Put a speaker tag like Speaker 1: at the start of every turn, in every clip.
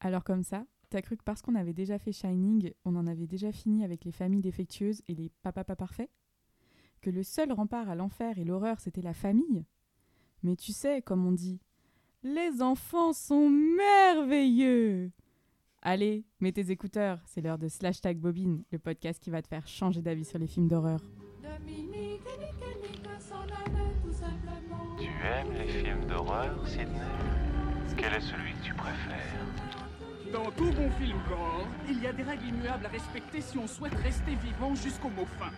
Speaker 1: Alors comme ça, t'as cru que parce qu'on avait déjà fait Shining, on en avait déjà fini avec les familles défectueuses et les papas pas parfaits Que le seul rempart à l'enfer et l'horreur, c'était la famille Mais tu sais, comme on dit, les enfants sont merveilleux Allez, mets tes écouteurs, c'est l'heure de Slash Tag Bobine, le podcast qui va te faire changer d'avis sur les films d'horreur.
Speaker 2: Dominique, Nick, Nick, s'en allait tout simplement.
Speaker 3: Tu aimes les films d'horreur, Sidney Quel est celui que tu préfères
Speaker 4: Dans tout bon film gore, il y a des règles immuables à respecter si on souhaite rester vivant jusqu'au mot fin.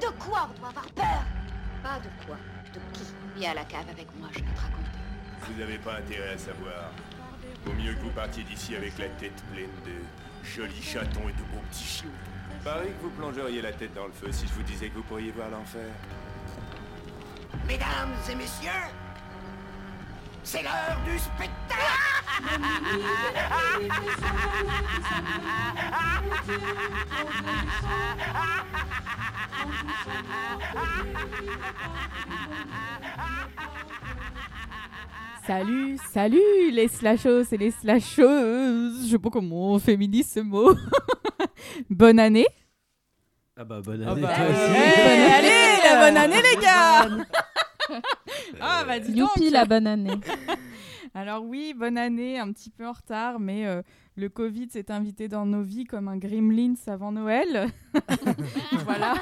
Speaker 5: De quoi on doit avoir peur Pas de quoi, de qui Viens à la cave avec moi, je vais te raconter.
Speaker 6: Vous n'avez pas intérêt à savoir. Vaut mieux que vous partiez d'ici avec la tête pleine de jolis chatons et de beaux petits chiots. Pareil que vous plongeriez la tête dans le feu si je vous disais que vous pourriez voir l'enfer.
Speaker 7: Mesdames et messieurs, c'est l'heure du spectacle
Speaker 1: Salut, salut les slashos et les slasheuses Je sais pas comment on féminise ce mot. bonne année
Speaker 8: Ah bah bonne
Speaker 1: Ah
Speaker 8: année
Speaker 1: bah,
Speaker 8: toi
Speaker 1: euh,
Speaker 8: aussi.
Speaker 1: hey, Allez, la bonne année les gars Ah bah dis donc
Speaker 9: Youpi la bonne année.
Speaker 1: Alors oui, bonne année, un petit peu en retard, mais euh, le Covid s'est invité dans nos vies comme un gremlins avant Noël. voilà.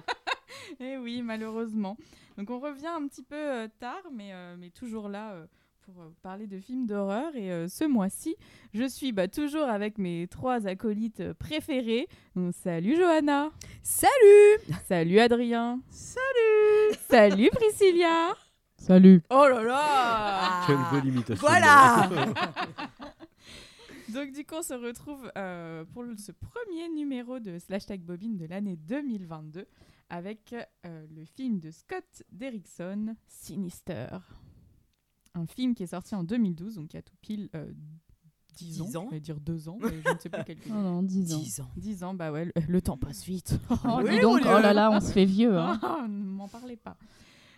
Speaker 1: Et oui, malheureusement. Donc on revient un petit peu euh, tard, mais, euh, mais toujours là euh, pour euh, parler de films d'horreur. Et euh, ce mois-ci, je suis bah, toujours avec mes trois acolytes euh, préférés. Donc, salut Johanna Salut Salut Adrien Salut Salut Priscilla
Speaker 9: Salut.
Speaker 1: Oh là là
Speaker 8: Quelle belle imitation.
Speaker 1: Donc du coup, on se retrouve euh, pour le- ce premier numéro de Slash Tag Bobine de l'année 2022 avec euh, le film de Scott Derrickson, Sinister. Un film qui est sorti en 2012, donc il y a tout pile 10,
Speaker 10: Dix
Speaker 1: ans,
Speaker 10: ans
Speaker 1: je vais dire 2 ans, mais je ne sais pas quel.
Speaker 9: Non, non, 10 ans.
Speaker 10: 10 ans.
Speaker 1: 10 ans, bah ouais, le, le temps passe vite.
Speaker 9: Oh,
Speaker 10: Oui,
Speaker 9: dis donc,
Speaker 10: mon
Speaker 9: oh là
Speaker 10: Dieu.
Speaker 9: là, on se fait vieux. Hein.
Speaker 1: Ah, ne m'en parlez pas.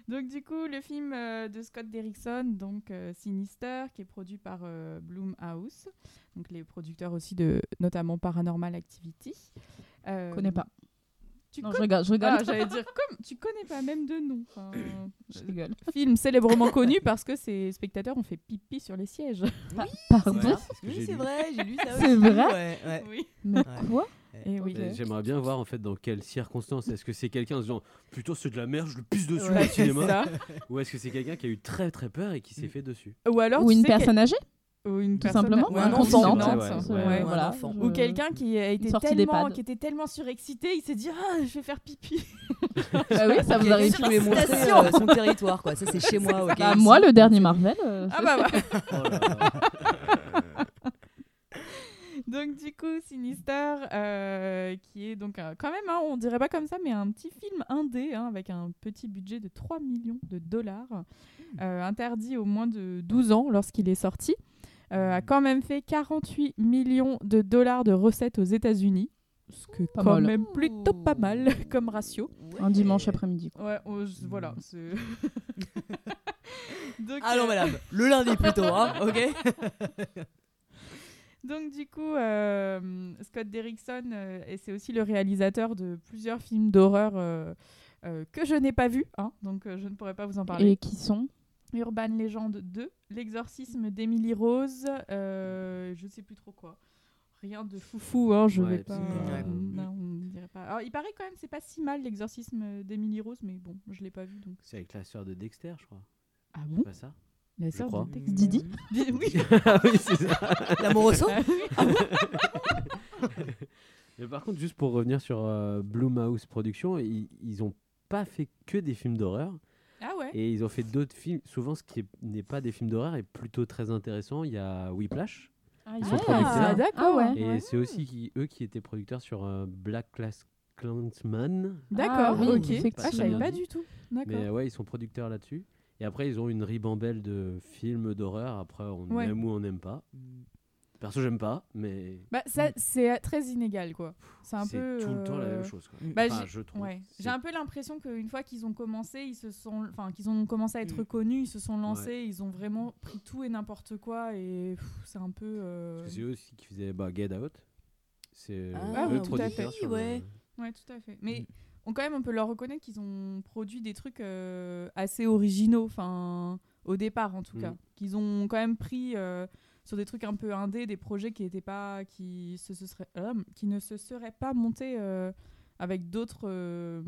Speaker 1: Donc du coup, le film euh, de Scott Derrickson, donc euh, Sinister, qui est produit par euh, Blumhouse, donc les producteurs aussi de notamment Paranormal Activity. Euh,
Speaker 9: Je connais pas.
Speaker 1: Tu
Speaker 9: Non, je
Speaker 1: connais
Speaker 9: rigole, je rigole.
Speaker 1: Ah, j'allais dire comme tu connais pas même de nom. Enfin, euh,
Speaker 9: je rigole.
Speaker 1: film célèbrement connu parce que ses spectateurs ont fait pipi sur les sièges.
Speaker 9: Pardon
Speaker 10: Ouais.
Speaker 8: ce que j'ai
Speaker 10: Oui, c'est
Speaker 8: lu.
Speaker 10: vrai, j'ai lu ça aussi.
Speaker 9: C'est vrai
Speaker 10: ouais, ouais.
Speaker 1: Oui.
Speaker 9: Mais
Speaker 10: Ouais.
Speaker 9: quoi
Speaker 1: Et Eh oui.
Speaker 8: Et J'aimerais bien voir en fait dans quelles circonstances. Est-ce que c'est quelqu'un en se disant plutôt c'est de la merde, je le pisse dessus
Speaker 10: Ouais,
Speaker 8: au cinéma
Speaker 1: Ça.
Speaker 8: Ou est-ce que c'est quelqu'un qui a eu très très peur et qui s'est
Speaker 10: Mm.
Speaker 8: fait dessus
Speaker 1: Ou alors
Speaker 9: Ou
Speaker 1: tu
Speaker 9: une
Speaker 1: sais quel-
Speaker 9: personne âgée,
Speaker 1: ou une
Speaker 9: tout
Speaker 1: personne-
Speaker 9: simplement.
Speaker 1: ou
Speaker 10: ouais,
Speaker 1: un
Speaker 10: non,
Speaker 1: confident.
Speaker 8: ouais,
Speaker 9: euh,
Speaker 8: ouais,
Speaker 1: ouais,
Speaker 9: voilà.
Speaker 10: enfant.
Speaker 9: Je-
Speaker 1: Ou quelqu'un qui a été
Speaker 9: Une sortie
Speaker 1: tellement,
Speaker 9: d'EHPAD.
Speaker 1: qui était tellement surexcité, il s'est dit ah je vais faire pipi.
Speaker 9: Bah oui, ça vous arrive.
Speaker 10: Quelqu'un qui lui montrer euh, son territoire, quoi. Ça, c'est chez moi, ok
Speaker 9: Bah, moi, le dernier Marvel. euh,
Speaker 1: Ah bah, bah. Donc du coup Sinister, euh, qui est donc un- quand même, hein, on dirait pas comme ça, mais un petit film indé hein, avec un petit budget de 3 millions de dollars, euh, interdit aux moins de 12 ans lorsqu'il est sorti, euh, a quand même fait 48 millions de dollars de recettes aux États-Unis, ce que
Speaker 9: Pas
Speaker 1: quand
Speaker 9: mal.
Speaker 1: même plutôt pas mal comme ratio. Hmm.
Speaker 10: Ouais.
Speaker 9: euh, Un dimanche après-midi.
Speaker 1: Ouais, on- je- voilà. c'est- donc,
Speaker 10: Ah
Speaker 1: euh,
Speaker 10: non, madame, le lundi plutôt, hein, ok
Speaker 1: donc du coup, euh, Scott Derrickson, euh, et c'est aussi le réalisateur de plusieurs films d'horreur euh, euh, que je n'ai pas vus, hein, donc euh, je ne pourrais pas vous en parler.
Speaker 9: Et qui sont
Speaker 1: Urban Legend 2, L'exorcisme d'Emily Rose, euh, je sais plus trop quoi. Rien de foufou, hein, je
Speaker 8: Ouais,
Speaker 1: vais pas.
Speaker 8: c'est
Speaker 10: pas-
Speaker 1: Non, on dirait pas. Alors, il paraît quand même, c'est pas si mal l'exorcisme d'Emily Rose, mais bon, je l'ai pas vu donc.
Speaker 8: C'est avec la sœur de Dexter, je crois.
Speaker 1: Ah
Speaker 8: C'est
Speaker 1: bon
Speaker 8: pas ça
Speaker 1: La
Speaker 8: je
Speaker 1: sœur
Speaker 8: crois.
Speaker 1: de Dexter.
Speaker 9: Didi
Speaker 1: Oui.
Speaker 8: Ah oui, c'est ça.
Speaker 10: L'amoroso
Speaker 8: Mais par contre, juste pour revenir sur euh, Blumhouse Productions, ils, ils ont pas fait que des films d'horreur
Speaker 1: Ah ouais.
Speaker 8: et ils ont fait d'autres films. Souvent, ce qui est- n'est pas des films d'horreur est plutôt très intéressant. Il y a Whiplash. Ils sont
Speaker 9: Ah,
Speaker 8: producteurs.
Speaker 9: d'accord. Ah ouais.
Speaker 8: Et c'est aussi qui- eux qui étaient producteurs sur euh, Black Class Clansman.
Speaker 1: D'accord,
Speaker 9: Ah oui,
Speaker 1: ok.
Speaker 9: effectivement.
Speaker 1: Ah, je savais pas du tout.
Speaker 8: Mais
Speaker 1: D'accord.
Speaker 8: ouais, ils sont producteurs là-dessus. Et après, ils ont une ribambelle de films d'horreur. Après, on
Speaker 1: Ouais.
Speaker 8: aime ou on n'aime pas. Perso, j'aime pas, mais.
Speaker 1: Bah, ça, c'est euh, très inégal, quoi. C'est un
Speaker 8: C'est
Speaker 1: peu.
Speaker 8: tout le temps la
Speaker 1: euh,
Speaker 8: même chose, quoi.
Speaker 1: bah,
Speaker 8: Enfin,
Speaker 1: j'ai-
Speaker 8: je trouve.
Speaker 1: ouais.
Speaker 8: C'est-
Speaker 1: J'ai un peu l'impression qu'une fois qu'ils ont commencé, ils se sont, enfin, qu'ils ont commencé
Speaker 8: Mmh.
Speaker 1: à être reconnus, ils se sont lancés, ils ont vraiment pris tout et n'importe quoi, et pff, c'est un peu. euh,
Speaker 8: Parce que c'est eux aussi qui faisaient bah, Get Out. C'est euh,
Speaker 1: Ah,
Speaker 8: le
Speaker 1: oui, tout à fait.
Speaker 8: producteur sur euh, le-
Speaker 1: ouais. tout à fait. Mais
Speaker 8: Mm.
Speaker 1: on, quand même, on peut leur reconnaître qu'ils ont produit des trucs euh, assez originaux, enfin, au départ en tout
Speaker 8: Mm.
Speaker 1: cas. Qu'ils ont quand même pris euh, sur des trucs un peu indés, des projets qui étaient pas, qui se, se seraient- euh, qui ne se seraient pas montés euh, avec d'autres. euh,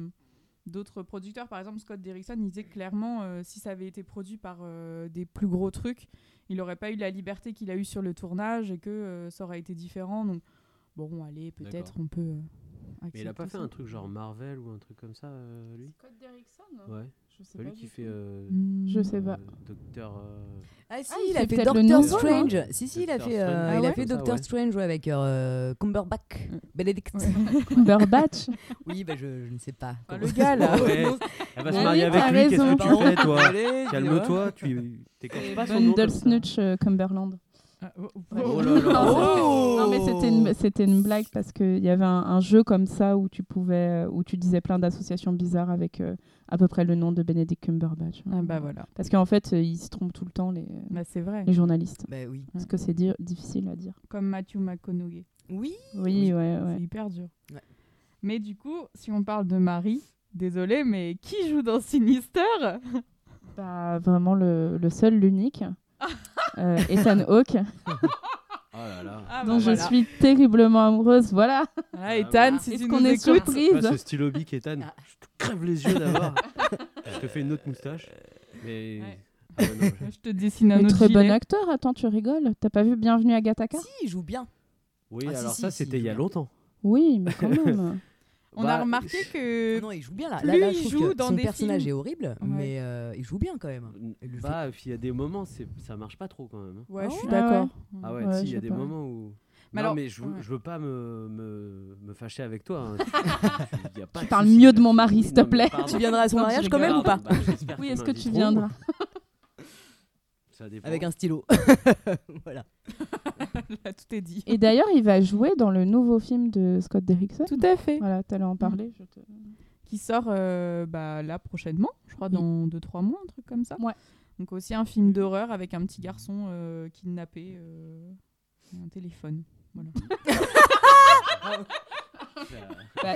Speaker 1: d'autres producteurs, par exemple Scott Derrickson, il disait clairement euh, si ça avait été produit par euh, des plus gros trucs, il n'aurait pas eu la liberté qu'il a eue sur le tournage et que euh, ça aurait été différent. Donc bon, allez, peut-être
Speaker 8: D'accord.
Speaker 1: on peut. euh,
Speaker 8: Mais il a pas
Speaker 1: accepter
Speaker 8: fait
Speaker 1: ça.
Speaker 8: un truc genre Marvel ou un truc comme ça, euh, lui
Speaker 1: Scott Derrickson
Speaker 8: Ouais.
Speaker 1: Je
Speaker 8: C'est pas lui qui fait. euh,
Speaker 9: Je sais pas.
Speaker 8: Docteur. euh,
Speaker 10: Ah si,
Speaker 9: Ah,
Speaker 10: il
Speaker 9: il
Speaker 10: a
Speaker 9: fait
Speaker 10: fait
Speaker 9: peut-être
Speaker 10: Doctor
Speaker 9: le Nonzo,
Speaker 10: Strange.
Speaker 9: non
Speaker 10: Si si, il a
Speaker 8: Doctor
Speaker 10: fait, euh,
Speaker 8: Strange,
Speaker 10: il a
Speaker 8: ouais.
Speaker 10: fait
Speaker 8: Comme ça,
Speaker 10: Doctor
Speaker 8: ouais.
Speaker 10: Strange ouais, avec euh, Cumberbatch, Benedict.
Speaker 9: Cumberbatch.
Speaker 10: Oui, bah je, je ne sais pas.
Speaker 1: Ah,
Speaker 10: comment-
Speaker 1: le gars, là.
Speaker 8: Ouais. Elle va se
Speaker 9: Oui,
Speaker 8: marier
Speaker 9: t'as
Speaker 8: avec lui, qu'est-ce
Speaker 9: raison.
Speaker 8: que tu fais,
Speaker 10: Allez,
Speaker 8: toi Calme-toi,
Speaker 10: dis-moi.
Speaker 8: tu t'écorches pas son nom. comme
Speaker 9: Bundle
Speaker 8: ça.
Speaker 9: Snitch euh, Cumberland.
Speaker 1: Ah, oh, oh,
Speaker 9: Bref.
Speaker 8: Oh là là.
Speaker 10: Oh
Speaker 9: Non mais c'était une, c'était une blague parce qu'il y avait un, un jeu comme ça où tu pouvais euh, où tu disais plein d'associations bizarres avec euh, à peu près le nom de Benedict Cumberbatch.
Speaker 1: Ah bah voilà.
Speaker 9: Parce qu'en fait euh, ils se trompent tout le temps les,
Speaker 1: Bah c'est vrai.
Speaker 9: les journalistes.
Speaker 10: Bah oui.
Speaker 9: Parce que c'est dire- difficile à dire.
Speaker 1: Comme Matthew McConaughey.
Speaker 10: Oui.
Speaker 9: Oui, ouais, ouais.
Speaker 1: C'est hyper dur.
Speaker 10: Ouais.
Speaker 1: Mais du coup, si on parle de Marie, désolé, mais qui joue dans Sinister
Speaker 8: Ah,
Speaker 9: Bah, vraiment le, le seul, l'unique. euh, Ethan Hawke,
Speaker 8: Ah Oh là là.
Speaker 1: Ah,
Speaker 9: dont
Speaker 1: voilà.
Speaker 9: je suis terriblement amoureuse. Voilà.
Speaker 1: Ah, Ethan,
Speaker 8: Ah.
Speaker 1: si
Speaker 9: Est-ce
Speaker 1: tu
Speaker 9: qu'on
Speaker 1: nous
Speaker 9: est
Speaker 1: écoutes.
Speaker 8: Tu vois,
Speaker 9: surprise
Speaker 8: ce stylo bic, Ethan, je te crève les yeux d'avoir. je te fais une autre moustache. Mais.
Speaker 1: Ouais.
Speaker 8: Ah ouais, non, je-
Speaker 1: Je te dessine un
Speaker 9: Mais
Speaker 1: autre
Speaker 9: très bon
Speaker 1: gilet.
Speaker 9: acteur. Attends, tu rigoles T'as pas vu Bienvenue à Gattaca
Speaker 10: Si, il joue bien.
Speaker 8: Oui,
Speaker 10: Ah, si,
Speaker 8: alors
Speaker 10: si,
Speaker 8: ça,
Speaker 10: si,
Speaker 8: c'était il y a
Speaker 10: Julien.
Speaker 8: longtemps.
Speaker 9: Oui, mais quand même.
Speaker 1: On
Speaker 8: Bah,
Speaker 1: a remarqué que
Speaker 10: Ah non, il joue bien là.
Speaker 1: plus
Speaker 10: là, là,
Speaker 1: il
Speaker 10: je trouve
Speaker 1: joue
Speaker 10: que
Speaker 1: dans
Speaker 10: son
Speaker 1: des
Speaker 10: personnage
Speaker 1: films.
Speaker 10: est horrible,
Speaker 1: Ouais.
Speaker 10: mais euh, il joue bien quand même. Il le fait.
Speaker 8: Bah, puis il y a des moments, c'est- ça marche pas trop quand même. hein.
Speaker 1: Ouais, je suis
Speaker 9: ouais
Speaker 1: d'accord.
Speaker 8: Ah ouais,
Speaker 9: Ouais,
Speaker 8: si, il
Speaker 9: je
Speaker 8: y a
Speaker 9: sais
Speaker 8: des
Speaker 9: pas.
Speaker 8: moments où.
Speaker 1: Mais
Speaker 8: non,
Speaker 1: alors-
Speaker 8: mais je, veux-
Speaker 1: ouais.
Speaker 8: je veux pas me, me, me fâcher avec toi. hein. Il y a pas de
Speaker 9: Tu parles
Speaker 8: souci
Speaker 9: mieux de mon
Speaker 8: là-dessus.
Speaker 9: mari,
Speaker 8: Oui,
Speaker 9: s'il
Speaker 8: non,
Speaker 9: te
Speaker 8: mais
Speaker 9: plaît.
Speaker 8: pardon.
Speaker 10: Tu viendras à son
Speaker 8: Ah,
Speaker 9: Non, je
Speaker 10: mariage quand
Speaker 9: rigole.
Speaker 10: même ou pas
Speaker 8: Pardon, bah, j'espère
Speaker 9: Oui,
Speaker 8: qu'ils
Speaker 9: est-ce que tu
Speaker 8: m'inviteront.
Speaker 9: viendras
Speaker 8: Ça dépend.
Speaker 10: Avec un stylo. voilà.
Speaker 1: Là, tout est dit.
Speaker 9: Et d'ailleurs, il va jouer dans le nouveau film de Scott Derrickson.
Speaker 1: Tout à fait.
Speaker 9: Voilà, t'allais en parler. je te-
Speaker 1: Qui sort euh, bah, là prochainement, je crois, dans 2-3 mois, un truc comme ça.
Speaker 9: Ouais.
Speaker 1: Donc, aussi un film d'horreur avec un petit garçon euh, kidnappé euh, et un téléphone.
Speaker 9: Bah,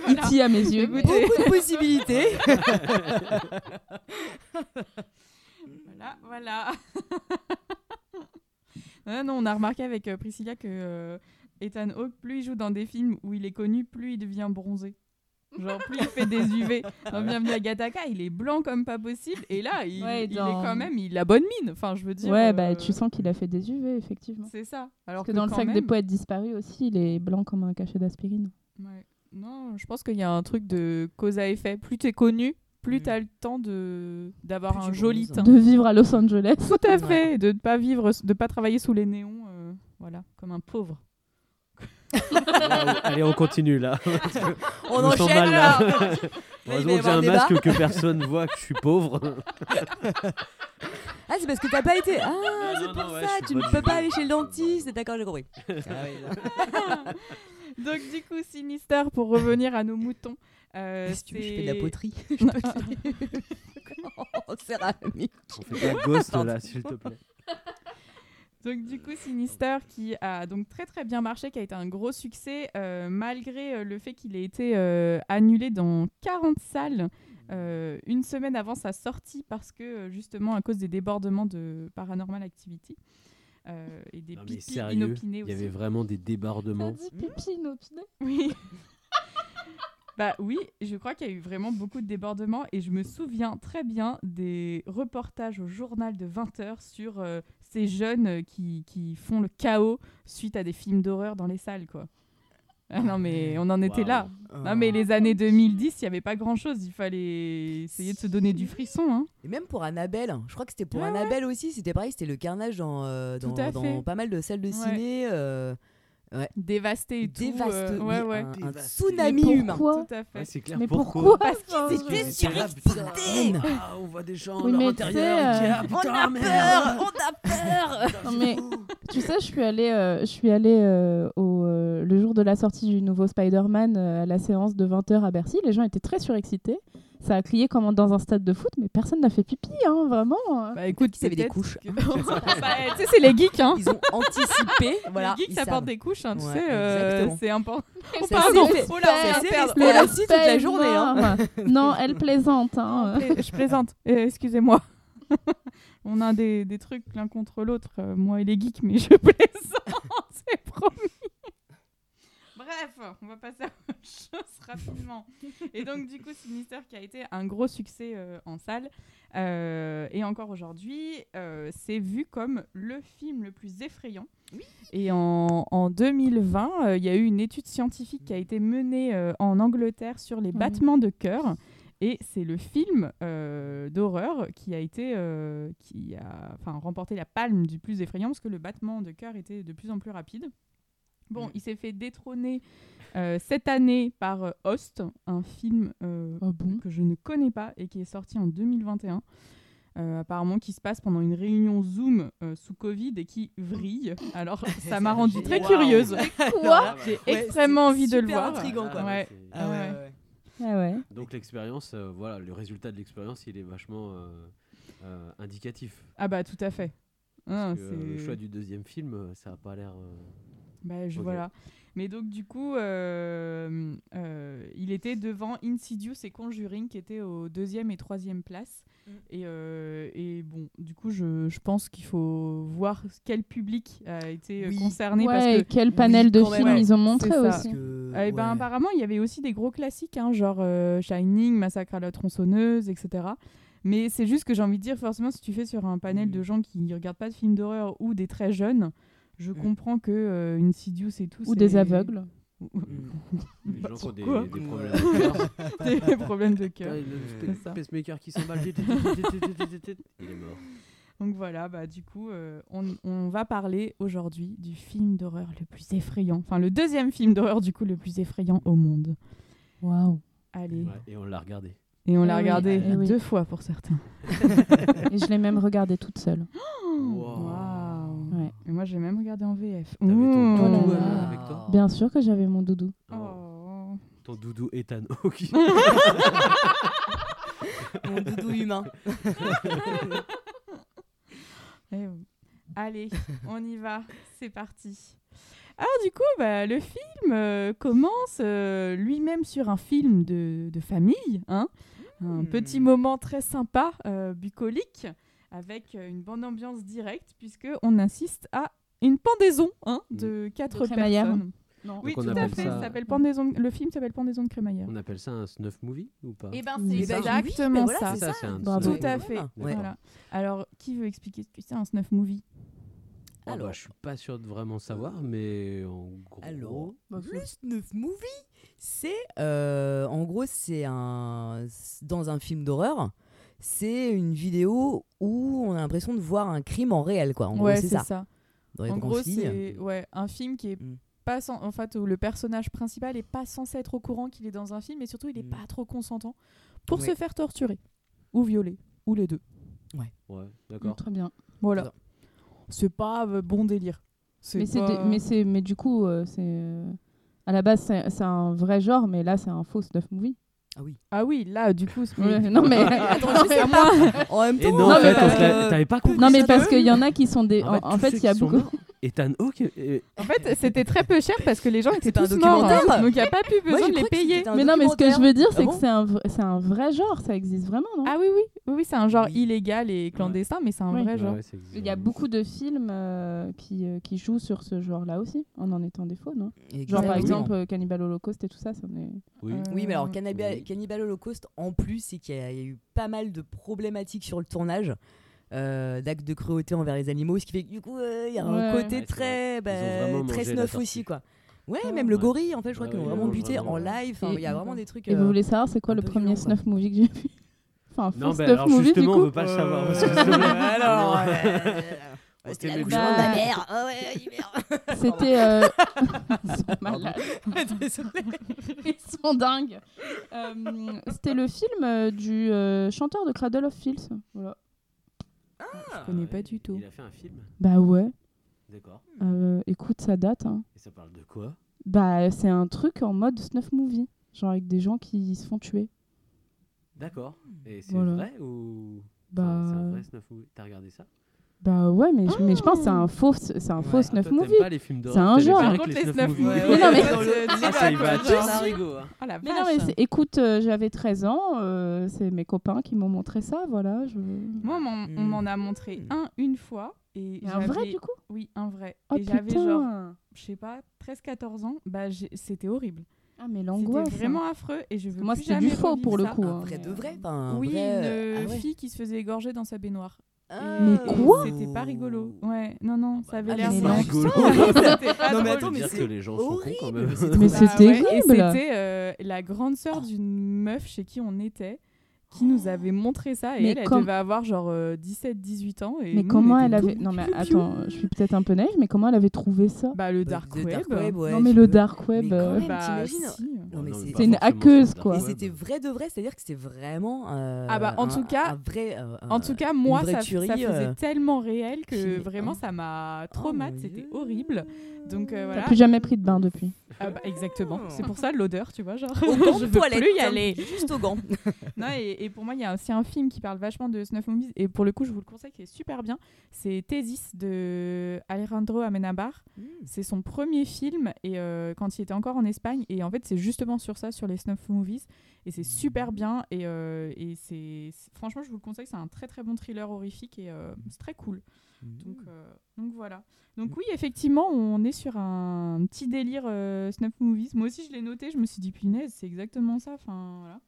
Speaker 9: E.T. à mes yeux.
Speaker 1: Écoutez.
Speaker 10: Beaucoup de possibilités.
Speaker 1: Voilà, voilà. non, non, on a remarqué avec euh, Priscilla que euh, Ethan Hawke, plus il joue dans des films où il est connu, plus il devient bronzé. Genre, plus il fait des UV. Dans Bienvenue à Gattaca, il est blanc comme pas possible. Et là, il,
Speaker 9: Ouais,
Speaker 1: il
Speaker 9: dans-
Speaker 1: est quand même, il a bonne mine. Enfin, je veux dire.
Speaker 9: Ouais,
Speaker 1: euh,
Speaker 9: bah tu sens qu'il a fait des UV, effectivement.
Speaker 1: C'est ça. Alors
Speaker 9: Parce que, dans le
Speaker 1: quand
Speaker 9: sac des
Speaker 1: même-
Speaker 9: poètes disparus aussi, il est blanc comme un cachet d'aspirine.
Speaker 1: Ouais. Non, je pense qu'il y a un truc de cause à effet. Plus t'es connu, plus
Speaker 10: Mm.
Speaker 1: t'as le temps de d'avoir
Speaker 10: Plus
Speaker 1: un
Speaker 10: tu
Speaker 1: joli
Speaker 10: bronzes.
Speaker 1: teint.
Speaker 9: De vivre à Los Angeles.
Speaker 1: Tout à
Speaker 10: Ouais.
Speaker 1: fait, de ne pas vivre, de pas travailler sous les néons, euh, voilà, comme un pauvre.
Speaker 8: Waouh, Allez, on continue là.
Speaker 10: On
Speaker 8: Je me sens
Speaker 10: enchaîne
Speaker 8: mal,
Speaker 10: là.
Speaker 8: là.
Speaker 10: Là,
Speaker 8: Heureusement
Speaker 10: il va y
Speaker 8: que j'ai
Speaker 10: avoir
Speaker 8: un
Speaker 10: débat.
Speaker 8: masque que personne voit, que je suis pauvre.
Speaker 10: Ah, c'est parce que t'as pas été. Ah,
Speaker 8: Non,
Speaker 10: c'est
Speaker 8: non,
Speaker 10: pour
Speaker 8: non, ouais, je
Speaker 10: ça.
Speaker 8: suis
Speaker 10: Tu
Speaker 8: pas
Speaker 10: ne
Speaker 8: du
Speaker 10: peux
Speaker 8: tout. Ah
Speaker 10: pas aller chez le dentiste. D'accord, j'ai compris.
Speaker 1: Donc du coup, Sinister, pour revenir à nos moutons. euh,
Speaker 10: si tu veux, je fais de la
Speaker 1: c'est-
Speaker 10: poterie. Je peux faire- en céramique.
Speaker 8: On fait pas ghost là, s'il te plaît.
Speaker 1: Donc du coup, Sinister qui a donc très très bien marché, qui a été un gros succès euh, malgré euh, le fait qu'il ait été euh, annulé dans 40 salles euh, une semaine avant sa sortie parce que euh, justement à cause des débordements de Paranormal Activity euh, et des
Speaker 8: Non, mais
Speaker 1: pipis
Speaker 8: sérieux,
Speaker 1: inopinés
Speaker 8: il y
Speaker 1: aussi.
Speaker 8: avait vraiment des débordements.
Speaker 9: pipi inopiné.
Speaker 1: Oui. bah oui, je crois qu'il y a eu vraiment beaucoup de débordements et je me souviens très bien des reportages au journal de 20h sur euh, ces jeunes euh, qui, qui font le chaos suite à des films d'horreur dans les salles, quoi. Ah non, mais on en était
Speaker 8: Waouh.
Speaker 1: là. Non, mais les années 2010, il n'y avait pas grand-chose. Il fallait essayer de se donner du frisson. Hein.
Speaker 10: Et même pour Annabelle, hein. je crois que c'était pour
Speaker 1: Ouais,
Speaker 10: Annabelle aussi, c'était pareil, c'était le carnage dans, euh,
Speaker 1: Tout
Speaker 10: dans,
Speaker 1: à
Speaker 10: dans
Speaker 1: fait.
Speaker 10: pas mal de salles de
Speaker 1: Ouais.
Speaker 10: ciné. euh, Ouais.
Speaker 1: dévasté et tout.
Speaker 10: Dévaste-
Speaker 1: euh,
Speaker 10: oui, Ah.
Speaker 1: ouais, ouais.
Speaker 10: un- un
Speaker 1: Dévasté.
Speaker 10: tsunami
Speaker 1: Mais
Speaker 10: humain.
Speaker 1: pourquoi Tout à fait.
Speaker 8: Ouais, c'est clair,
Speaker 1: Mais
Speaker 8: pourquoi
Speaker 1: pourquoi Parce
Speaker 10: Parce
Speaker 1: qu'ils
Speaker 10: qu'ils étaient
Speaker 1: étaient
Speaker 10: sur-
Speaker 8: Ah, on voit des gens,
Speaker 9: Oui,
Speaker 8: leur
Speaker 9: mais tu
Speaker 8: intérieur,
Speaker 9: sais,
Speaker 8: on dit,
Speaker 9: euh,
Speaker 8: ah,
Speaker 10: On
Speaker 8: putain,
Speaker 10: a
Speaker 8: merde.
Speaker 10: peur, on a peur.
Speaker 9: Non, mais tu sais, je suis allée, euh, je suis allée euh, au, euh, le jour de la sortie du nouveau Spider-Man euh, à la séance de 20h à Bercy. Les gens étaient très surexcités. Ça a crié comme dans un stade de foot, mais personne n'a fait pipi, hein, vraiment.
Speaker 1: Bah écoute,
Speaker 10: Ils avaient des
Speaker 1: peut-être
Speaker 10: couches.
Speaker 1: que- Bah, tu sais, c'est les geeks, hein.
Speaker 10: Ils ont anticipé. voilà,
Speaker 1: les geeks,
Speaker 10: ils
Speaker 1: ça porte
Speaker 10: savent.
Speaker 1: des couches, hein, tu
Speaker 10: Ouais,
Speaker 1: sais, euh,
Speaker 10: exactement.
Speaker 1: c'est important.
Speaker 10: Ça,
Speaker 1: Pardon,
Speaker 10: c'est-
Speaker 1: oh là,
Speaker 10: ça,
Speaker 1: on
Speaker 10: c'est-
Speaker 1: va perdre.
Speaker 10: Mais là aussi, toute la
Speaker 9: l'aspect
Speaker 10: journée, hein.
Speaker 9: noir. non, elle plaisante. hein.
Speaker 1: Plais- je plaisante, Euh, excusez-moi. On a des, des trucs l'un contre l'autre, euh, moi et les geeks, mais je plaisante, c'est promis. Bref, on va passer à autre chose rapidement. Et donc, du coup, Sinister qui a été un gros succès euh, en salle, euh, et encore aujourd'hui, euh, c'est vu comme le film le plus effrayant. Et en, en 2020, euh, il y a eu une étude scientifique qui a été menée euh, en Angleterre sur les
Speaker 9: Mhm.
Speaker 1: battements de cœur. Et c'est le film euh, d'horreur qui a été, euh, qui a, enfin, remporté la palme du plus effrayant parce que le battement de cœur était de plus en plus rapide. Bon, il s'est fait détrôner euh, cette année par euh, Host, un film euh,
Speaker 9: Ah bon
Speaker 1: que je ne connais pas et qui est sorti en 2021. euh, apparemment, qui se passe pendant une réunion Zoom euh, sous Covid et qui vrille. Alors, ça m'a rendue très
Speaker 10: Waouh.
Speaker 1: curieuse.
Speaker 9: Quoi
Speaker 8: Ouais,
Speaker 10: J'ai
Speaker 1: extrêmement envie de le voir.
Speaker 10: Intrigant, quoi.
Speaker 8: Ah, ouais,
Speaker 1: Ouais.
Speaker 8: c'est-
Speaker 10: Ah ouais,
Speaker 1: Ouais.
Speaker 10: ouais, ouais.
Speaker 9: Ah ouais.
Speaker 8: Donc l'expérience, euh, voilà, le résultat de l'expérience, il est vachement euh, euh, indicatif.
Speaker 1: Ah bah tout à fait. Ah,
Speaker 8: Parce que, euh, le
Speaker 1: c'est-
Speaker 8: choix du deuxième film, euh, ça a pas l'air. euh,
Speaker 1: Bah, je,
Speaker 8: Ok.
Speaker 1: Voilà. Mais donc, du coup, euh, euh, il était devant Insidious et Conjuring qui étaient aux deuxième et troisième place.
Speaker 9: Mm.
Speaker 1: Et, euh, et bon, du coup, je, je pense qu'il faut voir quel public a été euh,
Speaker 10: Oui.
Speaker 1: concerné. parce
Speaker 9: Ouais,
Speaker 1: que
Speaker 9: et quel panel de
Speaker 10: quand même,
Speaker 9: films
Speaker 10: ouais.
Speaker 9: ils ont montré
Speaker 1: C'est ça.
Speaker 9: aussi.
Speaker 10: Que-
Speaker 1: euh, eh ben,
Speaker 10: ouais.
Speaker 1: apparemment, il y avait aussi des gros classiques, hein, genre euh, Shining, Massacre à la tronçonneuse, etc. Mais c'est juste que j'ai envie de dire, forcément, si tu fais sur un panel
Speaker 10: Mm.
Speaker 1: de gens qui ne regardent pas de films d'horreur ou des très jeunes, je comprends que euh, Insidious et tout.
Speaker 9: Ou des
Speaker 1: c'est-
Speaker 9: aveugles.
Speaker 10: Mm.
Speaker 8: les gens qui ont des,
Speaker 1: pourquoi
Speaker 8: des
Speaker 10: Ouais.
Speaker 8: problèmes. de cœur.
Speaker 1: des problèmes de cœur.
Speaker 8: Putain, il a
Speaker 1: C'est
Speaker 8: juste
Speaker 1: ça.
Speaker 8: un pacemaker qui s'emballe. Tut, tut, tut, tut, tut, tut, tut, tut. Euh. Il est mort.
Speaker 1: Donc voilà, bah, du coup, euh, on, on va parler aujourd'hui du film d'horreur le plus effrayant. Enfin, le deuxième film d'horreur, du coup, le plus effrayant au monde.
Speaker 9: Waouh.
Speaker 1: Allez.
Speaker 8: Ouais, et on l'a regardé.
Speaker 1: Et on
Speaker 9: Eh
Speaker 1: l'a
Speaker 9: oui,
Speaker 1: regardé
Speaker 9: eh oui.
Speaker 1: deux fois pour certains.
Speaker 9: Et je l'ai même regardé toute seule.
Speaker 8: Wow.
Speaker 9: Ouais.
Speaker 1: Oh, Et moi, j'ai même regardé en VF.
Speaker 8: T'avais ton
Speaker 1: Ouh.
Speaker 9: Oh
Speaker 8: doudou
Speaker 9: là
Speaker 8: euh,
Speaker 10: Ah.
Speaker 9: là.
Speaker 8: avec toi
Speaker 9: Bien sûr que j'avais mon doudou.
Speaker 8: Oh,
Speaker 1: Oh.
Speaker 8: Ton doudou Ethan Hawke.
Speaker 10: Mon doudou humain.
Speaker 1: Eh oui. Allez, on y va, c'est parti. Alors du coup, bah, le film euh, commence euh, lui-même sur un film de, de famille, hein. un
Speaker 10: Mmh.
Speaker 1: petit moment très sympa, euh, bucolique, avec euh, une bonne ambiance directe, puisque on assiste à une pendaison hein, de quatre
Speaker 9: De crémaillère.
Speaker 1: personnes. Hmm. Oui,
Speaker 8: Donc
Speaker 1: tout
Speaker 8: on
Speaker 1: à
Speaker 8: appelle
Speaker 1: fait.
Speaker 8: ça-
Speaker 1: ça s'appelle pendaison- Le film s'appelle Pendaison de crémaillère. Hmm.
Speaker 8: On appelle ça un snuff movie ou pas
Speaker 10: Et ben,
Speaker 9: c'est
Speaker 10: c'est
Speaker 1: Eh exactement ben ça.
Speaker 10: C'est ça,
Speaker 8: c'est un
Speaker 9: Bravo.
Speaker 8: snuff
Speaker 1: Tout à
Speaker 8: movie.
Speaker 1: fait.
Speaker 8: Ouais.
Speaker 1: Voilà. Alors, qui veut expliquer ce que c'est un snuff movie
Speaker 8: Ah bah,
Speaker 10: Alors.
Speaker 8: je suis pas sûr de vraiment savoir, mais en gros.
Speaker 10: Alors,
Speaker 9: Bah, c'est-
Speaker 10: le snuff movie, c'est euh, en gros c'est un c'est dans un film d'horreur, c'est une vidéo où on a l'impression de voir un crime en réel quoi. En
Speaker 1: Ouais,
Speaker 10: gros c'est ça. Dans les
Speaker 1: En
Speaker 10: grandes
Speaker 1: gros,
Speaker 10: filles.
Speaker 1: c'est ouais, un film qui est
Speaker 10: Mm.
Speaker 1: pas sans- en fait où le personnage principal est pas censé être au courant qu'il est dans un film et surtout il est
Speaker 10: Mm.
Speaker 1: pas trop consentant pour
Speaker 10: Ouais.
Speaker 1: se faire torturer ou violer ou les deux.
Speaker 8: Ouais, d'accord.
Speaker 9: Très bien.
Speaker 1: Voilà.
Speaker 10: Ça.
Speaker 1: C'est pas euh, bon délire. C'est
Speaker 9: Mais, c'est
Speaker 1: pas-
Speaker 9: des- mais, c'est- mais du coup, euh, c'est. euh, À la base, c'est c'est un vrai genre, mais là, c'est un faux snuff movie.
Speaker 1: Ah oui, là du coup c'est-
Speaker 9: Ouais, non, mais.
Speaker 10: Attends,
Speaker 9: non,
Speaker 10: je
Speaker 9: mais-
Speaker 10: sais pas. En même
Speaker 8: Et
Speaker 10: temps,
Speaker 8: non, en fait, on
Speaker 10: euh,
Speaker 8: se l'a- t'avais pas compris.
Speaker 9: non, mais
Speaker 8: ça,
Speaker 9: parce
Speaker 8: toi
Speaker 9: qu'il y en a qui sont des.
Speaker 8: En
Speaker 9: En,
Speaker 8: fait,
Speaker 9: en
Speaker 8: tous
Speaker 9: fait,
Speaker 8: ceux
Speaker 9: il y a
Speaker 8: qui sont
Speaker 9: beaucoup.
Speaker 8: morts, Ethan Hawke. et-
Speaker 1: En fait, c'était très peu cher parce que les gens étaient
Speaker 10: C'était un
Speaker 1: tous morts,
Speaker 10: documentaire.
Speaker 1: donc il n'y a pas plus besoin
Speaker 10: j'ai
Speaker 1: de les
Speaker 10: cru que
Speaker 1: payer.
Speaker 10: c'était un
Speaker 9: Mais non, mais ce que je veux dire,
Speaker 10: Ah
Speaker 9: c'est
Speaker 10: bon
Speaker 9: que c'est un, v- c'est un vrai genre, ça existe vraiment, non
Speaker 1: Ah oui, oui, oui, oui, c'est un genre
Speaker 10: Oui.
Speaker 1: illégal et clandestin, mais c'est un
Speaker 9: Oui.
Speaker 1: vrai
Speaker 8: Ouais,
Speaker 1: genre.
Speaker 8: ouais, c'est exact.
Speaker 9: Ah, Il y a beaucoup de films euh, qui, euh, qui jouent sur ce genre-là aussi, en en étant des faux, non Genre,
Speaker 10: Exactement. Ah
Speaker 9: par exemple, euh, Cannibal Holocaust et tout ça, ça en est-
Speaker 8: Oui.
Speaker 1: Euh,
Speaker 10: Oui, mais alors Cannibal,
Speaker 8: Oui.
Speaker 10: Cannibal Holocaust, en plus, c'est qu'il y, a il y a eu pas mal de problématiques sur le tournage, euh, d'actes de cruauté envers les animaux, ce qui fait que du coup, euh, il y a un
Speaker 9: Ouais.
Speaker 10: côté
Speaker 8: Ouais, c'est
Speaker 10: très, bah,
Speaker 8: vraiment mangé
Speaker 10: très
Speaker 8: la
Speaker 10: snuff
Speaker 8: tortue.
Speaker 10: aussi, quoi. Ouais,
Speaker 1: Ouais.
Speaker 10: même le
Speaker 8: Ouais.
Speaker 10: gorille, en fait, je crois
Speaker 8: Ouais,
Speaker 10: qu'ils l'ont
Speaker 8: ouais,
Speaker 10: vraiment
Speaker 8: ouais,
Speaker 10: buté
Speaker 8: vraiment,
Speaker 10: en
Speaker 8: ouais.
Speaker 10: live. Enfin,
Speaker 9: Et-
Speaker 10: il y a vraiment des trucs.
Speaker 9: Et
Speaker 10: euh,
Speaker 9: vous voulez savoir, c'est quoi
Speaker 10: un
Speaker 9: le
Speaker 10: peu
Speaker 9: premier
Speaker 10: violent, quoi.
Speaker 9: snuff movie que j'ai vu Enfin, un faux
Speaker 8: Non, mais
Speaker 9: snuff
Speaker 8: alors
Speaker 9: movie, du
Speaker 8: justement, on
Speaker 9: coup.
Speaker 8: veut pas le savoir.
Speaker 10: euh,
Speaker 8: parce que-
Speaker 10: alors, Oh, euh,
Speaker 8: On
Speaker 10: c'était
Speaker 8: t'aimait
Speaker 10: l'accouchement
Speaker 9: bien.
Speaker 10: de ma mère. Ah ouais, il meurt.
Speaker 9: C'était. euh, Ils sont
Speaker 1: Pardon.
Speaker 9: malades. Ils sont dingues. Euh, C'était le film euh, du euh, chanteur de Cradle of Filth. Voilà.
Speaker 8: Je
Speaker 1: connais pas du tout.
Speaker 8: Il a fait un film
Speaker 9: Bah ouais.
Speaker 8: D'accord.
Speaker 9: Euh, écoute, ça date. hein.
Speaker 8: Et ça parle de quoi
Speaker 9: Bah c'est un truc en mode snuff movie, genre avec des gens qui se font tuer.
Speaker 8: D'accord. Et c'est
Speaker 9: Voilà.
Speaker 8: vrai ou.
Speaker 9: Bah-
Speaker 8: Enfin, c'est un vrai snuff movie. T'as regardé ça
Speaker 9: Bah ouais, mais, je- mais je pense que c'est un faux, c'est un faux
Speaker 8: Ah,
Speaker 9: snuff
Speaker 8: toi, t'aimes
Speaker 9: movie.
Speaker 8: pas les films
Speaker 9: C'est un
Speaker 8: d'horreur, t'as
Speaker 9: genre.
Speaker 8: les
Speaker 1: Par
Speaker 8: Avec
Speaker 1: contre,
Speaker 8: les
Speaker 1: les
Speaker 8: snuff
Speaker 1: snuff
Speaker 8: movies.
Speaker 1: movies.
Speaker 9: Mais non, mais-
Speaker 8: Ah, ça y va,
Speaker 1: Je
Speaker 8: tiens,
Speaker 1: suis-
Speaker 8: Larigot, hein.
Speaker 1: Oh la
Speaker 9: Mais non,
Speaker 1: vache.
Speaker 9: mais c'est- écoute, euh, j'avais 13 ans, euh, c'est mes copains qui m'ont montré ça, voilà. Je...
Speaker 1: Moi, on m'en- on
Speaker 10: Hmm.
Speaker 1: m'en a montré un une fois. Et
Speaker 9: Mais un vrai
Speaker 1: j'avais-
Speaker 9: du coup
Speaker 1: Oui, un vrai.
Speaker 9: Oh
Speaker 1: et j'avais
Speaker 9: putain
Speaker 1: genre, je sais pas, 13-14 ans. Bah, j'ai- c'était horrible.
Speaker 9: Ah mais l'angoisse.
Speaker 1: C'était
Speaker 9: hein.
Speaker 1: vraiment affreux et je veux
Speaker 9: Moi
Speaker 1: plus
Speaker 9: c'était
Speaker 1: jamais
Speaker 9: du faux
Speaker 1: revivre
Speaker 9: pour le
Speaker 1: ça.
Speaker 9: coup.
Speaker 10: Un
Speaker 9: hein,
Speaker 10: vrai
Speaker 9: mais,
Speaker 10: de
Speaker 9: euh,
Speaker 10: vrai. Enfin, un
Speaker 1: oui,
Speaker 10: vrai...
Speaker 1: une
Speaker 10: ah ouais.
Speaker 1: fille qui se faisait égorger dans sa baignoire.
Speaker 10: Ah.
Speaker 1: Et
Speaker 9: Mais quoi
Speaker 1: C'était pas rigolo. Ouais, non, non, ça avait
Speaker 10: Ah, mais
Speaker 1: l'air
Speaker 10: c'est
Speaker 1: blanc.
Speaker 8: rigolo.
Speaker 1: C'était pas
Speaker 10: Non, mais
Speaker 1: drôle.
Speaker 10: attends,
Speaker 8: Je veux
Speaker 10: mais
Speaker 8: dire
Speaker 10: c'est
Speaker 8: que les gens sont cons quand
Speaker 10: horrible.
Speaker 8: même.
Speaker 10: Mais c'est
Speaker 9: Mais
Speaker 10: trop
Speaker 9: c'est
Speaker 1: Bah ouais, et
Speaker 9: terrible.
Speaker 1: C'était euh, la grande sœur d'une meuf chez qui on était qui nous avait montré ça et
Speaker 9: Oh. Mais
Speaker 1: elle, elle
Speaker 9: comme-
Speaker 1: devait avoir genre 17-18 ans. Et
Speaker 9: Mais
Speaker 1: nous, on
Speaker 9: comment
Speaker 1: était
Speaker 9: elle
Speaker 1: tout-
Speaker 9: avait Non mais attends, je suis peut-être un peu naïve, mais comment elle avait trouvé ça
Speaker 1: Bah le dark
Speaker 10: Le
Speaker 1: web.
Speaker 10: ouais,
Speaker 9: Non mais
Speaker 10: tu
Speaker 9: le
Speaker 10: peux.
Speaker 9: dark web.
Speaker 10: Mais quand
Speaker 9: euh,
Speaker 10: même,
Speaker 1: Bah,
Speaker 10: t'imagines
Speaker 1: si.
Speaker 10: Non, mais
Speaker 8: Ouais,
Speaker 10: c'est-
Speaker 8: pas
Speaker 9: C'est une
Speaker 8: forcément
Speaker 9: hackeuse,
Speaker 8: sur le
Speaker 9: quoi.
Speaker 10: Et
Speaker 8: dark
Speaker 10: c'était
Speaker 8: web.
Speaker 10: vrai de vrai, c'est-à-dire que c'était vraiment. euh,
Speaker 1: Ah bah, en
Speaker 10: un-
Speaker 1: tout cas-
Speaker 10: un vrai, euh,
Speaker 1: En
Speaker 10: un-
Speaker 1: tout cas, moi,
Speaker 10: vraie
Speaker 1: ça,
Speaker 10: tuerie,
Speaker 1: ça faisait
Speaker 10: euh,
Speaker 1: tellement réel que
Speaker 10: qui-
Speaker 1: vraiment,
Speaker 10: hein.
Speaker 1: ça m'a
Speaker 10: Oh mon
Speaker 1: traumatisé. C'était
Speaker 10: Dieu.
Speaker 1: horrible. Donc euh,
Speaker 9: T'as
Speaker 1: voilà.
Speaker 9: plus jamais pris de bain depuis.
Speaker 1: Ah bah, exactement. C'est pour ça l'odeur, tu vois, genre.
Speaker 10: Aux gants
Speaker 1: je
Speaker 10: Oh. de
Speaker 1: veux
Speaker 10: toilette,
Speaker 1: plus y
Speaker 10: tiens,
Speaker 1: aller.
Speaker 10: Juste aux gants. Hmm.
Speaker 1: Non, et, et pour moi, il y a aussi un film qui parle vachement de Snuff Movies. Et pour le coup, je vous le conseille, qui est super bien. C'est Thésis de Alejandro Amenabar. C'est son premier film et euh, quand il était encore en Espagne. Et en fait, c'est justement sur ça, sur les snuff movies. Et c'est super bien. Et, euh, et c'est c'est- franchement, je vous le conseille. C'est un très très bon thriller horrifique et euh, c'est très cool.
Speaker 8: Mmh.
Speaker 1: Donc, euh, donc voilà. Donc oui, effectivement, on est sur un petit délire euh, snuff movies. Moi aussi, je l'ai noté. Je me suis dit punaise, c'est exactement ça. Enfin voilà.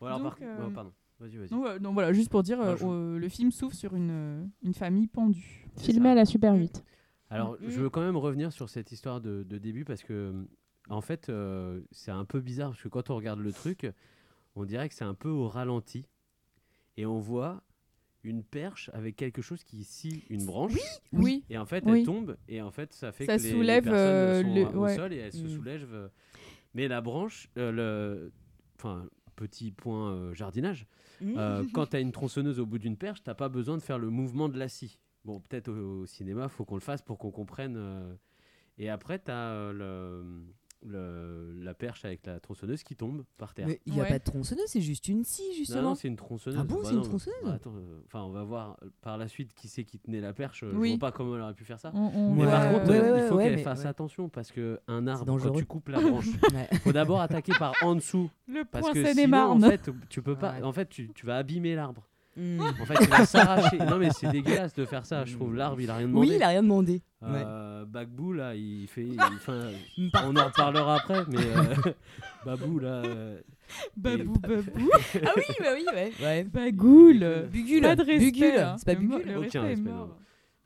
Speaker 8: Bon, alors, par-
Speaker 1: Donc, euh,
Speaker 8: ouais, pardon. Vas-y, vas-y.
Speaker 1: Donc, euh, donc voilà, juste pour dire, euh,
Speaker 8: Ah, je-
Speaker 1: euh, le film s'ouvre sur une, euh, une famille pendue.
Speaker 8: C'est
Speaker 9: Filmé
Speaker 8: ça.
Speaker 9: à la Super 8.
Speaker 8: Alors, je veux quand même revenir sur cette histoire de, de début parce que, en fait, euh, c'est un peu bizarre parce que quand on regarde le truc, on dirait que c'est un peu au ralenti et on voit une perche avec quelque chose qui scie une branche.
Speaker 1: Oui.
Speaker 8: Et en fait,
Speaker 1: Oui.
Speaker 8: elle tombe et en fait, ça fait
Speaker 1: Ça
Speaker 8: que les, les
Speaker 1: soulève,
Speaker 8: personnes
Speaker 1: euh,
Speaker 8: sont
Speaker 1: le-
Speaker 8: au
Speaker 1: ouais.
Speaker 8: sol et elles se
Speaker 10: Mm.
Speaker 8: soulèvent. euh, Mais la branche, euh, le, enfin, petit point euh, jardinage. Euh, quand tu as une tronçonneuse au bout d'une perche, t'as pas besoin de faire le mouvement de la scie. Bon, peut-être au, au cinéma, faut qu'on le fasse pour qu'on comprenne. euh. Et après, tu as la perche avec la tronçonneuse qui tombe par terre.
Speaker 10: Mais il n'y a
Speaker 1: Ouais.
Speaker 10: pas de tronçonneuse, c'est juste une scie,
Speaker 8: Non,
Speaker 10: justement.
Speaker 8: non, c'est une tronçonneuse.
Speaker 10: Ah bon, c'est une
Speaker 8: non,
Speaker 10: tronçonneuse
Speaker 8: bah, attends, euh, Enfin, on va voir euh, par la suite qui c'est qui tenait la perche. Euh,
Speaker 1: Oui.
Speaker 8: Je vois pas comment elle aurait pu faire ça.
Speaker 9: On- on-
Speaker 8: Mais
Speaker 10: Ouais.
Speaker 8: par contre,
Speaker 10: Ouais,
Speaker 8: euh,
Speaker 10: ouais,
Speaker 8: il faut
Speaker 10: ouais,
Speaker 8: qu'elle
Speaker 10: mais-
Speaker 8: fasse
Speaker 10: ouais.
Speaker 8: attentre parce que un arbre, quand
Speaker 10: dangereux.
Speaker 8: tu coupes la branche,
Speaker 10: Ouais.
Speaker 8: faut d'abord attaquer par en dessous
Speaker 1: Le
Speaker 8: parce
Speaker 1: point
Speaker 8: que
Speaker 1: seine et
Speaker 8: sinon, en
Speaker 1: marne.
Speaker 8: fait, tu peux pas.
Speaker 10: Ouais.
Speaker 8: En fait, tu, tu vas abîmer l'arbre.
Speaker 10: Mm.
Speaker 1: Mmh.
Speaker 8: En fait, il va s'arracher. Non, mais c'est dégueulasse de faire ça, je trouve. L'arbre, il a rien demandé.
Speaker 10: Oui, il a rien demandé.
Speaker 8: Euh, Bagbou, là, il fait. il- enfin, on en reparlera après, mais. euh, Babou, là. euh,
Speaker 1: Babou,
Speaker 8: Et-
Speaker 1: babou,
Speaker 10: Ah oui, bah oui, ouais. ouais.
Speaker 1: bagoule.
Speaker 10: Bugule.
Speaker 1: Pas de respect.
Speaker 10: Bugule.
Speaker 1: hein.
Speaker 10: C'est pas
Speaker 1: Le mo-
Speaker 10: Bugule.
Speaker 1: Le
Speaker 8: Aucun
Speaker 1: respect est
Speaker 8: respect,
Speaker 1: mort.
Speaker 8: non.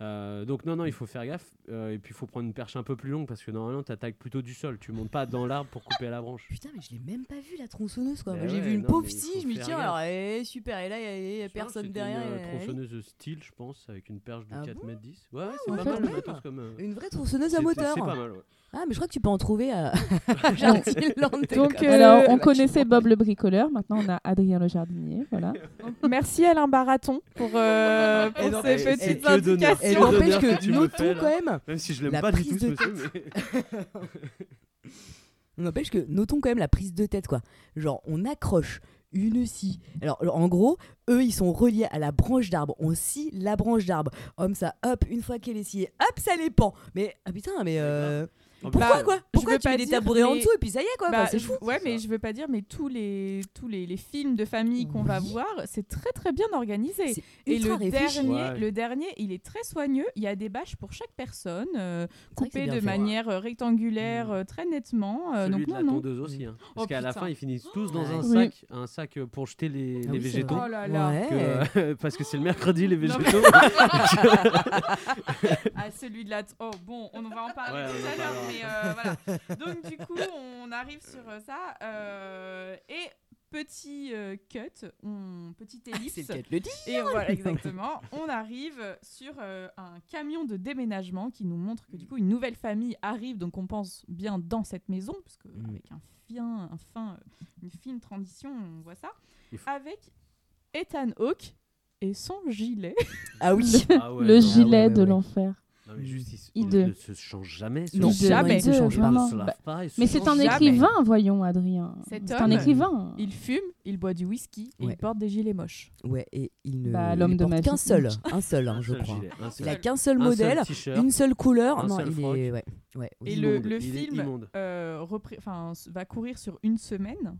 Speaker 8: euh, donc, non, non, il faut faire gaffe. euh, et puis, il faut prendre une perche un peu plus longue parce que normalement, t'attaques plutôt du sol. Tu montes pas dans l'arbre pour couper la branche.
Speaker 10: Putain, mais je l'ai même pas vu la tronçonneuse quoi.
Speaker 8: Bah
Speaker 10: Moi, j'ai
Speaker 8: ouais,
Speaker 10: vu une
Speaker 8: non,
Speaker 10: pauvre
Speaker 8: mais il
Speaker 10: scie,
Speaker 8: faut
Speaker 10: je me dis
Speaker 8: faire
Speaker 10: tiens,
Speaker 8: gaffe.
Speaker 10: alors eh, super, et là il
Speaker 8: Je
Speaker 10: y a
Speaker 8: pense que
Speaker 10: personne
Speaker 8: c'était
Speaker 10: derrière.
Speaker 8: Une
Speaker 10: elle-
Speaker 8: euh,
Speaker 10: elle-
Speaker 8: tronçonneuse de style, je pense, avec une perche de
Speaker 10: Ah
Speaker 8: 4
Speaker 10: bon
Speaker 8: mètres 10. Ouais, c'est
Speaker 10: ouais,
Speaker 8: pas
Speaker 10: quand
Speaker 8: mal le
Speaker 10: même.
Speaker 8: matos comme. euh,
Speaker 10: Une vraie tronçonneuse à
Speaker 8: c'est-
Speaker 10: moteur.
Speaker 8: C'est pas mal, ouais.
Speaker 10: Ah, mais je crois que tu peux en trouver euh, à, à Jardiland.
Speaker 1: Donc, euh,
Speaker 9: Alors on
Speaker 1: bah,
Speaker 9: connaissait Bob le bricoleur, maintenant on a Adrien le jardinier, voilà.
Speaker 1: Merci Alain Baraton pour, euh, pour
Speaker 10: Et non,
Speaker 1: ces
Speaker 10: et-
Speaker 1: petites
Speaker 10: et
Speaker 8: que d'honneur.
Speaker 1: indications.
Speaker 10: Et
Speaker 8: Quel
Speaker 10: n'empêche
Speaker 8: honneur que
Speaker 10: que
Speaker 8: tu me fais, là.
Speaker 10: notons quand même,
Speaker 8: Même si je l'aime
Speaker 10: La
Speaker 8: pas du
Speaker 10: prise
Speaker 8: tout, ce
Speaker 10: de
Speaker 8: monsieur. mais-
Speaker 10: n'empêche que notons quand même la prise de tête quoi. Genre on accroche une scie. Alors en gros, eux ils sont reliés à la branche d'arbre. On scie la branche d'arbre. Hop ça, hop une fois qu'elle est sciée, hop ça les pend. Mais ah putain mais euh,
Speaker 8: En plus,
Speaker 10: pourquoi
Speaker 8: euh,
Speaker 10: quoi Pourquoi
Speaker 1: veux
Speaker 10: tu
Speaker 1: pas
Speaker 10: mets des
Speaker 1: dire,
Speaker 10: tabourets en
Speaker 1: mais-
Speaker 10: dessous et puis ça y est quoi
Speaker 1: Bah,
Speaker 10: Enfin, C'est
Speaker 1: je-
Speaker 10: fou.
Speaker 1: ouais,
Speaker 8: c'est
Speaker 1: mais
Speaker 8: ça.
Speaker 1: je veux pas dire, mais tous les, tous les, les films de famille qu'on va
Speaker 10: Oui.
Speaker 1: voir, c'est très très bien organisé.
Speaker 10: C'est
Speaker 1: Et
Speaker 10: ultra
Speaker 1: le
Speaker 10: réfléchi.
Speaker 1: dernier,
Speaker 8: Ouais.
Speaker 1: le dernier, il est très soigneux. Il y a des bâches pour chaque personne, euh,
Speaker 10: vrai que c'est
Speaker 1: coupées
Speaker 10: bien
Speaker 1: de
Speaker 10: fait.
Speaker 1: manière euh, rectangulaire,
Speaker 10: Mm.
Speaker 1: euh, très nettement.
Speaker 10: Ah,
Speaker 1: euh,
Speaker 8: Celui
Speaker 1: donc
Speaker 8: de
Speaker 1: non,
Speaker 8: la
Speaker 1: non.
Speaker 8: tondeuse aussi. hein. Parce
Speaker 1: Oh,
Speaker 8: qu'à la
Speaker 1: putain.
Speaker 8: fin, ils finissent tous dans un
Speaker 9: Oui.
Speaker 8: sac, un sac euh, pour jeter les,
Speaker 10: Ah
Speaker 8: les
Speaker 10: oui, c'est
Speaker 8: végétaux.
Speaker 10: vrai.
Speaker 1: Oh là là.
Speaker 10: Ouais.
Speaker 8: Que- parce que c'est le mercredi, les
Speaker 1: Non,
Speaker 8: végétaux.
Speaker 1: mais- à celui de la. t- Oh bon, on va en parler
Speaker 8: Ouais, on
Speaker 1: tout
Speaker 8: en
Speaker 1: à l'heure,
Speaker 8: parlera.
Speaker 1: mais euh, voilà. Donc du coup, on arrive sur euh, ça euh, et petit euh, cut, on, petite ellipse.
Speaker 10: Ah, c'est le cut, le dire.
Speaker 1: Et voilà, exactement. On arrive sur euh, un camion de déménagement qui nous montre que du coup une nouvelle famille arrive, donc on pense bien dans cette maison, parce que
Speaker 10: Mm.
Speaker 1: avec un fin, un fin, euh, une fine transition, on voit ça,
Speaker 8: Il faut-
Speaker 1: avec Ethan Hawke et son gilet.
Speaker 10: Ah oui.
Speaker 8: Ah ouais,
Speaker 9: le
Speaker 8: non.
Speaker 9: gilet de
Speaker 10: ouais.
Speaker 9: l'enfer.
Speaker 8: Non, mais juste, il se-
Speaker 9: Il
Speaker 8: il
Speaker 9: de-
Speaker 8: ne se change jamais. ce
Speaker 10: Non,
Speaker 8: genre.
Speaker 1: jamais.
Speaker 10: il se change pas.
Speaker 9: Vraiment.
Speaker 8: Il se lave
Speaker 9: Bah,
Speaker 8: pas, il se
Speaker 9: Mais c'est
Speaker 8: change
Speaker 9: un
Speaker 8: jamais.
Speaker 9: écrivain, voyons, Adrien.
Speaker 1: Cet
Speaker 9: C'est
Speaker 1: homme,
Speaker 9: un écrivain.
Speaker 1: Il fume, il boit du whisky et
Speaker 10: Ouais.
Speaker 1: il porte des gilets moches.
Speaker 10: Ouais, et il ne
Speaker 9: Bah,
Speaker 10: il
Speaker 9: l'homme de
Speaker 10: porte
Speaker 9: ma
Speaker 10: qu'un
Speaker 9: vie.
Speaker 10: seul, un seul, hein,
Speaker 8: Un
Speaker 10: je
Speaker 8: seul
Speaker 10: crois.
Speaker 8: gilet, un
Speaker 10: Il a
Speaker 8: seul-
Speaker 10: qu'un seul
Speaker 8: un
Speaker 10: modèle,
Speaker 8: seul t-shirt.
Speaker 10: une seule couleur.
Speaker 8: un
Speaker 10: non,
Speaker 8: seul
Speaker 10: il
Speaker 8: froc.
Speaker 10: est ouais, ouais,
Speaker 1: Et
Speaker 10: oui.
Speaker 1: le,
Speaker 8: Immonde,
Speaker 1: le
Speaker 8: il est
Speaker 1: film
Speaker 8: immonde.
Speaker 1: euh, repré- enfin, s- va courir sur une semaine.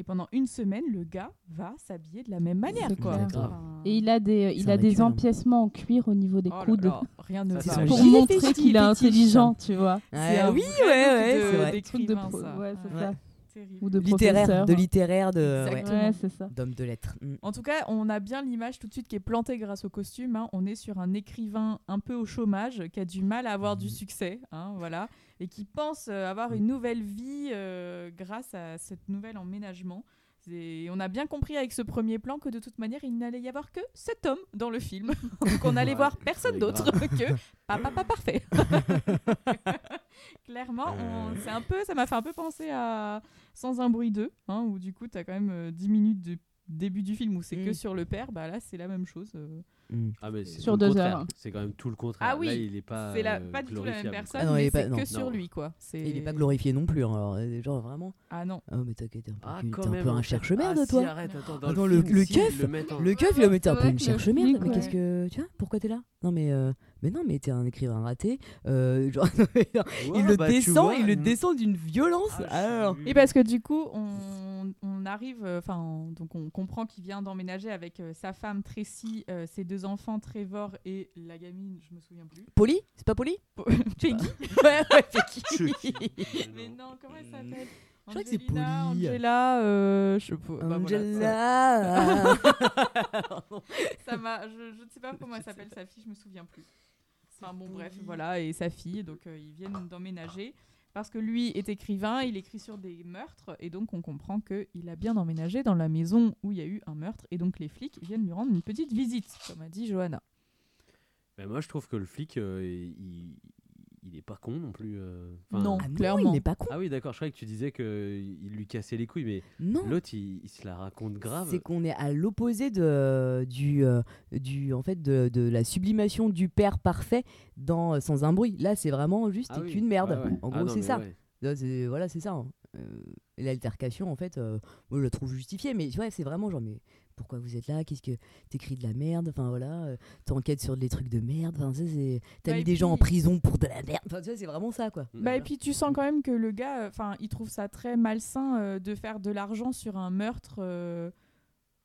Speaker 1: Et pendant une semaine, le gars va s'habiller de la même manière.
Speaker 9: C'est
Speaker 1: Quoi.
Speaker 9: clair.
Speaker 10: Grave.
Speaker 1: Enfin,
Speaker 9: Et il a des, il
Speaker 10: C'est un
Speaker 9: a des
Speaker 10: rituel.
Speaker 9: empiècements en cuir au niveau des
Speaker 1: oh là
Speaker 9: coudes
Speaker 1: là, rien ne
Speaker 8: Ça,
Speaker 1: va.
Speaker 8: c'est un
Speaker 9: pour
Speaker 10: gilet
Speaker 9: montrer
Speaker 10: festif,
Speaker 9: qu'il est
Speaker 10: fétiche.
Speaker 9: intelligent, tu vois.
Speaker 10: Ouais,
Speaker 1: un
Speaker 10: oui,
Speaker 1: vrai
Speaker 10: ouais,
Speaker 1: look
Speaker 10: ouais,
Speaker 1: de-
Speaker 10: c'est vrai.
Speaker 9: Truc de
Speaker 1: d'écrivain,
Speaker 9: pro-
Speaker 1: ça.
Speaker 9: ouais, c'est
Speaker 1: Ouais.
Speaker 9: ça.
Speaker 1: Terrible.
Speaker 9: Ou de
Speaker 10: Littéraire,
Speaker 9: professeur.
Speaker 10: de littéraire, de ouais,
Speaker 1: Exactement.
Speaker 9: Ouais, c'est ça.
Speaker 10: d'homme de lettres. Mm.
Speaker 1: En tout cas, on a bien l'image tout de suite qui est plantée grâce au costume. hein. On est sur un écrivain un peu au chômage qui a du mal à avoir
Speaker 8: Mmh.
Speaker 1: du succès, hein, voilà, et qui pense euh, avoir une nouvelle vie euh, grâce à cette nouvel emménagement. Et on a bien compris avec ce premier plan que de toute manière, il n'allait y avoir que cet homme dans le film, qu'on allait
Speaker 8: Ouais,
Speaker 1: voir personne
Speaker 8: c'est
Speaker 1: d'autre que papa pas parfait. Clairement,
Speaker 8: Euh.
Speaker 1: on- c'est un peu, ça m'a fait un peu penser à Sans un bruit 2, hein, où du coup, tu as quand même euh, 10 minutes de début du film où c'est que
Speaker 10: Mm.
Speaker 1: sur le père, bah là c'est la même chose. euh.
Speaker 8: Ah, mais c'est
Speaker 9: Sur
Speaker 8: tout le
Speaker 9: deux
Speaker 8: contraire.
Speaker 9: heures.
Speaker 8: C'est quand même tout le contraire.
Speaker 1: Ah oui,
Speaker 8: Là, il est pas.
Speaker 1: c'est la,
Speaker 8: euh,
Speaker 1: pas du tout la même
Speaker 8: glorifiable.
Speaker 1: personne,
Speaker 10: Ah non, il
Speaker 1: mais
Speaker 10: est pas-
Speaker 1: c'est que
Speaker 10: non.
Speaker 1: sur
Speaker 8: Non.
Speaker 1: lui quoi. C'est...
Speaker 10: Et Il est pas glorifié non plus. hein, Alors, euh, genre vraiment.
Speaker 1: Ah non.
Speaker 10: Oh, mais t'inquiète, t'es un peu,
Speaker 8: Ah,
Speaker 10: t'es
Speaker 8: quand
Speaker 10: un
Speaker 8: même.
Speaker 10: peu
Speaker 8: en
Speaker 10: un
Speaker 8: fait.
Speaker 10: cherche-merde,
Speaker 8: Ah, si,
Speaker 10: toi.
Speaker 8: arrête, attends, dans
Speaker 10: Attends,
Speaker 8: le,
Speaker 10: le-
Speaker 8: film,
Speaker 10: le
Speaker 8: si, ils
Speaker 10: keuf.
Speaker 8: le mettent en-
Speaker 10: Le keuf, il va t'es un
Speaker 9: C'est
Speaker 10: peu
Speaker 9: vrai
Speaker 10: une
Speaker 9: que le
Speaker 10: cherche-merde.
Speaker 9: flic,
Speaker 10: Mais
Speaker 9: ouais.
Speaker 10: qu'est-ce que. Tu vois, pourquoi t'es là Non, mais. euh, Mais non, mais t'es un écrivain raté. Euh, genre, non, mais non.
Speaker 8: Ouais,
Speaker 10: il le
Speaker 8: bah, tu
Speaker 10: descend,
Speaker 8: vois,
Speaker 10: il le
Speaker 8: non.
Speaker 10: descend d'une violence.
Speaker 8: Ah, je
Speaker 10: alors.
Speaker 8: suis-
Speaker 1: Et parce que du coup, on, on arrive, euh, enfin, donc on comprend qu'il vient d'emménager avec euh, sa femme Tracy, euh, ses deux enfants Trevor et la gamine, je me souviens plus.
Speaker 10: Poli C'est pas poli
Speaker 1: Peggy.
Speaker 10: Ouais, ouais, Peggy.
Speaker 8: Chucky.
Speaker 1: Mais non, comment elle s'appelle
Speaker 10: Je crois que c'est
Speaker 1: Angelina,
Speaker 10: Polly.
Speaker 1: Angela, euh, je bah, voilà, ça-
Speaker 10: Angela.
Speaker 1: ça m'a- je, je ne sais pas comment elle s'appelle sa fille, je me souviens plus. Enfin bon, bref, voilà, et sa fille, donc euh, ils viennent d'emménager. Parce que lui est écrivain, il écrit sur des meurtres, et donc on comprend qu'il a bien emménagé dans la maison où il y a eu un meurtre, et donc les flics viennent lui rendre une petite visite, comme a dit Johanna.
Speaker 8: Bah, moi, je trouve que le flic, euh, il, il est pas con non plus. euh, enfin-
Speaker 1: Non.
Speaker 10: Ah non,
Speaker 1: Clairement.
Speaker 10: il n'est pas con.
Speaker 8: Ah oui, d'accord. Je croyais que tu disais que il lui cassait les couilles, mais
Speaker 10: Non.
Speaker 8: l'autre, il, il se la raconte grave.
Speaker 10: C'est qu'on est à l'opposé de du euh, du en fait de, de la sublimation du père parfait dans euh, sans un bruit. Là, c'est vraiment juste
Speaker 8: Ah
Speaker 10: t'es
Speaker 8: oui,
Speaker 10: qu'une merde.
Speaker 8: ouais, ouais.
Speaker 10: En
Speaker 8: Ah
Speaker 10: gros,
Speaker 8: non,
Speaker 10: c'est
Speaker 8: mais
Speaker 10: ça.
Speaker 8: ouais.
Speaker 10: Là, c'est- Voilà, c'est ça. hein. Euh, et L'altercation, en fait, euh, moi, je la trouve justifiée, mais tu vois, c'est vraiment genre mais pourquoi vous êtes là Qu'est-ce que t'écris de la merde Enfin voilà, euh, t'enquêtes sur des trucs de merde. Enfin, ça, c'est- t'as
Speaker 1: Bah,
Speaker 10: mis
Speaker 1: et
Speaker 10: des gens en
Speaker 1: puis-
Speaker 10: prison pour de la merde. Enfin, tu vois, c'est vraiment ça quoi.
Speaker 8: Mmh.
Speaker 1: Bah, et puis tu sens quand même que le gars, euh, enfin, il trouve ça très malsain euh, de faire de l'argent sur un meurtre. euh,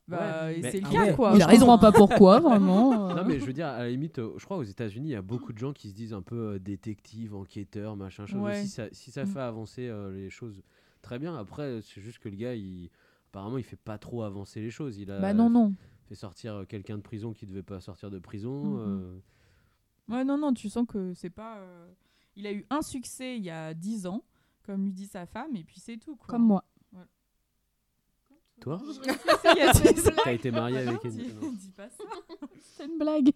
Speaker 1: bah,
Speaker 8: Ouais,
Speaker 1: et
Speaker 8: mais-
Speaker 1: c'est le
Speaker 8: ah
Speaker 1: cas,
Speaker 10: ouais,
Speaker 1: quoi.
Speaker 10: il a
Speaker 9: Je
Speaker 10: raison.
Speaker 9: comprends pas pourquoi, vraiment. euh.
Speaker 8: Non, mais je veux dire, à la limite, euh, je crois aux États-Unis, il y a beaucoup de gens qui se disent un peu euh, détective, enquêteur, machin, chose.
Speaker 1: Ouais.
Speaker 8: Si, ça, si ça
Speaker 1: Mm.
Speaker 8: fait avancer euh, les choses, très bien. Après, c'est juste que le gars, il. Apparemment, il fait pas trop avancer les choses. Il a
Speaker 9: Bah non, non.
Speaker 8: fait sortir euh, quelqu'un de prison qui devait pas sortir de prison.
Speaker 1: Mhm.
Speaker 8: euh,
Speaker 1: Ouais, non, non, tu sens que c'est pas. euh, Il a eu un succès il y a 10 ans, comme lui dit sa femme, et puis c'est tout. Quoi.
Speaker 9: Comme moi.
Speaker 8: Toi
Speaker 1: Il y a 10 ans.
Speaker 8: T'as été marié
Speaker 1: Non,
Speaker 8: avec
Speaker 1: dis-
Speaker 8: une. non.
Speaker 1: dis pas ça.
Speaker 9: C'est une blague.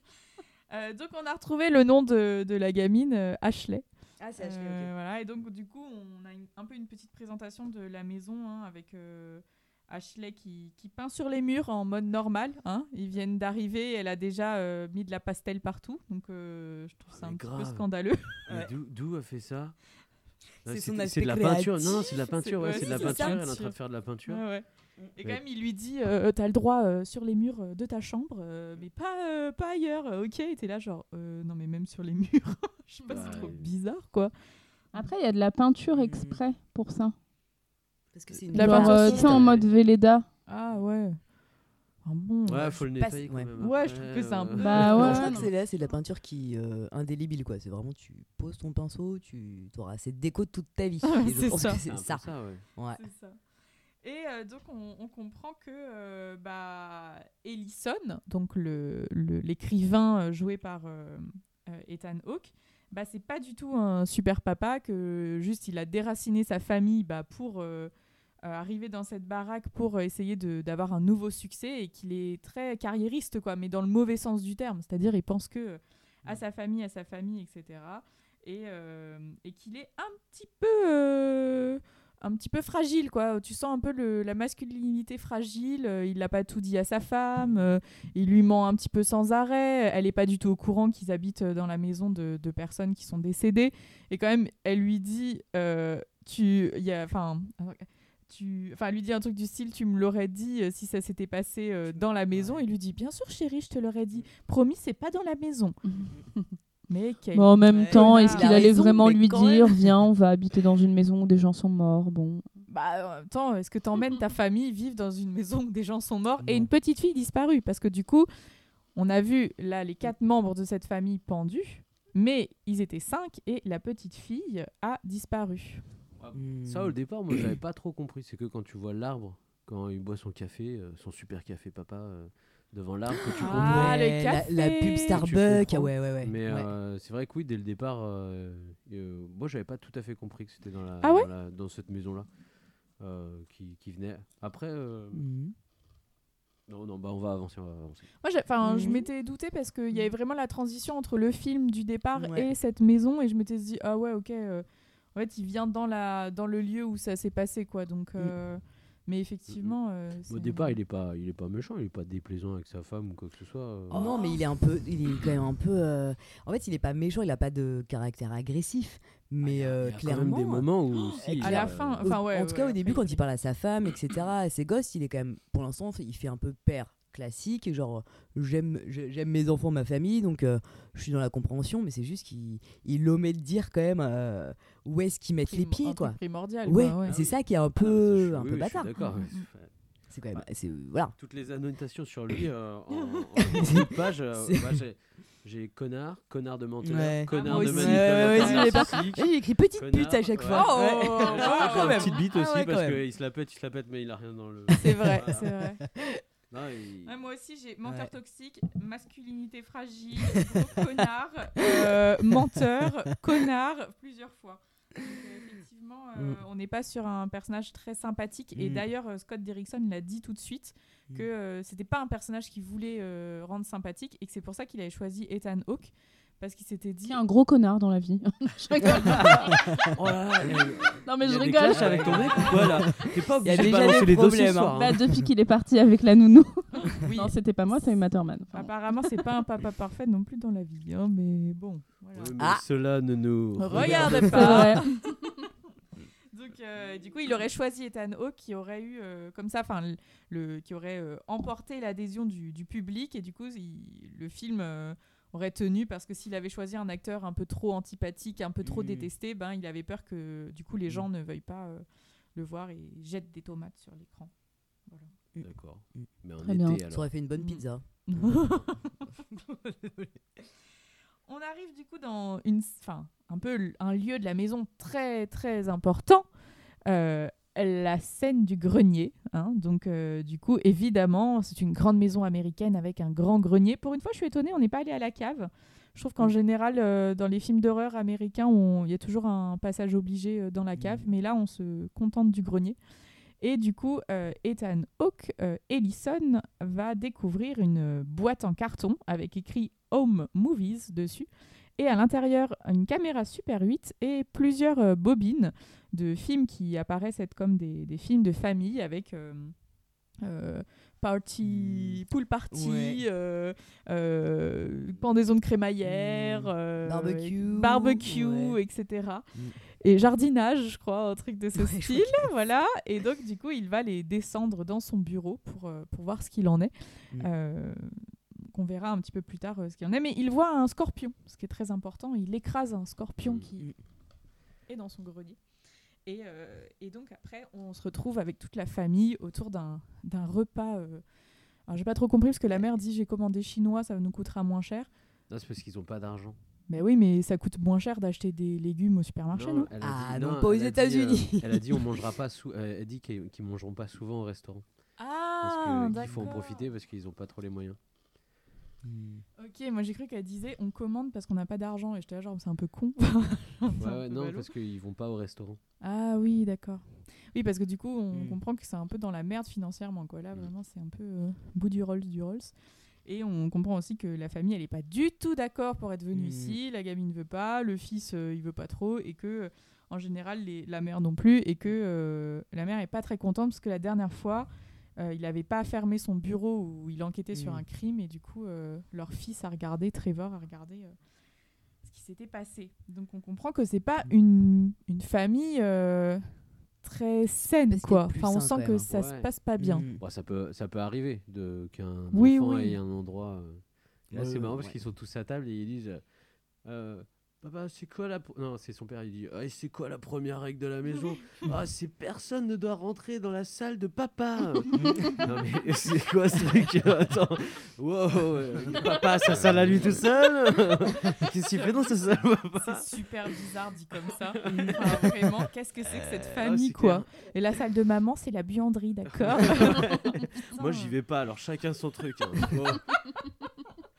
Speaker 1: Euh, donc, on a retrouvé le nom de, de la gamine, euh, Ashley.
Speaker 10: Ah c'est
Speaker 1: Euh, voilà, et donc, du coup, on a une- un peu une petite présentation de la maison hein, avec. euh, Ashley qui, qui peint sur les murs en mode normal. hein. Ils viennent d'arriver, elle a déjà euh, mis de la pastel partout. Donc euh, je trouve ça
Speaker 8: Oh, mais
Speaker 1: un petit peu
Speaker 8: grave.
Speaker 1: scandaleux.
Speaker 8: Mais d'où- D'où a fait ça Non,
Speaker 10: C'est son
Speaker 8: c'est de la
Speaker 10: aspect
Speaker 8: peinture. Non, non, c'est de la
Speaker 1: C'est-
Speaker 8: peinture. ouais,
Speaker 1: ouais,
Speaker 8: C'est de la
Speaker 1: c'est ça.
Speaker 8: peinture. Elle est en train de faire de la peinture.
Speaker 1: Ouais, ouais.
Speaker 9: Mm.
Speaker 1: Et quand
Speaker 8: Mais-
Speaker 1: même, il lui dit euh, T'as le droit euh, sur les murs euh, de ta chambre, euh, mais pas, euh, pas ailleurs, euh, ok Et t'es là, genre Euh, Non, mais même sur les murs, je sais pas,
Speaker 8: Bah,
Speaker 1: c'est trop
Speaker 8: euh,
Speaker 1: bizarre, quoi.
Speaker 9: Après, il y a de la peinture exprès pour ça.
Speaker 10: Parce que c'est une
Speaker 8: La
Speaker 9: Genre,
Speaker 1: peinture
Speaker 9: euh,
Speaker 1: sur-
Speaker 9: tu sais, en mode Véleda.
Speaker 1: Ah ouais. Ah bon
Speaker 8: Ouais, faut le
Speaker 10: passe-
Speaker 8: nettoyer quand
Speaker 10: ouais.
Speaker 8: même.
Speaker 1: Ouais,
Speaker 8: après,
Speaker 1: je trouve que c'est un
Speaker 8: euh,
Speaker 1: peu-
Speaker 9: Bah
Speaker 10: Non,
Speaker 9: ouais,
Speaker 10: je crois
Speaker 9: ouais,
Speaker 10: que
Speaker 9: non.
Speaker 10: c'est là, c'est de la peinture qui euh, indélébile quoi. C'est vraiment tu poses ton pinceau, tu auras cette déco toute ta vie. Et je
Speaker 1: C'est
Speaker 10: pense
Speaker 1: ça.
Speaker 10: que
Speaker 8: Ah, c'est un
Speaker 10: c'est
Speaker 8: peu
Speaker 10: ça.
Speaker 8: ouais.
Speaker 10: Ouais.
Speaker 1: C'est ça. Et euh, donc, on, on comprend que euh, bah, Ellison, donc le- le- l'écrivain euh, joué par euh, euh, Ethan Hawke, bah, c'est pas du tout un super papa, que juste il a déraciné sa famille bah, pour euh, euh, arrivé dans cette baraque pour euh, essayer de- d'avoir un nouveau succès et qu'il est très carriériste, quoi, mais dans le mauvais sens du terme. C'est-à-dire, il pense que euh, à sa famille, à sa famille, etc. Et, euh, et qu'il est un petit peu. euh, un petit peu fragile, quoi. Tu sens un peu le- la masculinité fragile. euh, Il n'a pas tout dit à sa femme. euh, il lui ment un petit peu sans arrêt. Elle n'est pas du tout au courant qu'ils habitent euh, dans la maison de, de personnes qui sont décédées. Et quand même, elle lui dit, euh, tu, il y a, enfin, attends, tu, enfin, elle lui dit un truc du style, tu me l'aurais dit euh, si ça s'était passé euh, dans la maison. Il lui dit, bien sûr, chérie, je te l'aurais dit. Promis, c'est pas dans la maison. Mais quel
Speaker 9: Mais en même
Speaker 1: connard.
Speaker 9: temps, est-ce qu'il allait vraiment
Speaker 1: mais
Speaker 9: lui
Speaker 1: quand
Speaker 9: dire
Speaker 1: même.
Speaker 9: Viens, on va habiter dans une maison où des gens sont morts Bon.
Speaker 1: Bah, en même temps, est-ce que t'emmènes ta famille vivre dans une maison où des gens sont morts et une petite fille disparue Parce que du coup, on a vu là les quatre membres de cette famille pendus, mais ils étaient cinq et la petite fille a disparu.
Speaker 10: Mmh.
Speaker 8: Ça, au départ, moi, j'avais pas trop compris. C'est que quand tu vois l'arbre, quand il boit son café, euh, son super café papa, euh, devant l'arbre, que tu comprends.
Speaker 10: Ah, le Ouais, la- café la pub
Speaker 8: Que tu
Speaker 10: Starbucks,
Speaker 8: comprends.
Speaker 10: ah ouais, ouais, ouais.
Speaker 8: Mais
Speaker 10: Ouais.
Speaker 8: euh, c'est vrai que oui, dès le départ, euh, euh, moi, j'avais pas tout à fait compris que c'était dans, la,
Speaker 1: Ah ouais
Speaker 8: dans, la- dans cette maison-là euh, qui, qui venait. Après. euh,
Speaker 10: Mmh.
Speaker 8: Non, non, bah on va avancer, on va avancer.
Speaker 1: Moi, j'ai- enfin, je
Speaker 8: Mhm.
Speaker 1: m'étais doutée parce qu'il y avait vraiment la transition entre le film du départ
Speaker 8: Ouais.
Speaker 1: et cette maison, et je m'étais dit ah ouais, ok. euh, en fait, il vient dans la dans le lieu où ça s'est passé, quoi. Donc, euh, mais effectivement. euh,
Speaker 8: Mm. Au
Speaker 1: c'est-
Speaker 8: départ, il est pas, il est pas méchant, il est pas déplaisant avec sa femme ou quoi que ce soit. euh.
Speaker 10: Oh Non, mais il est un peu, il est quand même un peu. euh, En fait, il est pas méchant, il a pas de caractère agressif, mais euh,
Speaker 8: y Ah, a quand même
Speaker 10: clairement.
Speaker 8: des moments où,
Speaker 10: euh,
Speaker 8: si,
Speaker 10: clair-
Speaker 8: À la fin,
Speaker 10: au-
Speaker 8: enfin, ouais,
Speaker 10: en tout
Speaker 8: ouais,
Speaker 10: cas, au
Speaker 8: après,
Speaker 10: début, quand il parle à sa femme, etc., à ses gosses, il est quand même, pour l'instant, il fait un peu père classique, et genre j'aime, j'ai- j'aime mes enfants, ma famille, donc euh, je suis dans la compréhension, mais c'est juste qu'il il omet de dire quand même euh, où est-ce qu'ils mettent les
Speaker 1: Prim- un
Speaker 10: pieds,
Speaker 1: truc
Speaker 10: quoi.
Speaker 1: primordial,
Speaker 10: Ouais,
Speaker 1: quoi, ouais.
Speaker 10: c'est ça qui est un peu, un
Speaker 8: Ah, Oui, oui,
Speaker 10: peu
Speaker 8: je suis
Speaker 10: bâtard.
Speaker 8: D'accord. ouais.
Speaker 10: C'est quand même, c'est voilà.
Speaker 8: Toutes les annotations sur lui euh, en, en- en page, euh,
Speaker 10: C'est-
Speaker 8: bah, j'ai- j'ai connard, connard de menteur,
Speaker 10: Ouais.
Speaker 8: connard
Speaker 10: Ah, moi
Speaker 8: de
Speaker 10: aussi.
Speaker 8: manipulateur
Speaker 10: Ouais, ouais, ouais, j'ai pas-
Speaker 8: narcissique,
Speaker 10: J'ai écrit petite pute
Speaker 8: connard,
Speaker 10: à chaque
Speaker 8: ouais.
Speaker 10: fois. Oh, Ouais.
Speaker 8: J'ai
Speaker 10: oh, oh,
Speaker 8: un
Speaker 10: quand même.
Speaker 8: petit bite
Speaker 10: Ah
Speaker 8: aussi
Speaker 10: ouais, quand
Speaker 8: parce
Speaker 10: même.
Speaker 8: qu'il se la pète, il se la pète, mais il a rien dans le.
Speaker 1: C'est vrai,
Speaker 8: Voilà.
Speaker 1: c'est vrai.
Speaker 8: Non, il-
Speaker 1: Ouais, moi aussi, j'ai menteur
Speaker 8: Ouais.
Speaker 1: toxique, masculinité fragile, gros connard, euh, menteur, connard, plusieurs fois. Donc, euh, effectivement, euh,
Speaker 9: Mm.
Speaker 1: on n'est pas sur un personnage très sympathique. Et
Speaker 9: Mm.
Speaker 1: d'ailleurs, euh, Scott Derrickson l'a dit tout de suite que euh, c'était pas un personnage qu'il voulait euh, rendre sympathique et que c'est pour ça qu'il avait choisi Ethan Hawke parce qu'il s'était dit
Speaker 9: Qui est un gros connard dans la vie Je rigole.
Speaker 8: Oh là là, il y a-
Speaker 9: Non, mais
Speaker 8: il y
Speaker 9: je
Speaker 8: a des
Speaker 9: rigole.
Speaker 8: clashs avec ton mec ou quoi là T'es pas
Speaker 9: Il y a
Speaker 8: obligé de
Speaker 9: déjà
Speaker 8: balancer
Speaker 9: des
Speaker 8: les dossiers
Speaker 9: problèmes,
Speaker 8: ce soir.
Speaker 9: hein.
Speaker 8: hein.
Speaker 9: Bah, depuis qu'il est parti avec la nounou. Non, c'était pas moi, c'est Uma Thurman. Enfin,
Speaker 1: apparemment c'est pas un papa parfait non plus dans la vie, hein, mais bon. Voilà.
Speaker 8: Oui, mais
Speaker 10: ah.
Speaker 8: Cela ne nous
Speaker 1: Regardez pas. Donc, euh, du coup, il aurait choisi Ethan Hawke qui aurait eu, euh, comme ça, enfin, le, le- qui aurait euh, emporté l'adhésion du, du public et du coup, il- le film euh, aurait tenu parce que s'il avait choisi un acteur un peu trop antipathique, un peu trop
Speaker 9: Mm.
Speaker 1: détesté, ben, il avait peur que du coup les gens ne veuillent pas euh, le voir et jettent des tomates sur l'écran. Voilà.
Speaker 8: D'accord. Mais en
Speaker 10: Très
Speaker 8: été,
Speaker 10: bien.
Speaker 8: alors.
Speaker 10: Ça aurait fait une bonne pizza.
Speaker 1: On arrive du coup dans une, enfin, un peu l- un lieu de la maison très très important, euh, la scène du grenier. hein. Donc euh, du coup, évidemment, c'est une grande maison américaine avec un grand grenier. Pour une fois, je suis étonnée, on n'est pas allé à la cave. Je trouve qu'en général, euh, dans les films d'horreur américains, on- il y a toujours un passage obligé euh, dans la cave, mais là, on se contente du grenier. Et du coup, euh, Ethan Hawke, euh, Ellison, va découvrir une euh, boîte en carton avec écrit Home Movies dessus. Et à l'intérieur, une caméra Super 8 et plusieurs euh, bobines de films qui apparaissent être comme des, des films de famille avec euh, euh, Party, Pool Party,
Speaker 10: Ouais.
Speaker 1: euh, euh, pendaison de crémaillère, euh,
Speaker 10: Barbecue,
Speaker 1: barbecue, etc. Et jardinage, je crois, un truc de ce style, voilà. Et donc, du coup, il va les descendre dans son bureau pour, euh, pour voir ce qu'il en est. Euh, qu'on verra un petit peu plus tard euh, ce qu'il en est. Mais il voit un scorpion, ce qui est très important. Il écrase un scorpion qui est dans son grenier. Et, euh, et donc, après, on se retrouve avec toute la famille autour d'un d'un repas. euh. Alors, j'ai pas trop compris parce que la mère dit j'ai commandé chinois, ça nous coûtera moins cher.
Speaker 8: Non, c'est parce qu'ils ont pas d'argent.
Speaker 1: Mais oui, mais ça coûte moins cher d'acheter des légumes au supermarché, non,
Speaker 8: elle a dit-
Speaker 10: Ah, non, pas aux
Speaker 8: elle a dit,
Speaker 10: États-Unis.
Speaker 8: euh, elle a dit on mangera pas sou- euh, elle dit qu'ils qu'ils mangeront pas souvent au restaurant.
Speaker 1: Ah,
Speaker 8: parce que- qu'il faut en profiter parce qu'ils ont pas trop les moyens.
Speaker 1: Ok, moi j'ai cru qu'elle disait on commande parce qu'on n'a pas d'argent et j'étais là genre c'est un peu con.
Speaker 8: Ouais, ouais, non, parce qu'ils vont pas au restaurant.
Speaker 1: Ah oui, d'accord. Oui, parce que du coup, on
Speaker 11: Mm.
Speaker 1: comprend que c'est un peu dans la merde financièrement. Quoi. Là, vraiment, c'est un peu euh, bout du Rolls du Rolls. Et on comprend aussi que la famille, elle n'est pas du tout d'accord pour être venue
Speaker 11: Mm.
Speaker 1: ici. La gamine ne veut pas, le fils, euh, il veut pas trop. Et que, euh, en général, les- la mère non plus. Et que euh, la mère est pas très contente parce que la dernière fois, euh, il n'avait pas fermé son bureau où il enquêtait sur
Speaker 11: Mm.
Speaker 1: un crime. Et du coup, euh, leur fils a regardé, Trevor a regardé. euh, ce qui s'était passé. Donc on comprend que c'est
Speaker 8: Mm.
Speaker 1: pas une, une famille euh, très saine, quoi. Enfin, on sent que
Speaker 8: hein.
Speaker 1: ça se passe pas bien.
Speaker 8: Bon, Bah, ça, peut, ça peut arriver de, qu'un
Speaker 1: Oui,
Speaker 8: enfant
Speaker 1: oui.
Speaker 8: ait un endroit. euh, Là,
Speaker 11: Ouais,
Speaker 8: c'est
Speaker 11: ouais,
Speaker 8: marrant parce
Speaker 11: ouais.
Speaker 8: qu'ils sont tous à table et ils disent euh, euh, Papa, c'est quoi la. pr- Non, c'est son père, il dit Ah, C'est quoi la première règle de la maison Ah, c'est personne ne doit rentrer dans la salle de papa. non, mais c'est quoi ce truc Attends. Wow, euh, papa, sa salle à lui tout seul Qu'est-ce qu'il fait dans sa salle, papa
Speaker 1: C'est super bizarre dit comme ça. Enfin, vraiment, qu'est-ce que c'est que cette
Speaker 8: Mm. Euh,
Speaker 1: famille,
Speaker 8: c'est
Speaker 1: quoi Et la salle de maman, c'est la buanderie, d'accord
Speaker 8: Moi, j'y vais pas, alors chacun son truc. hein. Bon.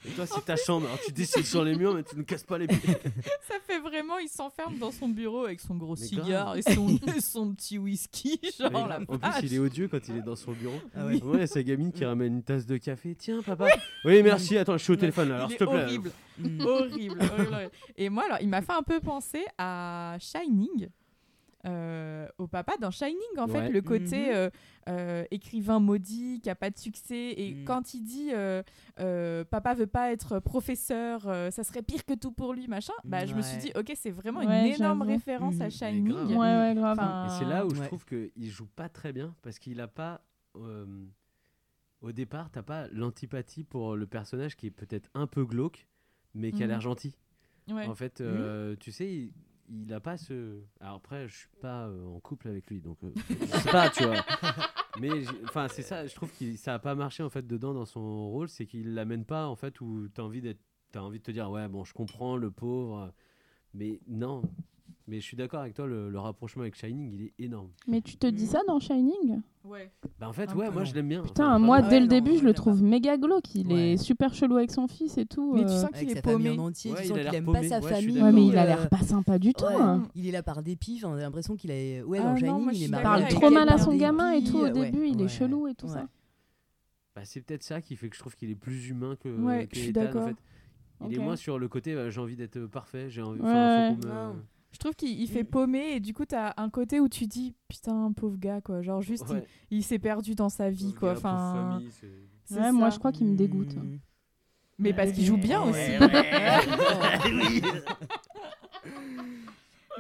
Speaker 8: Et toi, c'est ta chambre, alors tu dessines sur les murs, mais tu ne casses pas les pieds.
Speaker 1: Ça fait vraiment, il s'enferme dans son bureau avec son gros
Speaker 8: Mais
Speaker 1: cigare
Speaker 8: grave.
Speaker 1: et son, et son petit whisky, genre
Speaker 8: Mais
Speaker 1: Oh, la
Speaker 8: en plus,
Speaker 1: vache.
Speaker 8: il est odieux quand il est dans son bureau.
Speaker 1: Ah ouais.
Speaker 8: Moi, il y a sa gamine qui ramène une tasse de café. Tiens, papa. Oui, merci. Attends, je suis au téléphone là, alors
Speaker 1: Il
Speaker 8: s'il
Speaker 1: est
Speaker 8: te plaît.
Speaker 1: Horrible,
Speaker 10: Mm.
Speaker 1: horrible, horrible, horrible. Et moi, alors, il m'a fait un peu penser à Shining. euh, au papa dans Shining en fait
Speaker 11: Ouais.
Speaker 1: le côté
Speaker 11: Mhm.
Speaker 1: euh, euh, écrivain maudit qui a pas de succès et
Speaker 11: Mm.
Speaker 1: quand il dit euh, euh, papa veut pas être professeur euh, ça serait pire que tout pour lui machin bah je me suis
Speaker 8: Ouais. Mm.
Speaker 1: dit ok c'est vraiment
Speaker 9: Ouais,
Speaker 1: une énorme
Speaker 9: j'avoue.
Speaker 1: référence à Shining
Speaker 8: grave. Et c'est là où je
Speaker 1: Enfin,
Speaker 8: trouve qu'il joue pas très bien parce qu'il a pas. euh, au départ, t'as pas l'antipathie pour le personnage qui est peut-être un peu glauque, mais qui a
Speaker 11: Mhm.
Speaker 8: l'air gentil.
Speaker 11: Ouais.
Speaker 8: En
Speaker 9: Mmh.
Speaker 8: fait, euh, tu sais, il, il a pas ce. Alors après, je suis pas euh, en couple avec lui, donc euh, je sais pas, tu vois. Mais j'ai- enfin, c'est ça. Je trouve que ça a pas marché en fait dedans dans son rôle, c'est qu'il l'amène pas en fait où t'as envie d'être, t'as envie de te dire ouais bon, je comprends le pauvre, mais non. Mais je suis d'accord avec toi, le, le rapprochement avec Shining, il est énorme.
Speaker 9: Mais tu te dis ça dans Shining
Speaker 8: Bah en fait,
Speaker 9: Un
Speaker 8: ouais,
Speaker 9: peu.
Speaker 8: moi je l'aime bien.
Speaker 9: Putain,
Speaker 8: Enfin,
Speaker 9: moi,
Speaker 8: vraiment.
Speaker 9: dès le début, je le trouve méga glauque. Il est super chelou avec son fils et tout.
Speaker 10: Mais tu
Speaker 9: euh.
Speaker 10: sens qu'il Avec est sa famille paumé. en entier, tu Ouais, sens il a qu'il l'air aime pas paumé. sa Ouais, je suis famille,
Speaker 9: Ouais, mais il a
Speaker 10: euh,
Speaker 9: l'air pas sympa du tout.
Speaker 10: Ouais,
Speaker 9: hein.
Speaker 10: Il est là par dépit, enfin, on a l'impression qu'il est. Ouais,
Speaker 9: Ah
Speaker 10: dans
Speaker 9: non,
Speaker 10: Shining,
Speaker 9: moi, je
Speaker 10: il est
Speaker 9: suis
Speaker 10: marrant.
Speaker 9: d'accord
Speaker 10: Il
Speaker 9: avec
Speaker 10: est
Speaker 9: toi.
Speaker 10: là
Speaker 9: Trop mal à
Speaker 10: par
Speaker 9: son
Speaker 10: dépit,
Speaker 9: gamin et tout, au
Speaker 10: ouais,
Speaker 9: début, il est
Speaker 10: ouais.
Speaker 9: chelou et tout ça.
Speaker 8: Bah, c'est peut-être ça qui fait que je trouve qu'il est plus humain que,
Speaker 9: Ouais,
Speaker 8: que
Speaker 9: je suis
Speaker 8: Ethan, en
Speaker 9: d'accord.
Speaker 8: fait. Il est
Speaker 1: Ok.
Speaker 8: moins sur le côté bah, j'ai envie d'être parfait, j'ai envie.
Speaker 1: Ouais,
Speaker 8: enfin, faut
Speaker 1: ouais.
Speaker 8: qu'on me-
Speaker 1: Je trouve qu'il il fait
Speaker 8: Mm.
Speaker 1: paumer et du coup t'as un côté où tu dis putain pauvre gars quoi genre juste il-
Speaker 8: Ouais.
Speaker 1: il, s'est perdu dans sa vie quoi
Speaker 8: gars, pauvre
Speaker 1: enfin
Speaker 8: famille, c'est-
Speaker 1: c'est
Speaker 9: Ouais, moi,
Speaker 1: ça.
Speaker 9: je crois qu'il me dégoûte.
Speaker 1: mais
Speaker 9: Bah,
Speaker 1: parce qu'il joue bien
Speaker 9: Ouais,
Speaker 1: aussi
Speaker 9: ouais.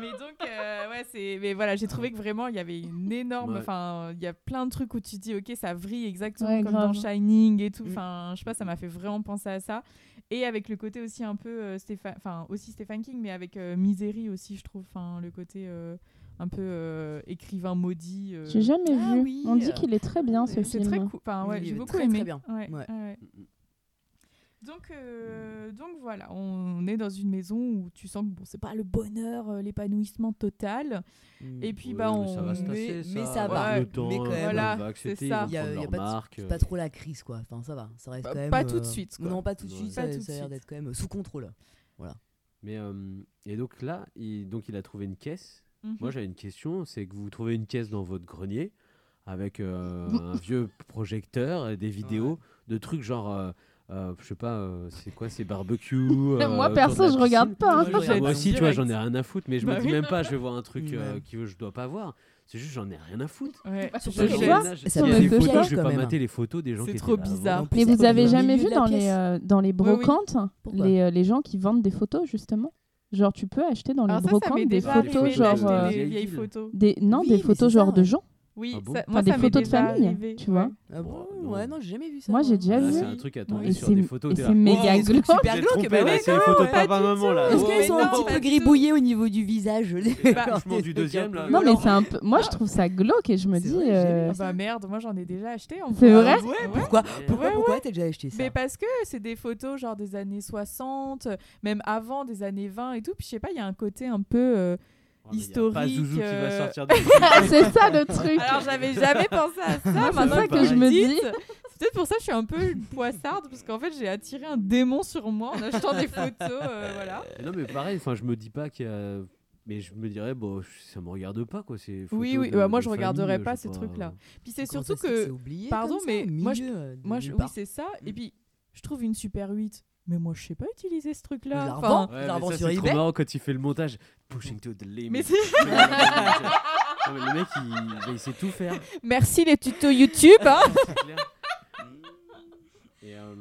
Speaker 1: mais donc euh, ouais c'est mais voilà j'ai trouvé que vraiment il y avait une énorme
Speaker 11: Ouais.
Speaker 1: enfin il y a plein de trucs où tu dis ok ça vrille exactement
Speaker 9: Ouais,
Speaker 1: comme
Speaker 9: grave.
Speaker 1: dans Shining et tout enfin je sais pas ça m'a fait vraiment penser à ça et avec le côté aussi un peu euh, Stépha- enfin aussi Stephen King mais avec euh, Misery aussi je trouve enfin le côté euh, un peu euh, écrivain maudit euh.
Speaker 9: J'ai jamais
Speaker 1: Ah
Speaker 9: vu.
Speaker 1: oui,
Speaker 9: On dit
Speaker 1: euh,
Speaker 9: qu'il est très bien ce
Speaker 1: c'est
Speaker 9: film.
Speaker 1: très cool. Enfin, ouais,
Speaker 9: Il
Speaker 1: j'ai
Speaker 9: est
Speaker 1: beaucoup
Speaker 9: très,
Speaker 1: aimé.
Speaker 9: très bien.
Speaker 1: Ouais, Mm,
Speaker 9: Ouais.
Speaker 1: ouais. Donc, euh, donc voilà, on est dans une maison où tu sens que bon, c'est pas le bonheur, euh, l'épanouissement total. Et puis
Speaker 8: Oui,
Speaker 1: bah
Speaker 8: mais
Speaker 1: on.
Speaker 8: ça va se tasser,
Speaker 10: Mais,
Speaker 8: ça.
Speaker 10: mais ça
Speaker 8: Avec
Speaker 10: va.
Speaker 8: le temps,
Speaker 10: mais quand
Speaker 8: euh,
Speaker 10: même.
Speaker 8: on Voilà, va accepter,
Speaker 10: c'est
Speaker 8: ils
Speaker 10: ça.
Speaker 8: vont
Speaker 10: Il y a,
Speaker 8: prendre
Speaker 10: il y
Speaker 8: leur
Speaker 10: a pas, de-
Speaker 8: marque,
Speaker 10: c'est
Speaker 8: euh.
Speaker 10: pas trop la crise, quoi. Enfin, ça va. Ça reste
Speaker 1: Pas-
Speaker 10: quand même.
Speaker 1: pas tout de suite, quoi.
Speaker 10: Non, pas tout de suite.
Speaker 1: Pas
Speaker 10: ça-
Speaker 1: tout de
Speaker 10: ça a l'air
Speaker 1: suite.
Speaker 10: d'être quand même sous contrôle. Voilà.
Speaker 8: Mais euh, et donc là, il, donc il a trouvé une caisse.
Speaker 10: Mhm.
Speaker 8: Moi, j'avais une question, c'est que vous trouvez une caisse dans votre grenier avec euh, un vieux projecteur et des vidéos de trucs genre. euh, euh, je sais pas, euh, c'est quoi, c'est barbecue euh,
Speaker 9: Moi,
Speaker 8: autour de
Speaker 9: perso,
Speaker 8: la
Speaker 9: je regarde
Speaker 8: piscine.
Speaker 9: pas, hein.
Speaker 8: Ah,
Speaker 9: Moi, je
Speaker 8: Moi
Speaker 9: regarde
Speaker 8: aussi, tu vois,
Speaker 9: direct.
Speaker 8: j'en ai rien à foutre, mais je
Speaker 9: Bah
Speaker 8: me dis
Speaker 9: oui.
Speaker 8: même pas, je vais voir un truc euh,
Speaker 9: Ouais.
Speaker 8: qui- que je dois pas voir. C'est juste, j'en ai rien à foutre.
Speaker 1: Ouais.
Speaker 9: Surtout
Speaker 8: Là,
Speaker 9: que
Speaker 8: j'ai
Speaker 9: tu vois,
Speaker 8: l'âge-
Speaker 9: ça
Speaker 8: il y a
Speaker 9: me
Speaker 8: des
Speaker 9: fait
Speaker 8: photos,
Speaker 9: peur
Speaker 8: je vais
Speaker 9: quand
Speaker 8: pas
Speaker 9: même.
Speaker 8: mater les photos des gens
Speaker 1: C'est
Speaker 8: qui étaient
Speaker 1: trop
Speaker 8: là avant.
Speaker 1: bizarre.
Speaker 9: Mais vous avez jamais vu
Speaker 10: milieu de la
Speaker 9: dans les,
Speaker 10: pièce.
Speaker 9: euh, dans les
Speaker 10: Oui, oui.
Speaker 9: brocantes
Speaker 10: Pourquoi
Speaker 9: les, euh, les gens qui vendent des photos, justement Genre, tu peux acheter dans les
Speaker 1: Alors ça, ça
Speaker 9: brocantes
Speaker 1: m'est
Speaker 9: des
Speaker 1: déjà
Speaker 9: photos,
Speaker 1: arrivé
Speaker 9: genre.
Speaker 1: d'acheter des
Speaker 9: euh,
Speaker 1: vieilles photos.
Speaker 9: des- non,
Speaker 1: Oui,
Speaker 9: des
Speaker 1: mais
Speaker 9: photos,
Speaker 1: c'est ça,
Speaker 9: genre de
Speaker 1: ouais.
Speaker 9: gens.
Speaker 1: Oui, Ah bon ça-
Speaker 9: Enfin,
Speaker 1: moi,
Speaker 9: des
Speaker 1: ça m'est
Speaker 9: photos de
Speaker 1: déjà
Speaker 9: famille,
Speaker 1: arrivé,
Speaker 9: tu vois.
Speaker 10: Ah bon Ouais, non, j'ai jamais vu ça.
Speaker 9: Moi, j'ai déjà
Speaker 8: Là,
Speaker 9: vu.
Speaker 8: Ah c'est un truc à tomber
Speaker 9: Et
Speaker 8: sur des
Speaker 9: c'est-
Speaker 8: photos.
Speaker 9: et
Speaker 8: t'es là,
Speaker 9: c'est méga
Speaker 8: Wow,
Speaker 9: glauque.
Speaker 8: Vous êtes trompés, là, c'est les photos de papa-maman là.
Speaker 10: Est-ce
Speaker 8: Wow.
Speaker 10: qu'elles sont un petit peu gribouillées au niveau du visage
Speaker 8: Franchement, du deuxième là.
Speaker 9: Non, mais c'est un peu. Moi, je trouve ça glauque et je me dis. euh,
Speaker 1: Ah bah merde, moi j'en ai déjà acheté. en
Speaker 9: C'est vrai
Speaker 1: Ouais, ouais.
Speaker 10: Pourquoi
Speaker 8: Oh,
Speaker 10: Pourquoi,
Speaker 1: Ouais,
Speaker 10: pourquoi
Speaker 1: ouais.
Speaker 10: t'as déjà acheté ça
Speaker 1: Mais parce que c'est des photos genre des années 60, euh, même avant des années 20 et tout. Puis je sais pas, il y a un côté un peu euh, historique.
Speaker 8: pas Zouzou qui va
Speaker 1: euh,
Speaker 8: sortir de-
Speaker 9: C'est ça, le truc.
Speaker 1: Alors j'avais jamais pensé à ça.
Speaker 9: Moi, c'est
Speaker 1: maintenant
Speaker 9: ça
Speaker 1: que
Speaker 9: que
Speaker 1: vous
Speaker 9: je
Speaker 1: le
Speaker 9: me
Speaker 1: dites,
Speaker 9: dis.
Speaker 1: C'est Peut-être pour ça, je suis un peu une poissarde, parce qu'en fait, j'ai attiré un démon sur moi en achetant des photos. euh, voilà.
Speaker 8: Non, mais pareil, enfin, je me dis pas qu'il y a. Mais je me dirais, bon, je- ça me regarde pas, quoi. Ces
Speaker 1: Oui,
Speaker 8: photos
Speaker 1: oui,
Speaker 8: de-
Speaker 1: bah, moi,
Speaker 8: de
Speaker 1: je regarderai
Speaker 8: famille,
Speaker 1: pas
Speaker 8: je sais
Speaker 1: ces trucs-là. Puis c'est
Speaker 10: Comment
Speaker 1: surtout
Speaker 10: ça se fait que
Speaker 1: que.
Speaker 10: c'est oublié
Speaker 1: Pardon,
Speaker 10: comme ça,
Speaker 1: mais
Speaker 10: au
Speaker 1: moi, je,
Speaker 10: milieu, euh, de
Speaker 1: moi, je-
Speaker 10: nulle
Speaker 1: oui,
Speaker 10: part
Speaker 1: c'est ça. Et puis, je trouve une Super 8. Mais moi, je sais pas utiliser ce
Speaker 10: Je
Speaker 1: truc-là.
Speaker 10: la
Speaker 1: Enfin,
Speaker 10: revends.
Speaker 8: Ouais,
Speaker 10: Je la
Speaker 8: mais
Speaker 10: revends
Speaker 8: ça,
Speaker 10: sur
Speaker 8: c'est trop
Speaker 10: eBay.
Speaker 8: marrant quand tu fais le montage. Pushing to the limit.
Speaker 1: mais c'est-
Speaker 8: Non, mais le mec, il, il sait tout faire.
Speaker 1: Merci les tutos YouTube. hein.
Speaker 8: c'est clair. Et euh,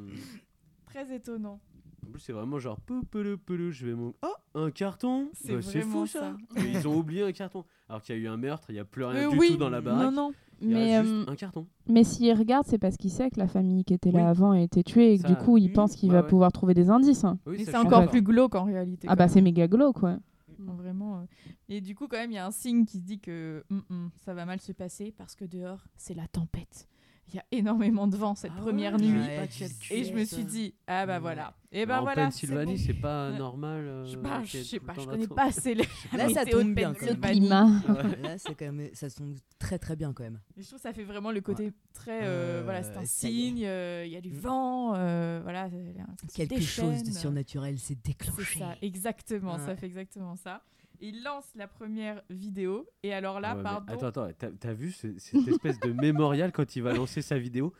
Speaker 1: Très étonnant.
Speaker 8: en plus, c'est vraiment genre pou, poulou, poulou, je vais mon oh un carton
Speaker 1: C'est
Speaker 8: Bah, c'est
Speaker 1: vraiment
Speaker 8: fou ça. Et ils ont oublié un carton alors qu'il y a eu un meurtre il y a plus rien
Speaker 1: Euh,
Speaker 8: du
Speaker 1: oui.
Speaker 8: tout dans la
Speaker 1: Non,
Speaker 8: baraque
Speaker 1: non.
Speaker 8: il y a
Speaker 9: Mais,
Speaker 8: juste
Speaker 9: euh,
Speaker 8: un carton
Speaker 9: mais s'il regarde, c'est parce qu'il sait que la famille qui était là
Speaker 8: Oui.
Speaker 9: avant a été tuée et que
Speaker 8: Ça,
Speaker 9: du coup,
Speaker 10: mm,
Speaker 9: il pense qu'il
Speaker 8: ouais,
Speaker 9: va
Speaker 8: ouais.
Speaker 9: pouvoir trouver des indices. hein.
Speaker 8: Oui,
Speaker 1: Mais c'est
Speaker 8: ça, je suis
Speaker 1: encore
Speaker 8: d'accord.
Speaker 1: plus glauque en réalité.
Speaker 9: Ah
Speaker 1: quand
Speaker 9: bah
Speaker 1: même.
Speaker 9: c'est méga glauque, ouais.
Speaker 1: Non, Vraiment. euh. Et du coup, quand même, il y a un signe qui se dit que hum, hum, ça va mal se passer parce que dehors, c'est la tempête. Il y a énormément de vent cette
Speaker 8: Ah
Speaker 1: première
Speaker 8: ouais.
Speaker 1: nuit.
Speaker 8: Ouais,
Speaker 1: Et je me
Speaker 10: ça.
Speaker 1: suis dit, ah bah
Speaker 8: Ouais.
Speaker 1: voilà. Et
Speaker 8: Bah,
Speaker 1: bah
Speaker 8: en
Speaker 1: voilà. c'est
Speaker 8: Pennsylvanie
Speaker 1: bon.
Speaker 8: c'est pas
Speaker 1: Ouais.
Speaker 8: normal euh,
Speaker 1: Je sais pas,
Speaker 8: qu'il y
Speaker 1: je
Speaker 8: ait
Speaker 1: sais
Speaker 8: tout
Speaker 1: pas,
Speaker 8: le
Speaker 1: je
Speaker 8: temps
Speaker 1: connais
Speaker 8: d'attente.
Speaker 1: pas assez le
Speaker 10: Là, ça
Speaker 1: météo de
Speaker 10: tombe bien, quand
Speaker 9: Le
Speaker 10: même.
Speaker 1: Pennsylvanie.
Speaker 9: climat.
Speaker 10: Là, c'est quand même, ça sonne très très bien quand même.
Speaker 1: Mais Je trouve que ça fait vraiment le côté très. euh,
Speaker 10: Euh,
Speaker 1: voilà, c'est un
Speaker 10: ça y est.
Speaker 1: signe, euh, il y a du
Speaker 10: Mm.
Speaker 1: vent, euh, voilà. c'est- ça se
Speaker 10: Quelque chose de
Speaker 1: déchaîne.
Speaker 10: surnaturel s'est
Speaker 1: C'est
Speaker 10: déclenché.
Speaker 1: ça, exactement, ça
Speaker 10: Ouais.
Speaker 1: fait exactement ça. Il lance la première vidéo, et alors là,
Speaker 8: Ouais, mais
Speaker 1: pardon.
Speaker 8: Attends, attends, t'as- t'as vu ce- cette espèce de mémorial quand il va lancer sa vidéo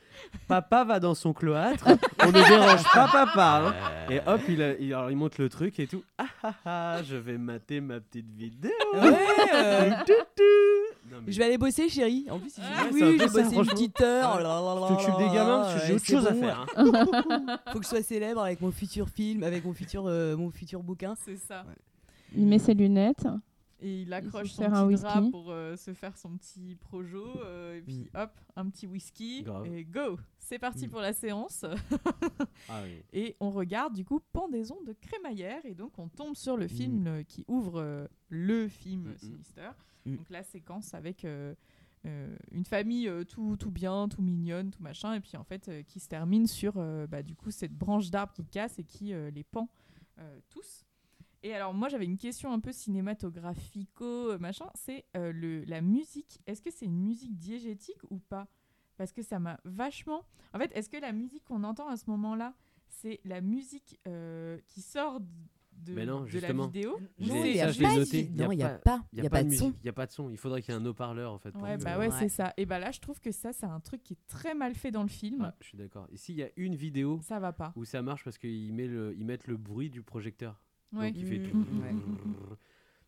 Speaker 8: Papa va dans son cloître, on ne dérange pas papa. hein. Et hop, il, a- il, alors, il monte le truc et tout. Ah ah ah, je vais mater ma petite vidéo.
Speaker 10: Ouais, euh,
Speaker 8: Non, mais
Speaker 10: je vais aller bosser, chérie. En plus, il dit,
Speaker 8: Ouais, c'est un
Speaker 10: Ah, oui,
Speaker 8: peu ça,
Speaker 10: j'ai bossé une
Speaker 8: franchement.
Speaker 10: petite heure.
Speaker 8: Ouais.
Speaker 10: la, la,
Speaker 1: Oh
Speaker 10: la,
Speaker 8: faut que je suis
Speaker 10: la,
Speaker 8: des gamins parce que
Speaker 10: ouais,
Speaker 8: j'ai autre
Speaker 10: c'est
Speaker 8: chose à
Speaker 10: bon.
Speaker 8: faire. hein.
Speaker 10: Faut que je sois célèbre avec mon futur film, avec mon futur, euh, mon futur bouquin.
Speaker 1: C'est ça.
Speaker 9: Il met ses lunettes.
Speaker 1: Et il accroche
Speaker 9: se
Speaker 1: son
Speaker 9: faire un
Speaker 1: petit drap
Speaker 9: whisky.
Speaker 1: pour euh, se faire son petit projo. euh, et puis
Speaker 10: Mm.
Speaker 1: hop, un petit whisky.
Speaker 8: Grave.
Speaker 1: Et go C'est parti
Speaker 10: Mm.
Speaker 1: pour la séance.
Speaker 8: Ah oui.
Speaker 1: Et on regarde du coup Pendaison de Crémaillère. Et donc on tombe sur le film euh, qui ouvre euh, le film
Speaker 8: Mm,
Speaker 1: Sinister.
Speaker 10: Mm.
Speaker 1: Donc la séquence avec euh, euh, une famille euh, tout, tout bien, tout mignonne, tout machin. Et puis en fait euh, qui se termine sur euh, bah, du coup cette branche d'arbre qui casse et qui euh, les pend euh, tous. Et alors moi j'avais une question un peu cinématographico euh, machin. C'est euh, le- la musique. Est-ce que c'est une musique diégétique ou pas parce que ça m'a vachement. En fait, est-ce que la musique qu'on entend à ce moment-là, c'est la musique euh, qui sort d- de,
Speaker 8: Mais non,
Speaker 1: de la
Speaker 8: justement.
Speaker 1: vidéo
Speaker 8: Je
Speaker 10: Non,
Speaker 8: l'ai-
Speaker 10: il y a
Speaker 8: ça, je l'ai
Speaker 10: pas de-
Speaker 8: noté.
Speaker 10: Non, il y a pas, il y a pas de son.
Speaker 8: musique, Il n'y a pas de son. Il faudrait qu'il y ait un haut-parleur en fait. pour euh.
Speaker 1: Ouais,
Speaker 8: que-
Speaker 1: bah ouais,
Speaker 10: Ouais.
Speaker 1: c'est ça. Et bah là, je trouve que ça, c'est un truc qui est très mal fait dans le film.
Speaker 8: Ouais, je suis d'accord. Ici, il y a une vidéo
Speaker 1: Ça va pas.
Speaker 8: où ça marche parce qu'ils met le- ils mettent le bruit du projecteur.
Speaker 1: Ouais.
Speaker 8: Donc, il fait
Speaker 10: Mm,
Speaker 8: tout.
Speaker 1: mm,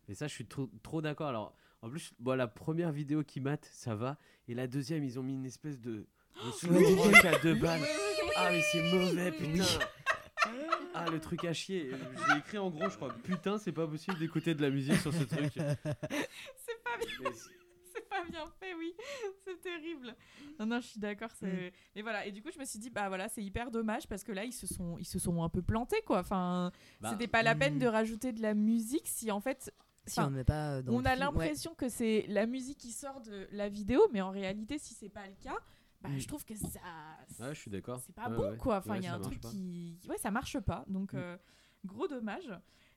Speaker 8: Et ça, je suis trop, trop d'accord. Alors, en plus, bon, la première vidéo qui mate, ça va. Et la deuxième, ils ont mis une espèce de.
Speaker 1: Oh,
Speaker 8: de slow
Speaker 10: oui.
Speaker 8: rock à deux balles. Ah, mais c'est mauvais, putain. Ah, le truc à chier. J'ai écrit en gros, je crois. Putain, c'est pas possible d'écouter de la musique sur ce truc.
Speaker 1: C'est pas bien.
Speaker 8: Mais c'est-
Speaker 1: C'est pas bien fait, oui. C'est terrible. Non, non, je suis d'accord. c'est- Et voilà. Et du coup, je me suis dit, bah voilà, c'est hyper dommage parce que là, ils se sont, ils se sont un peu plantés, quoi. Enfin,
Speaker 8: Bah,
Speaker 1: c'était pas la peine
Speaker 10: hmm.
Speaker 1: de rajouter de la musique si en fait
Speaker 10: Si on
Speaker 1: Enfin,
Speaker 10: met pas euh, dans
Speaker 1: on
Speaker 10: le
Speaker 1: a
Speaker 10: film, ouais.
Speaker 1: l'impression que c'est la musique qui sort de la vidéo, mais en réalité, si c'est pas le cas, bah, je trouve que ça.
Speaker 8: Ouais, je suis d'accord.
Speaker 1: C'est pas
Speaker 8: Ouais,
Speaker 1: bon,
Speaker 8: ouais.
Speaker 1: quoi. Enfin, il
Speaker 8: Ouais,
Speaker 1: y a
Speaker 8: ça
Speaker 1: un truc
Speaker 8: marche pas. Mm.
Speaker 1: qui. Ouais, ça marche pas. Donc, euh, gros dommage.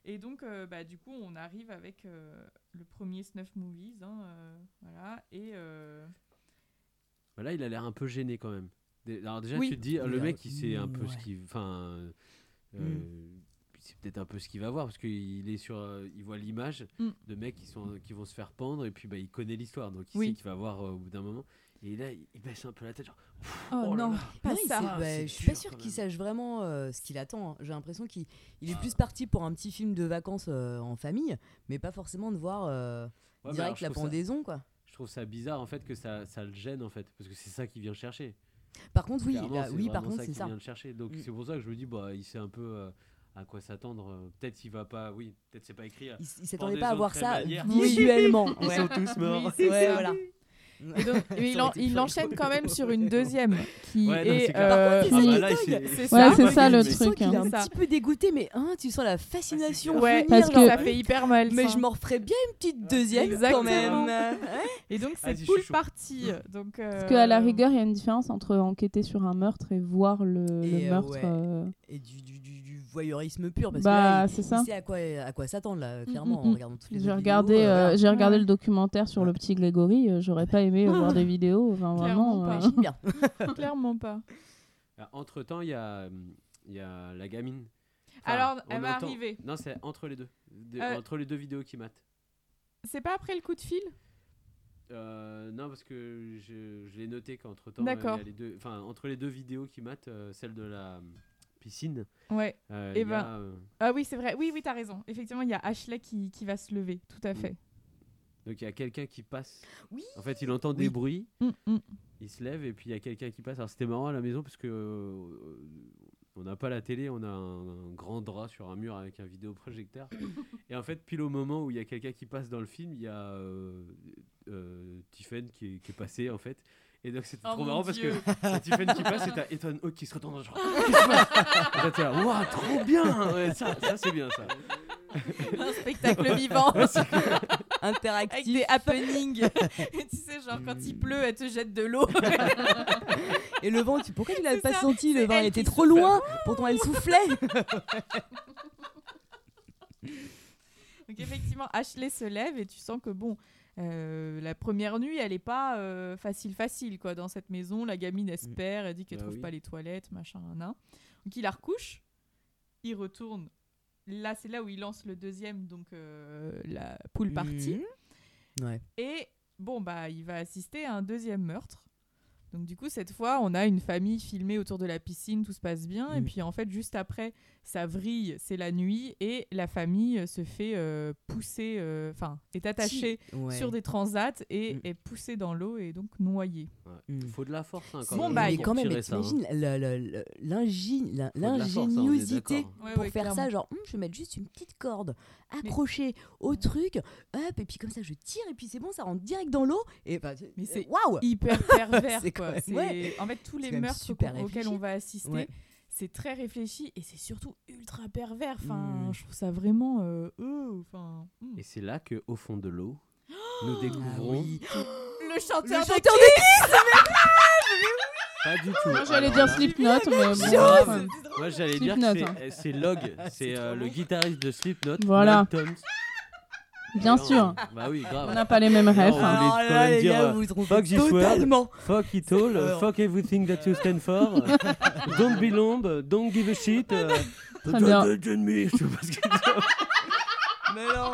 Speaker 1: Et donc, euh, bah, du coup, on arrive avec euh, le premier Snuff Movies. hein, euh, voilà. Et. euh,
Speaker 8: Bah là, il a l'air un peu gêné quand même. Dé- Alors déjà,
Speaker 1: Oui.
Speaker 8: tu te dis, ah, le
Speaker 10: Il a-
Speaker 8: mec, il sait un peu ce
Speaker 10: Ouais.
Speaker 8: qu'il... Enfin, euh,
Speaker 1: Mm.
Speaker 8: c'est peut-être un peu ce qu'il va voir, parce qu'il est sur... euh, il voit l'image
Speaker 1: Mm.
Speaker 8: de mecs qui, sont, qui vont se faire pendre, et puis bah, il connaît l'histoire, donc il
Speaker 1: Oui.
Speaker 8: sait qu'il va voir euh, au bout d'un moment. Et là, il il baisse un peu la tête, genre...
Speaker 1: Oh,
Speaker 8: là
Speaker 1: non,
Speaker 8: là.
Speaker 1: pas
Speaker 10: Non, il
Speaker 1: ça.
Speaker 10: sait-
Speaker 8: Ah,
Speaker 10: bah,
Speaker 8: c'est
Speaker 10: je suis pas
Speaker 8: dur,
Speaker 10: sûre
Speaker 8: quand
Speaker 10: qu'il
Speaker 8: même.
Speaker 10: sache vraiment euh, ce qu'il attend. hein. J'ai l'impression qu'il il est plus parti pour un petit film de vacances euh, en famille, mais pas forcément de voir euh,
Speaker 8: Ouais, mais alors,
Speaker 10: direct
Speaker 8: je
Speaker 10: la
Speaker 8: trouve ça-
Speaker 10: pendaison, quoi.
Speaker 8: Je trouve ça bizarre, en fait, que ça, ça le gêne, en fait, parce que c'est ça qu'il vient chercher.
Speaker 10: Par contre, oui,
Speaker 8: Clairement,
Speaker 10: là,
Speaker 8: c'est
Speaker 10: oui, par
Speaker 8: vraiment
Speaker 10: contre, c'est
Speaker 8: qu'il
Speaker 10: ça.
Speaker 8: vient le chercher. Donc
Speaker 10: Mm.
Speaker 8: c'est pour ça que je me dis, bah, il sait un peu euh, à quoi s'attendre. euh, Peut-être il va pas... Oui, peut-être c'est pas écrit. euh,
Speaker 10: Il, s- il s'attendait
Speaker 8: Pendaison
Speaker 10: pas à voir
Speaker 8: de
Speaker 10: ça
Speaker 8: crémaillère.
Speaker 10: visuellement.
Speaker 8: Ils
Speaker 10: ouais.
Speaker 8: sont tous morts.
Speaker 1: Oui, c'est
Speaker 10: Ouais,
Speaker 1: ça.
Speaker 10: voilà.
Speaker 1: Et donc, mais il, en- il enchaîne quand même sur une deuxième qui
Speaker 8: Ouais, non, c'est
Speaker 1: est.
Speaker 8: clair.
Speaker 1: euh,
Speaker 10: Par contre,
Speaker 8: Ah
Speaker 10: il
Speaker 8: bah
Speaker 10: est
Speaker 8: là, il
Speaker 10: dingue.
Speaker 8: s'est-
Speaker 1: c'est
Speaker 8: il s'est
Speaker 1: ça.
Speaker 9: Ouais, c'est ça,
Speaker 8: pas
Speaker 9: le
Speaker 8: calmé.
Speaker 10: Tu sens
Speaker 9: truc,
Speaker 10: qu'il est
Speaker 1: hein.
Speaker 10: un
Speaker 1: Ça.
Speaker 10: petit peu dégoûté, mais hein, tu sens la fascination
Speaker 1: Ouais,
Speaker 10: venir,
Speaker 9: Parce
Speaker 10: genre,
Speaker 9: que-
Speaker 1: ça fait hyper mal.
Speaker 10: Mais
Speaker 1: ça.
Speaker 10: je m'en referais bien une petite deuxième quand
Speaker 1: Exactement.
Speaker 10: même. Hein
Speaker 1: Et donc, c'est
Speaker 8: Vas-y, Ah, je suis
Speaker 1: full
Speaker 8: chaud.
Speaker 1: party. Donc,
Speaker 9: Parce qu'à la
Speaker 1: euh,
Speaker 9: rigueur, il y a une différence entre enquêter sur un meurtre et voir le, le
Speaker 10: Et, euh,
Speaker 9: meurtre.
Speaker 10: ouais.
Speaker 9: euh,
Speaker 10: Et du, du- du- du voyeurisme pur, parce
Speaker 9: Bah,
Speaker 10: que là, il-
Speaker 9: c'est ça.
Speaker 10: il sait à quoi, à quoi s'attendre, là, clairement,
Speaker 9: mm,
Speaker 10: en
Speaker 9: mm.
Speaker 10: regardant toutes les
Speaker 9: J'ai
Speaker 10: autres
Speaker 9: regardé,
Speaker 10: vidéos, euh,
Speaker 9: euh, j'ai regardé
Speaker 1: Ouais.
Speaker 9: le documentaire sur le
Speaker 10: Ah.
Speaker 9: petit Grégory. euh, J'aurais pas aimé euh, voir des vidéos. Enfin,
Speaker 1: Clairement
Speaker 9: vraiment.
Speaker 1: pas.
Speaker 9: euh,
Speaker 10: j'imagine bien.
Speaker 1: Clairement pas.
Speaker 8: Ah, Entre-temps, il y a, hum, il y a la gamine.
Speaker 1: Alors, elle
Speaker 8: on
Speaker 1: va arriver.
Speaker 8: Non, c'est entre les deux. De-
Speaker 1: Euh.
Speaker 8: Entre les deux vidéos qui matent.
Speaker 1: C'est pas après le coup de fil
Speaker 8: Euh, non, parce que je, je l'ai noté qu'entre-temps, euh, il y
Speaker 1: D'accord.
Speaker 8: a les deux... enfin, entre les deux vidéos qui matent, euh, celle de la hum, piscine.
Speaker 1: Ouais.
Speaker 8: euh,
Speaker 1: Eh
Speaker 8: il y a,
Speaker 1: ben.
Speaker 8: euh,
Speaker 1: Ah oui, c'est vrai. Oui, oui, t'as raison. Effectivement, il y a Ashley qui, qui va se lever, tout à fait.
Speaker 8: Donc il y a quelqu'un qui passe.
Speaker 10: Oui.
Speaker 8: En fait, il entend des bruits.
Speaker 1: Mm, mm.
Speaker 8: Il se lève et puis il y a quelqu'un qui passe. Alors c'était marrant à la maison parce que euh, on n'a pas la télé, on a un, un grand drap sur un mur avec un vidéoprojecteur. et en fait, pile au moment où il y a quelqu'un qui passe dans le film, il y a euh, euh, Tiffen qui est, qui est passée en fait. Et donc c'était
Speaker 11: Oh
Speaker 8: trop
Speaker 11: mon
Speaker 8: marrant
Speaker 11: Dieu.
Speaker 8: parce que t'as Tiffen qui passe et t'as Ethan Hawke qui se retourne dans le genre. Qu'est-ce qui se passe Et là, t'es là, Ouah, trop bien Ouais, ça, ça, c'est bien ça.
Speaker 1: Un spectacle vivant.
Speaker 8: Ouais, c'est clair.
Speaker 10: Interactif.
Speaker 1: Avec des happenings. Et tu sais, genre quand il pleut, elle te jette de l'eau.
Speaker 10: Et le vent, tu... pourquoi tu l'avais pas
Speaker 1: ça,
Speaker 10: senti Le
Speaker 1: c'est
Speaker 10: vent
Speaker 1: elle
Speaker 10: était
Speaker 1: qui
Speaker 10: trop loin, pourtant elle soufflait.
Speaker 1: Donc effectivement, Ashley se lève et tu sens que bon, euh, la première nuit, elle est pas euh, facile facile quoi. Dans cette maison, la gamine espère, elle dit qu'elle
Speaker 8: Bah
Speaker 1: trouve
Speaker 8: oui.
Speaker 1: pas les toilettes, machin, nan, nan. Donc il la recouche, il retourne. Là, c'est là où il lance le deuxième, donc euh, la poule partie.
Speaker 8: Mm.
Speaker 10: Ouais.
Speaker 1: Et bon bah, il va assister à un deuxième meurtre. Donc du coup, cette fois, on a une famille filmée autour de la piscine, tout se passe bien. Et
Speaker 10: Mm.
Speaker 1: puis en fait, juste après, ça vrille, c'est la nuit, et la famille euh, se fait euh, pousser, euh, enfin, est attachée
Speaker 10: Ouais.
Speaker 1: sur des transats et
Speaker 10: Mm.
Speaker 1: est poussée dans l'eau et donc noyée.
Speaker 8: Ouais. Faut de la force hein, quand
Speaker 1: Bon,
Speaker 8: même.
Speaker 1: bah,
Speaker 10: mais
Speaker 8: pour
Speaker 10: quand même,
Speaker 8: tirer
Speaker 10: mais
Speaker 8: ça, hein.
Speaker 10: t'imagines le- le- le- l'ingé- l'in-
Speaker 8: de la force, hein, on est
Speaker 10: l'ingéniosité
Speaker 8: d'accord.
Speaker 1: Ouais,
Speaker 10: pour
Speaker 1: ouais,
Speaker 10: faire ça,
Speaker 1: clairement.
Speaker 10: genre Hum, je vais mettre juste une petite corde accrochée au truc, hop, et puis comme ça je tire, et puis c'est bon, ça rentre direct dans l'eau, et bah, c'est-
Speaker 1: Mais c'est
Speaker 10: waouh
Speaker 1: Hyper pervers,
Speaker 10: C'est
Speaker 1: quoi.
Speaker 10: quand même-
Speaker 1: C'est-
Speaker 10: ouais.
Speaker 1: En fait, tous
Speaker 10: C'est
Speaker 1: les
Speaker 10: quand même
Speaker 1: meurtres
Speaker 10: super
Speaker 1: qu'on- auxquels
Speaker 10: réfléchi.
Speaker 1: on va assister,
Speaker 10: Ouais.
Speaker 1: c'est très réfléchi et c'est surtout ultra pervers. Enfin,
Speaker 10: Mm.
Speaker 1: je trouve ça vraiment... euh, euh, enfin, mm.
Speaker 8: Et c'est là que, au fond de l'eau,
Speaker 11: Ah
Speaker 8: nous découvrons
Speaker 1: Le chanteur,
Speaker 10: Ah Le
Speaker 1: de-
Speaker 10: chanteur
Speaker 8: pas du tout.
Speaker 9: Moi, j'allais
Speaker 8: Alors
Speaker 9: dire Slipknot, mais bon, enfin,
Speaker 8: là, moi j'allais dire
Speaker 9: Slipknot,
Speaker 8: que c'est-
Speaker 9: hein.
Speaker 8: euh, c'est Log, c'est euh, le guitariste de Slipknot.
Speaker 9: Voilà.
Speaker 8: Mike Toms.
Speaker 9: bien
Speaker 8: Alors,
Speaker 9: sûr.
Speaker 8: Bah oui, grave.
Speaker 9: On n'a pas les mêmes rêves.
Speaker 8: on
Speaker 9: hein.
Speaker 8: voulait
Speaker 10: Alors
Speaker 8: quand
Speaker 10: Oh là,
Speaker 8: même
Speaker 10: les
Speaker 8: dire,
Speaker 10: gars,
Speaker 8: euh,
Speaker 10: vous trompez
Speaker 8: fuck this world.
Speaker 10: totalement.
Speaker 8: Fuck it all, euh,
Speaker 10: Alors.
Speaker 8: fuck everything that you stand for, don't be lumb, don't give a shit. euh,
Speaker 9: Très bien.
Speaker 8: Don't me, je sais pas ce qu'il dit.
Speaker 10: Mais non,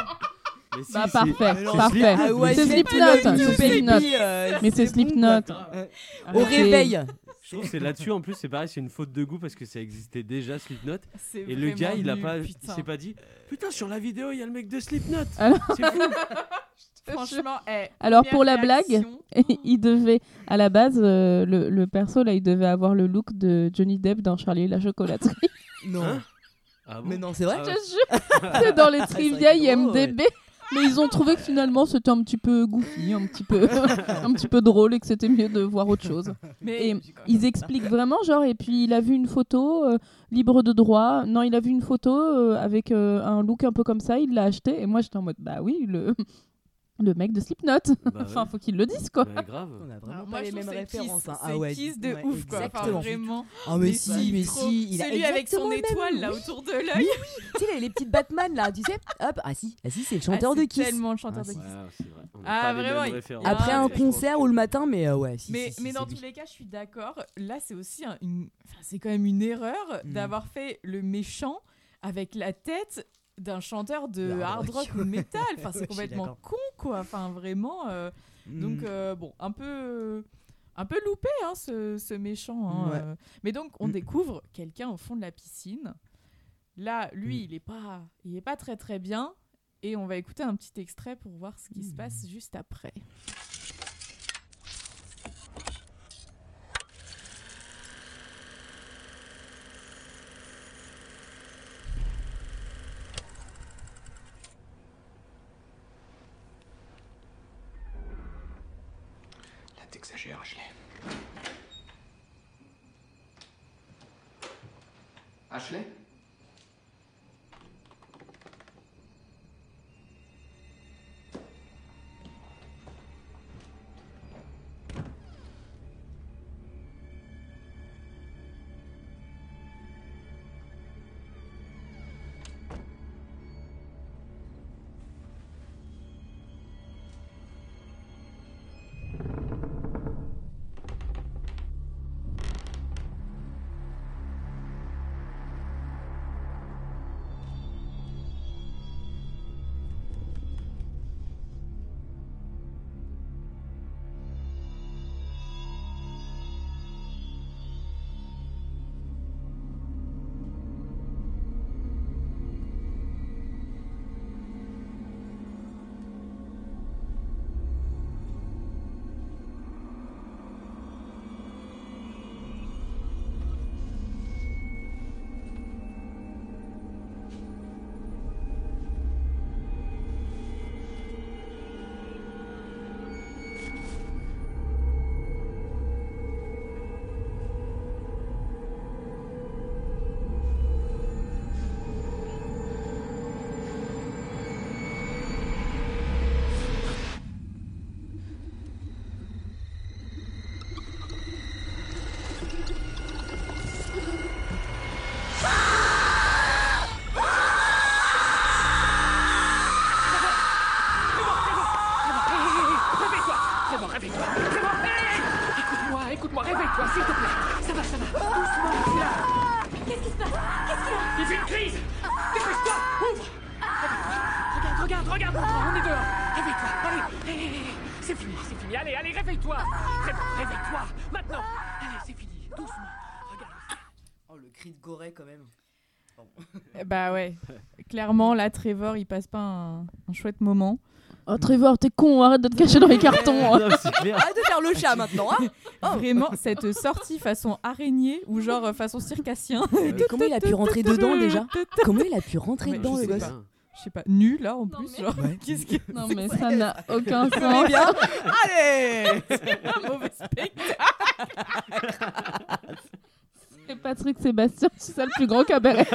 Speaker 8: Mais si,
Speaker 9: Bah,
Speaker 8: si.
Speaker 9: parfait,
Speaker 8: C'est
Speaker 9: parfait.
Speaker 8: Slipknot, mais
Speaker 9: c'est
Speaker 10: c'est
Speaker 9: Slipknot,
Speaker 10: Slipknot,
Speaker 9: c'est Slipknot.
Speaker 10: baby, euh,
Speaker 9: Mais c'est
Speaker 10: bon,
Speaker 9: Slipknot.
Speaker 10: quoi. Au
Speaker 9: Arrêtez.
Speaker 10: réveil.
Speaker 8: Je trouve que c'est là-dessus en plus, c'est pareil, c'est une faute de goût parce que ça existait déjà Slipknot.
Speaker 1: c'est
Speaker 8: Et le gars,
Speaker 1: vraiment
Speaker 8: il a
Speaker 1: nul,
Speaker 8: pas, il
Speaker 1: putain.
Speaker 8: s'est pas dit Putain, sur la vidéo, il y a le mec de Slipknot.
Speaker 9: Alors-
Speaker 8: C'est fou.
Speaker 1: Franchement, eh,
Speaker 9: Alors,
Speaker 1: première
Speaker 9: pour la blague,
Speaker 1: réaction,
Speaker 9: il devait, à la base, euh, le, le perso, là, il devait avoir le look de Johnny Depp dans Charlie et la chocolaterie.
Speaker 10: Non,
Speaker 8: Hein Ah bon
Speaker 10: mais non, c'est vrai.
Speaker 8: Ah
Speaker 9: Je
Speaker 8: ouais.
Speaker 9: jure, c'est dans les
Speaker 10: c'est
Speaker 9: trivia
Speaker 10: drôle, ouais.
Speaker 9: IMDB. Mais ils ont trouvé que finalement c'était un petit peu goofy, un petit peu, un petit peu drôle et que c'était mieux de voir autre chose.
Speaker 1: mais
Speaker 9: Et ils expliquent vraiment, genre, et puis il a vu une photo euh, libre de droit. Non, il a vu une photo euh, avec euh, un look un peu comme ça, il l'a acheté. Et moi j'étais en mode, bah oui, le, le mec de Slipknot.
Speaker 8: Bah
Speaker 9: enfin,
Speaker 8: ouais.
Speaker 9: faut qu'ils le disent quoi.
Speaker 8: Bah, grave.
Speaker 10: On a
Speaker 1: Alors,
Speaker 10: vraiment
Speaker 1: Ah, moi,
Speaker 10: pas
Speaker 1: je
Speaker 10: les
Speaker 1: trouve
Speaker 10: mêmes
Speaker 1: que c'est
Speaker 10: références.
Speaker 1: Kiss,
Speaker 10: hein.
Speaker 1: c'est
Speaker 10: Ah ouais.
Speaker 1: Kiss de
Speaker 10: ouais,
Speaker 1: ouf, quoi. Enfin,
Speaker 10: Exactement.
Speaker 1: vraiment.
Speaker 10: Ah mais
Speaker 1: Mais
Speaker 10: si, mais
Speaker 1: trop.
Speaker 10: si, il a
Speaker 1: Celui avec son
Speaker 10: exactement le même
Speaker 1: étoile
Speaker 10: look.
Speaker 1: là autour de l'œil.
Speaker 10: tu sais, les, les petites Batman là, tu sais Hop, ah si, ah si c'est le chanteur
Speaker 1: Ah,
Speaker 10: de
Speaker 1: c'est
Speaker 10: Kiss.
Speaker 1: Tellement le chanteur
Speaker 10: Ah,
Speaker 1: de
Speaker 10: c'est-
Speaker 1: Kiss.
Speaker 8: Ouais, c'est vrai. On a
Speaker 1: Ah,
Speaker 8: pas les
Speaker 1: vraiment,
Speaker 8: mêmes
Speaker 1: il-
Speaker 8: références.
Speaker 10: Après
Speaker 1: Ah,
Speaker 10: un
Speaker 1: c'est-
Speaker 10: concert ou le matin, mais euh, ouais, si.
Speaker 1: Mais,
Speaker 10: si, si,
Speaker 1: mais
Speaker 10: c'est
Speaker 1: dans
Speaker 10: lui.
Speaker 1: tous les cas, je suis d'accord. Là, c'est aussi un- une. Enfin, c'est quand même une erreur
Speaker 10: Mm.
Speaker 1: d'avoir fait le méchant avec la tête d'un chanteur de
Speaker 10: Le hard
Speaker 1: hard
Speaker 10: rock.
Speaker 1: rock ou metal. Enfin,
Speaker 10: Ouais, je suis
Speaker 1: c'est complètement
Speaker 10: d'accord.
Speaker 1: con, quoi. Enfin, vraiment. euh, Donc,
Speaker 10: Mm.
Speaker 1: euh, bon, un peu. euh, Un peu loupé, hein, ce, ce méchant. hein,
Speaker 10: Ouais.
Speaker 1: euh. Mais donc, on
Speaker 10: Mm.
Speaker 1: découvre quelqu'un au fond de la piscine. Là,
Speaker 10: Mm.
Speaker 1: lui, il est pas, il est pas très très bien. Et on va écouter un petit extrait pour voir ce
Speaker 10: Mm.
Speaker 1: qui se passe juste après.
Speaker 4: Là, t'exagères, Ashley. Ashley fois, s'il te plaît. Ça va, ça va.
Speaker 8: Ah.
Speaker 4: Doucement, là.
Speaker 2: Qu'est-ce qui se passe Qu'est-ce qu'il a
Speaker 4: C'est une crise Dépêche-toi Ouvre Regarde, regarde, regarde, regarde on est dehors Réveille-toi, allez, allez, allez, allez. C'est fini, c'est fini, allez, allez, réveille-toi
Speaker 8: Ah.
Speaker 4: Ré- Réveille-toi, maintenant Allez, c'est fini, doucement Regarde
Speaker 10: Oh, le cri de Gorée, quand même.
Speaker 1: Eh Bah ouais. Clairement, là, Trevor, il passe pas un, un chouette moment.
Speaker 9: Oh, Trevor, t'es con, arrête de te cacher dans les cartons.
Speaker 8: Non, c'est clair.
Speaker 10: Arrête de faire le chat maintenant, hein Oh.
Speaker 1: Vraiment, cette sortie façon araignée ou genre euh, façon circassien.
Speaker 10: Mais comment il a pu rentrer dedans déjà Comment il a pu rentrer
Speaker 1: Mais
Speaker 10: dedans,
Speaker 1: je sais
Speaker 10: le gosse
Speaker 1: pas. Je sais pas, nu là en
Speaker 2: Non,
Speaker 1: plus.
Speaker 2: mais-
Speaker 1: Genre, qu'est-ce qui
Speaker 9: Non, mais ça n'a aucun
Speaker 10: Eh
Speaker 9: sens.
Speaker 10: bien, allez
Speaker 1: un mauvais spectacle
Speaker 9: Et Patrick Sébastien, c'est ça le plus grand cabaret.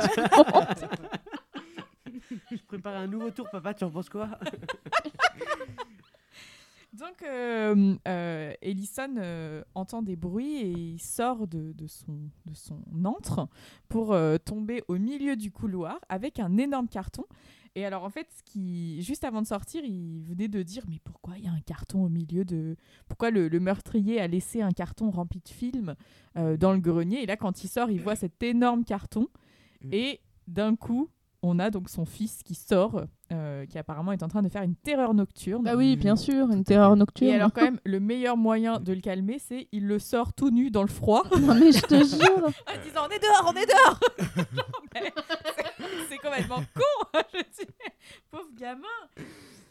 Speaker 8: Je prépare un nouveau tour, papa, tu en penses quoi
Speaker 1: Donc, euh, euh, Ellison euh, entend des bruits et il sort de, de son, de son antre pour euh, tomber au milieu du couloir avec un énorme carton. Et alors, en fait, ce qui, juste avant de sortir, il venait de dire Mais pourquoi il y a un carton au milieu de. Pourquoi le, le meurtrier a laissé un carton rempli de films euh, dans le grenier Et là, quand il sort, il voit cet énorme carton. Et d'un coup, on a donc son fils qui sort, euh, qui apparemment est en train de faire une terreur nocturne.
Speaker 9: Bah oui, bien sûr, une terreur nocturne.
Speaker 1: Et alors quand même, le meilleur moyen de le calmer, c'est il le sort tout nu dans le froid
Speaker 9: Non mais je te jure.
Speaker 1: en disant on est dehors, on est dehors. Non, mais c'est- c'est complètement con, je dis. Pauvre gamin.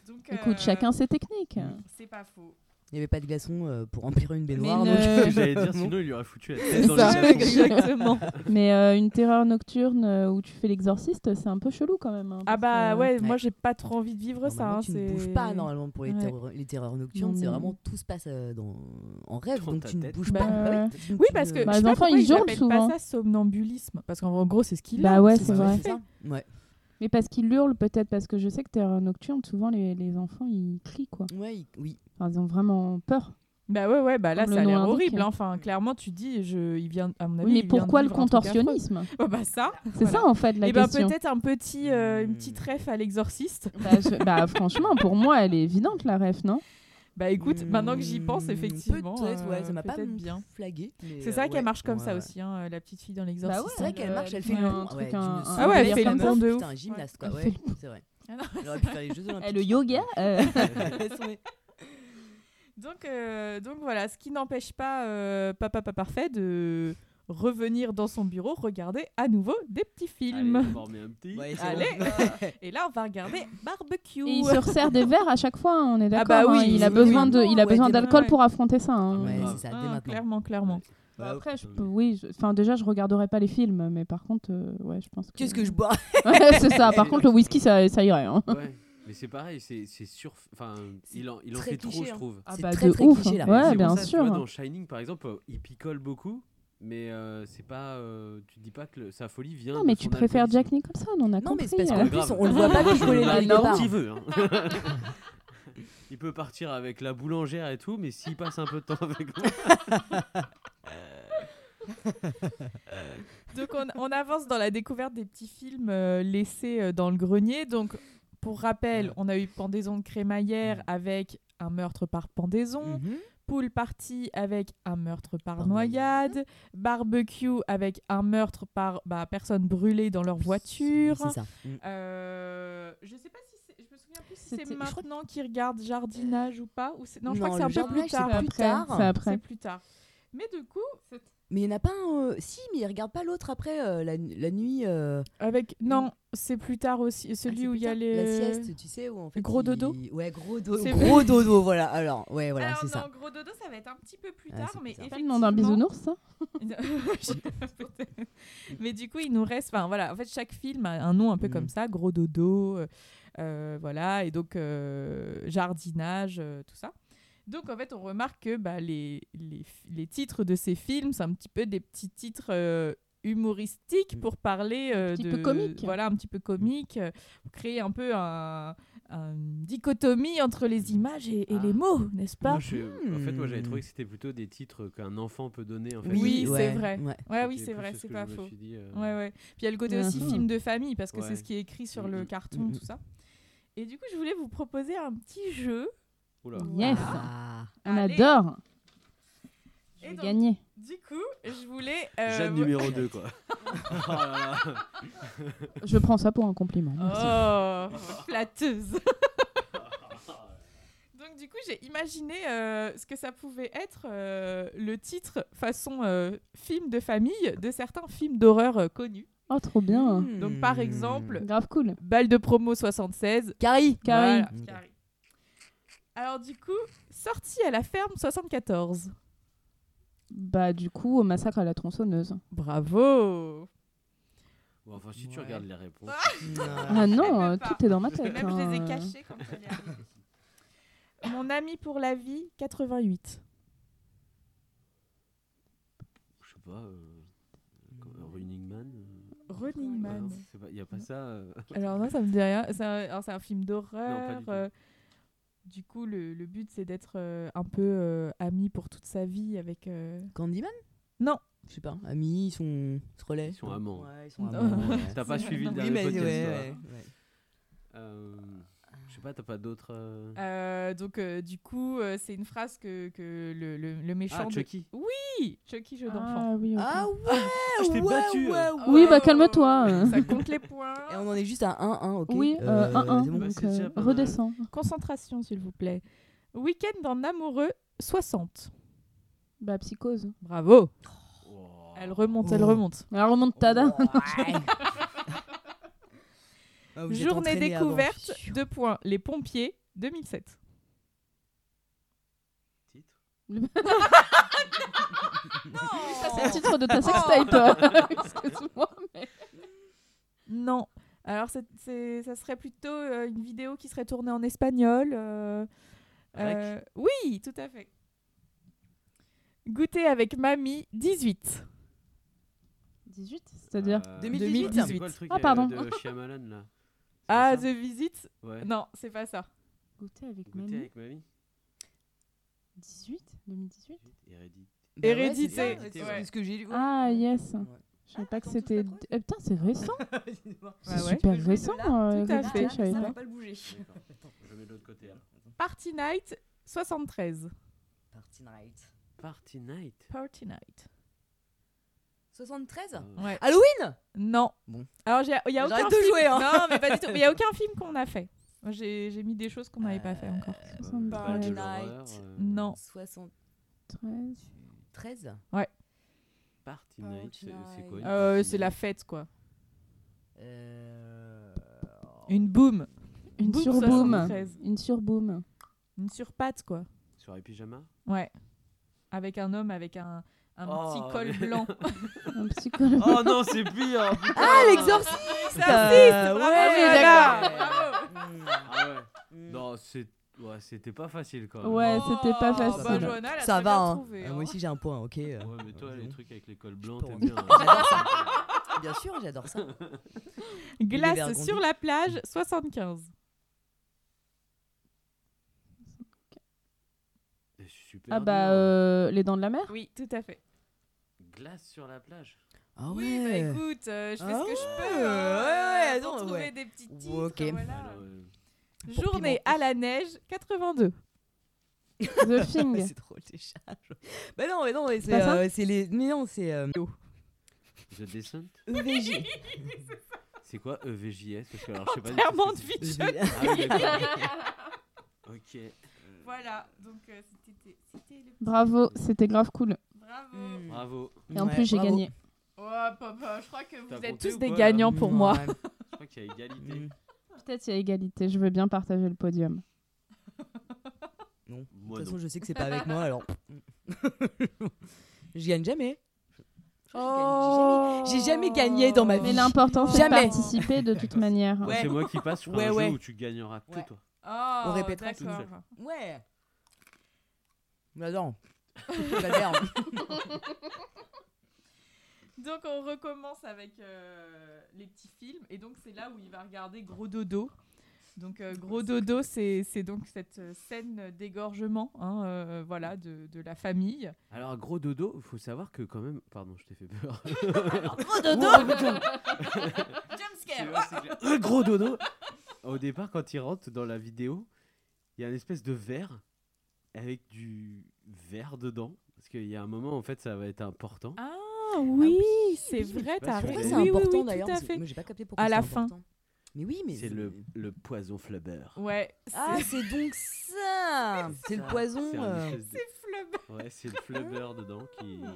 Speaker 1: Donc,
Speaker 9: Écoute,
Speaker 1: euh,
Speaker 9: chacun ses techniques.
Speaker 1: C'est pas faux.
Speaker 10: Il n'y avait pas de glaçon euh, pour remplir une baignoire.
Speaker 9: Mais euh, ne-
Speaker 10: donc-
Speaker 8: Que J'allais dire, sinon il lui aurait foutu la tête dans
Speaker 9: ça.
Speaker 8: les glaçons.
Speaker 1: Exactement.
Speaker 9: Mais euh, une terreur nocturne euh, où tu fais l'exorciste, c'est un peu chelou quand même. hein,
Speaker 1: Ah
Speaker 9: parce
Speaker 1: bah
Speaker 9: que-
Speaker 1: ouais, moi
Speaker 10: ouais.
Speaker 1: j'ai pas trop envie de vivre ça.
Speaker 10: Normalement,
Speaker 1: hein,
Speaker 10: tu ne
Speaker 1: c'est-
Speaker 10: bouges pas normalement pour les,
Speaker 1: Ouais.
Speaker 10: terreurs, les terreurs nocturnes.
Speaker 9: Non,
Speaker 10: C'est
Speaker 9: mais-
Speaker 10: vraiment tout se passe euh, dans... en rêve,
Speaker 8: Dans
Speaker 10: donc
Speaker 8: ta
Speaker 10: tu ne
Speaker 8: tête.
Speaker 10: bouges
Speaker 1: Bah,
Speaker 10: pas.
Speaker 9: ouais.
Speaker 10: donc tu
Speaker 1: Oui
Speaker 10: ne-
Speaker 1: parce que
Speaker 9: Bah,
Speaker 1: je sais
Speaker 9: les
Speaker 1: pas
Speaker 9: enfants,
Speaker 1: pourquoi
Speaker 9: ils
Speaker 1: ils
Speaker 9: hurlent
Speaker 1: appellent
Speaker 9: souvent.
Speaker 1: pas ça somnambulisme parce qu'en gros c'est ce qu'il a.
Speaker 9: Bah ouais,
Speaker 1: ce
Speaker 9: c'est
Speaker 1: qu'il
Speaker 9: vrai.
Speaker 1: fait.
Speaker 10: Ouais.
Speaker 9: Mais parce qu'ils hurlent peut-être, parce que je sais que terreur nocturne, souvent les, les enfants ils crient quoi.
Speaker 10: Ouais, il- oui.
Speaker 9: Enfin, ils ont vraiment peur.
Speaker 1: Bah ouais ouais bah là
Speaker 9: Comme
Speaker 1: ça a
Speaker 9: le nom
Speaker 1: l'air
Speaker 9: l'indique.
Speaker 1: horrible. hein. Enfin clairement tu dis je il vient à mon avis.
Speaker 9: Bah Oui, mais
Speaker 1: il vient de
Speaker 9: pourquoi le
Speaker 1: vivre un truc affreux.
Speaker 9: contorsionnisme
Speaker 1: Bah, bah ça.
Speaker 9: C'est ça en fait la
Speaker 1: Et ben
Speaker 9: question.
Speaker 1: peut-être un petit euh, une petite
Speaker 10: Hmm.
Speaker 1: ref à l'exorciste.
Speaker 9: bah, je- bah, franchement, pour moi, elle est évidente la ref, non
Speaker 1: Bah écoute, maintenant que j'y pense
Speaker 10: Hmm,
Speaker 1: effectivement.
Speaker 10: Peut-être, ouais,
Speaker 1: euh,
Speaker 10: ça m'a pas
Speaker 1: peut-être
Speaker 10: bien
Speaker 1: bien.
Speaker 10: flagué. mais,
Speaker 1: C'est
Speaker 10: euh,
Speaker 1: ça qu'elle
Speaker 10: ouais.
Speaker 1: marche comme
Speaker 10: Ouais,
Speaker 1: ça
Speaker 10: ouais. Bah
Speaker 1: aussi hein, la petite fille dans l'exorciste. hein.
Speaker 9: ouais,
Speaker 10: C'est vrai qu'elle
Speaker 9: euh,
Speaker 10: marche, elle
Speaker 9: elle
Speaker 10: fait
Speaker 9: fait
Speaker 10: le
Speaker 9: un
Speaker 10: bon.
Speaker 9: truc,
Speaker 10: tu me
Speaker 9: un-
Speaker 10: sens
Speaker 1: Ah ouais, elle
Speaker 10: bien
Speaker 1: fait
Speaker 10: faire
Speaker 1: le
Speaker 10: meuf.
Speaker 1: bon de
Speaker 10: Putain,
Speaker 1: ouf.
Speaker 10: un gymnaste quoi.
Speaker 9: Elle
Speaker 10: Ouais,
Speaker 9: fait
Speaker 10: c'est vrai.
Speaker 1: Ah non.
Speaker 10: Elle aurait pu faire les Jeux
Speaker 9: Eh, Le
Speaker 10: Olympiques.
Speaker 9: yoga euh,
Speaker 1: Donc euh, donc voilà, ce qui n'empêche pas euh, papa pas parfait de revenir dans son bureau regarder à nouveau des petits films.
Speaker 8: Allez, on va en mettre un petit.
Speaker 10: Ouais, c'est
Speaker 1: Allez.
Speaker 10: bon.
Speaker 1: Et là on va regarder barbecue.
Speaker 9: Et il se resserre des verres à chaque fois, hein, on est d'accord.
Speaker 1: bah oui,
Speaker 9: hein, il a
Speaker 1: oui,
Speaker 9: besoin de,
Speaker 1: oui,
Speaker 9: il a
Speaker 1: ouais,
Speaker 9: besoin
Speaker 1: des-
Speaker 9: d'alcool
Speaker 1: ouais.
Speaker 9: pour affronter ça. hein.
Speaker 10: Ouais,
Speaker 8: grave.
Speaker 10: c'est ça,
Speaker 1: Ah,
Speaker 10: dès maintenant.
Speaker 1: clairement clairement.
Speaker 9: Bah,
Speaker 10: Bah,
Speaker 9: après, je peux- oui, je- enfin déjà, je regarde aurais pas les films, mais par contre, euh, ouais, je pense que.
Speaker 10: Qu'est-ce que je bois
Speaker 9: Ouais, c'est ça. Par contre, le whisky, ça, ça irait. hein.
Speaker 8: Ouais. Mais c'est pareil, c'est c'est sur. Enfin,
Speaker 10: C'est
Speaker 8: il en, il en
Speaker 10: très
Speaker 8: fait trop,
Speaker 10: cliché,
Speaker 8: je
Speaker 10: hein.
Speaker 8: trouve.
Speaker 9: Ah
Speaker 10: C'est
Speaker 9: bah
Speaker 10: très,
Speaker 9: de
Speaker 10: très
Speaker 9: ouf.
Speaker 10: cliché,
Speaker 1: hein.
Speaker 10: la
Speaker 9: ouais,
Speaker 10: réaction.
Speaker 8: C'est
Speaker 9: bien
Speaker 8: pour ça, tu
Speaker 9: sûr.
Speaker 8: vois, dans Shining, par exemple, euh, il picole beaucoup, mais euh, c'est pas. euh, tu te dis pas que le- sa folie vient.
Speaker 9: non,
Speaker 8: de
Speaker 9: mais
Speaker 8: son
Speaker 9: tu préfères Jack
Speaker 8: alcoolisme.
Speaker 9: Nicholson, on a
Speaker 10: Non, mais
Speaker 9: compris.
Speaker 10: c'est parce
Speaker 9: euh.
Speaker 10: qu'en plus, on le voit
Speaker 1: Bah,
Speaker 10: pas picoler
Speaker 9: Ah,
Speaker 10: dès le
Speaker 9: non.
Speaker 10: départ.
Speaker 8: Quand il Bah, veut. hein. il peut partir avec la boulangère et tout, mais s'il passe un peu de temps avec moi.
Speaker 1: Donc on, on avance dans la découverte des petits films euh, laissés euh, dans le grenier. Donc pour rappel, on a eu pendaison de crémaillère avec un meurtre par pendaison,
Speaker 10: Mhm.
Speaker 1: poule party avec un meurtre par
Speaker 10: Par
Speaker 1: noyade, barbecue avec un meurtre par bah, personne brûlée dans leur voiture.
Speaker 10: C'est ça. Mm.
Speaker 1: Euh, je sais pas si c'est- je me souviens plus si
Speaker 9: C'était-
Speaker 1: c'est
Speaker 9: je crois
Speaker 1: maintenant qu'ils regardent jardinage ou pas. Ou c'est- non, je
Speaker 10: Non,
Speaker 1: crois que
Speaker 10: le
Speaker 1: c'est un peu plus
Speaker 10: jardinage,
Speaker 1: tard.
Speaker 10: c'est plus tard.
Speaker 9: C'est
Speaker 1: C'est
Speaker 9: après.
Speaker 1: plus tard. Mais du coup, c'est-
Speaker 10: Mais il n'y en a pas un. euh, Si, mais il regarde pas l'autre après euh, la, la nuit. euh,
Speaker 1: avec non, c'est plus tard aussi.
Speaker 10: ah,
Speaker 1: Celui
Speaker 10: c'est
Speaker 1: où
Speaker 10: plus
Speaker 1: il y a
Speaker 10: tard.
Speaker 1: les
Speaker 10: La sieste, tu sais, où en fait.
Speaker 1: Gros
Speaker 10: il-
Speaker 1: dodo
Speaker 10: Ouais, gros dodo.
Speaker 1: C'est-
Speaker 10: Gros dodo, voilà. Alors, ouais, voilà,
Speaker 1: Alors
Speaker 10: c'est
Speaker 1: non,
Speaker 10: ça.
Speaker 1: gros dodo, ça va être un petit peu plus
Speaker 10: Ah,
Speaker 1: tard,
Speaker 10: c'est
Speaker 1: mais
Speaker 10: plus tard.
Speaker 9: C'est pas le nom d'un bisounours, hein. ça
Speaker 1: effectivement- mais du coup, il nous reste, enfin voilà, en fait, chaque film a un nom un peu
Speaker 8: Mm.
Speaker 10: Mhm.
Speaker 1: comme ça, gros dodo, euh, euh, voilà, et donc euh, jardinage, euh, tout ça. Donc en fait, on remarque que bah, les, les, f- les titres de ces films, c'est un petit peu des petits titres. euh,
Speaker 8: Mm.
Speaker 1: humoristiques pour parler euh,
Speaker 9: petit
Speaker 1: de
Speaker 9: peu comique.
Speaker 1: voilà un petit peu comique euh, pour créer un peu un, une dichotomie entre les images et, et les
Speaker 8: Ah.
Speaker 1: mots n'est-ce pas
Speaker 8: Moi, je- En fait, moi j'avais trouvé que c'était plutôt des titres qu'un enfant peut donner. En fait.
Speaker 1: Oui, c'est
Speaker 10: ouais,
Speaker 1: vrai.
Speaker 10: ouais.
Speaker 1: Ouais,
Speaker 8: C'était
Speaker 1: oui, c'est
Speaker 8: plus
Speaker 1: vrai,
Speaker 8: ce
Speaker 1: c'est
Speaker 8: que
Speaker 1: pas
Speaker 8: je me
Speaker 1: faux.
Speaker 8: suis dit, euh,
Speaker 1: Ouais, ouais. Puis il y a le côté aussi
Speaker 9: Mhm.
Speaker 1: film de famille, parce que
Speaker 8: Ouais.
Speaker 1: c'est ce qui est écrit sur le
Speaker 8: Mhm.
Speaker 1: carton,
Speaker 10: Mhm.
Speaker 1: tout ça. Et du coup, je voulais vous proposer un petit jeu.
Speaker 8: oula.
Speaker 9: Yes.
Speaker 10: Ah.
Speaker 9: On
Speaker 1: Allez.
Speaker 9: adore.
Speaker 1: Et donc,
Speaker 9: Gagné.
Speaker 1: Du coup, je voulais. euh,
Speaker 8: Jeanne
Speaker 1: vo-
Speaker 8: Ah, numéro 2, quoi. Oh là là.
Speaker 9: Je prends ça pour un compliment. Merci.
Speaker 1: Oh, flatteuse. Donc du coup, j'ai imaginé euh, ce que ça pouvait être euh, le titre façon euh, film de famille de certains films d'horreur euh, connus.
Speaker 9: Oh, trop bien.
Speaker 10: Mmh. Hmm.
Speaker 1: Donc
Speaker 8: Hmm.
Speaker 1: par exemple,
Speaker 9: Grave cool.
Speaker 1: Balle de promo 76.
Speaker 10: Carrie
Speaker 9: Carrie.
Speaker 1: Voilà, Carrie. Alors du coup, sortie à la ferme 74.
Speaker 9: Bah, du coup, au massacre à la tronçonneuse.
Speaker 1: Bravo.
Speaker 8: Bon, enfin, si tu
Speaker 10: Ouais.
Speaker 8: regardes les réponses.
Speaker 9: Ah non,
Speaker 1: même
Speaker 9: euh,
Speaker 1: pas.
Speaker 9: tout est dans ma
Speaker 1: Et
Speaker 9: tête.
Speaker 1: même je les ai
Speaker 9: hein.
Speaker 1: cachés quand elle est arrivée. Mon ami pour la vie 88.
Speaker 8: Je sais pas. euh, comme- euh, Running Man. euh,
Speaker 1: Running Man.
Speaker 8: non, c'est pas- y a pas ça. euh.
Speaker 1: Alors non, ça me dit rien. C'est un, alors, c'est un film
Speaker 8: Non,
Speaker 1: d'horreur.
Speaker 8: pas du tout.
Speaker 1: euh, du coup, le, le but, c'est d'être euh, un peu euh, ami pour toute sa vie avec... euh,
Speaker 10: Candyman
Speaker 1: Non.
Speaker 10: Je sais pas. Amis, ils sont. Ils se relaient.
Speaker 8: Ils sont amants.
Speaker 10: Ouais, ils sont
Speaker 1: Non.
Speaker 10: amants. ouais.
Speaker 8: T'as pas suivi le
Speaker 10: Oui,
Speaker 8: dernier
Speaker 10: mais
Speaker 8: podcast.
Speaker 10: ouais,
Speaker 8: toi.
Speaker 10: ouais, ouais.
Speaker 8: Euh, je sais pas, t'as pas d'autres. euh,
Speaker 1: euh, donc, euh, du coup, euh, c'est une phrase que, que le, le, le méchant...
Speaker 8: Ah,
Speaker 1: de-
Speaker 8: Chucky.
Speaker 1: Oui, Chucky, jeu d'enfant.
Speaker 9: Ah oui, ok.
Speaker 10: Ah ouais
Speaker 8: je t'ai
Speaker 10: ouais,
Speaker 8: battu,
Speaker 10: ouais,
Speaker 8: hein.
Speaker 10: ouais.
Speaker 9: Oui, bah, calme-toi.
Speaker 1: Ah Ça compte les points.
Speaker 10: Et on en est juste à 1-1, ok
Speaker 9: Oui,
Speaker 10: Euh,
Speaker 9: 1-1.
Speaker 10: c'est bon.
Speaker 8: Bah,
Speaker 9: donc,
Speaker 8: c'est déjà
Speaker 9: euh,
Speaker 8: pas mal.
Speaker 9: redescends.
Speaker 1: Concentration, s'il vous plaît. Week-end en amoureux 60.
Speaker 9: Bah, psychose.
Speaker 1: Bravo.
Speaker 8: Oh.
Speaker 1: Elle remonte, elle
Speaker 10: Oh.
Speaker 1: remonte.
Speaker 9: La remontada.
Speaker 10: Ouais. Ah, vous êtes
Speaker 1: Journée
Speaker 10: entraînés avant, Bah
Speaker 1: découverte,
Speaker 10: je suis sûre.
Speaker 1: deux points. Les pompiers 2007.
Speaker 8: Titre.
Speaker 10: Bah
Speaker 9: Ça, c'est le titre de ta sextape. Excuse-moi. mais-
Speaker 1: Non. Alors, c'est- c'est- ça serait plutôt euh, une vidéo qui serait tournée en espagnol. euh,
Speaker 8: Rec.
Speaker 1: euh, oui, tout à fait. Goûter avec mamie, 18.
Speaker 9: 18, c'est-à-dire
Speaker 8: Euh,
Speaker 10: 2018.
Speaker 8: C'est quoi le truc
Speaker 9: Ah,
Speaker 8: euh,
Speaker 9: pardon.
Speaker 8: de Shyamalan là C'est
Speaker 1: Ah,
Speaker 8: ça
Speaker 1: The Visit
Speaker 8: Ouais.
Speaker 1: Non, c'est pas ça.
Speaker 9: Goûter avec
Speaker 8: Euh, Goûter
Speaker 9: mamie.
Speaker 8: avec mamie.
Speaker 9: 18 2018
Speaker 8: Hérédie.
Speaker 10: Bah ouais,
Speaker 1: Hérédité.
Speaker 10: c'est ça,
Speaker 8: Hérédité,
Speaker 10: c'est
Speaker 1: ouais.
Speaker 10: ce que j'ai lu.
Speaker 9: Ah, yes.
Speaker 10: Ouais.
Speaker 9: Je savais pas que
Speaker 10: attends, touche
Speaker 9: c'était.
Speaker 10: pas trop.
Speaker 9: Ah, putain, c'est récent. C'est
Speaker 1: Bah ouais.
Speaker 9: super récent. euh,
Speaker 1: Tout à
Speaker 9: Hérédité,
Speaker 1: fait.
Speaker 9: je savais
Speaker 1: Ça
Speaker 9: pas.
Speaker 1: va
Speaker 10: pas le bouger.
Speaker 8: D'accord. Je mets de l'autre côté. alors.
Speaker 1: Party Night, 73.
Speaker 10: Party Night.
Speaker 8: Party Night.
Speaker 1: Party Night.
Speaker 10: 73
Speaker 8: Euh,
Speaker 1: Ouais.
Speaker 10: Halloween
Speaker 1: Non.
Speaker 10: Bon.
Speaker 1: Alors, j'ai- il y a aucun
Speaker 10: J'arrête de
Speaker 1: film-
Speaker 10: jouer, hein.
Speaker 1: Non, mais pas du tout. Il y a aucun film qu'on a fait. Moi, J'ai j'ai mis des choses qu'on n'avait pas fait encore.
Speaker 8: euh,
Speaker 9: Soixante-treize.
Speaker 8: Bal de
Speaker 10: Party
Speaker 8: l'horreur,
Speaker 10: Night.
Speaker 8: euh,
Speaker 1: Non.
Speaker 10: 73
Speaker 9: 13.
Speaker 8: Party
Speaker 10: Party
Speaker 8: Night, c'est- c'est quoi
Speaker 10: Night.
Speaker 8: une
Speaker 1: Euh,
Speaker 8: party
Speaker 1: c'est la
Speaker 8: night
Speaker 1: fête, quoi.
Speaker 10: Euh...
Speaker 1: Une boom.
Speaker 9: Une
Speaker 1: Boom
Speaker 9: surboom.
Speaker 1: 73.
Speaker 9: Une surboom.
Speaker 1: Une surpatte, quoi.
Speaker 8: Soirée pyjama
Speaker 1: Ouais. Avec un homme avec un, un
Speaker 8: Oh,
Speaker 1: petit col
Speaker 8: mais-
Speaker 1: blanc.
Speaker 9: Un psychologue.
Speaker 8: Oh non, c'est pire putain.
Speaker 10: Ah,
Speaker 1: euh,
Speaker 10: l'exorciste
Speaker 1: Exorciste, bravo, Johanna.
Speaker 10: Hmm.
Speaker 8: Ah ouais. Non, c'est- ouais, c'était pas facile quand même.
Speaker 9: Ouais, c'était pas
Speaker 1: Oh, bah,
Speaker 9: facile.
Speaker 1: Johanna, elle a
Speaker 10: Ça
Speaker 1: très
Speaker 10: va,
Speaker 1: bien
Speaker 10: hein.
Speaker 1: trouvé,
Speaker 10: Euh,
Speaker 1: hein.
Speaker 10: Moi aussi j'ai un point, ok euh,
Speaker 8: Ouais, mais toi,
Speaker 10: c'est
Speaker 8: les
Speaker 10: bon.
Speaker 8: trucs avec les cols blancs,
Speaker 10: J'adore
Speaker 8: t'aimes bien. hein.
Speaker 10: ça. Bien sûr, j'adore ça.
Speaker 1: Glace
Speaker 10: vergondi.
Speaker 1: sur la plage, 75.
Speaker 8: Je suis super
Speaker 9: Ah,
Speaker 8: nul,
Speaker 9: bah,
Speaker 8: hein.
Speaker 9: euh, les dents de la mer
Speaker 1: Oui, tout à fait.
Speaker 8: Glace sur la plage.
Speaker 10: Ah
Speaker 1: Oui, bah
Speaker 10: ouais.
Speaker 1: écoute, euh, je fais
Speaker 10: Ah
Speaker 1: ce que je
Speaker 10: ouais,
Speaker 1: peux. hein,
Speaker 10: ouais, ouais,
Speaker 1: pour
Speaker 10: attends,
Speaker 1: trouver
Speaker 10: ouais.
Speaker 1: des petits titres.
Speaker 10: Ouais, ok.
Speaker 1: voilà.
Speaker 8: Alors, euh,
Speaker 10: pour
Speaker 1: Journée
Speaker 10: pimenter.
Speaker 1: à la neige, 82.
Speaker 9: The
Speaker 10: Mais
Speaker 9: Thing.
Speaker 10: c'est drôle déjà. Bah non, mais non, mais c'est
Speaker 9: pas ça
Speaker 10: euh, c'est les mais non, c'est euh,
Speaker 8: The Descent
Speaker 10: EVG.
Speaker 8: C'est quoi E EVJS Parce que alors, je sais pas. du tout
Speaker 1: Clairement
Speaker 8: ce
Speaker 1: de
Speaker 8: que c'est.
Speaker 1: vie.
Speaker 8: Ah oui, d'accord. ok.
Speaker 1: Voilà, donc euh, c'était c'était le petit-
Speaker 9: Bravo, c'était grave cool.
Speaker 1: Bravo.
Speaker 8: Mm.
Speaker 10: Mm.
Speaker 8: Bravo.
Speaker 9: Et en plus, j'ai gagné.
Speaker 1: Oh, papa, je crois que
Speaker 8: T'as
Speaker 1: vous
Speaker 8: compté
Speaker 1: êtes tous
Speaker 8: ou
Speaker 1: des
Speaker 8: pas, là
Speaker 1: gagnants
Speaker 10: Mm,
Speaker 1: pour moi.
Speaker 8: Je crois qu'il y a égalité.
Speaker 9: Peut-être il y a égalité. Je veux bien partager le podium.
Speaker 10: De
Speaker 8: Moi,
Speaker 10: toute
Speaker 8: non.
Speaker 10: façon, je sais que c'est pas avec moi, alors. Mm. je gagne jamais. Je crois
Speaker 1: Oh.
Speaker 10: que j'ai jamais- j'ai jamais gagné dans ma
Speaker 9: Mais
Speaker 10: vie.
Speaker 9: l'important, c'est de
Speaker 10: Jamais.
Speaker 9: participer de toute manière.
Speaker 10: Ouais.
Speaker 8: C'est moi qui passe sur
Speaker 10: Ouais,
Speaker 8: un
Speaker 10: ouais.
Speaker 8: jeu où tu gagneras tout,
Speaker 10: Ouais.
Speaker 8: toi.
Speaker 1: Oh,
Speaker 10: On répétera
Speaker 8: toute seule.
Speaker 1: d'accord.
Speaker 10: Ouais. Mais non. C'est pas le verbe.
Speaker 1: Donc on recommence avec euh, les petits films et donc c'est là où il va regarder Gros Dodo. Donc euh, Gros Dodo, c'est c'est donc cette euh, scène d'égorgement, hein, euh, voilà, de, de la famille.
Speaker 8: Alors, gros dodo, faut savoir que quand même. Pardon, je t'ai fait peur.
Speaker 1: Gros Dodo,
Speaker 8: C'est vrai,
Speaker 1: Ah,
Speaker 8: c'est clair. Un gros dodo. Au départ, quand il rentre dans la vidéo, il y a une espèce de verre avec du verre dedans. Parce qu'il y a un moment, en fait, ça va être important.
Speaker 1: Ah oui, c'est vrai, t'as
Speaker 8: pas sûr.
Speaker 1: raison.
Speaker 8: Pourquoi
Speaker 1: Oui,
Speaker 8: c'est
Speaker 1: oui, oui,
Speaker 10: important,
Speaker 1: tout
Speaker 10: d'ailleurs,
Speaker 1: à
Speaker 10: parce que
Speaker 1: fait.
Speaker 10: moi, j'ai pas capté pourquoi
Speaker 1: À la
Speaker 10: c'est
Speaker 1: fin.
Speaker 10: important. Mais oui, mais
Speaker 8: C'est le, le poison flabeur.
Speaker 1: Ouais.
Speaker 10: Ah, c'est donc ça C'est le poison.
Speaker 8: C'est un
Speaker 10: euh,
Speaker 8: espèce de- Ouais, c'est le flubber dedans qui.
Speaker 10: Hmm.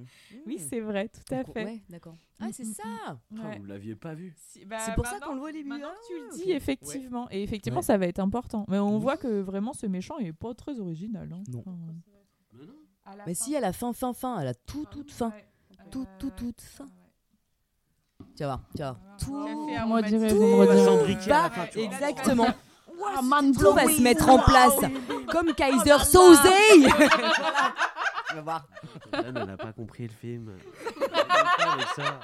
Speaker 10: Mm.
Speaker 1: Oui, c'est vrai, tout à
Speaker 10: Qu'on-
Speaker 1: fait.
Speaker 10: Ouais, d'accord. Ah, c'est ça
Speaker 8: Ah,
Speaker 1: Ouais.
Speaker 8: vous l'aviez pas vu.
Speaker 1: Si- bah,
Speaker 10: C'est pour ça
Speaker 1: maintenant-
Speaker 10: qu'on le voit au début.
Speaker 1: maintenant
Speaker 10: Ah,
Speaker 1: que tu le
Speaker 10: ok.
Speaker 1: dis, effectivement. Et effectivement,
Speaker 10: Ouais.
Speaker 1: ça va être important. Mais on
Speaker 10: Oui.
Speaker 1: voit que vraiment, ce méchant est pas très original. hein.
Speaker 10: Non.
Speaker 1: Enfin,
Speaker 8: Mais non.
Speaker 1: à la
Speaker 10: Mais
Speaker 1: fin.
Speaker 10: si, elle a fin, fin, fin. Elle a tout,
Speaker 1: Ah,
Speaker 10: toute fin.
Speaker 1: ouais.
Speaker 10: Tout,
Speaker 1: Euh,
Speaker 10: tout, toute fin. Tu vas voir, tu vas voir. Tout.
Speaker 1: Café
Speaker 9: On dirait
Speaker 1: aromatisé.
Speaker 9: vous me
Speaker 8: va
Speaker 9: direz.
Speaker 8: s'embriquer à la fin. tu vois.
Speaker 10: Bah, Exactement.
Speaker 9: Ah, man,
Speaker 10: Tout va se mettre en place.
Speaker 8: Ah,
Speaker 10: Comme Kaiser Soze Tu vas voir.
Speaker 8: Jeanne, elle a pas compris le film. Elle a pas avec ça.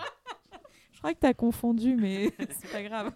Speaker 1: Je crois que t'as confondu, mais c'est pas grave.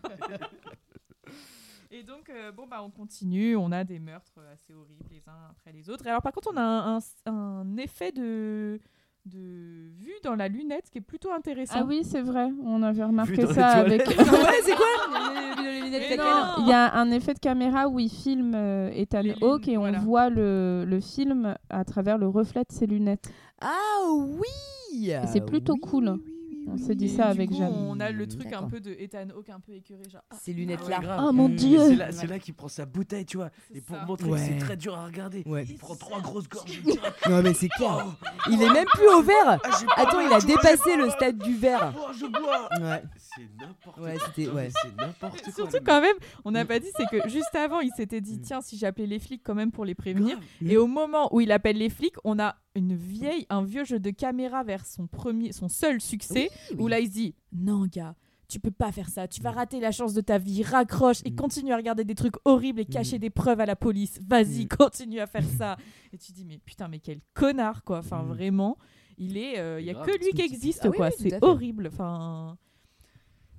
Speaker 1: Et donc, euh, bon, bah, on continue. On a des meurtres assez horribles les uns après les autres. Alors, par contre, on a un, un- un effet de, de vue dans la lunette qui est plutôt intéressant.
Speaker 9: Ah oui, c'est vrai, on avait remarqué
Speaker 8: dans les
Speaker 9: ça avec.
Speaker 10: Ouais, c'est quoi
Speaker 1: Mais non.
Speaker 9: Il y a un effet de caméra où il filme euh, Ethan
Speaker 1: Les
Speaker 9: Hawke
Speaker 1: lunes,
Speaker 9: et on
Speaker 1: voilà.
Speaker 9: voit le, le film à travers le reflet de ses lunettes.
Speaker 10: Ah oui
Speaker 9: Et c'est plutôt
Speaker 10: Oui,
Speaker 9: cool.
Speaker 10: oui, oui,
Speaker 9: On
Speaker 10: oui,
Speaker 9: s'est dit
Speaker 1: Et
Speaker 10: oui.
Speaker 9: ça
Speaker 1: du
Speaker 9: avec
Speaker 1: coup,
Speaker 9: Jeanne.
Speaker 1: On a le truc un
Speaker 10: D'accord.
Speaker 1: peu de Ethan Hawke un peu écuré, genre. ah,
Speaker 10: Ces
Speaker 8: Ah
Speaker 10: lunettes-là.
Speaker 8: ouais, grave.
Speaker 9: Oh mon dieu
Speaker 8: C'est là, c'est là qu'il prend sa bouteille, tu vois.
Speaker 1: C'est
Speaker 8: Et pour
Speaker 1: ça.
Speaker 8: montrer que
Speaker 10: Ouais.
Speaker 8: c'est très dur à regarder,
Speaker 10: Ouais.
Speaker 8: il prend trois grosses gorges. direct.
Speaker 10: Non mais c'est clair. Il est même plus au vert.
Speaker 8: Ah, j'ai pas
Speaker 10: Attends,
Speaker 8: mal,
Speaker 10: il a
Speaker 8: tu vois,
Speaker 10: dépassé
Speaker 8: j'ai
Speaker 10: le
Speaker 8: pas
Speaker 10: stade du vert.
Speaker 8: mal. Oh, je bois.
Speaker 10: Ouais.
Speaker 8: C'est n'importe
Speaker 10: Ouais,
Speaker 8: quoi.
Speaker 10: c'était-
Speaker 8: Non, mais
Speaker 10: ouais.
Speaker 8: C'est n'importe quoi.
Speaker 1: Surtout
Speaker 8: le
Speaker 1: quand même, on n'a pas dit, c'est que juste avant, il s'était dit,
Speaker 10: Mm.
Speaker 1: tiens, si j'appelais les flics quand même pour les prévenir.
Speaker 8: Grave.
Speaker 1: Et au moment où il appelle les flics, on a une vieille, un vieux jeu de caméra vers son premier, son seul succès,
Speaker 10: Oui,
Speaker 1: où là il se dit, non gars, tu peux pas faire ça, tu vas rater la chance de ta vie, raccroche et
Speaker 10: Mm.
Speaker 1: continue à regarder des trucs horribles et cacher
Speaker 10: Mm.
Speaker 1: des preuves à la police. Vas-y,
Speaker 10: Mm.
Speaker 1: continue à faire ça. Et tu dis, mais putain, mais quel connard quoi. Enfin
Speaker 10: Mm.
Speaker 1: vraiment, il est, euh, il y a
Speaker 8: C'est grave,
Speaker 1: que lui qui
Speaker 10: c'est une petite-
Speaker 1: existe
Speaker 10: Ah oui,
Speaker 1: quoi.
Speaker 10: oui, tout à
Speaker 1: C'est
Speaker 10: fait.
Speaker 1: horrible. Enfin.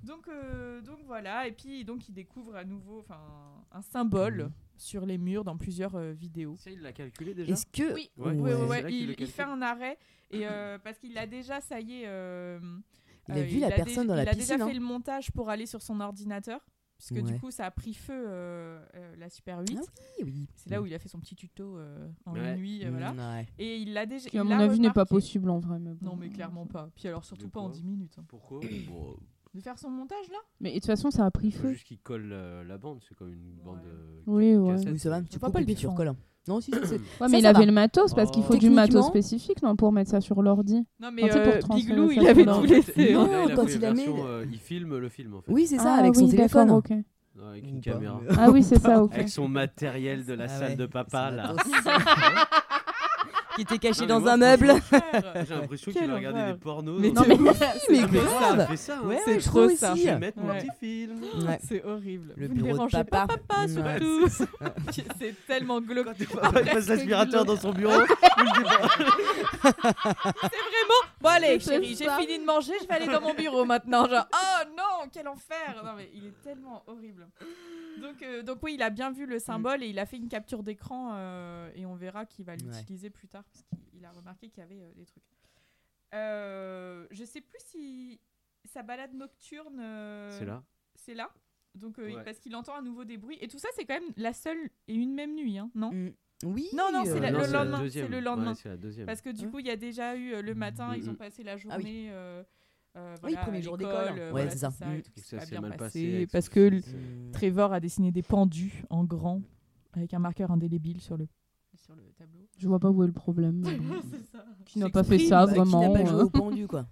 Speaker 1: Donc, euh, donc voilà, et puis donc il découvre à nouveau enfin, un symbole
Speaker 10: Mm.
Speaker 1: sur les murs dans plusieurs euh, vidéos.
Speaker 8: Ça, il l'a calculé déjà.
Speaker 10: Est-ce que
Speaker 1: Oui,
Speaker 8: Ouais,
Speaker 1: oui, oui,
Speaker 10: ouais.
Speaker 1: oui,
Speaker 8: C'est là qu'il
Speaker 1: Il,
Speaker 8: le
Speaker 1: il fait un
Speaker 8: calcule.
Speaker 1: arrêt et euh, parce qu'il a déjà, ça y est, euh,
Speaker 10: il a
Speaker 1: euh,
Speaker 10: vu la
Speaker 1: dé-
Speaker 10: personne dans la
Speaker 1: Il a
Speaker 10: piscine
Speaker 1: déjà fait
Speaker 10: hein
Speaker 1: le montage pour aller sur son ordinateur, puisque
Speaker 10: Ouais.
Speaker 1: du coup, ça a pris feu euh, euh, la Super 8.
Speaker 10: Ah Oui, oui. Mm,
Speaker 1: C'est là où il a fait son petit tuto euh, en
Speaker 8: Mm. Ouais. Mm.
Speaker 1: une nuit, euh, voilà.
Speaker 10: Ouais.
Speaker 1: Et il l'a déjà.
Speaker 9: Qui, à
Speaker 1: il
Speaker 9: mon
Speaker 1: l'a
Speaker 9: avis, n'est pas
Speaker 1: remarqué.
Speaker 9: possible en vrai. Mais, bon.
Speaker 1: Non, mais clairement pas. Puis alors, surtout
Speaker 8: De
Speaker 1: pas en
Speaker 8: quoi
Speaker 1: 10 minutes. hein.
Speaker 8: Pourquoi Bon,
Speaker 1: De faire son montage là
Speaker 9: Mais de toute façon, ça a pris
Speaker 8: faut
Speaker 9: feu.
Speaker 8: juste qu'il colle euh, la bande, c'est comme une bande. euh,
Speaker 9: Oui,
Speaker 8: ca-
Speaker 9: ouais.
Speaker 8: cassette.
Speaker 10: Oui, ça va, tu
Speaker 1: vois
Speaker 10: coupes
Speaker 1: pas
Speaker 10: et
Speaker 1: le
Speaker 10: puis tu
Speaker 1: bifron.
Speaker 10: recolles. hein. Non, si, si, c'est-
Speaker 9: Ouais,
Speaker 10: Ça,
Speaker 9: mais il
Speaker 10: ça
Speaker 9: avait
Speaker 10: va.
Speaker 9: le matos parce qu'il faut du
Speaker 10: Techniquement-
Speaker 9: matos spécifique non, pour mettre ça sur l'ordi.
Speaker 1: Non,
Speaker 9: Non,
Speaker 1: mais
Speaker 9: c'est Ah, pour
Speaker 1: euh,
Speaker 9: transférer
Speaker 1: Biglou,
Speaker 9: ça
Speaker 1: il
Speaker 9: sur
Speaker 1: avait
Speaker 9: leur-
Speaker 1: tout
Speaker 8: en fait,
Speaker 1: laissé.
Speaker 8: là,
Speaker 1: hein.
Speaker 10: Non,
Speaker 8: il a
Speaker 10: quand
Speaker 8: fait
Speaker 10: il a
Speaker 8: version,
Speaker 10: mis le-
Speaker 8: euh, il filme le film en fait.
Speaker 10: Oui, c'est ça,
Speaker 9: Ah
Speaker 10: avec son
Speaker 9: oui, d'accord,
Speaker 10: téléphone.
Speaker 9: ok.
Speaker 8: Avec une
Speaker 10: Ou pas,
Speaker 8: caméra.
Speaker 10: mais-
Speaker 9: Ah oui, c'est ça, ok.
Speaker 8: Avec son matériel de la
Speaker 10: Ah
Speaker 8: salle
Speaker 10: ouais,
Speaker 8: de papa
Speaker 10: son
Speaker 8: là.
Speaker 10: matos. Qui était caché
Speaker 8: Non, mais
Speaker 10: dans
Speaker 8: moi,
Speaker 10: un meuble.
Speaker 8: J'ai l'impression
Speaker 1: Quelle
Speaker 8: qu'il a regardé
Speaker 1: horreur.
Speaker 8: des pornos.
Speaker 1: Mais
Speaker 8: dans
Speaker 1: non,
Speaker 8: son-
Speaker 1: mais
Speaker 10: Mais
Speaker 8: Ah, mais ça, ça
Speaker 10: grave.
Speaker 8: fait ça, hein,
Speaker 10: Ouais,
Speaker 8: c'est-
Speaker 10: ouais, je
Speaker 1: trop
Speaker 10: trouve
Speaker 1: ça.
Speaker 10: aussi.
Speaker 8: Je vais mettre mon
Speaker 1: Ouais.
Speaker 8: petit film.
Speaker 10: Ouais.
Speaker 1: C'est horrible.
Speaker 10: Le
Speaker 1: Vous ne
Speaker 10: bureau de
Speaker 1: dérangez
Speaker 10: papa.
Speaker 1: pas papa
Speaker 10: Ouais.
Speaker 1: surtout. C'est tellement glauque.
Speaker 8: Quand il passe l'aspirateur dans son bureau,
Speaker 1: C'est vraiment. Bon allez,
Speaker 9: C'est
Speaker 1: chérie, j'ai
Speaker 9: ça.
Speaker 1: fini de manger, je vais aller dans mon bureau maintenant. Genre, oh non, quel enfer. Non mais il est tellement horrible. Donc, euh, donc oui, il a bien vu
Speaker 8: Mm.
Speaker 1: le symbole et il a fait une capture d'écran euh, et on verra qu'il va l'utiliser plus tard parce qu'il a remarqué qu'il y avait euh, des trucs. Euh, je sais plus si sa balade nocturne. euh,
Speaker 8: c'est là.
Speaker 1: C'est là. Donc euh, il-
Speaker 8: Ouais.
Speaker 1: parce qu'il entend à nouveau des bruits et tout ça, c'est quand même la seule et une même nuit, hein, non
Speaker 10: Mm. Oui.
Speaker 1: Non, non, c'est
Speaker 8: Euh,
Speaker 1: la-
Speaker 8: non,
Speaker 1: le
Speaker 8: c'est
Speaker 1: lendemain,
Speaker 8: deuxième.
Speaker 1: c'est le lendemain.
Speaker 8: Ouais, c'est la deuxième.
Speaker 1: Parce que du
Speaker 10: Hein
Speaker 1: coup, il y a déjà eu euh, le matin, ils ont
Speaker 8: Mhm.
Speaker 1: passé la
Speaker 10: Ah oui.
Speaker 1: journée. euh, euh,
Speaker 10: Oui,
Speaker 1: voilà,
Speaker 10: premier
Speaker 1: à
Speaker 10: jour
Speaker 1: l'école,
Speaker 10: d'école.
Speaker 1: euh,
Speaker 10: Ouais,
Speaker 1: voilà,
Speaker 10: c'est ça.
Speaker 1: et
Speaker 10: Mm.
Speaker 1: tout
Speaker 8: Et
Speaker 1: s'est
Speaker 8: ça
Speaker 1: pas
Speaker 8: s'est
Speaker 1: bien
Speaker 8: mal
Speaker 1: passé,
Speaker 8: passé. avec
Speaker 1: parce
Speaker 8: son
Speaker 1: que
Speaker 8: fils, euh,
Speaker 1: Trevor a dessiné des pendus en grand avec un marqueur indélébile sur le sur le tableau.
Speaker 9: Je vois pas où est le problème. mais bon.
Speaker 1: c'est ça.
Speaker 9: Qui n'a pas fait ça
Speaker 10: Bah,
Speaker 9: vraiment.
Speaker 10: Qui n'a pas joué
Speaker 9: euh.
Speaker 10: au pendu, quoi.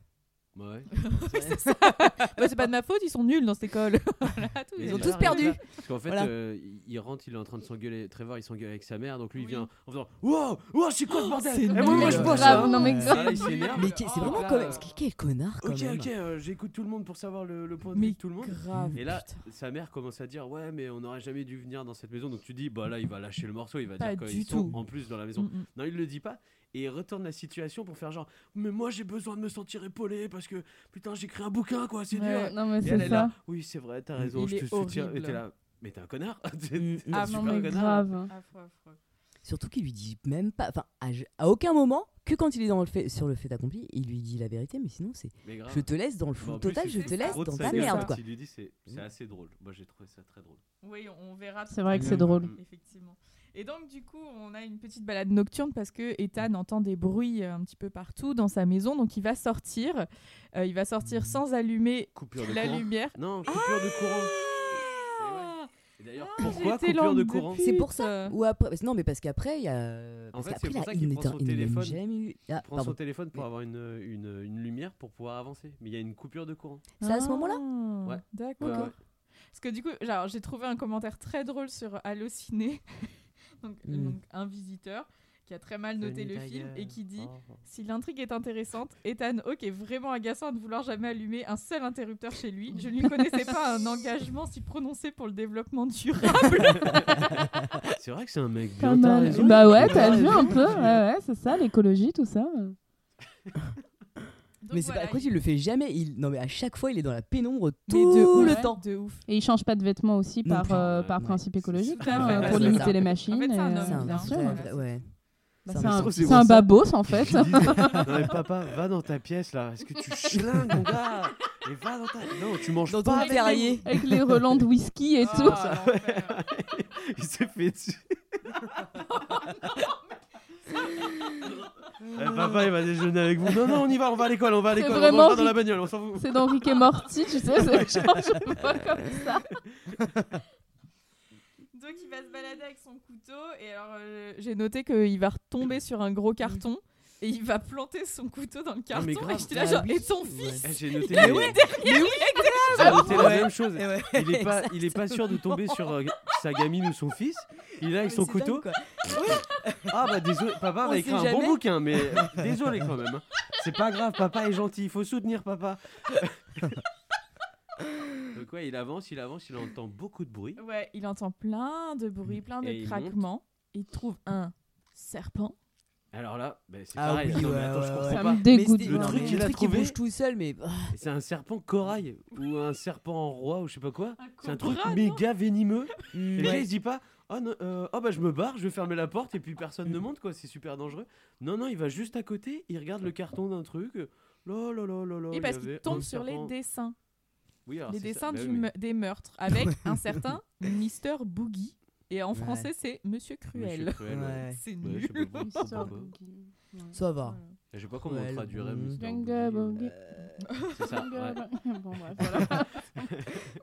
Speaker 8: Ouais.
Speaker 1: Bah, c'est pas de ma faute, ils sont nuls dans cette école. Voilà, tout,
Speaker 8: Ils
Speaker 1: ça
Speaker 8: ont
Speaker 1: leur
Speaker 8: tous
Speaker 10: perdu.
Speaker 1: arrive.
Speaker 8: Parce qu'en fait,
Speaker 10: Voilà.
Speaker 8: euh, il- il rentre, il est en train de s'engueuler. Trevor, il s'engueule avec sa mère, donc lui, il
Speaker 1: Oui.
Speaker 8: vient en faisant Wow, wow c'est quoi ce bordel
Speaker 1: c'est
Speaker 8: Eh, moi,
Speaker 1: nul.
Speaker 8: moi, je bois
Speaker 9: Grave,
Speaker 8: ça
Speaker 9: non, mais
Speaker 8: Ah, là, il s'énerve.
Speaker 10: Mais qui- c'est
Speaker 8: Oh,
Speaker 1: Ah,
Speaker 10: vraiment
Speaker 8: là,
Speaker 10: comme.
Speaker 8: euh,
Speaker 10: Quel- Quel connard, quand
Speaker 8: Ok,
Speaker 10: même.
Speaker 8: ok, euh, j'écoute tout le monde pour savoir le, le point de
Speaker 1: Mais
Speaker 8: vue de tout le monde.
Speaker 1: Grave.
Speaker 8: Et là,
Speaker 1: putain,
Speaker 8: sa mère commence à dire ouais mais on n'aurait jamais dû venir dans cette maison donc tu dis bah là il va lâcher le morceau il va
Speaker 1: Pas
Speaker 8: dire
Speaker 1: du
Speaker 8: qu'ils sont
Speaker 1: tout.
Speaker 8: en plus dans la maison
Speaker 1: Mm, mm.
Speaker 8: non il le dit pas et il retourne la situation pour faire genre mais moi j'ai besoin de me sentir épaulé parce que putain j'écris un bouquin quoi c'est
Speaker 9: Ouais,
Speaker 8: dur
Speaker 9: non, mais
Speaker 8: et elle
Speaker 9: c'est
Speaker 8: est
Speaker 9: ça.
Speaker 8: là oui c'est vrai t'as raison
Speaker 1: Il
Speaker 8: je te
Speaker 1: est
Speaker 8: soutiens et
Speaker 1: horrible.
Speaker 8: t'es là mais t'es un connard T'es- t'es
Speaker 10: Mm, mm.
Speaker 8: un
Speaker 1: Ah,
Speaker 8: super
Speaker 1: non,
Speaker 9: mais
Speaker 8: connard.
Speaker 9: grave.
Speaker 1: Affreux, affreux.
Speaker 10: Surtout qu'il lui dit même pas. Enfin, à, à aucun moment, que quand il est dans le fait, sur le fait accompli, il lui dit la vérité, mais sinon, c'est.
Speaker 8: mais grave
Speaker 10: Je te laisse dans le flou
Speaker 8: Ah. Bon, en plus,
Speaker 10: total,
Speaker 8: il
Speaker 10: je
Speaker 8: fait
Speaker 10: te laisse
Speaker 8: trop de
Speaker 10: dans
Speaker 8: sa
Speaker 10: ta
Speaker 8: gueule
Speaker 10: merde,
Speaker 8: quand
Speaker 10: quoi.
Speaker 8: il lui dit c'est c'est
Speaker 10: Mm.
Speaker 8: assez drôle moi j'ai trouvé ça très drôle
Speaker 1: Oui, on verra.
Speaker 9: C'est vrai que
Speaker 1: tout à
Speaker 9: c'est
Speaker 8: Mm.
Speaker 1: l'heure.
Speaker 9: drôle.
Speaker 1: Effectivement. Et donc, du coup, on a une petite balade nocturne parce que Ethan entend des bruits euh, un petit peu partout dans sa maison. Donc, il va sortir. Euh, il va sortir sans allumer
Speaker 8: Coupure de
Speaker 1: la
Speaker 8: Mm. courant. Eh
Speaker 1: lumière. Ah,
Speaker 8: Non, coupure de courant. Et D'ailleurs,
Speaker 9: Ah,
Speaker 8: pourquoi
Speaker 1: j'étais
Speaker 8: coupure de
Speaker 1: lente de
Speaker 8: courant
Speaker 10: C'est pour ça Ou après parce- Non, mais parce qu'après, il y a.
Speaker 8: En
Speaker 10: parce
Speaker 8: fait, c'est
Speaker 10: qu'après,
Speaker 8: pour
Speaker 10: là,
Speaker 8: ça
Speaker 10: il
Speaker 8: qu'il
Speaker 10: ne
Speaker 8: prend
Speaker 10: t'en-
Speaker 8: son
Speaker 10: il ne
Speaker 8: téléphone.
Speaker 10: jamais eu- Ah,
Speaker 8: Il prend
Speaker 10: pardon.
Speaker 8: son téléphone pour avoir une, une, une lumière pour pouvoir avancer. Mais il y a une coupure de courant.
Speaker 10: C'est à ce
Speaker 1: Ah,
Speaker 10: moment-là
Speaker 8: Ouais.
Speaker 1: D'accord.
Speaker 8: Ouais, ouais.
Speaker 1: Parce que du coup, genre, j'ai trouvé un commentaire très drôle sur Allociné. donc,
Speaker 10: Mm.
Speaker 1: donc, un visiteur qui a très mal noté le film et qui dit
Speaker 10: Oh.
Speaker 1: Si l'intrigue est intéressante, Ethan Hawke est vraiment agaçant de vouloir jamais allumer un seul interrupteur chez lui. Je ne lui connaissais pas un engagement si prononcé pour le développement durable.
Speaker 8: C'est vrai que c'est un mec
Speaker 9: Pas
Speaker 8: bien t'as
Speaker 9: mal.
Speaker 8: raison.
Speaker 9: Bah ouais,
Speaker 8: Bien
Speaker 9: t'as vu
Speaker 8: raison.
Speaker 9: un peu. Ouais, ouais, c'est ça, l'écologie, tout ça.
Speaker 1: Donc
Speaker 10: Mais c'est
Speaker 1: voilà,
Speaker 10: pas à quoi il le fait jamais. Il... Non, mais à chaque fois, il est dans la pénombre
Speaker 1: Mais de
Speaker 10: tout
Speaker 1: ouf,
Speaker 10: le
Speaker 1: ouais,
Speaker 10: temps.
Speaker 1: De ouf.
Speaker 9: Et ils changent pas de vêtements aussi
Speaker 10: Non
Speaker 9: par,
Speaker 10: plus.
Speaker 9: euh, par
Speaker 10: Ouais.
Speaker 9: principe écologique
Speaker 1: Tout à
Speaker 9: hein,
Speaker 1: fait.
Speaker 9: pour
Speaker 10: C'est
Speaker 9: limiter
Speaker 10: ça.
Speaker 9: les machines.
Speaker 1: En fait, c'est un
Speaker 9: et, euh,
Speaker 1: homme,
Speaker 10: C'est un,
Speaker 1: bien
Speaker 10: vrai,
Speaker 1: sûr,
Speaker 10: un
Speaker 1: voilà,
Speaker 10: vrai-
Speaker 1: c'est
Speaker 10: ouais.
Speaker 9: bah,
Speaker 10: c'est
Speaker 9: c'est
Speaker 10: un-
Speaker 9: un-
Speaker 8: c'est
Speaker 9: c'est
Speaker 8: pour
Speaker 9: un
Speaker 8: ça.
Speaker 9: babos en fait.
Speaker 8: Non, mais papa, va dans ta pièce là. Est-ce que tu chlingues, mon gars Et va dans ta. Non, tu manges
Speaker 10: Dans ton
Speaker 8: pas.
Speaker 10: terrier.
Speaker 9: Avec les relents de whisky et
Speaker 1: Ah,
Speaker 9: tout.
Speaker 1: l'enfer.
Speaker 8: Il s'est fait dessus. Eh, papa, il va déjeuner avec vous. Non, non, on y va, on va à l'école, on va à
Speaker 9: C'est
Speaker 8: l'école. On
Speaker 9: vraiment
Speaker 8: va dans la
Speaker 9: Rick-
Speaker 8: bagnole, on s'en fout.
Speaker 9: C'est dans Rick et Morty, tu sais, c'est genre, je vois comme ça.
Speaker 1: Donc il va se balader avec son couteau et alors euh, j'ai noté qu'il va retomber sur un gros carton et il va planter son couteau dans le carton
Speaker 8: Ah, mais
Speaker 1: et
Speaker 8: grave,
Speaker 1: j'étais là
Speaker 10: bah
Speaker 1: genre
Speaker 10: oui,
Speaker 1: et ton
Speaker 10: ouais.
Speaker 1: fils
Speaker 8: Eh, J'ai noté.
Speaker 10: Mais
Speaker 8: les-
Speaker 10: ouais,
Speaker 8: J'ai noté la même chose.
Speaker 10: Et ouais.
Speaker 8: Il est pas, il est pas sûr de tomber sur euh, sa gamine ou son fils. Il est là avec son
Speaker 10: C'est
Speaker 8: couteau.
Speaker 10: dingue, quoi.
Speaker 8: Ah bah désolé, papa
Speaker 10: On
Speaker 8: va
Speaker 10: sait
Speaker 8: écrire un
Speaker 10: jamais.
Speaker 8: bon bouquin, mais euh, désolé quand même. hein. C'est pas grave, papa est gentil, il faut soutenir papa. Donc ouais, il avance, il avance, il entend beaucoup de bruit.
Speaker 1: ouais il entend plein de bruit plein de
Speaker 8: Et il
Speaker 1: craquements il trouve un serpent
Speaker 8: Alors là, bah, c'est
Speaker 10: Ah
Speaker 8: pareil.
Speaker 10: oui,
Speaker 8: Non, mais
Speaker 10: ouais,
Speaker 8: attends, je
Speaker 10: ouais,
Speaker 8: comprends
Speaker 10: ouais.
Speaker 9: Ça
Speaker 8: pas.
Speaker 9: me dégoûte.
Speaker 10: Mais c'était-
Speaker 8: Le
Speaker 10: non,
Speaker 9: vraiment.
Speaker 8: truc
Speaker 10: mais
Speaker 8: qu'il a
Speaker 10: le qui
Speaker 8: trouvé-
Speaker 10: bouge tout seul, mais
Speaker 8: C'est un serpent corail ou un serpent en roi ou je sais pas quoi.
Speaker 1: Un
Speaker 8: C'est un truc
Speaker 1: cobra, non
Speaker 8: méga vénimeux. Et
Speaker 10: Mm.
Speaker 8: là, il se dit pas oh, non, euh, oh, bah je me barre, je vais fermer la porte et puis personne
Speaker 10: Mm.
Speaker 8: ne monte quoi, c'est super dangereux. Non non, il va juste à côté, il regarde le carton d'un truc. euh, Là là là là là.
Speaker 1: et
Speaker 8: il
Speaker 1: parce
Speaker 8: y
Speaker 1: qu'il
Speaker 8: avait un
Speaker 1: tombe sur les
Speaker 8: serpent.
Speaker 1: dessins
Speaker 8: Oui, alors
Speaker 1: les
Speaker 8: c'est
Speaker 1: dessins
Speaker 8: ça. Bah
Speaker 1: du
Speaker 8: oui, mais
Speaker 1: me- des meurtres avec un certain Mister Boogie et en
Speaker 10: Ouais.
Speaker 1: français c'est Monsieur
Speaker 8: Monsieur
Speaker 1: Cruel
Speaker 8: Cruel, ouais.
Speaker 10: Ouais.
Speaker 1: c'est
Speaker 8: Ouais,
Speaker 1: nul
Speaker 8: je sais pas, bon, je comprends pas.
Speaker 10: Ça va. Euh,
Speaker 1: Voilà.
Speaker 8: Je sais pas comment
Speaker 10: Cruel,
Speaker 8: on traduirait
Speaker 10: bon.
Speaker 8: Mr.
Speaker 9: Jungle
Speaker 8: Boogie.
Speaker 9: Boogie.
Speaker 8: C'est ça. ouais.
Speaker 9: Bon, bref, voilà.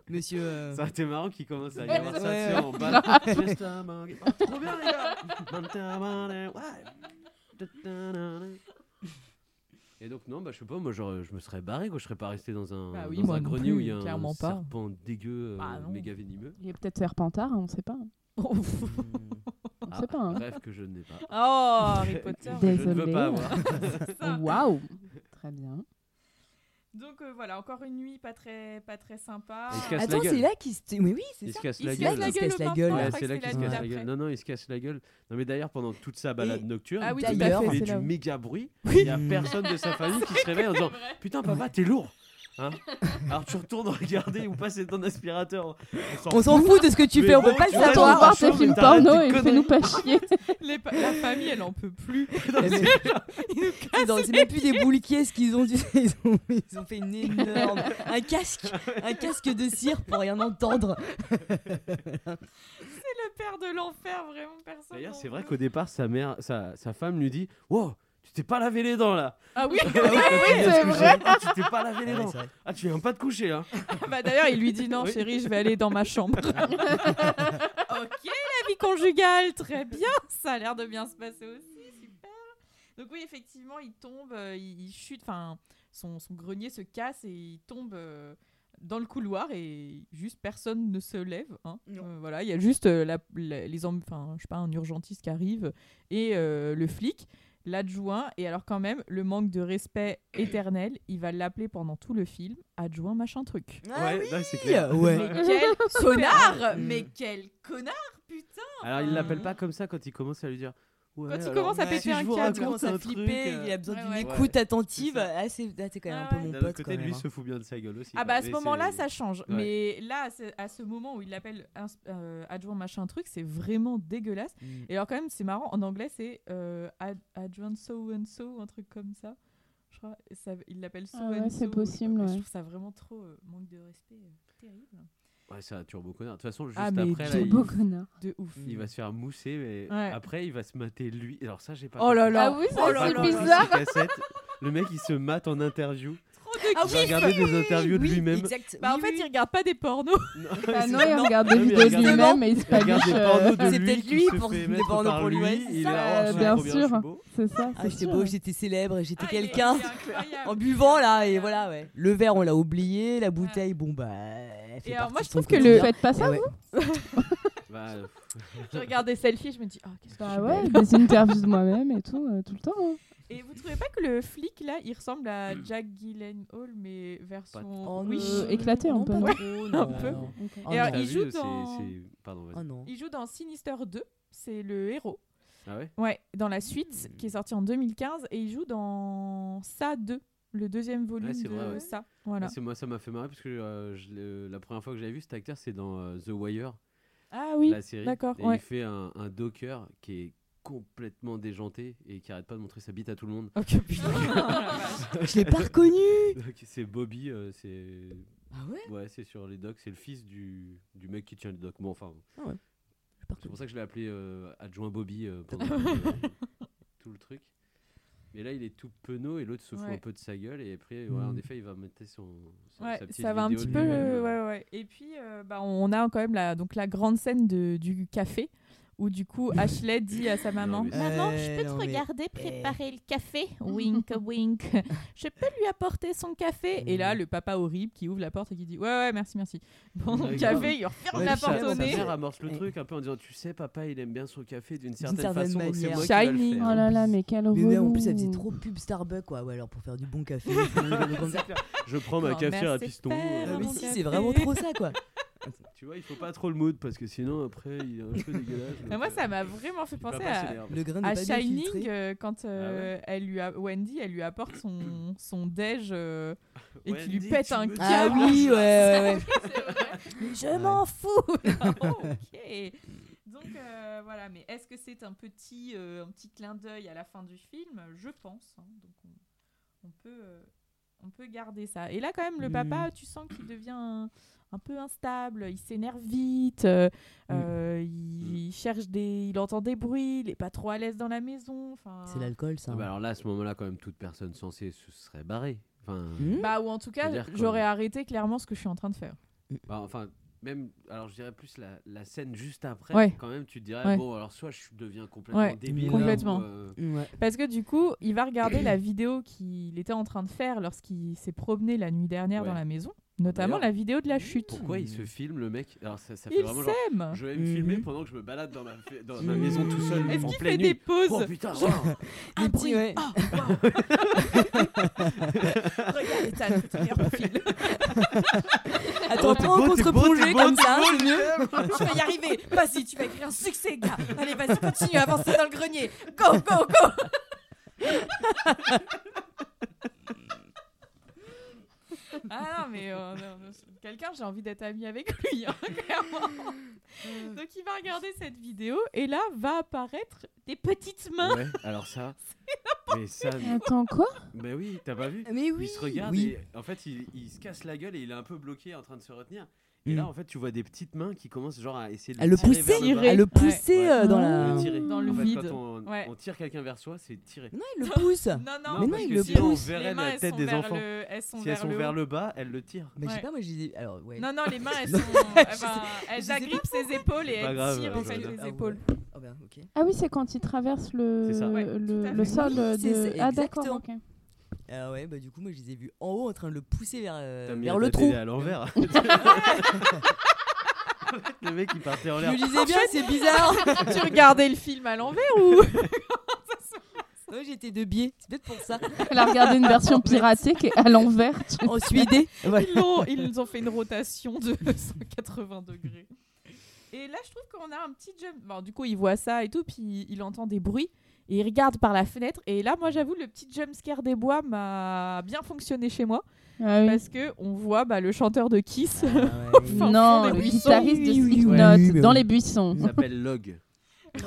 Speaker 10: Monsieur. euh,
Speaker 8: Ça a été marrant qu'il commence à y avoir
Speaker 10: Ouais,
Speaker 8: ça
Speaker 10: ouais,
Speaker 8: tu sais,
Speaker 10: ouais.
Speaker 8: en bas. Just a monkey. Oh, Trop bien les gars. Mantamane, ouais. Ta-ta-na-na. Et donc non, bah je sais pas, moi genre, je me serais barré quoi, je serais pas resté dans un,
Speaker 1: Bah oui,
Speaker 8: dans
Speaker 1: moi
Speaker 8: un
Speaker 1: non
Speaker 8: grenier où il y
Speaker 1: plus,
Speaker 8: a un
Speaker 1: clairement pas.
Speaker 8: serpent dégueu, euh,
Speaker 1: Ah, non.
Speaker 8: méga venimeux.
Speaker 9: Il est peut-être serpentard, hein, on sait pas. On
Speaker 8: Ah,
Speaker 9: sait pas. hein.
Speaker 8: Bref que je n'ai pas.
Speaker 1: oh Harry Potter
Speaker 9: Des-
Speaker 8: Je ne veux
Speaker 9: Désolée.
Speaker 8: pas avoir.
Speaker 1: c'est ça.
Speaker 9: Oh, Waouh Très bien.
Speaker 1: donc euh, voilà encore une nuit pas très pas très sympa
Speaker 8: Il se casse la
Speaker 10: Attends,
Speaker 8: gueule.
Speaker 10: c'est là qu'il se. Mais oui, c'est
Speaker 8: Il se
Speaker 10: ça.
Speaker 8: casse
Speaker 1: Il
Speaker 8: la
Speaker 1: se casse
Speaker 8: gueule.
Speaker 1: la
Speaker 10: Il se
Speaker 1: gueule.
Speaker 10: casse
Speaker 1: le
Speaker 10: la gueule.
Speaker 1: printemps, je
Speaker 10: Ouais,
Speaker 8: Ouais,
Speaker 1: crois
Speaker 8: c'est
Speaker 1: que
Speaker 8: là
Speaker 1: la
Speaker 8: qu'il se
Speaker 1: nuit
Speaker 8: casse la
Speaker 1: d'après.
Speaker 8: gueule. Non, non, il se casse la gueule. Non, mais d'ailleurs, pendant toute sa balade
Speaker 10: Et-
Speaker 8: nocturne,
Speaker 1: Ah oui,
Speaker 8: il
Speaker 1: tout
Speaker 10: D'ailleurs,
Speaker 1: à
Speaker 8: fait
Speaker 1: fait. c'est
Speaker 8: du
Speaker 1: là où-
Speaker 8: méga bruit.
Speaker 10: Oui.
Speaker 8: Il n'y a
Speaker 1: Mmh.
Speaker 8: personne de sa famille qui se réveille en disant Putain, papa, t'es lourd hein Alors tu retournes regarder ou passer ton aspirateur.
Speaker 10: On s'en fout de ce que tu
Speaker 8: Mais
Speaker 10: fais, on
Speaker 8: bon,
Speaker 10: peut pas le
Speaker 8: tu restes
Speaker 9: Attends,
Speaker 8: dans
Speaker 9: on
Speaker 8: ta
Speaker 10: savoir.
Speaker 9: voir tes
Speaker 8: chambre,
Speaker 9: films
Speaker 8: t'arrêtes
Speaker 9: porno
Speaker 8: tes
Speaker 9: et
Speaker 8: conneries.
Speaker 9: fais-nous pas chier.
Speaker 1: Les pa- la famille, elle en peut plus.
Speaker 10: C'est dans- c'est même plus des boules qui est-ce qu'ils ont dit. Ils ont, ils ont fait une énorme. Un casque, un casque de cire pour rien entendre.
Speaker 8: Ah
Speaker 1: Le père de l'enfer, vraiment personne.
Speaker 8: D'ailleurs,
Speaker 1: n'en
Speaker 8: c'est vrai
Speaker 1: veut.
Speaker 8: qu'au départ, sa mère, sa, sa femme lui dit Wow, tu t'es pas lavé les dents là
Speaker 1: Ah oui,
Speaker 8: Ah oui, quand tu viens
Speaker 9: c'est
Speaker 8: te coucher,
Speaker 9: vrai.
Speaker 8: ah, Tu t'es pas lavé les
Speaker 10: Ouais,
Speaker 8: dents
Speaker 10: c'est vrai.
Speaker 8: Ah, tu viens pas de coucher là
Speaker 1: bah d'ailleurs, il lui dit non,
Speaker 8: Oui.
Speaker 1: chérie, je vais aller dans ma chambre. ok, la vie conjugale, très bien. Ça a l'air de bien se passer aussi, super. Donc oui, effectivement, il tombe, euh, il, il chute, enfin, son, son grenier se casse et il tombe. euh, dans le couloir et juste personne ne se lève. hein.
Speaker 10: Non.
Speaker 1: Euh, voilà, il y a juste euh, la- la- les amb- enfin, je sais pas, un urgentiste qui arrive et euh, le flic, l'adjoint et alors quand même le manque de respect éternel, il va l'appeler pendant tout le film adjoint machin truc.
Speaker 10: Ah
Speaker 8: Ouais, non, c'est
Speaker 10: oui,
Speaker 8: clair.
Speaker 10: ouais.
Speaker 1: Mais quel connard
Speaker 9: Mm.
Speaker 1: Mais quel connard putain
Speaker 8: Alors, il l'appelle pas comme ça quand il commence à lui dire Ouais,
Speaker 1: Quand il
Speaker 8: alors,
Speaker 1: commence à
Speaker 8: ouais,
Speaker 1: péter
Speaker 8: si
Speaker 1: un
Speaker 8: je vous
Speaker 1: câble,
Speaker 10: Il
Speaker 8: raconte
Speaker 10: commence
Speaker 8: un
Speaker 10: à
Speaker 8: truc,
Speaker 10: flipper,
Speaker 8: euh,
Speaker 10: il a besoin
Speaker 1: ouais,
Speaker 10: d'une
Speaker 1: ouais.
Speaker 10: écoute attentive.
Speaker 8: C'est ça.
Speaker 10: Ah, c'est ah, t'es quand même
Speaker 1: Ah
Speaker 10: un peu
Speaker 1: ouais.
Speaker 10: mon
Speaker 8: D'un
Speaker 10: pote.
Speaker 8: autre côté,
Speaker 10: quand même,
Speaker 8: lui
Speaker 10: hein.
Speaker 8: se fout bien de sa gueule aussi.
Speaker 1: Ah bah à
Speaker 8: Mais
Speaker 1: ce
Speaker 8: c'est-
Speaker 1: moment-là ça change,
Speaker 8: Ouais.
Speaker 1: mais là c'est- à ce moment où il l'appelle ins- euh, adjoint machin truc, c'est vraiment dégueulasse.
Speaker 10: Mm.
Speaker 1: Et alors quand même c'est marrant, en anglais c'est euh, ad- adjoint so and so, un truc comme ça. Je crois, et ça- il l'appelle so
Speaker 9: Ah ouais,
Speaker 1: and so.
Speaker 9: c'est possible,
Speaker 1: Je
Speaker 9: ouais.
Speaker 1: trouve ça vraiment trop euh, manque de respect, euh, terrible.
Speaker 8: Ouais, c'est un turbo connard. De toute façon, juste
Speaker 1: Ah, mais
Speaker 8: après, là, bah, il,
Speaker 1: turbo connard. De ouf.
Speaker 8: il va se faire mousser, mais
Speaker 1: Mm. Ouais.
Speaker 8: après, il va se mater lui. Alors, ça, j'ai pas.
Speaker 1: Oh là
Speaker 8: compris.
Speaker 1: là. Ah oui, ça,
Speaker 8: J'ai pas
Speaker 1: c'est
Speaker 8: compris ces
Speaker 1: bizarre.
Speaker 8: cassettes. Le mec, il se mate en interview.
Speaker 1: Ah
Speaker 8: J'ai
Speaker 1: oui,
Speaker 8: regardé
Speaker 1: oui,
Speaker 8: des
Speaker 1: oui,
Speaker 8: interviews de
Speaker 1: oui,
Speaker 8: lui-même.
Speaker 1: exact. Bah, en fait, il regarde pas des pornos.
Speaker 8: Ah,
Speaker 1: Ah
Speaker 9: Bah non, il regarde des vidéos de lui-même et il se
Speaker 8: Il regarde
Speaker 9: panique.
Speaker 8: des pornos de
Speaker 9: euh,
Speaker 8: lui qui se fait mettre par lui, il est là,
Speaker 9: Euh,
Speaker 8: oh,
Speaker 9: Bien
Speaker 8: trop bien, je suis
Speaker 9: sûr,
Speaker 8: beau.
Speaker 9: c'est ça.
Speaker 10: Ah,
Speaker 9: c'est
Speaker 10: j'étais
Speaker 9: sûr.
Speaker 10: beau, j'étais célèbre, et
Speaker 1: Ah,
Speaker 10: j'étais quelqu'un. En buvant là, et voilà, ouais. Le verre, on l'a oublié, la bouteille, bon bah. elle fait
Speaker 1: Et alors, moi,
Speaker 10: partie
Speaker 1: je
Speaker 10: de son
Speaker 1: trouve que
Speaker 10: quotidien.
Speaker 1: le. Faites pas
Speaker 10: Eh
Speaker 1: ça,
Speaker 10: ouais.
Speaker 1: vous
Speaker 8: Bah, euh,
Speaker 1: Je regarde des selfies, je me dis, oh, qu'est-ce que je
Speaker 9: Bah
Speaker 1: suis
Speaker 9: ouais,
Speaker 1: belle.
Speaker 9: des interviews de moi-même et tout, euh, tout le temps. hein.
Speaker 1: Et vous trouvez pas que le flic, là, il ressemble à
Speaker 8: Hmm.
Speaker 1: Jack Gyllenhaal, mais version.
Speaker 10: Oh,
Speaker 1: oui.
Speaker 10: non,
Speaker 9: Euh, éclaté un
Speaker 10: non,
Speaker 9: peu.
Speaker 10: pas
Speaker 1: Ouais.
Speaker 10: trop,
Speaker 1: Un
Speaker 10: non,
Speaker 1: peu.
Speaker 10: non.
Speaker 9: Ok.
Speaker 10: Oh
Speaker 1: Et alors,
Speaker 10: non.
Speaker 8: t'as
Speaker 1: il
Speaker 8: vu,
Speaker 1: joue
Speaker 8: c'est-
Speaker 1: dans-
Speaker 8: c'est- Pardon, vas-y.
Speaker 10: Oh non.
Speaker 1: Il joue dans Sinister 2, c'est le héros.
Speaker 8: Ah ouais
Speaker 1: Ouais, dans la suite,
Speaker 8: Hmm.
Speaker 1: qui est sortie en 2015, et il joue dans Ça 2, le deuxième volume
Speaker 8: c'est
Speaker 1: de
Speaker 8: vrai, ouais.
Speaker 1: Ça. Voilà.
Speaker 8: Ah, c'est- Moi, ça m'a fait marrer parce que euh, je l'ai- la première fois que j'avais vu cet acteur, c'est dans euh, The Wire,
Speaker 1: Ah oui,
Speaker 8: la série.
Speaker 1: d'accord,
Speaker 8: Et
Speaker 1: ouais.
Speaker 8: il fait un, un docker qui est complètement déjanté et qui arrête pas de montrer sa bite à tout le monde.
Speaker 1: Ok, Oh, putain.
Speaker 10: Je l'ai pas reconnu.
Speaker 8: Donc, c'est Bobby, euh, c'est.
Speaker 10: Ah ouais
Speaker 8: Ouais, c'est sur les docs, c'est le fils du, du mec qui tient les docs. Bon, enfin,
Speaker 10: Je l'ai pas
Speaker 8: c'est pour
Speaker 10: reconnu.
Speaker 8: ça que je l'ai appelé euh, adjoint Bobby euh, pendant tout, le- tout le truc. Mais là, il est tout penaud et l'autre se fout
Speaker 1: Ouais.
Speaker 8: un peu de sa gueule. Et après, voilà, en
Speaker 10: Mm.
Speaker 8: effet, il va mettre son. sa-
Speaker 1: Ouais,
Speaker 8: sa petite
Speaker 1: ça va un
Speaker 8: vidéo
Speaker 1: petit
Speaker 8: de
Speaker 1: peu.
Speaker 8: lui-même,
Speaker 1: euh,
Speaker 8: euh,
Speaker 1: ouais, ouais. Et puis, euh, bah, on a quand même la, donc, la grande scène de, du café où du coup Ashley dit à sa maman Eh.
Speaker 8: mais c'est-
Speaker 1: Maman, je
Speaker 10: Euh,
Speaker 1: peux te
Speaker 10: non, mais-
Speaker 1: regarder préparer le café Wink, wink. Je peux lui apporter son café Et là, le papa horrible qui ouvre la porte et qui dit Ouais, ouais, merci, merci. Bon,
Speaker 8: Ouais,
Speaker 1: café, il lui referme
Speaker 8: Ouais,
Speaker 1: la
Speaker 8: puis sa-
Speaker 1: porte au
Speaker 8: Sa
Speaker 1: nez.
Speaker 8: mère amorce le
Speaker 10: Ouais.
Speaker 8: truc un peu en disant Tu sais, papa, il aime bien son café d'une certaine,
Speaker 10: certaine
Speaker 8: façon. donc C'est
Speaker 10: manière.
Speaker 8: moi qui va le
Speaker 1: Shining.
Speaker 8: faire.
Speaker 9: Oh là là, mais quel
Speaker 10: Mais
Speaker 9: relou.
Speaker 10: ouais, en plus, elle faisait trop pub Starbucks, quoi. Ouais, alors pour faire du bon café. il faut des trucs comme ça.
Speaker 8: Je prends ma
Speaker 1: Grand-mère,
Speaker 8: cafetière à
Speaker 1: c'est
Speaker 8: piston.
Speaker 1: père.
Speaker 10: Ah,
Speaker 8: euh,
Speaker 10: mais
Speaker 1: Mon
Speaker 10: si,
Speaker 1: café.
Speaker 10: c'est vraiment trop ça, quoi.
Speaker 8: Tu vois, il faut pas trop le mood parce que sinon, après, il est un peu dégueulasse.
Speaker 1: Mais
Speaker 8: donc,
Speaker 1: moi,
Speaker 8: euh,
Speaker 1: ça m'a vraiment fait
Speaker 8: il va
Speaker 1: penser
Speaker 8: pas
Speaker 1: à,
Speaker 8: s'énerver.
Speaker 10: Le
Speaker 1: à
Speaker 10: grain n'est pas bien
Speaker 1: Shining
Speaker 10: filtré.
Speaker 1: euh, quand
Speaker 8: Ah
Speaker 1: euh, elle lui a- Wendy, elle lui apporte son, son déj euh, et qui lui
Speaker 8: Wendy,
Speaker 1: pète
Speaker 8: tu
Speaker 1: un
Speaker 8: me-
Speaker 10: Ah
Speaker 1: câble.
Speaker 10: oui, ouais, ouais, ouais.
Speaker 1: Je m'en fous. ok.
Speaker 10: Mm.
Speaker 1: Donc euh, voilà, mais est-ce que c'est un petit euh, un petit clin d'œil à la fin du film Je pense. hein. Donc on, on peut euh, on peut garder ça. Et là quand même le
Speaker 10: Mm.
Speaker 1: papa, tu sens qu'il devient un, un peu instable. Il s'énerve vite. euh,
Speaker 10: Mm.
Speaker 1: euh, il, il cherche des, il entend des bruits. Il est pas trop à l'aise dans la maison. Enfin.
Speaker 10: C'est l'alcool, ça. hein.
Speaker 8: Ah bah alors là, à ce moment-là, quand même, toute personne censée se serait barrée. Enfin,
Speaker 10: Hmm
Speaker 1: Bah ou en tout cas,
Speaker 8: C'est-à-dire que-
Speaker 1: j'aurais arrêté clairement ce que je suis en train de faire.
Speaker 8: bah, enfin, même, alors je dirais plus la, la scène juste après,
Speaker 1: Ouais.
Speaker 8: quand même, tu te dirais,
Speaker 1: Ouais.
Speaker 8: bon, alors soit je deviens complètement
Speaker 1: Ouais,
Speaker 8: débile.
Speaker 1: complètement.
Speaker 8: ou, euh,
Speaker 10: Ouais.
Speaker 1: Parce que du coup, il va regarder la vidéo qu'il était en train de faire lorsqu'il s'est promené la nuit dernière
Speaker 8: Ouais.
Speaker 1: dans la maison, notamment
Speaker 8: D'ailleurs,
Speaker 1: la vidéo de la chute.
Speaker 8: pourquoi il se filme, le mec Alors ça, ça fait
Speaker 1: Il
Speaker 8: vraiment genre,
Speaker 1: s'aime
Speaker 8: je vais me filmer
Speaker 10: Mhm.
Speaker 8: pendant que je me balade dans ma, fa- dans
Speaker 10: Hmm.
Speaker 8: ma maison tout seul,
Speaker 1: Est-ce
Speaker 8: en
Speaker 1: qu'il fait
Speaker 8: pleine
Speaker 1: des
Speaker 8: nuit. Oh
Speaker 1: pauses
Speaker 8: putain, oh. wow.
Speaker 1: Un
Speaker 10: Les
Speaker 1: bruit. Ah,
Speaker 10: petits, ouais.
Speaker 1: Regarde, Ethan, c'est ton meilleur profil. Oh,
Speaker 10: Attends, prends en contre-plongée comme ça. c'est mieux.
Speaker 1: Tu vas y arriver Vas-y, tu vas écrire un succès, gars Ah, Allez, vas-y, continue, avance dans le grenier Go, go, go Ah non, mais euh, non, non, c'est quelqu'un, j'ai envie d'être ami avec lui, hein, clairement. Donc il va regarder cette vidéo et là va apparaître des petites mains.
Speaker 8: Ouais, alors ça. Mais ça,
Speaker 9: Attends, quoi
Speaker 8: mais oui, t'as pas vu
Speaker 10: Mais oui.
Speaker 8: Il se regarde
Speaker 10: Oui.
Speaker 8: et en fait il, il se casse la gueule et il est un peu bloqué en train de se retenir. Et
Speaker 10: Mm.
Speaker 8: là en fait tu vois des petites mains qui commencent genre à essayer de
Speaker 10: À le
Speaker 8: tirer
Speaker 10: pousser,
Speaker 8: vers le bas.
Speaker 10: à le pousser
Speaker 8: Ouais.
Speaker 10: euh, dans
Speaker 8: Le
Speaker 10: la.
Speaker 8: tirer.
Speaker 1: Dans le
Speaker 8: en fait,
Speaker 1: vide.
Speaker 8: Quand on,
Speaker 1: Ouais.
Speaker 8: on tire quelqu'un vers soi, c'est tirer.
Speaker 10: Non, il le pousse.
Speaker 1: Non, non,
Speaker 8: Non,
Speaker 10: mais non,
Speaker 8: parce
Speaker 10: il
Speaker 8: que
Speaker 10: le
Speaker 8: sinon on
Speaker 10: pousse.
Speaker 8: verrait
Speaker 1: les mains,
Speaker 8: la
Speaker 1: elles
Speaker 8: tête
Speaker 1: sont
Speaker 8: des
Speaker 1: vers
Speaker 8: enfants.
Speaker 1: le- elles sont
Speaker 8: Si elles
Speaker 1: vers
Speaker 8: sont
Speaker 1: le
Speaker 8: vers
Speaker 1: haut.
Speaker 8: le bas, elles le tirent.
Speaker 10: Mais je
Speaker 1: Ouais.
Speaker 10: sais pas, moi j'ai des. Alors, ouais.
Speaker 1: Non, non, les mains, elles,
Speaker 10: Non,
Speaker 1: sont, eh
Speaker 10: je sais
Speaker 1: ben,
Speaker 10: pas. Je
Speaker 1: elles
Speaker 10: sais
Speaker 1: agrippent
Speaker 10: pas.
Speaker 1: ses épaules et
Speaker 8: Pas
Speaker 1: elles
Speaker 8: grave,
Speaker 1: tirent en
Speaker 8: je
Speaker 1: fait
Speaker 8: regarde.
Speaker 1: les
Speaker 10: Ah,
Speaker 1: épaules.
Speaker 10: ouais. Ah bah, ok.
Speaker 9: Ah oui, c'est quand il traverse le,
Speaker 8: C'est ça.
Speaker 1: Ouais, tout à
Speaker 9: le,
Speaker 1: fait.
Speaker 9: le sol
Speaker 10: Oui, c'est-
Speaker 9: de.
Speaker 10: c'est
Speaker 9: Ah d'accord,
Speaker 10: exactement.
Speaker 9: ok.
Speaker 10: Ah ouais, bah du coup, moi je les ai vus en haut en train de le pousser vers, euh,
Speaker 8: T'as mis
Speaker 10: vers
Speaker 8: la
Speaker 10: le
Speaker 8: télé
Speaker 10: trou.
Speaker 8: à l'envers. le mec il partait en
Speaker 10: Je
Speaker 8: l'air.
Speaker 10: me disais bien, c'est bizarre.
Speaker 1: tu regardais le film à l'envers ou
Speaker 10: Moi j'étais de biais, c'est peut-être pour ça.
Speaker 9: Elle a regardé une version piratée qui est à l'envers. tu-
Speaker 10: En suédé. Ouais.
Speaker 1: ils, l'ont- ils nous ont fait une rotation de 180 degrés. Et là, je trouve qu'on a un petit jump. Bon, du coup, il voit ça et tout, puis il entend des bruits et il regarde par la fenêtre. Et là, moi, j'avoue, le petit jump scare des bois m'a bien fonctionné chez moi
Speaker 9: Ah oui.
Speaker 1: parce que on voit bah, le chanteur de Kiss.
Speaker 10: Ah,
Speaker 1: fin
Speaker 9: Non,
Speaker 1: fond des
Speaker 9: le
Speaker 1: buissons.
Speaker 9: guitariste de
Speaker 10: Oui, oui,
Speaker 9: Slipknot
Speaker 10: oui, oui, mais
Speaker 9: dans
Speaker 10: oui.
Speaker 9: les buissons.
Speaker 8: Il s'appelle Log.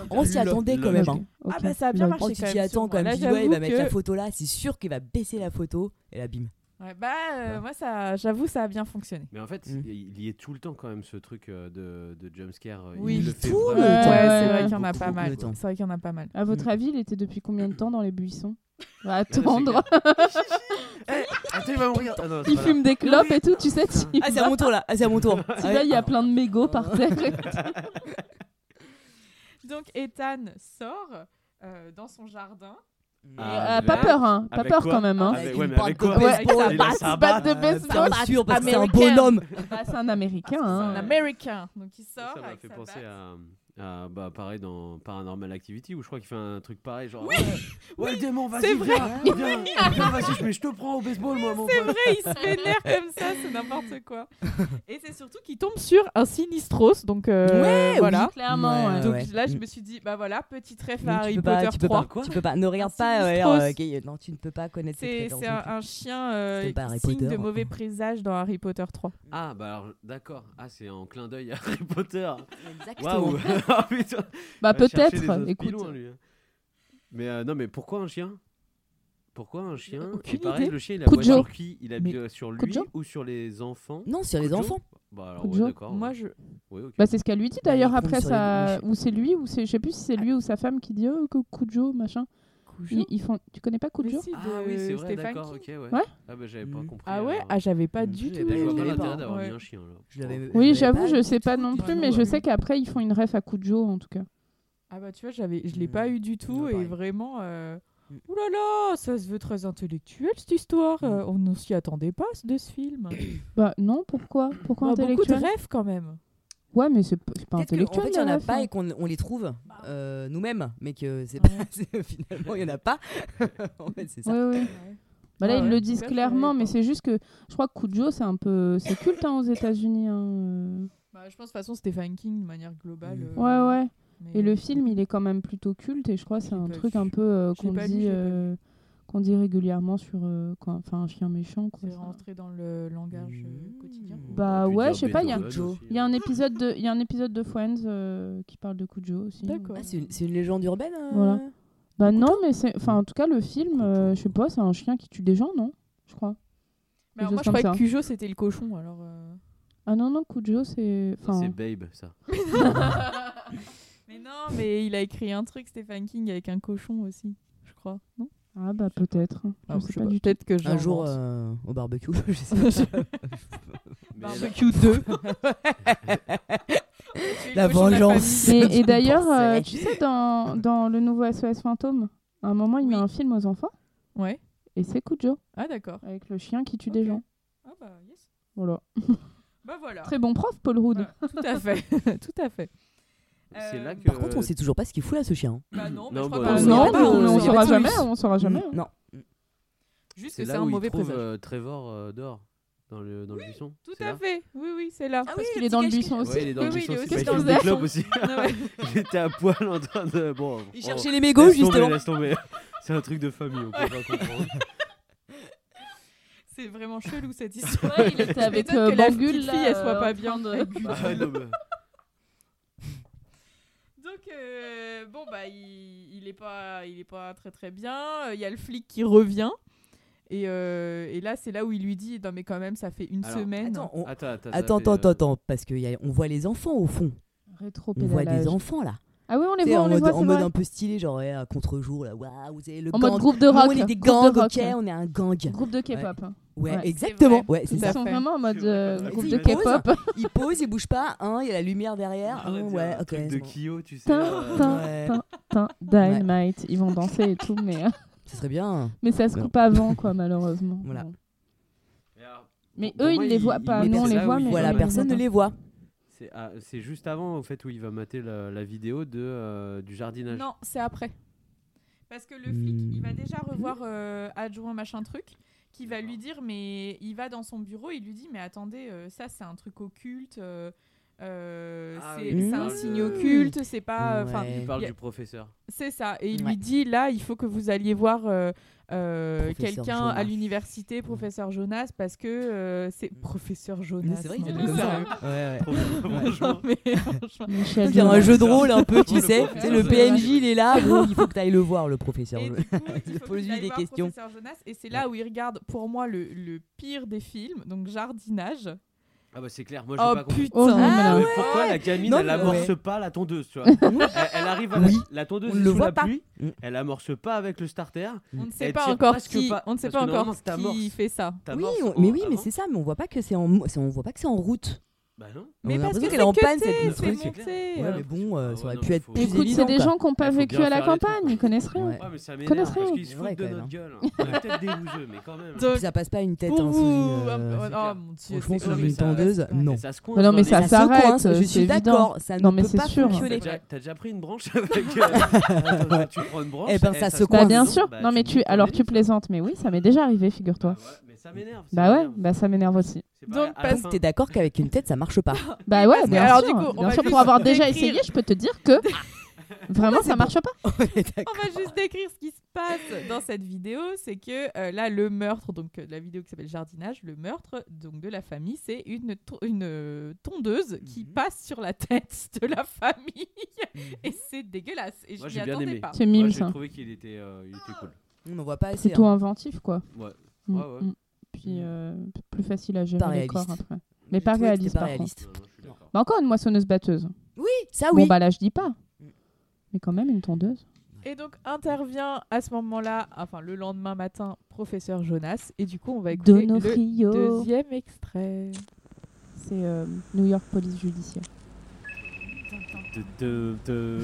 Speaker 10: On s'y
Speaker 8: Le-
Speaker 10: attendait quand
Speaker 8: le-
Speaker 10: même.
Speaker 9: Ok,
Speaker 10: hein.
Speaker 9: ok.
Speaker 1: Ah bah ça a bien
Speaker 9: Lol.
Speaker 1: marché.
Speaker 10: Oh,
Speaker 1: C'est
Speaker 10: tu
Speaker 1: quand
Speaker 10: t'y
Speaker 1: même sûr,
Speaker 10: attends quand
Speaker 1: moi.
Speaker 10: même.
Speaker 1: Là,
Speaker 10: Tu dis, ouais, il
Speaker 1: j'avoue
Speaker 10: va mettre la
Speaker 1: que-
Speaker 10: photo là, c'est sûr qu'il va baisser la photo. Et là, bim.
Speaker 1: Ouais, bah, euh, moi, ça, j'avoue, ça a bien fonctionné.
Speaker 8: Mais en fait,
Speaker 10: Mm.
Speaker 8: il y est tout le temps quand même ce truc euh, de, de jumpscare. euh,
Speaker 1: Oui,
Speaker 8: il le fait
Speaker 1: tout le temps.
Speaker 8: vraiment tout le
Speaker 1: Ouais,
Speaker 8: temps.
Speaker 1: c'est vrai qu'il y en a pas
Speaker 8: Beaucoup,
Speaker 1: mal.
Speaker 8: beaucoup de temps.
Speaker 1: C'est vrai qu'il y en a pas mal.
Speaker 9: À votre avis, il était depuis combien de temps dans les buissons On va
Speaker 8: c'est
Speaker 9: attendre.
Speaker 8: Attends, il va mourir. Ah non, c'est
Speaker 9: il
Speaker 8: pas là.
Speaker 9: fume des clopes et tout, tu sais. tu
Speaker 10: Ah, c'est
Speaker 9: vas-
Speaker 10: à mon tour là, ah, c'est à mon tour.
Speaker 9: Tu vois, il y a plein de mégots par terre. et tout.
Speaker 1: Donc, Ethan sort euh, dans son jardin.
Speaker 9: Ah, pas peur, hein. Pas
Speaker 8: Avec
Speaker 9: peur
Speaker 8: quoi
Speaker 9: quand même, hein.
Speaker 8: Avec-
Speaker 10: Avec
Speaker 8: ouais,
Speaker 10: une
Speaker 8: mais avec
Speaker 10: batte de
Speaker 8: quoi
Speaker 10: baseball.
Speaker 8: Il a
Speaker 9: Avec sa
Speaker 8: sa
Speaker 9: batte
Speaker 8: batte.
Speaker 9: de baseball.
Speaker 10: Bien sûr, parce que c'est un
Speaker 9: Américaine.
Speaker 10: bonhomme.
Speaker 9: Bah, c'est un américain.
Speaker 1: Ah, Un
Speaker 9: hein.
Speaker 1: américain. Donc, il sort.
Speaker 8: Ça m'a
Speaker 1: avec
Speaker 8: fait
Speaker 1: sa
Speaker 8: penser
Speaker 1: batte.
Speaker 8: à, à, bah, pareil dans Paranormal Activity où je crois qu'il fait un truc pareil genre ouais, ouais, le démon vas-y
Speaker 1: c'est vrai.
Speaker 8: viens, viens, viens, vas-y mais je te prends au baseball moi mon
Speaker 1: C'est
Speaker 8: pote.
Speaker 1: vrai, il se vénère comme ça, c'est n'importe quoi. Et c'est surtout qu'il tombe sur un Sinistros. Donc, euh,
Speaker 10: Ouais,
Speaker 1: voilà.
Speaker 9: Clairement.
Speaker 10: Ouais,
Speaker 9: ouais.
Speaker 10: ouais. Mm.
Speaker 1: Donc là, je me suis dit, bah voilà, petit trèfle
Speaker 10: Mais
Speaker 1: à
Speaker 10: tu
Speaker 1: Harry
Speaker 10: peux pas-
Speaker 1: Potter
Speaker 10: tu peux
Speaker 1: 3.
Speaker 10: pas, tu peux pas, ne regarde pas,
Speaker 1: Sinistros.
Speaker 10: euh, alors, euh, Gaël, non, tu ne peux pas connaître ses
Speaker 1: C'est
Speaker 10: prétentions.
Speaker 1: c'est un, un chien euh,
Speaker 10: hein. C'est pas Harry
Speaker 1: signe
Speaker 10: Potter,
Speaker 1: de
Speaker 10: hein.
Speaker 1: mauvais présage dans Harry Potter 3.
Speaker 8: ah bah alors d'accord ah c'est en clin d'œil à Harry Potter
Speaker 10: Exactement.
Speaker 8: waouh Ah, putain.
Speaker 9: Bah
Speaker 8: Va chercher des
Speaker 9: peut-être.
Speaker 8: os
Speaker 9: Écoute.
Speaker 8: pilons, lui, hein. mais euh, non mais pourquoi un chien pourquoi un chien
Speaker 1: aucune
Speaker 8: Et pareil
Speaker 1: idée.
Speaker 8: le chien il
Speaker 9: Cujo.
Speaker 8: aboie sur qui il
Speaker 9: Mais
Speaker 8: aboie sur lui
Speaker 9: Cujo.
Speaker 8: ou sur les enfants
Speaker 10: Non, sur les
Speaker 8: Cujo
Speaker 10: enfants.
Speaker 8: bah alors
Speaker 9: Cujo.
Speaker 8: ouais, d'accord
Speaker 1: Moi,
Speaker 8: ouais.
Speaker 1: je.
Speaker 8: Ouais, ok.
Speaker 9: Bah, c'est ce qu'elle lui dit
Speaker 10: Bah, il
Speaker 9: d'ailleurs
Speaker 10: tombe
Speaker 9: après
Speaker 10: sur les
Speaker 9: ça
Speaker 10: branches.
Speaker 9: ou c'est lui ou c'est je sais plus si c'est lui ou sa femme qui dit oh que Kujo machin ils, ils font tu connais pas Kujo
Speaker 1: Mais si,
Speaker 8: ah
Speaker 1: de
Speaker 8: oui c'est vrai
Speaker 1: Stéphane
Speaker 8: d'accord
Speaker 1: King.
Speaker 8: ok ouais,
Speaker 9: Ouais.
Speaker 8: ah bah j'avais pas
Speaker 10: Mm.
Speaker 8: compris
Speaker 1: Ah ouais,
Speaker 8: alors.
Speaker 1: ah j'avais pas
Speaker 10: Mm.
Speaker 1: du
Speaker 10: Je
Speaker 1: tout.
Speaker 8: Là, je
Speaker 10: l'avais
Speaker 8: vois
Speaker 10: Oui,
Speaker 8: pas
Speaker 10: oui,
Speaker 8: l'intérêt
Speaker 10: oui.
Speaker 8: d'avoir
Speaker 1: Ouais.
Speaker 8: mis un chien. Là.
Speaker 10: Je l'avais-
Speaker 9: Oui
Speaker 10: l'avais
Speaker 9: j'avoue
Speaker 10: pas
Speaker 9: je
Speaker 10: du
Speaker 9: sais
Speaker 10: tout,
Speaker 9: pas
Speaker 10: du
Speaker 9: non
Speaker 10: tout,
Speaker 9: plus mais je
Speaker 10: ouais.
Speaker 9: sais qu'après ils font une ref à Kujo en tout cas
Speaker 1: Ah bah tu vois, j'avais, je l'ai pas
Speaker 10: Mm.
Speaker 1: eu du tout
Speaker 10: Non,
Speaker 1: et
Speaker 10: pareil.
Speaker 1: vraiment. euh,
Speaker 10: Mm.
Speaker 1: Ouh là là, ça se veut très intellectuel cette histoire.
Speaker 10: Mm.
Speaker 1: euh, on ne s'y attendait pas c- de ce film.
Speaker 9: bah non pourquoi pourquoi
Speaker 1: Bah, beaucoup de
Speaker 9: intellectuel
Speaker 1: rêves quand même.
Speaker 9: ouais mais c'est p- c'est pas
Speaker 10: Peut-être qu'en
Speaker 9: intellectuel
Speaker 10: fait, il y en
Speaker 9: la
Speaker 10: a
Speaker 9: ref,
Speaker 10: pas
Speaker 9: hein.
Speaker 10: et qu'on on les trouve euh, nous-mêmes, mais que c'est
Speaker 1: Ouais.
Speaker 10: pas c'est- finalement il y en a pas. en fait, c'est ça.
Speaker 9: Ouais, ouais. Bah là,
Speaker 1: Ah
Speaker 9: ils
Speaker 1: ouais.
Speaker 9: le disent
Speaker 1: Ouais, je
Speaker 9: clairement,
Speaker 1: savais
Speaker 9: mais
Speaker 1: pas.
Speaker 9: c'est juste que je crois que Kujo, c'est un peu. C'est culte hein, aux États-Unis. hein.
Speaker 1: Bah, je pense de toute façon Stephen King de manière globale.
Speaker 10: Mm.
Speaker 1: euh,
Speaker 9: Ouais, ouais.
Speaker 1: mais-
Speaker 9: Et le film, il est quand même plutôt culte, et je crois que c'est
Speaker 1: l'ai
Speaker 9: un
Speaker 1: pas
Speaker 9: truc
Speaker 1: vu.
Speaker 9: un peu euh,
Speaker 1: Je l'ai
Speaker 9: qu'on
Speaker 1: pas lu, je
Speaker 9: dit,
Speaker 1: l'ai pas vu.
Speaker 9: euh, qu'on dit régulièrement sur. euh, quoi, Enfin, un chien méchant, quoi.
Speaker 1: C'est
Speaker 9: ça.
Speaker 1: rentré dans le langage euh,
Speaker 10: Mm.
Speaker 1: quotidien.
Speaker 9: Bah
Speaker 8: On peut
Speaker 9: ouais,
Speaker 8: dire
Speaker 9: je sais pas, il y a-
Speaker 8: Beethoven aussi.
Speaker 9: Il y, a un épisode de, il y a un épisode de Friends euh, qui parle de Kujo aussi.
Speaker 1: D'accord.
Speaker 10: Ah, c'est une, c'est une légende urbaine. euh,
Speaker 9: Voilà. Bah non, mais c'est. Enfin, en tout cas, le film, euh, je sais pas, c'est un chien qui tue des gens, non Je crois.
Speaker 1: Mais alors,
Speaker 9: Quelque
Speaker 1: moi je
Speaker 9: chose comme
Speaker 1: croyais que
Speaker 9: ça.
Speaker 1: Cujo c'était le cochon alors. euh.
Speaker 9: Ah non, non, Kujo, c'est.
Speaker 8: Non,
Speaker 9: Enfin,
Speaker 8: C'est Babe, ça.
Speaker 1: Mais non, mais il a écrit un truc Stephen King avec un cochon aussi, je crois. Non
Speaker 9: ah bah peut-être. Je
Speaker 10: Ah, je
Speaker 9: sais
Speaker 10: sais
Speaker 9: pas
Speaker 10: pas.
Speaker 9: du tout.
Speaker 1: Peut-être que
Speaker 10: Un
Speaker 1: j'invente.
Speaker 10: jour euh, au barbecue, je sais pas.
Speaker 8: Mais là-
Speaker 1: Barbecue 2.
Speaker 10: La vengeance.
Speaker 9: Et, et
Speaker 10: Je
Speaker 9: d'ailleurs,
Speaker 10: pensais.
Speaker 9: euh, tu sais, dans, dans le nouveau SOS Fantôme, à un moment, il met
Speaker 1: Oui.
Speaker 9: un film aux enfants,
Speaker 1: Ouais.
Speaker 9: et c'est Kujo,
Speaker 1: Ah d'accord.
Speaker 9: avec le chien qui tue des
Speaker 1: Ok.
Speaker 9: gens.
Speaker 1: Ah bah yes.
Speaker 9: Voilà.
Speaker 1: Bah voilà.
Speaker 9: Très bon prof, Paul Rudd.
Speaker 1: Voilà, tout à fait. tout à fait.
Speaker 8: C'est là
Speaker 1: Euh,
Speaker 8: que.
Speaker 10: Par contre, on sait toujours pas ce qu'il fout là, ce chien. hein.
Speaker 1: Bah non, mais
Speaker 8: Non,
Speaker 1: je crois
Speaker 8: bah,
Speaker 1: qu'on
Speaker 8: on
Speaker 1: le
Speaker 9: Ah, non,
Speaker 1: saura
Speaker 9: mais
Speaker 1: pas,
Speaker 9: on,
Speaker 1: le
Speaker 9: on
Speaker 1: saura
Speaker 9: saura
Speaker 1: plus.
Speaker 9: jamais, on saura Ah, jamais. hein.
Speaker 10: Mm, Non.
Speaker 8: Oh.
Speaker 1: Juste
Speaker 8: C'est
Speaker 1: que c'est
Speaker 8: là
Speaker 1: un
Speaker 8: où
Speaker 1: mauvais
Speaker 8: il trouve
Speaker 1: présage.
Speaker 8: euh, Trevor euh, dehors dans le dans le buisson.
Speaker 1: Tout
Speaker 8: C'est
Speaker 1: à
Speaker 8: là
Speaker 1: fait. Oui oui, c'est là.
Speaker 9: Parce qu'il est dans Ah le
Speaker 1: hein,
Speaker 9: buisson aussi.
Speaker 8: Ouais, il est dans le
Speaker 1: Oui, oui,
Speaker 8: buisson.
Speaker 1: il est
Speaker 8: c'est
Speaker 1: aussi
Speaker 8: pas-
Speaker 1: dans
Speaker 8: il fume
Speaker 1: le
Speaker 8: des clopes aussi.
Speaker 1: Ah ouais.
Speaker 8: Il était à poil en train de. Bon.
Speaker 10: Il
Speaker 8: on-
Speaker 10: cherchait les mégots,
Speaker 8: laisse tomber,
Speaker 10: justement.
Speaker 8: Laisse tomber. C'est un truc de famille, on peut pas comprendre.
Speaker 1: C'est vraiment chelou cette histoire.
Speaker 9: Ouais, il était avec
Speaker 1: Peut-être
Speaker 9: euh,
Speaker 1: que la
Speaker 9: Bangul,
Speaker 1: petite
Speaker 9: là,
Speaker 1: fille, elle soit
Speaker 9: euh,
Speaker 1: pas
Speaker 9: en
Speaker 1: bien.
Speaker 9: train
Speaker 8: Bah, non, bah,
Speaker 1: Donc euh, bon bah il, il est pas il est pas très très bien. Euh, Il y a le flic qui revient et, euh, et là c'est là où il lui dit non mais quand même ça fait une
Speaker 8: Alors,
Speaker 1: semaine.
Speaker 10: Attends, on-
Speaker 8: Attends, attends, t'as
Speaker 10: attends,
Speaker 8: Ah, fait,
Speaker 10: attends,
Speaker 8: euh,
Speaker 10: attends, parce que y a- on voit les enfants au fond. On voit
Speaker 9: Rétro-pédalage.
Speaker 10: des enfants là.
Speaker 9: Ah oui, ben on les
Speaker 10: Tu sais,
Speaker 9: voit, on
Speaker 10: en
Speaker 9: les
Speaker 10: mode,
Speaker 9: voit,
Speaker 10: en
Speaker 9: c'est
Speaker 10: mode
Speaker 9: vrai.
Speaker 10: un peu stylé, genre ouais, à contre-jour là. Waouh, vous avez le
Speaker 9: En
Speaker 10: gang.
Speaker 9: mode groupe de
Speaker 10: Nous,
Speaker 9: rock.
Speaker 10: on est des
Speaker 9: groupe
Speaker 10: gangs,
Speaker 9: de rock.
Speaker 10: ok, on est un gang.
Speaker 9: Groupe de K-pop. hein.
Speaker 10: Ouais,
Speaker 9: Ouais, c'est
Speaker 10: exactement.
Speaker 1: vrai.
Speaker 10: Ouais, c'est
Speaker 1: Tout
Speaker 10: ça.
Speaker 1: à
Speaker 9: Ils
Speaker 1: fait.
Speaker 9: sont vraiment en mode
Speaker 8: C'est vrai,
Speaker 9: euh,
Speaker 8: comme ça.
Speaker 9: groupe
Speaker 10: Ils
Speaker 9: de
Speaker 10: posent.
Speaker 9: K-pop.
Speaker 10: Il pose, il bouge pas. Hein, il y a la lumière derrière.
Speaker 8: arrête
Speaker 10: hein,
Speaker 8: de dire
Speaker 10: ouais,
Speaker 8: un
Speaker 10: ok.
Speaker 8: truc de
Speaker 10: c'est bon.
Speaker 8: Kyo, tu sais.
Speaker 9: Tin,
Speaker 8: euh,
Speaker 9: tin,
Speaker 10: Ouais.
Speaker 9: tin, tin, Dynamite. Ils vont danser et tout, mais, euh,
Speaker 10: Ce serait bien.
Speaker 9: mais ça se
Speaker 10: Non.
Speaker 9: coupe avant, quoi, malheureusement.
Speaker 10: Voilà.
Speaker 9: Bon.
Speaker 8: mais alors,
Speaker 9: Mais
Speaker 8: pour
Speaker 9: eux, ils
Speaker 8: moi,
Speaker 9: les voient pas.
Speaker 8: met
Speaker 9: Nous, on
Speaker 8: ça
Speaker 9: les
Speaker 8: où
Speaker 9: voit,
Speaker 8: il
Speaker 9: mais-
Speaker 8: va
Speaker 10: Voilà,
Speaker 8: mettre-
Speaker 10: personne ne les voit.
Speaker 8: C'est ah, c'est juste avant, au fait, où il va mater la, la vidéo de, euh, du jardinage.
Speaker 1: Non c'est après parce que le flic il va
Speaker 10: Hmm.
Speaker 1: déjà revoir euh, adjoint machin truc qui va lui dire mais il va dans son bureau il lui dit mais attendez euh, ça c'est un truc occulte euh, euh,
Speaker 8: Ah
Speaker 1: c'est
Speaker 8: oui,
Speaker 1: c'est
Speaker 8: il
Speaker 1: un
Speaker 8: parle
Speaker 1: signe
Speaker 8: de-
Speaker 1: occulte, c'est pas. euh, 'fin,
Speaker 8: Il parle
Speaker 1: y a-
Speaker 8: du professeur.
Speaker 1: C'est ça. Et il
Speaker 10: Ouais.
Speaker 1: lui dit là, il faut que vous alliez voir euh, euh,
Speaker 10: Professeur
Speaker 1: quelqu'un à
Speaker 10: Jonas.
Speaker 1: l'université, professeur Jonas, parce que euh, c'est
Speaker 8: Hmm.
Speaker 1: professeur Jonas.
Speaker 10: c'est vrai,
Speaker 1: non,
Speaker 10: il
Speaker 1: mais-
Speaker 10: s'appelle comme ça. hein. Ouais, ouais.
Speaker 1: Non, mais franchement.
Speaker 9: Michel
Speaker 10: Il y a un
Speaker 9: Jonas.
Speaker 10: jeu de rôle un peu, tu
Speaker 8: Le
Speaker 10: sais.
Speaker 8: professeur
Speaker 10: C'est le
Speaker 8: Jonas.
Speaker 10: PNJ, il est là. Bon, il faut que tu ailles le voir, le professeur.
Speaker 1: Et du coup, il faut
Speaker 10: pose-lui
Speaker 1: qu'il aille
Speaker 10: des
Speaker 1: voir
Speaker 10: questions.
Speaker 1: professeur Jonas, et c'est là où il regarde, pour moi, le, le pire des films, donc jardinage.
Speaker 8: Ah bah c'est clair, moi j'ai
Speaker 1: Oh
Speaker 8: pas compris.
Speaker 1: putain
Speaker 9: Horrible.
Speaker 10: Ah
Speaker 8: Mais
Speaker 10: ouais.
Speaker 8: pourquoi la gamine
Speaker 10: Non,
Speaker 8: elle
Speaker 10: mais-
Speaker 8: amorce
Speaker 10: ouais.
Speaker 8: pas la tondeuse tu vois elle, elle arrive à la,
Speaker 10: Oui.
Speaker 8: la tondeuse
Speaker 10: On
Speaker 8: est
Speaker 10: le
Speaker 8: sous
Speaker 10: voit
Speaker 8: la
Speaker 10: pas.
Speaker 8: pluie,
Speaker 10: Mm.
Speaker 8: elle amorce pas avec le starter.
Speaker 1: On ne sait
Speaker 8: Elle
Speaker 1: pas
Speaker 8: tire
Speaker 1: encore
Speaker 8: presque
Speaker 1: qui,
Speaker 8: pas,
Speaker 1: on ne sait
Speaker 8: parce
Speaker 1: pas
Speaker 8: que
Speaker 1: encore
Speaker 8: normalement,
Speaker 1: qui
Speaker 8: t'amorces.
Speaker 1: fait ça.
Speaker 10: Oui,
Speaker 8: T'amorces
Speaker 10: on-
Speaker 8: en-
Speaker 10: mais oui, mais
Speaker 8: avant.
Speaker 10: c'est ça. Mais on voit pas que c'est en, mo- c'est- on voit pas que c'est en route.
Speaker 8: Bah non.
Speaker 1: Mais
Speaker 10: on a
Speaker 1: parce que c'est
Speaker 10: l'impression qu'elle est en panne
Speaker 1: cuté,
Speaker 10: cette
Speaker 1: c'est
Speaker 10: truc.
Speaker 8: c'est clair.
Speaker 1: monté.
Speaker 10: Ouais,
Speaker 8: Ouais,
Speaker 10: mais
Speaker 8: parce
Speaker 10: bon,
Speaker 8: que-
Speaker 10: euh,
Speaker 8: ah
Speaker 10: ça
Speaker 8: ouais,
Speaker 10: aurait
Speaker 8: non,
Speaker 10: pu
Speaker 8: mais
Speaker 10: être
Speaker 8: faut-
Speaker 10: plus
Speaker 9: Écoute,
Speaker 10: évident.
Speaker 9: c'est des
Speaker 10: quoi.
Speaker 9: gens qui n'ont pas
Speaker 8: Ah, faut
Speaker 9: vécu
Speaker 8: bien
Speaker 9: à la
Speaker 8: faire les
Speaker 9: campagne, ils connaissent rien.
Speaker 10: Ouais.
Speaker 8: Ouais, mais ça
Speaker 9: Connaissez
Speaker 8: m'énerve parce
Speaker 9: rien.
Speaker 8: qu'ils
Speaker 10: C'est
Speaker 8: se
Speaker 10: vrai,
Speaker 8: foutent de
Speaker 10: quand même,
Speaker 8: notre
Speaker 10: hein.
Speaker 8: gueule. On est peut-être des bouseux, mais quand même.
Speaker 1: Donc,
Speaker 10: Puis ça passe pas une tête.
Speaker 1: pour
Speaker 10: hein,
Speaker 1: vous,
Speaker 10: sous une,
Speaker 9: ah,
Speaker 10: euh,
Speaker 1: hop,
Speaker 8: clair.
Speaker 1: oh mon dieu,
Speaker 10: Franchement,
Speaker 1: c'est
Speaker 10: sous une
Speaker 1: horrible.
Speaker 10: tondeuse,
Speaker 1: Ouais.
Speaker 10: non.
Speaker 8: Ça se coince
Speaker 9: Mais non,
Speaker 8: dans
Speaker 9: mais
Speaker 8: les-
Speaker 9: bah, ça
Speaker 10: se
Speaker 9: s'arrête,
Speaker 10: coince, hein, je
Speaker 9: c'est
Speaker 10: suis
Speaker 9: évident.
Speaker 10: d'accord. Ça ne
Speaker 9: Non, mais
Speaker 10: peut
Speaker 9: c'est
Speaker 10: pas
Speaker 9: sûr.
Speaker 8: T'as
Speaker 10: fonctionner.
Speaker 8: déjà, t'as déjà pris une branche avec. euh, attends, tu prends une branche.
Speaker 10: Eh ben, ça se
Speaker 9: Bah
Speaker 10: coince.
Speaker 9: bien
Speaker 10: non,
Speaker 9: sûr.
Speaker 8: Bah,
Speaker 9: non mais tu
Speaker 8: montes dans
Speaker 9: alors
Speaker 8: les
Speaker 9: tu
Speaker 8: lits, ça.
Speaker 9: plaisantes mais oui, ça m'est déjà arrivé, figure-toi.
Speaker 8: Bah ouais, mais ça m'énerve. ça
Speaker 9: Bah ouais,
Speaker 8: m'énerve.
Speaker 9: bah ça m'énerve aussi.
Speaker 8: C'est pareil,
Speaker 1: Donc,
Speaker 8: à la
Speaker 1: parce-
Speaker 10: Donc
Speaker 8: fin.
Speaker 10: t'es d'accord qu'avec une tête ça marche pas.
Speaker 9: Bah ouais, bien
Speaker 1: alors,
Speaker 9: sûr.
Speaker 1: du coup, on
Speaker 9: bien
Speaker 1: va
Speaker 9: sûr,
Speaker 1: juste
Speaker 9: pour avoir déjà
Speaker 1: décrire.
Speaker 9: essayé, je peux te dire que vraiment ça marche pas.
Speaker 10: On est d'accord.
Speaker 1: On va juste décrire ce qui se passe dans cette vidéo, c'est que euh, là le meurtre, donc euh, de la vidéo qui s'appelle Jardinage, le meurtre donc de la famille, c'est une to- une euh, tondeuse qui
Speaker 10: Mhm.
Speaker 1: passe sur la tête de la famille et c'est dégueulasse. Et
Speaker 8: Mhm. Moi,
Speaker 1: je
Speaker 8: j'ai
Speaker 1: m'y
Speaker 8: bien
Speaker 1: attendais
Speaker 8: aimé.
Speaker 1: pas.
Speaker 9: C'est
Speaker 8: Moi,
Speaker 9: mime
Speaker 8: j'ai
Speaker 9: ça.
Speaker 8: trouvé qu'il était, euh, il était cool.
Speaker 10: On en voit pas assez.
Speaker 9: Plutôt
Speaker 10: hein.
Speaker 9: inventif quoi.
Speaker 8: Ouais.
Speaker 9: Mm,
Speaker 8: Ouais, ouais.
Speaker 9: mm. Puis euh, p- plus facile à gérer
Speaker 10: Pas
Speaker 9: le corps
Speaker 10: réaliste.
Speaker 9: après. Mais pas
Speaker 10: Toi, t'es
Speaker 9: réaliste,
Speaker 10: pas
Speaker 9: par
Speaker 10: réaliste.
Speaker 8: Non, non, je suis d'accord.
Speaker 9: Bah encore une moissonneuse batteuse.
Speaker 10: Oui, ça
Speaker 9: Bon
Speaker 10: oui.
Speaker 9: bah là je dis pas.
Speaker 10: Mm.
Speaker 9: Mais quand même une tondeuse.
Speaker 1: Et donc intervient à ce moment-là, enfin le lendemain matin, professeur Jonas et du coup on va écouter le
Speaker 9: Donofrio.
Speaker 1: deuxième extrait.
Speaker 9: C'est euh, New York Police Judiciaire.
Speaker 8: De- de- de-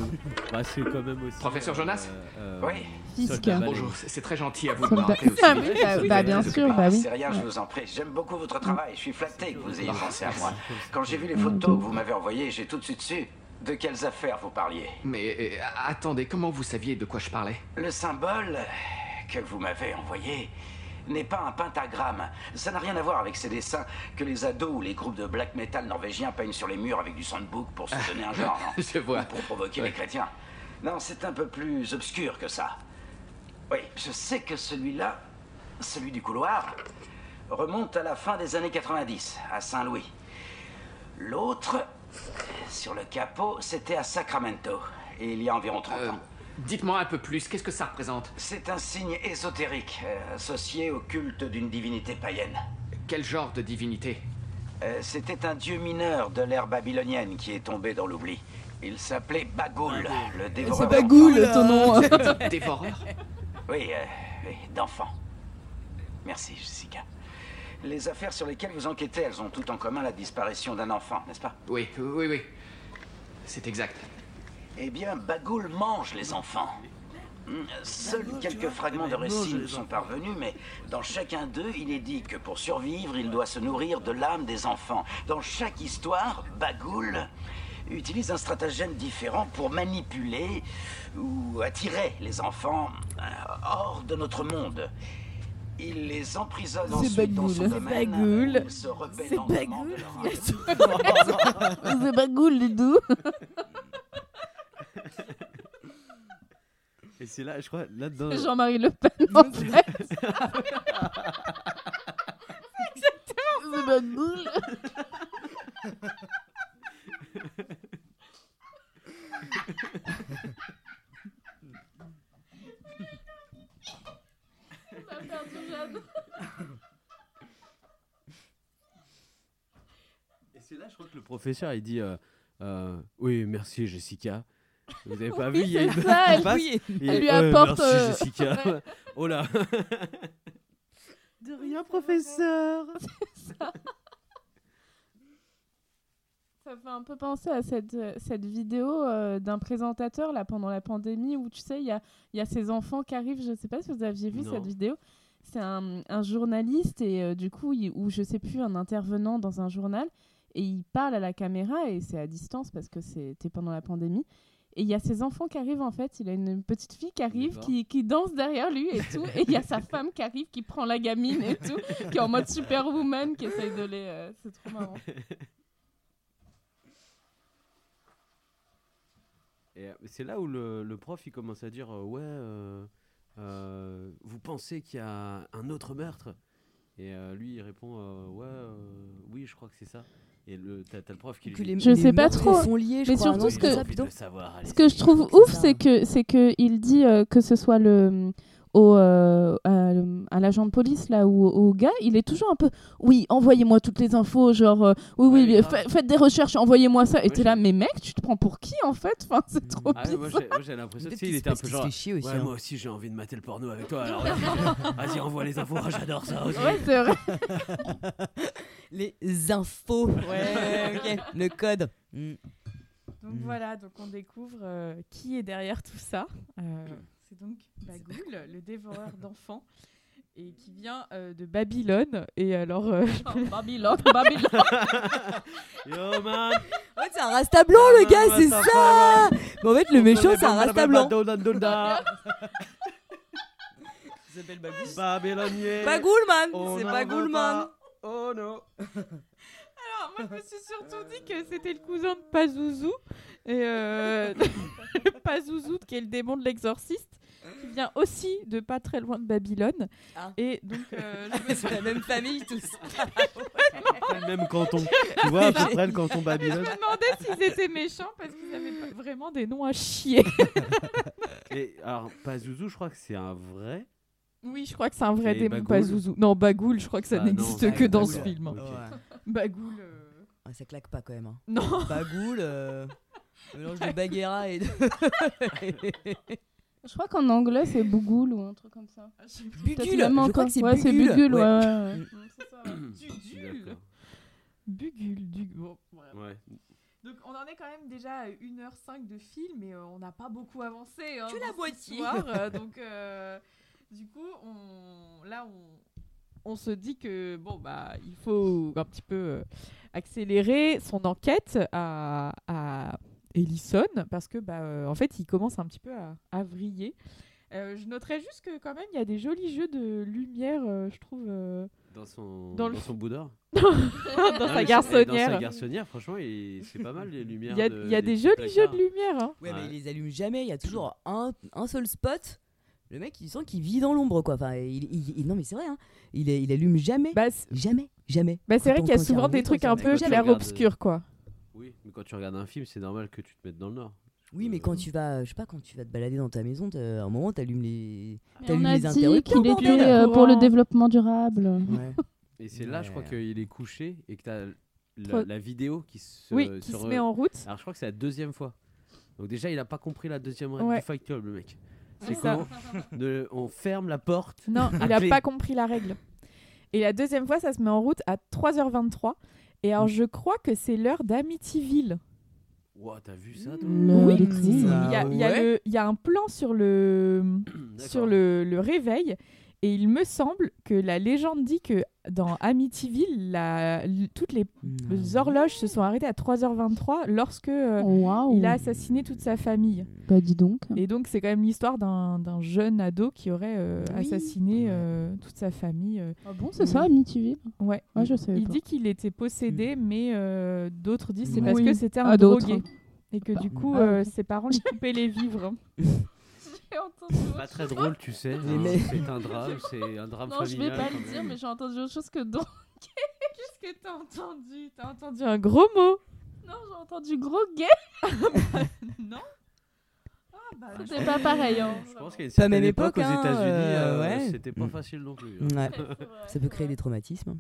Speaker 8: Bah, c'est quand même aussi.
Speaker 4: Professeur Jonas
Speaker 8: euh, euh,
Speaker 7: Oui.
Speaker 9: Fisc.
Speaker 8: soldat Valé.
Speaker 4: Bonjour, c'est c'est très gentil à vous de me
Speaker 9: Soldat-
Speaker 4: rappeler aussi.
Speaker 9: Ah oui, bah-
Speaker 4: Vous
Speaker 9: bah
Speaker 4: êtes
Speaker 9: bien
Speaker 4: très
Speaker 9: sûr,
Speaker 4: occupé.
Speaker 9: bah
Speaker 7: Ah,
Speaker 9: oui.
Speaker 7: C'est rien, je vous en prie. J'aime beaucoup votre travail. Je suis flatté que vous ayez pensé à moi. Quand j'ai vu les
Speaker 9: Mm.
Speaker 7: photos que vous m'avez envoyées, j'ai tout de suite su de quelles affaires vous parliez.
Speaker 4: Mais euh, attendez, comment vous saviez de quoi je parlais
Speaker 7: Le symbole que vous m'avez envoyé n'est pas un pentagramme. Ça n'a rien à voir avec ces dessins que les ados ou les groupes de black metal norvégiens peignent sur les murs avec du sandbook pour se donner un genre. non
Speaker 4: Je vois.
Speaker 7: Ou Pour provoquer les chrétiens. Non, c'est un peu plus obscur que ça. Oui, je sais que celui-là, celui du couloir, remonte à la fin des années 90, à Saint-Louis. L'autre, sur le capot, c'était à Sacramento, il y a environ 30
Speaker 4: Euh,
Speaker 7: ans.
Speaker 4: Dites-moi un peu plus, qu'est-ce que ça représente
Speaker 7: C'est un signe ésotérique euh, associé au culte d'une divinité païenne.
Speaker 4: Quel genre de divinité
Speaker 7: Euh, C'était un dieu mineur de l'ère babylonienne qui est tombé dans l'oubli. Il s'appelait Bagoul, le dévoreur.
Speaker 4: Oh
Speaker 7: d'enfants.
Speaker 9: ton nom.
Speaker 4: Dévoreur
Speaker 7: Oui, euh, oui, d'enfants. Merci, Jessica. Les affaires sur lesquelles vous enquêtez, elles ont tout en commun la disparition d'un enfant, n'est-ce pas
Speaker 4: Oui, oui, oui. C'est exact.
Speaker 7: Eh bien, Bagoul mange les enfants. Hmm, Seuls quelques fragments de récits nous sont parvenus, mais dans chacun d'eux, il est dit que pour survivre, il doit se nourrir de l'âme des enfants. Dans chaque histoire, Bagoul utilise un stratagème différent pour manipuler ou attirer les enfants euh, hors de notre monde. Il les emprisonne ensuite dans son
Speaker 1: Bagoul.
Speaker 7: domaine.
Speaker 1: Bagoul.
Speaker 7: où ils se repaient
Speaker 1: C'est
Speaker 7: lentement de
Speaker 1: Bagoul.
Speaker 7: leur
Speaker 9: C'est pas cool du tout.
Speaker 8: Et c'est là, je crois, là-dedans.
Speaker 9: Jean-Marie Le Pen en fait. C'est pas cool.
Speaker 8: Et c'est là, je crois que le professeur, il dit euh, euh, Oui, merci Jessica. Vous avez pas vu, Ah il y a une
Speaker 9: c'est
Speaker 8: meuf
Speaker 9: ça, elle-
Speaker 8: qui
Speaker 9: oui,
Speaker 8: passe, et
Speaker 9: elle lui
Speaker 8: Ouais,
Speaker 9: apporte,
Speaker 8: Merci
Speaker 9: euh,
Speaker 8: Jessica. oh là De rien, professeur
Speaker 9: Ça fait un peu penser à cette, euh, cette vidéo euh, d'un présentateur là pendant la pandémie où tu sais, il y a, il y a ces enfants qui arrivent. Je sais pas si vous aviez vu
Speaker 8: Non.
Speaker 9: cette vidéo. C'est un, un journaliste et euh, du coup, il- ou je sais plus, un intervenant dans un journal et il parle à la caméra et c'est à distance parce que c'était pendant la pandémie. Et il y a ses enfants qui arrivent en fait. Il a une petite fille qui arrive,
Speaker 8: D'accord.
Speaker 9: qui, qui danse derrière lui et tout. Et il y a sa femme qui arrive, qui prend la gamine et tout, qui est en mode superwoman, qui essaye de les. euh, c'est trop marrant.
Speaker 8: Et euh, c'est là où le, le prof il commence à dire euh, ouais, euh, euh, vous pensez qu'il y a un autre meurtre Et euh, lui il répond euh, ouais, euh, oui, je crois que c'est ça. Et le t'as t'as le prof qui lui
Speaker 10: Que
Speaker 8: dit,
Speaker 10: les-
Speaker 9: Je
Speaker 10: les
Speaker 9: sais pas
Speaker 10: meurtres
Speaker 9: trop.
Speaker 10: sont liés, je
Speaker 9: Mais
Speaker 10: crois,
Speaker 9: surtout,
Speaker 10: non,
Speaker 9: ce
Speaker 10: c'est
Speaker 9: que-
Speaker 10: ça,
Speaker 8: J'ai envie de
Speaker 10: plutôt.
Speaker 8: le savoir, allez,
Speaker 9: Ce que je
Speaker 10: Je
Speaker 9: trouve
Speaker 10: crois que
Speaker 9: ouf,
Speaker 10: c'est ça.
Speaker 9: c'est que c'est que il dit euh, que ce soit le au, euh, à, à l'agent de police là ou au- au gars, il est toujours un peu oui, envoyez-moi toutes les infos, genre euh, oui
Speaker 8: Ouais,
Speaker 9: oui,
Speaker 8: mais
Speaker 9: fa-
Speaker 8: grave.
Speaker 9: faites des recherches, envoyez-moi ça. Et
Speaker 8: Ouais,
Speaker 9: t'es là,
Speaker 8: j'ai-
Speaker 9: mais mec, tu te prends pour qui en fait Enfin, c'est trop
Speaker 8: Ah ouais, moi,
Speaker 9: bizarre.
Speaker 8: j'ai- moi, j'ai l'impression tu
Speaker 10: Peut-être
Speaker 8: sais, il
Speaker 10: qu'il-
Speaker 8: était un
Speaker 10: parce
Speaker 8: peu
Speaker 10: qu'il
Speaker 8: genre
Speaker 10: se fait chier aussi.
Speaker 8: ouais,
Speaker 10: hein.
Speaker 8: moi aussi j'ai envie de mater le porno avec toi. Alors, vas-y, vas-y, envoie les infos, j'adore ça. vas-y.
Speaker 9: Ouais, c'est vrai.
Speaker 10: Les infos. Ouais, ok. Le code. Mm.
Speaker 1: Donc
Speaker 9: Mm.
Speaker 10: Mhm.
Speaker 1: voilà, donc on découvre euh, qui est derrière tout ça. Euh,
Speaker 9: Mm.
Speaker 1: c'est donc Bagoul, le dévoreur d'enfants, et qui vient euh, de Babylone. Et alors, euh,
Speaker 9: Oh, Babylone, Babylone.
Speaker 8: Yo man,
Speaker 10: En fait, c'est un rasta blanc, le gars, c'est ça. Mais en fait, le méchant, c'est un rasta blanc. Il s'appelle Bagoul.
Speaker 8: Babylonier.
Speaker 10: Bagoulman.
Speaker 8: On
Speaker 10: C'est
Speaker 8: n'en
Speaker 10: Bagoulman.
Speaker 8: veut pas. Oh non.
Speaker 1: alors, moi je me suis surtout dit que c'était le cousin de Pazouzou, et euh, Pazouzou qui est le démon de l'exorciste, qui vient aussi de pas très loin de Babylone.
Speaker 10: Ah.
Speaker 1: Et donc, euh, je me suis-
Speaker 10: C'est la même famille, tous.
Speaker 8: C'est le même canton. Tu vois, à peu près le canton Babylone.
Speaker 1: je me demandais s'ils étaient méchants parce qu'ils avaient pas- vraiment des noms à chier.
Speaker 8: Et alors, Pazuzu, je crois que c'est un vrai.
Speaker 1: Oui, je crois que c'est un vrai
Speaker 8: Et
Speaker 1: démon,
Speaker 8: Bagoul
Speaker 1: pas Zouzou. Non, Bagoul, je crois que ça
Speaker 8: Ah,
Speaker 1: n'existe
Speaker 8: non,
Speaker 1: que
Speaker 8: c'est
Speaker 1: dans
Speaker 8: Bagoul.
Speaker 1: ce film. hein.
Speaker 8: Ok.
Speaker 1: Bagoul. euh,
Speaker 10: Ah, ça claque pas quand même. hein.
Speaker 1: Non,
Speaker 10: Bagoul, euh, mélange de Bagheera et de.
Speaker 9: Je crois qu'en anglais c'est Bougoul ou un truc comme ça.
Speaker 1: Ah,
Speaker 9: Peut-être
Speaker 10: Bugul,
Speaker 9: même
Speaker 10: je crois
Speaker 9: encore.
Speaker 10: que c'est
Speaker 9: hein. ouais, c'est
Speaker 10: Bugul.
Speaker 9: Bugul, ouais.
Speaker 10: Ouais.
Speaker 9: ouais, ouais.
Speaker 1: Dudul. Bugul, Dugul. Bon, voilà.
Speaker 8: D'accord. Ouais.
Speaker 1: Donc, on en est quand même déjà à 1h05 de film et euh, on n'a pas beaucoup avancé. Hein,
Speaker 10: Que la
Speaker 1: dans cette
Speaker 10: moitié.
Speaker 1: histoire, euh, donc, euh, du coup, on, là, on, on se dit que bon, bah, il faut un petit peu euh, accélérer son enquête à, à Ellison parce que, bah, euh, en fait, il commence un petit peu à, à vriller. Euh, je noterais juste que quand même il y a des jolis jeux de lumière, euh, je trouve, euh,
Speaker 8: Dans son,
Speaker 1: Dans
Speaker 8: dans
Speaker 1: le-
Speaker 8: son boudoir.
Speaker 1: dans
Speaker 8: Ah,
Speaker 1: sa
Speaker 8: mais c'est- Dans sa
Speaker 1: garçonnière.
Speaker 8: garçonnière, franchement, il- c'est pas mal les lumières.
Speaker 1: Il y a,
Speaker 8: de-
Speaker 1: il y a des
Speaker 8: petits
Speaker 1: jolis jeux
Speaker 8: placards.
Speaker 1: de lumière. hein.
Speaker 10: Ouais, mais
Speaker 8: Ouais.
Speaker 10: il les allume jamais. Il y a toujours un, un seul spot. Le mec, il sent qu'il vit dans l'ombre, quoi. Enfin, il, il- il- non, mais c'est vrai. Hein. Il, il allume jamais,
Speaker 1: Bah, c'est-
Speaker 10: jamais, jamais.
Speaker 1: Bah, c'est vrai
Speaker 10: Quand-
Speaker 1: qu'il y a
Speaker 10: quand
Speaker 1: souvent
Speaker 10: un
Speaker 1: des
Speaker 10: autre,
Speaker 1: trucs
Speaker 10: ça
Speaker 1: un
Speaker 10: va.
Speaker 1: peu
Speaker 8: Jamais.
Speaker 1: clair-obscur, quoi.
Speaker 8: Oui, mais quand tu regardes un film, c'est normal que tu te mettes dans le nord. Euh,
Speaker 10: Oui, mais quand tu vas, euh, je sais pas, quand tu vas te balader dans ta maison, t'as- à un moment, t'allumes les.
Speaker 9: Mais
Speaker 10: T'allumes
Speaker 9: On a
Speaker 10: les
Speaker 9: dit
Speaker 10: interrupteurs,
Speaker 9: qu'il
Speaker 10: bordel.
Speaker 9: était euh, pour le
Speaker 1: Courant.
Speaker 9: développement durable.
Speaker 10: Ouais.
Speaker 8: Et c'est là, je crois
Speaker 10: Ouais.
Speaker 8: qu'il est couché et que t'as la,
Speaker 1: Trop-
Speaker 8: la vidéo qui se.
Speaker 1: Oui, qui se
Speaker 8: re-
Speaker 1: met en route.
Speaker 8: Alors, je crois que c'est la deuxième fois. Donc, déjà, il a pas compris la deuxième règle
Speaker 1: Ouais.
Speaker 8: du Fight Club, le mec. C'est
Speaker 1: C'est ça.
Speaker 8: comment de- on ferme la porte.
Speaker 1: Non, il
Speaker 8: Ah,
Speaker 1: a
Speaker 8: clé.
Speaker 1: pas compris la règle. Et la deuxième fois, ça se met en route à 3h23. Et alors, je crois que c'est l'heure d'Amityville.
Speaker 8: Ouah, t'as vu ça, toi
Speaker 10: Mm.
Speaker 9: Oui,
Speaker 10: les crises. Ah
Speaker 1: il, y a, il y a
Speaker 10: ouais
Speaker 1: le- il y a un plan sur le,
Speaker 8: D'accord.
Speaker 1: sur le, le réveil. Et il me semble que la légende dit que dans Amityville, la- l- toutes les
Speaker 10: Ah.
Speaker 1: les horloges se sont arrêtées à 3h23 lorsque euh,
Speaker 9: Waouh.
Speaker 1: il a assassiné toute sa famille.
Speaker 9: Bah dis donc.
Speaker 1: Et donc, c'est quand même l'histoire d'un d'un jeune ado qui aurait euh,
Speaker 10: Oui.
Speaker 1: assassiné euh, toute sa famille. euh.
Speaker 9: Ah bon, c'est ça, Amityville
Speaker 1: Ouais.
Speaker 9: Ah, je savais
Speaker 1: Il
Speaker 9: pas.
Speaker 1: dit qu'il était possédé, mais euh, d'autres disent c'est
Speaker 10: Oui.
Speaker 1: parce que c'était un
Speaker 9: Ah, d'autres.
Speaker 1: drogué. Et que du coup,
Speaker 9: Ah,
Speaker 1: euh, ses parents lui coupaient les vivres. hein.
Speaker 9: J'ai entendu autre
Speaker 8: Pas très drôle, tu sais. hein.
Speaker 10: mais-
Speaker 8: C'est un drame, c'est un drame
Speaker 9: Non, je
Speaker 8: familial.
Speaker 9: vais pas
Speaker 8: quand
Speaker 9: le dire,
Speaker 8: même.
Speaker 9: mais j'ai entendu autre chose que drogué.
Speaker 1: Qu'est-ce que t'as entendu T'as entendu un gros mot
Speaker 9: Non, j'ai entendu gros gay.
Speaker 1: Non Ah bah,
Speaker 9: C'était pas pareil. Hein.
Speaker 8: Je pense qu'à une
Speaker 10: Pas
Speaker 8: certaine
Speaker 10: même
Speaker 8: époque,
Speaker 10: époque,
Speaker 8: aux
Speaker 10: hein,
Speaker 8: États-Unis,
Speaker 10: euh,
Speaker 8: euh,
Speaker 10: ouais.
Speaker 8: c'était pas
Speaker 10: Mm.
Speaker 8: facile non plus. hein.
Speaker 10: Ouais.
Speaker 9: Ouais,
Speaker 10: Ça peut créer
Speaker 9: ouais.
Speaker 10: des traumatismes.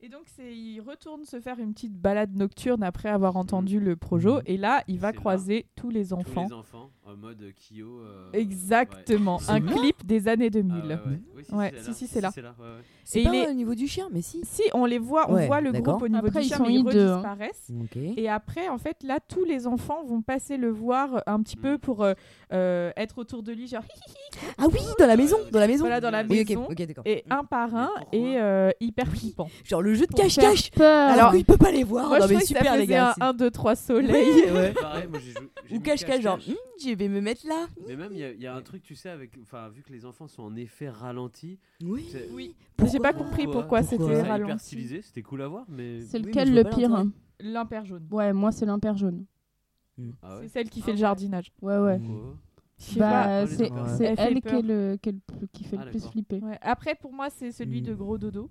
Speaker 1: Et donc, c'est, il retourne se faire une petite balade nocturne après avoir entendu le projo. Et là, il va
Speaker 8: C'est là.
Speaker 1: croiser tous les
Speaker 8: Tous
Speaker 1: enfants.
Speaker 8: les enfants en mode Kyo. euh,
Speaker 1: Exactement.
Speaker 8: ouais.
Speaker 1: Un clip des années
Speaker 8: Ah
Speaker 1: 2000.
Speaker 8: ouais, ouais. Oui, si,
Speaker 1: Ouais,
Speaker 8: si,
Speaker 1: si, si, c'est là.
Speaker 8: C'est là. ouais, ouais.
Speaker 10: C'est
Speaker 1: Et
Speaker 10: pas
Speaker 1: il est-
Speaker 10: au niveau du chien, mais si.
Speaker 1: Si, on les voit, on
Speaker 10: Ouais,
Speaker 1: voit le groupe
Speaker 10: d'accord.
Speaker 1: au niveau
Speaker 9: Après,
Speaker 1: du
Speaker 9: ils
Speaker 1: chien,
Speaker 9: sont
Speaker 1: mais ils
Speaker 9: hideux, hein.
Speaker 1: redisparaissent.
Speaker 10: Ok.
Speaker 1: Et après, en fait, là, tous les enfants vont passer le voir euh, un petit peu pour euh, euh, être autour de lui, genre, hi, hi, hi.
Speaker 10: Ah oui, dans la maison,
Speaker 8: Euh,
Speaker 10: dans la maison.
Speaker 1: voilà, dans la
Speaker 10: Oui, ok,
Speaker 1: maison.
Speaker 10: ok, d'accord.
Speaker 1: Et un par
Speaker 8: Mais
Speaker 1: un,
Speaker 8: pourquoi
Speaker 1: et euh, hyper
Speaker 10: Oui.
Speaker 1: flippant.
Speaker 10: Genre le jeu de
Speaker 1: Pour faire
Speaker 10: cache-cache.
Speaker 9: Peur.
Speaker 10: Alors,
Speaker 1: Alors-
Speaker 10: il peut pas les voir.
Speaker 1: Moi,
Speaker 10: non,
Speaker 1: je
Speaker 10: mais
Speaker 1: trouvais que ça
Speaker 10: super, les
Speaker 1: faisait
Speaker 10: gars.
Speaker 1: un
Speaker 10: c'est-
Speaker 1: 1, 2, 3 soleil.
Speaker 10: Ouais.
Speaker 8: Pareil, moi j'ai joué. j'ai
Speaker 10: Ou
Speaker 8: mis
Speaker 10: cache-cache, genre,
Speaker 1: Hum,
Speaker 10: Hmm, je vais me mettre là.
Speaker 8: Mais même, il y a- il y, a un truc, tu sais, avec, enfin, vu que les enfants sont en effet ralentis.
Speaker 10: Oui.
Speaker 8: c'est-
Speaker 1: Oui.
Speaker 10: Pourquoi
Speaker 1: J'ai pas compris pourquoi,
Speaker 10: Pourquoi
Speaker 1: c'était
Speaker 10: C'est
Speaker 8: ça, hyper
Speaker 1: ralenti.
Speaker 8: stylisé, c'était cool à voir, mais.
Speaker 9: C'est
Speaker 10: Oui, mais
Speaker 9: lequel
Speaker 10: je
Speaker 9: le
Speaker 10: vois pas
Speaker 9: pire
Speaker 10: l'intérêt.
Speaker 9: hein
Speaker 1: L'impair jaune.
Speaker 9: Ouais, moi c'est l'impair jaune.
Speaker 8: Ah
Speaker 1: C'est
Speaker 8: ouais Oh,
Speaker 1: celle qui fait le jardinage.
Speaker 9: Ouais, ouais.
Speaker 8: Pourquoi
Speaker 1: Je sais pas.
Speaker 9: Bah,
Speaker 8: pas.
Speaker 9: c'est
Speaker 8: Ouais.
Speaker 9: c'est
Speaker 1: Elle fait
Speaker 9: elle, qui,
Speaker 1: peur.
Speaker 9: est le, qui, est le plus- qui fait
Speaker 8: Ah,
Speaker 9: le plus
Speaker 8: d'accord.
Speaker 9: flipper.
Speaker 1: Ouais. Après, pour moi, c'est celui de Gros Dodo.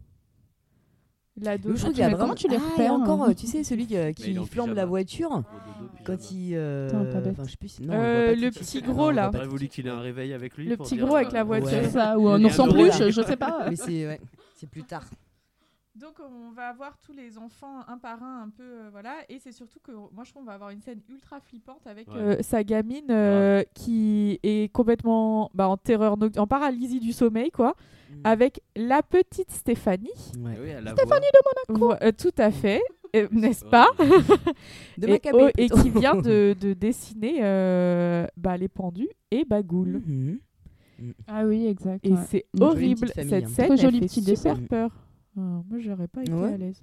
Speaker 1: La
Speaker 10: Hmm. Je
Speaker 1: dodo.
Speaker 10: trouve qu'il y a
Speaker 9: mais
Speaker 10: vraiment.
Speaker 9: comment tu les
Speaker 10: Ah, il y a
Speaker 9: repères,
Speaker 10: encore,
Speaker 9: hein
Speaker 10: tu sais, celui qui, euh, qui
Speaker 8: il est en
Speaker 10: flambe la
Speaker 8: pyjama.
Speaker 10: voiture
Speaker 8: Gros dodo, pyjama.
Speaker 10: quand il. euh,
Speaker 9: Putain, pas bête.
Speaker 10: Enfin, je sais plus. si- non,
Speaker 1: Euh,
Speaker 10: on voit pas
Speaker 1: le
Speaker 10: tout de
Speaker 1: petit
Speaker 10: suite.
Speaker 1: gros,
Speaker 10: Non, on voit
Speaker 1: là.
Speaker 10: pas tout
Speaker 8: J'aurais
Speaker 10: de
Speaker 8: voulu
Speaker 10: suite.
Speaker 8: qu'il ait un réveil avec lui.
Speaker 1: Le
Speaker 8: pour
Speaker 1: petit
Speaker 8: dire,
Speaker 1: gros avec
Speaker 8: euh,
Speaker 1: la voiture.
Speaker 9: C'est
Speaker 10: Ouais.
Speaker 9: ça, ou un
Speaker 8: Et
Speaker 9: ours en
Speaker 8: un
Speaker 9: peluche,
Speaker 10: gorille.
Speaker 9: je sais pas.
Speaker 10: Ah, Mais c'est ouais, c'est plus tard.
Speaker 1: Donc on va avoir tous les enfants un par un un peu euh, voilà et c'est surtout que moi je trouve qu'on va avoir une scène ultra flippante avec
Speaker 8: Ouais.
Speaker 1: euh, sa gamine euh, qui est complètement bah, en terreur noct- en paralysie du sommeil quoi
Speaker 10: Mm.
Speaker 1: avec la petite Stéphanie
Speaker 10: Ouais.
Speaker 8: oui, à la
Speaker 1: Stéphanie
Speaker 8: voix.
Speaker 1: Vo- euh, tout à fait euh, n'est-ce
Speaker 8: Ouais.
Speaker 1: pas
Speaker 10: De
Speaker 1: et,
Speaker 10: Maccabée,
Speaker 1: oh, et
Speaker 10: plutôt.
Speaker 1: qui vient de, de dessiner euh, bah, les pendus et Bagoul
Speaker 10: Mhm.
Speaker 9: Ah oui, exact.
Speaker 1: et
Speaker 9: ouais.
Speaker 1: c'est
Speaker 10: Une jolie
Speaker 1: horrible
Speaker 10: petite famille,
Speaker 1: cette
Speaker 10: hein.
Speaker 1: scène
Speaker 9: Très
Speaker 1: elle
Speaker 9: joli
Speaker 1: fait
Speaker 9: petit
Speaker 1: super
Speaker 10: dessin.
Speaker 1: peur Ah, moi j'aurais pas été
Speaker 10: Ouais.
Speaker 1: à l'aise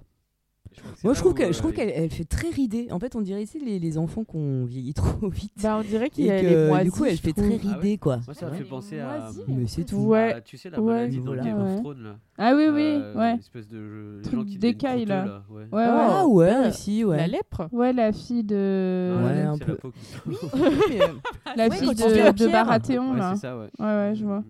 Speaker 8: c'est
Speaker 10: Moi,
Speaker 8: là
Speaker 10: je trouve
Speaker 8: où,
Speaker 10: qu'elle, je
Speaker 8: euh,
Speaker 10: trouve qu'elle, elle fait très ridée. En fait, on dirait c'est les, les enfants qu'on vieillit trop vite.
Speaker 1: bah on dirait
Speaker 10: et
Speaker 1: qu'elle
Speaker 10: que,
Speaker 1: est moisie
Speaker 10: du coup, elle
Speaker 1: je
Speaker 10: fait
Speaker 1: trouve.
Speaker 10: très
Speaker 8: Ah ouais.
Speaker 10: ridée, quoi.
Speaker 8: Moi, ça
Speaker 10: Ouais.
Speaker 8: me fait penser à.
Speaker 9: Moisi.
Speaker 10: Mais c'est tout.
Speaker 1: Ouais.
Speaker 8: à, tu sais, la
Speaker 1: Ouais.
Speaker 8: maladie dans
Speaker 10: Voilà.
Speaker 8: Game of
Speaker 9: Ouais.
Speaker 8: Thrones, là.
Speaker 9: Ah oui, oui,
Speaker 8: Euh,
Speaker 9: ouais.
Speaker 8: Espèce de.
Speaker 9: Truc
Speaker 8: gens qui deviennent
Speaker 9: d'écaille,
Speaker 8: croûteux,
Speaker 9: là.
Speaker 8: ouais.
Speaker 9: Ouais, ouais.
Speaker 10: Ah ouais, aussi,
Speaker 1: la
Speaker 10: ouais.
Speaker 1: lèpre
Speaker 9: Ouais, la fille de.
Speaker 10: Ouais,
Speaker 8: c'est
Speaker 10: un
Speaker 8: la
Speaker 10: peu.
Speaker 8: peau qui-
Speaker 10: Mais, euh,
Speaker 9: La
Speaker 10: Ouais,
Speaker 9: fille
Speaker 10: quand tu fais
Speaker 9: de,
Speaker 10: la
Speaker 9: de
Speaker 10: pierre.
Speaker 9: Baratheon,
Speaker 8: Ouais,
Speaker 9: là.
Speaker 8: c'est ça, ouais.
Speaker 9: Ouais, ouais, je vois.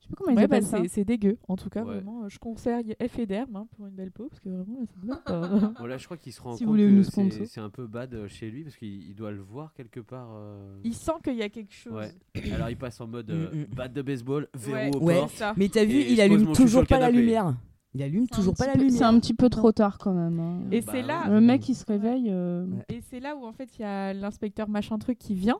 Speaker 9: Je sais pas comment ils
Speaker 1: Ouais, bah,
Speaker 9: appellent ça.
Speaker 1: c'est, c'est dégueu. En tout cas,
Speaker 8: Ouais.
Speaker 1: vraiment, euh, je conseille F et Derme hein, pour une belle peau, parce que vraiment, là, c'est pas-
Speaker 8: Bon, là, je crois qu'il se rend
Speaker 9: Si vous
Speaker 8: compte
Speaker 9: voulez nous
Speaker 8: que
Speaker 9: sponsor.
Speaker 8: c'est- c'est un peu bad euh, chez lui parce qu'il il doit le voir quelque part. euh,
Speaker 1: Il sent qu'il y a quelque chose.
Speaker 8: Ouais. Alors, il passe en mode euh,
Speaker 10: Mm, mm.
Speaker 8: bat de baseball,
Speaker 1: Ouais,
Speaker 8: verrou au
Speaker 10: Ouais.
Speaker 8: port.
Speaker 1: c'est ça.
Speaker 10: Mais t'as vu,
Speaker 8: Et
Speaker 10: il
Speaker 8: je pose mon
Speaker 10: allume
Speaker 8: cul sur
Speaker 10: toujours
Speaker 8: le
Speaker 10: pas la
Speaker 8: canapé.
Speaker 10: lumière. Il allume toujours pas la
Speaker 9: C'est un
Speaker 10: lumière.
Speaker 9: petit peu trop tard quand même. hein.
Speaker 1: Et
Speaker 8: Bah
Speaker 1: c'est
Speaker 8: ouais.
Speaker 1: là,
Speaker 9: Le mec, il se réveille. euh,
Speaker 10: Ouais.
Speaker 1: et c'est là où en fait il y a l'inspecteur machin truc qui vient.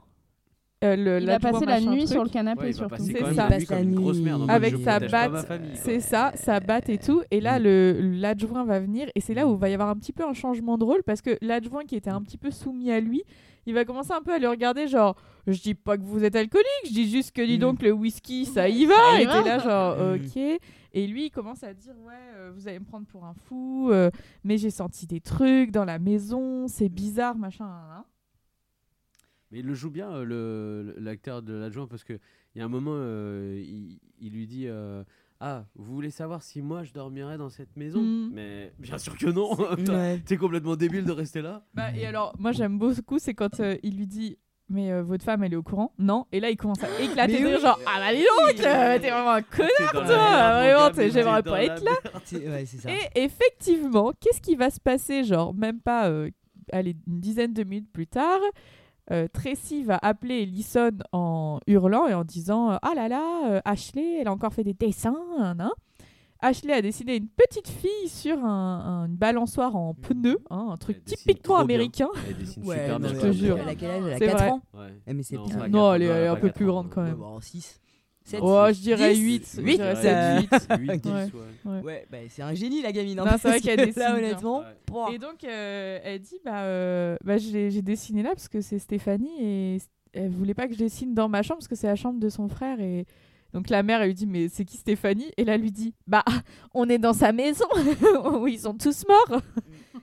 Speaker 1: Euh, le-
Speaker 9: Il a
Speaker 1: l'adjoint
Speaker 9: passé la
Speaker 1: machin
Speaker 9: nuit
Speaker 1: truc.
Speaker 9: sur le
Speaker 8: Ouais,
Speaker 9: canapé,
Speaker 8: il va
Speaker 9: surtout.
Speaker 8: passer
Speaker 1: C'est
Speaker 8: quand même
Speaker 1: ça.
Speaker 8: la
Speaker 1: Il
Speaker 8: nuit
Speaker 10: passe la
Speaker 8: comme une grosse
Speaker 10: nuit.
Speaker 8: merde. en mode,
Speaker 1: Avec
Speaker 8: je
Speaker 1: sa
Speaker 8: protège pas
Speaker 1: batte,
Speaker 8: ma famille, hein. quoi.
Speaker 1: C'est ça, ça batte et tout. Et là, le, l'adjoint va venir. Et c'est là où va y avoir un petit peu un changement de rôle. Parce que l'adjoint qui était un petit peu soumis à lui, il va commencer un peu à le regarder, genre, je dis pas que vous êtes alcoolique, je dis juste que dis
Speaker 10: Mm.
Speaker 1: donc le whisky, ça y va.
Speaker 9: Ça y
Speaker 1: et
Speaker 9: va.
Speaker 1: t'es là, genre,
Speaker 10: Mm.
Speaker 1: ok. Et lui, il commence à dire, ouais, euh, vous allez me prendre pour un fou, euh, mais j'ai senti des trucs dans la maison, c'est bizarre, machin. hein, nan, nan.
Speaker 8: Mais il le joue bien, euh, le- l'acteur de l'adjoint, parce qu'il y a un moment, euh, il, il lui dit euh, Ah, vous voulez savoir si moi je dormirais dans cette maison
Speaker 1: Mm.
Speaker 8: Mais bien sûr que non Putain,
Speaker 10: Ouais.
Speaker 8: T'es complètement débile de rester là
Speaker 1: Bah, et alors, moi, j'aime beaucoup, c'est quand euh, il lui dit. Mais euh, votre femme, elle est au courant Non. Et là, il commence à éclater
Speaker 10: Mais
Speaker 1: de rire,
Speaker 10: oui.
Speaker 1: genre Ah bah dis donc euh, T'es vraiment un connard,
Speaker 8: T'es dans
Speaker 1: toi,
Speaker 8: la merde, mon
Speaker 1: vraiment,
Speaker 8: gars,
Speaker 1: t'es-
Speaker 8: mais
Speaker 1: j'aimerais
Speaker 8: t'es
Speaker 1: pas
Speaker 8: dans la
Speaker 1: être
Speaker 8: merde.
Speaker 10: C'est- Ouais, c'est ça.
Speaker 1: Et effectivement, qu'est-ce qui va se passer Genre, même pas euh, allez, une dizaine de minutes plus tard, euh, Tracy va appeler Ellison en hurlant et en disant euh, Ah là là, euh, Ashley, elle a encore fait des dessins. nan, nan. Ashley a dessiné une petite fille sur un, un- une balançoire en pneu, hein, un truc
Speaker 8: Mmh. Elle dessine
Speaker 1: typiquement
Speaker 8: trop bien.
Speaker 1: américain.
Speaker 8: Elle dessine
Speaker 10: Ouais,
Speaker 8: super
Speaker 10: non,
Speaker 8: bien.
Speaker 10: mais
Speaker 8: quand même.
Speaker 1: je te jure.
Speaker 10: Elle a quel âge Elle a
Speaker 1: C'est
Speaker 10: 4
Speaker 1: vrai.
Speaker 10: ans
Speaker 8: Ouais.
Speaker 10: Eh, Mais c'est bah,
Speaker 8: Non,
Speaker 10: bizarre.
Speaker 8: pas
Speaker 1: Non,
Speaker 8: quatre-
Speaker 1: elle est- elle est
Speaker 8: pas
Speaker 1: un peu
Speaker 8: quatre
Speaker 1: plus
Speaker 8: ans,
Speaker 1: grande,
Speaker 8: non.
Speaker 1: quand même.
Speaker 10: Bon, 6.
Speaker 8: Sept.
Speaker 1: Oh, je dirais
Speaker 10: Dix.
Speaker 1: 8.
Speaker 10: Huit,
Speaker 1: je dirais
Speaker 10: ouais.
Speaker 1: sept, huit. euh,
Speaker 8: 8, 10,
Speaker 1: Ouais.
Speaker 8: ouais.
Speaker 10: Ouais, bah, c'est un génie la gamine. hein,
Speaker 1: Non, c'est
Speaker 10: parce
Speaker 1: vrai qu'elle
Speaker 10: que
Speaker 1: dessine
Speaker 10: Là,
Speaker 1: bien.
Speaker 10: honnêtement,
Speaker 8: Ouais.
Speaker 10: pouah.
Speaker 1: Et donc, euh, elle dit bah, euh, bah, j'ai j'ai dessiné là parce que c'est Stéphanie et s- elle voulait pas que je dessine dans ma chambre parce que c'est la chambre de son frère. Et donc, la mère, elle lui dit Mais c'est qui Stéphanie Et là, elle lui dit Bah, on est dans sa maison où ils sont tous morts.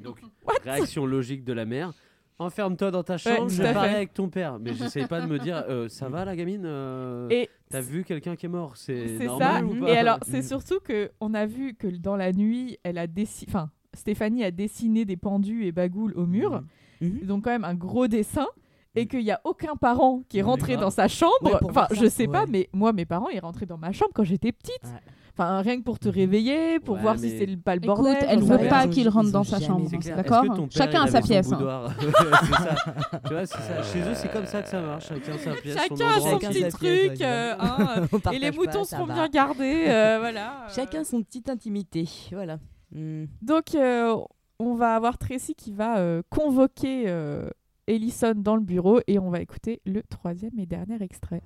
Speaker 8: Donc, réaction logique de la mère. Enferme-toi dans ta chambre,
Speaker 1: tout
Speaker 8: je
Speaker 1: à fait.
Speaker 8: parlais avec ton père. Mais j'essaye pas de me dire, euh, ça va la gamine Euh,
Speaker 1: Et
Speaker 8: T'as vu quelqu'un qui est mort C'est
Speaker 1: C'est ça.
Speaker 8: normal ou pas euh,
Speaker 1: Et alors, c'est surtout que on a vu que dans la nuit, elle a dessiné. Enfin, Stéphanie a dessiné des pendus et bagoules au mur.
Speaker 10: Mhm.
Speaker 1: Donc, quand même, un gros dessin. Et qu'il n'y a aucun parent qui est rentré
Speaker 8: grave.
Speaker 1: dans sa chambre.
Speaker 10: Ouais, pour
Speaker 1: enfin,
Speaker 10: voir ça.
Speaker 1: je sais pas,
Speaker 10: Ouais.
Speaker 1: mais moi, mes parents, ils rentraient dans ma chambre quand j'étais petite.
Speaker 10: Ouais.
Speaker 1: Enfin, rien que pour te réveiller, pour
Speaker 8: Ouais,
Speaker 1: voir
Speaker 8: mais-
Speaker 1: si c'est le- pas le
Speaker 9: Écoute,
Speaker 1: bordel.
Speaker 9: elle
Speaker 1: j'en
Speaker 9: veut
Speaker 1: sais
Speaker 9: pas
Speaker 1: rien.
Speaker 10: Ils
Speaker 9: qu'il
Speaker 10: ont-
Speaker 9: rentre
Speaker 10: ils
Speaker 9: dans
Speaker 10: ont
Speaker 9: sa
Speaker 10: jamais-
Speaker 9: chambre,
Speaker 10: c'est clair.
Speaker 9: d'accord
Speaker 8: Est-ce que ton père,
Speaker 9: Chacun a
Speaker 8: il
Speaker 9: sa
Speaker 8: avait son
Speaker 9: pièce. hein.
Speaker 8: boudoir C'est ça. Tu vois, c'est ça. Chez eux, c'est comme ça que ça marche. Chacun sa pièce. son
Speaker 1: Chacun a
Speaker 8: endroit
Speaker 1: son
Speaker 8: qui-
Speaker 10: Chacun
Speaker 1: petit
Speaker 10: sa pièce,
Speaker 1: truc.
Speaker 10: ouais,
Speaker 1: euh,
Speaker 10: évidemment.
Speaker 1: hein,
Speaker 10: On
Speaker 1: et
Speaker 10: partage
Speaker 1: les
Speaker 10: pas,
Speaker 1: moutons
Speaker 10: ça
Speaker 1: seront
Speaker 10: va.
Speaker 1: bien gardés. euh, voilà.
Speaker 10: Chacun son petite intimité, voilà. Mm.
Speaker 1: Donc, euh, on va avoir Tracy qui va euh, convoquer euh, Ellison dans le bureau et on va écouter le troisième et dernier extrait.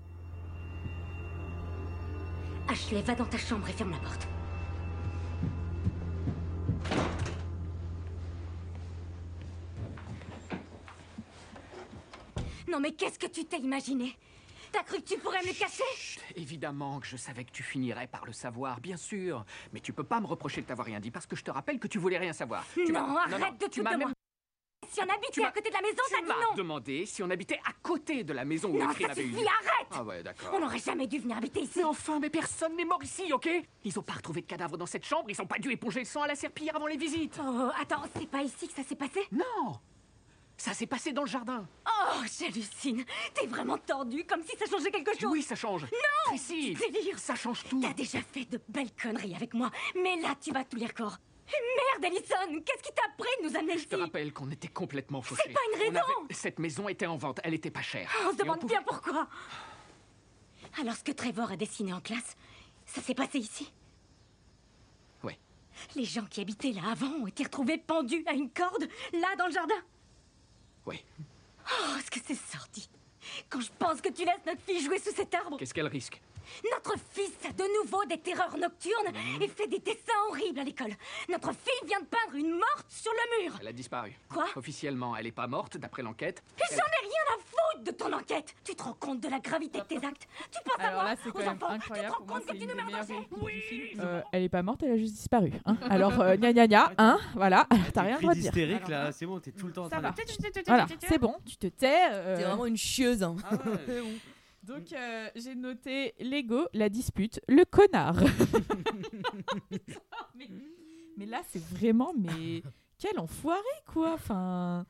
Speaker 5: Ashley, va dans ta chambre et ferme la porte.
Speaker 2: Non mais qu'est-ce que tu t'es imaginé T'as cru que tu pourrais me le cacher
Speaker 4: Évidemment que je savais que tu finirais par le savoir, bien sûr. Mais tu peux pas me reprocher de t'avoir rien dit parce que je te rappelle que tu voulais rien savoir. Tu m'as-
Speaker 2: Non, arrête de
Speaker 4: tu
Speaker 2: te
Speaker 4: m'as
Speaker 2: de
Speaker 4: même-
Speaker 2: moi. Si on habitait
Speaker 4: Tu m'as-
Speaker 2: à côté de la maison,
Speaker 4: Tu
Speaker 2: t'as dit
Speaker 4: m'as
Speaker 2: non
Speaker 4: demandé si on habitait à côté de la maison Oh. où
Speaker 2: Non,
Speaker 4: le crime
Speaker 2: ça
Speaker 4: avait eu
Speaker 2: suffit,
Speaker 4: lieu.
Speaker 2: arrête
Speaker 4: Ah ouais, d'accord.
Speaker 2: On n'aurait jamais dû venir habiter ici
Speaker 4: Mais enfin, mais personne n'est mort ici, ok Ils ont pas retrouvé de cadavre dans cette chambre, ils ont pas dû éponger le sang à la serpillière avant les visites.
Speaker 2: Oh, attends, c'est pas ici que ça s'est passé
Speaker 4: Non Ça s'est passé dans le jardin.
Speaker 11: Oh, j'hallucine. T'es vraiment tordu, comme si ça changeait quelque chose.
Speaker 4: Oui, ça change. Non Tracy
Speaker 11: Délire.
Speaker 4: Ça change tout.
Speaker 11: T'as déjà fait de belles conneries avec moi, mais là, tu vas tous les records. Et merde, Allison, qu'est-ce qui t'a pris de nous amener
Speaker 4: Je te
Speaker 11: ici
Speaker 4: rappelle qu'on était complètement fauchés.
Speaker 11: pas une
Speaker 4: On
Speaker 11: raison.
Speaker 4: avait- Cette maison était en vente, elle était pas chère.
Speaker 11: On se
Speaker 4: Et
Speaker 11: demande
Speaker 4: pouvait-
Speaker 11: bien pourquoi. Alors, ce que Trevor a dessiné en classe, ça s'est passé ici
Speaker 4: Ouais.
Speaker 11: Les gens qui habitaient là avant ont été retrouvés pendus à une corde, là, dans le jardin.
Speaker 4: Ouais.
Speaker 11: Oh, ce que c'est sorti Quand je pense que tu laisses notre fille jouer sous cet arbre
Speaker 4: Qu'est-ce qu'elle risque
Speaker 11: Notre fils a de nouveau des terreurs nocturnes
Speaker 4: Hmm.
Speaker 11: et fait des dessins horribles à l'école. Notre fille vient de peindre une morte sur le mur.
Speaker 4: Elle a disparu.
Speaker 11: Quoi
Speaker 4: Officiellement, elle est pas morte, d'après l'enquête.
Speaker 11: Et j'en ai rien à foutre de ton enquête. Tu te rends compte de la gravité de tes actes Tu penses à
Speaker 1: Alors
Speaker 11: moi,
Speaker 1: là, c'est quand
Speaker 11: aux
Speaker 1: même
Speaker 11: enfants, tu te
Speaker 1: incroyable.
Speaker 11: rends
Speaker 1: Pour moi,
Speaker 11: compte
Speaker 1: c'est
Speaker 11: que
Speaker 1: une
Speaker 11: tu
Speaker 1: des
Speaker 11: nous mets en
Speaker 1: meilleures
Speaker 11: danger
Speaker 1: répliques du film. Euh, elle est pas morte, elle a juste disparu. hein. Alors, euh, gna gna gna, hein, voilà, t'as rien le droit de dire.
Speaker 8: hystérique là, c'est bon, t'es tout le temps en
Speaker 1: Ça va.
Speaker 8: train de-
Speaker 1: Voilà, c'est bon, tu te tais. euh,
Speaker 10: T'es vraiment une chieuse. hein.
Speaker 8: Ah ouais.
Speaker 1: Donc, euh, j'ai noté l'ego, la dispute, le connard. mais, mais là, c'est vraiment, mais quel enfoiré, quoi. Enfin,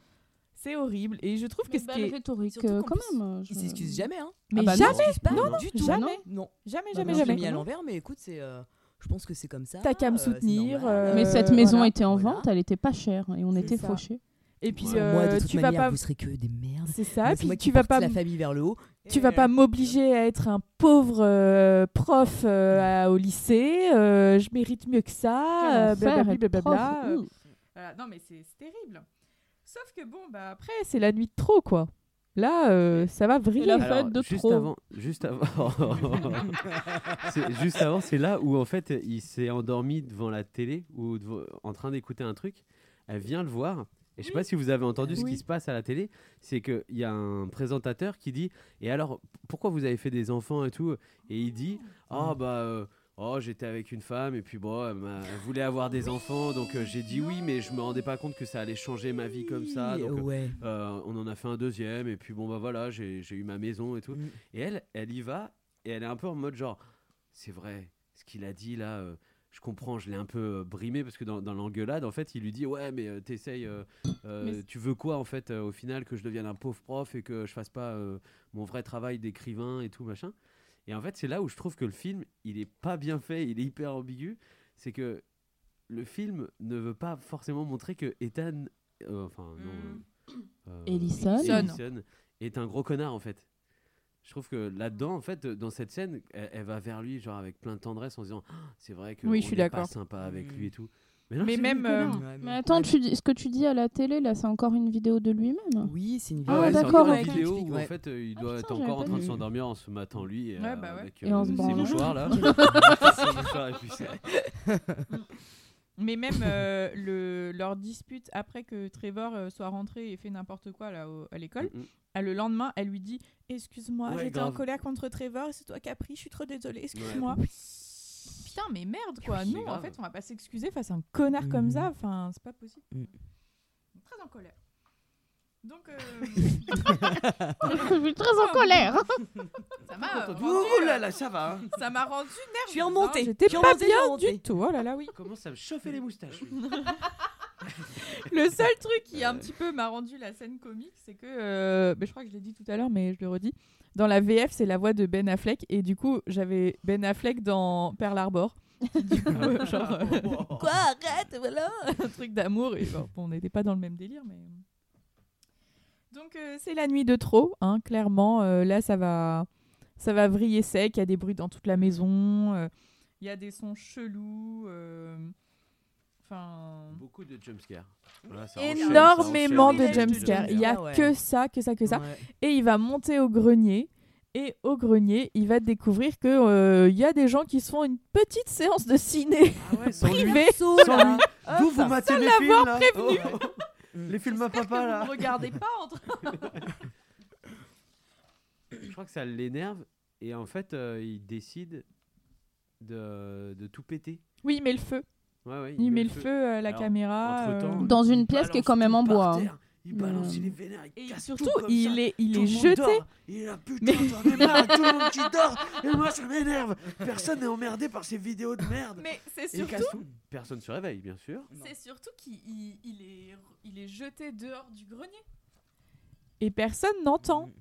Speaker 1: c'est horrible. Et je trouve que ce qui est...
Speaker 9: rhétorique,
Speaker 10: Surtout
Speaker 9: euh, quand
Speaker 10: qu'en plus,
Speaker 9: même. je-
Speaker 10: Ils s'excusent jamais. Hein.
Speaker 1: Mais
Speaker 10: bah
Speaker 1: jamais,
Speaker 10: non, ils s'excusent pas,
Speaker 1: Ah non,
Speaker 10: du tout.
Speaker 1: jamais.
Speaker 10: Non.
Speaker 1: Jamais,
Speaker 10: Bah
Speaker 1: jamais,
Speaker 10: non, je l'ai mis à
Speaker 1: jamais.
Speaker 10: l'envers, mais écoute, c'est. euh, je pense que c'est comme ça.
Speaker 1: T'as qu'à me
Speaker 10: euh, c'est
Speaker 1: soutenir,
Speaker 10: normal.
Speaker 1: euh,
Speaker 9: Mais cette maison
Speaker 1: voilà.
Speaker 9: était en
Speaker 10: Voilà.
Speaker 9: vente, elle était pas chère et on
Speaker 1: C'est
Speaker 9: était
Speaker 1: ça.
Speaker 9: fauchés.
Speaker 1: Et puis,
Speaker 10: Pour moi,
Speaker 1: euh,
Speaker 10: de toute
Speaker 1: tu vas
Speaker 10: manière,
Speaker 1: pas...
Speaker 10: vous serez que des merdes.
Speaker 1: C'est ça,
Speaker 10: Mais c'est moi
Speaker 1: puis
Speaker 10: qui
Speaker 1: tu vas
Speaker 10: porte
Speaker 1: pas...
Speaker 10: la famille vers le haut.
Speaker 1: Tu vas pas m'obliger à être un pauvre euh, prof euh, à- au lycée. euh, je mérite mieux que ça. euh, blablabli, blablabla, euh, Voilà, non, mais c'est c'est terrible. Sauf que bon, bah après, c'est la nuit de trop, quoi. Là, euh, ça va vriller.
Speaker 9: la fête de
Speaker 8: juste
Speaker 9: trop.
Speaker 8: avant, juste avant, c'est, juste avant, c'est là où en fait il s'est endormi devant la télé ou dev- en train d'écouter un truc. Elle vient le voir. Et je sais pas si vous avez entendu ce
Speaker 1: Oui.
Speaker 8: qui se passe à la télé, c'est qu'il y a un présentateur qui dit Et alors, p- pourquoi vous avez fait des enfants et tout Et il dit Ah, bah, euh, oh, j'étais avec une femme, et puis bon, elle, m'a- elle voulait avoir des enfants, donc euh, j'ai dit oui, mais je me rendais pas compte que ça allait changer ma vie comme ça. Donc, euh,
Speaker 10: ouais.
Speaker 8: euh, on en a fait un deuxième, et puis bon, bah voilà, j'ai j'ai eu ma maison et tout.
Speaker 10: Mm.
Speaker 8: Et elle, elle y va, et elle est un peu en mode genre, c'est vrai, ce qu'il a dit là, euh, je comprends, je l'ai un peu euh, brimé, parce que dans, dans l'engueulade, en fait, il lui dit, ouais, mais euh, t'essayes, euh, euh,
Speaker 1: Mais c'est-
Speaker 8: tu veux quoi en fait, euh, au final, que je devienne un pauvre prof et que je fasse pas euh, mon vrai travail d'écrivain et tout, machin. Et en fait, c'est là où je trouve que le film, il est pas bien fait, il est hyper ambigu, c'est que. Le film ne veut pas forcément montrer que Ethan, euh, enfin non,
Speaker 1: Mm.
Speaker 8: euh,
Speaker 9: Ellison.
Speaker 8: Ellison est un gros connard en fait. Je trouve que là-dedans, en fait, dans cette scène, elle, elle va vers lui genre avec plein de tendresse en se disant Ah, c'est vrai que
Speaker 1: Oui,
Speaker 8: on
Speaker 1: je suis
Speaker 8: n'est pas
Speaker 1: d'accord.
Speaker 8: sympa avec
Speaker 10: Mm.
Speaker 8: lui et tout. non,
Speaker 1: Mais
Speaker 8: c'est lui
Speaker 1: même,
Speaker 8: le connard.
Speaker 1: euh,
Speaker 9: Mais attends, tu dis- ce que tu dis à la télé, là, c'est encore une vidéo de lui-même
Speaker 10: Oui, c'est une
Speaker 9: Ah,
Speaker 10: vidéo.
Speaker 8: Ouais, c'est
Speaker 9: d'accord,
Speaker 8: encore
Speaker 9: ok.
Speaker 8: une vidéo où en
Speaker 10: Ouais.
Speaker 8: fait euh, il
Speaker 9: Ah,
Speaker 8: doit
Speaker 9: putain,
Speaker 8: être encore en
Speaker 9: j'avais
Speaker 8: train de
Speaker 10: pas vu.
Speaker 8: s'endormir en se matant lui euh,
Speaker 1: Ouais, bah ouais.
Speaker 8: avec
Speaker 9: Et en se
Speaker 8: ses
Speaker 9: branlant.
Speaker 8: mouchoirs là. Ses mouchoirs, et puis ça.
Speaker 1: Mais même euh, le, leur dispute après que Trevor euh, soit rentré et fait n'importe quoi là au- à l'école,
Speaker 8: Mm, mm.
Speaker 1: à le lendemain, elle lui dit Excuse-moi,
Speaker 8: Ouais,
Speaker 1: j'étais en
Speaker 8: grave.
Speaker 1: colère contre Trevor et c'est toi qui as pris, je suis trop désolée, excuse-moi. Putain, mais merde quoi,
Speaker 8: Ah Oui, c'est
Speaker 1: non, en
Speaker 8: grave. Mm.
Speaker 1: fait, on va pas s'excuser face à un connard comme
Speaker 10: Mhm.
Speaker 1: ça, enfin, c'est pas possible.
Speaker 10: Mm.
Speaker 1: Très en colère. Donc, euh,
Speaker 9: Je suis très en colère
Speaker 1: ça m'a. euh,
Speaker 8: Ouh
Speaker 1: rendu,
Speaker 8: là
Speaker 1: euh,
Speaker 8: là, ça va. hein.
Speaker 1: Ça m'a rendu nerveuse.
Speaker 10: Je suis
Speaker 1: hein.
Speaker 10: remontée.
Speaker 1: J'étais
Speaker 10: Je suis
Speaker 1: pas
Speaker 10: remontée, je suis
Speaker 1: bien
Speaker 10: remontée.
Speaker 1: du tout. Oh là là, oui.
Speaker 8: Commence à me chauffer les moustaches. lui.
Speaker 1: Le seul truc qui un petit peu m'a rendu la scène comique, c'est que, euh, bah, je crois que je l'ai dit tout à l'heure, mais je le redis. Dans la VF, c'est la voix de Ben Affleck, et du coup, j'avais Ben Affleck dans Pearl Harbor. Du coup, euh, genre,
Speaker 8: Ah,
Speaker 1: euh,
Speaker 10: Quoi, arrête, voilà.
Speaker 1: un truc d'amour, et genre, bon, on n'était pas dans le même délire, mais. Donc, euh, c'est la nuit de trop, hein, clairement. euh, là, ça va, ça va vriller sec, il y a des bruits dans toute la maison, euh, il y a des sons chelous. euh, Enfin.
Speaker 8: Beaucoup de jumpscares. Voilà, ça enchaîne, ça
Speaker 1: énormément
Speaker 8: enchaîne,
Speaker 1: de
Speaker 8: ça enchaîne,
Speaker 1: jumpscares. Il y a
Speaker 10: Ah ouais.
Speaker 1: que ça, que ça, que ça.
Speaker 10: Ouais.
Speaker 1: Et il va monter au grenier. Et au grenier, il va découvrir que euh, il y a des gens qui se font une petite séance de ciné
Speaker 8: Ah ouais, sans lui,
Speaker 1: privée.
Speaker 10: Perso,
Speaker 8: Sans
Speaker 10: là.
Speaker 8: lui. Vous, vous matez les films là Oh, oh.
Speaker 10: Mm.
Speaker 8: Les films à papa là
Speaker 1: Regardez pas entre.
Speaker 8: Je crois que ça l'énerve et en fait euh, il décide de, de tout péter.
Speaker 1: Oui, il met le feu.
Speaker 8: Ouais, ouais,
Speaker 1: Il met le feu à la
Speaker 8: Alors,
Speaker 1: caméra.
Speaker 8: Entre-temps,
Speaker 1: euh,
Speaker 9: Dans une
Speaker 8: il
Speaker 9: pièce qui est
Speaker 8: balance
Speaker 9: quand même
Speaker 8: tout
Speaker 9: en
Speaker 8: par
Speaker 9: bois, hein.
Speaker 8: terre, Il
Speaker 9: Mais,
Speaker 8: balance,
Speaker 9: euh,
Speaker 8: il est vénère, il
Speaker 1: Mm. Et
Speaker 8: casse
Speaker 1: surtout,
Speaker 8: tout comme
Speaker 1: il
Speaker 8: ça.
Speaker 1: est, il
Speaker 8: Tout
Speaker 1: est
Speaker 8: le monde
Speaker 1: jeté.
Speaker 8: dort. Il est là, putain, j'en ai marre, tout le monde qui dort. Et moi, ça m'énerve. Personne n'est emmerdé par ces vidéos de merde.
Speaker 1: Mais c'est
Speaker 8: Et il casse tout. Personne se réveille, bien sûr.
Speaker 1: c'est surtout qu'il il- il est, il est jeté dehors du grenier. et personne n'entend.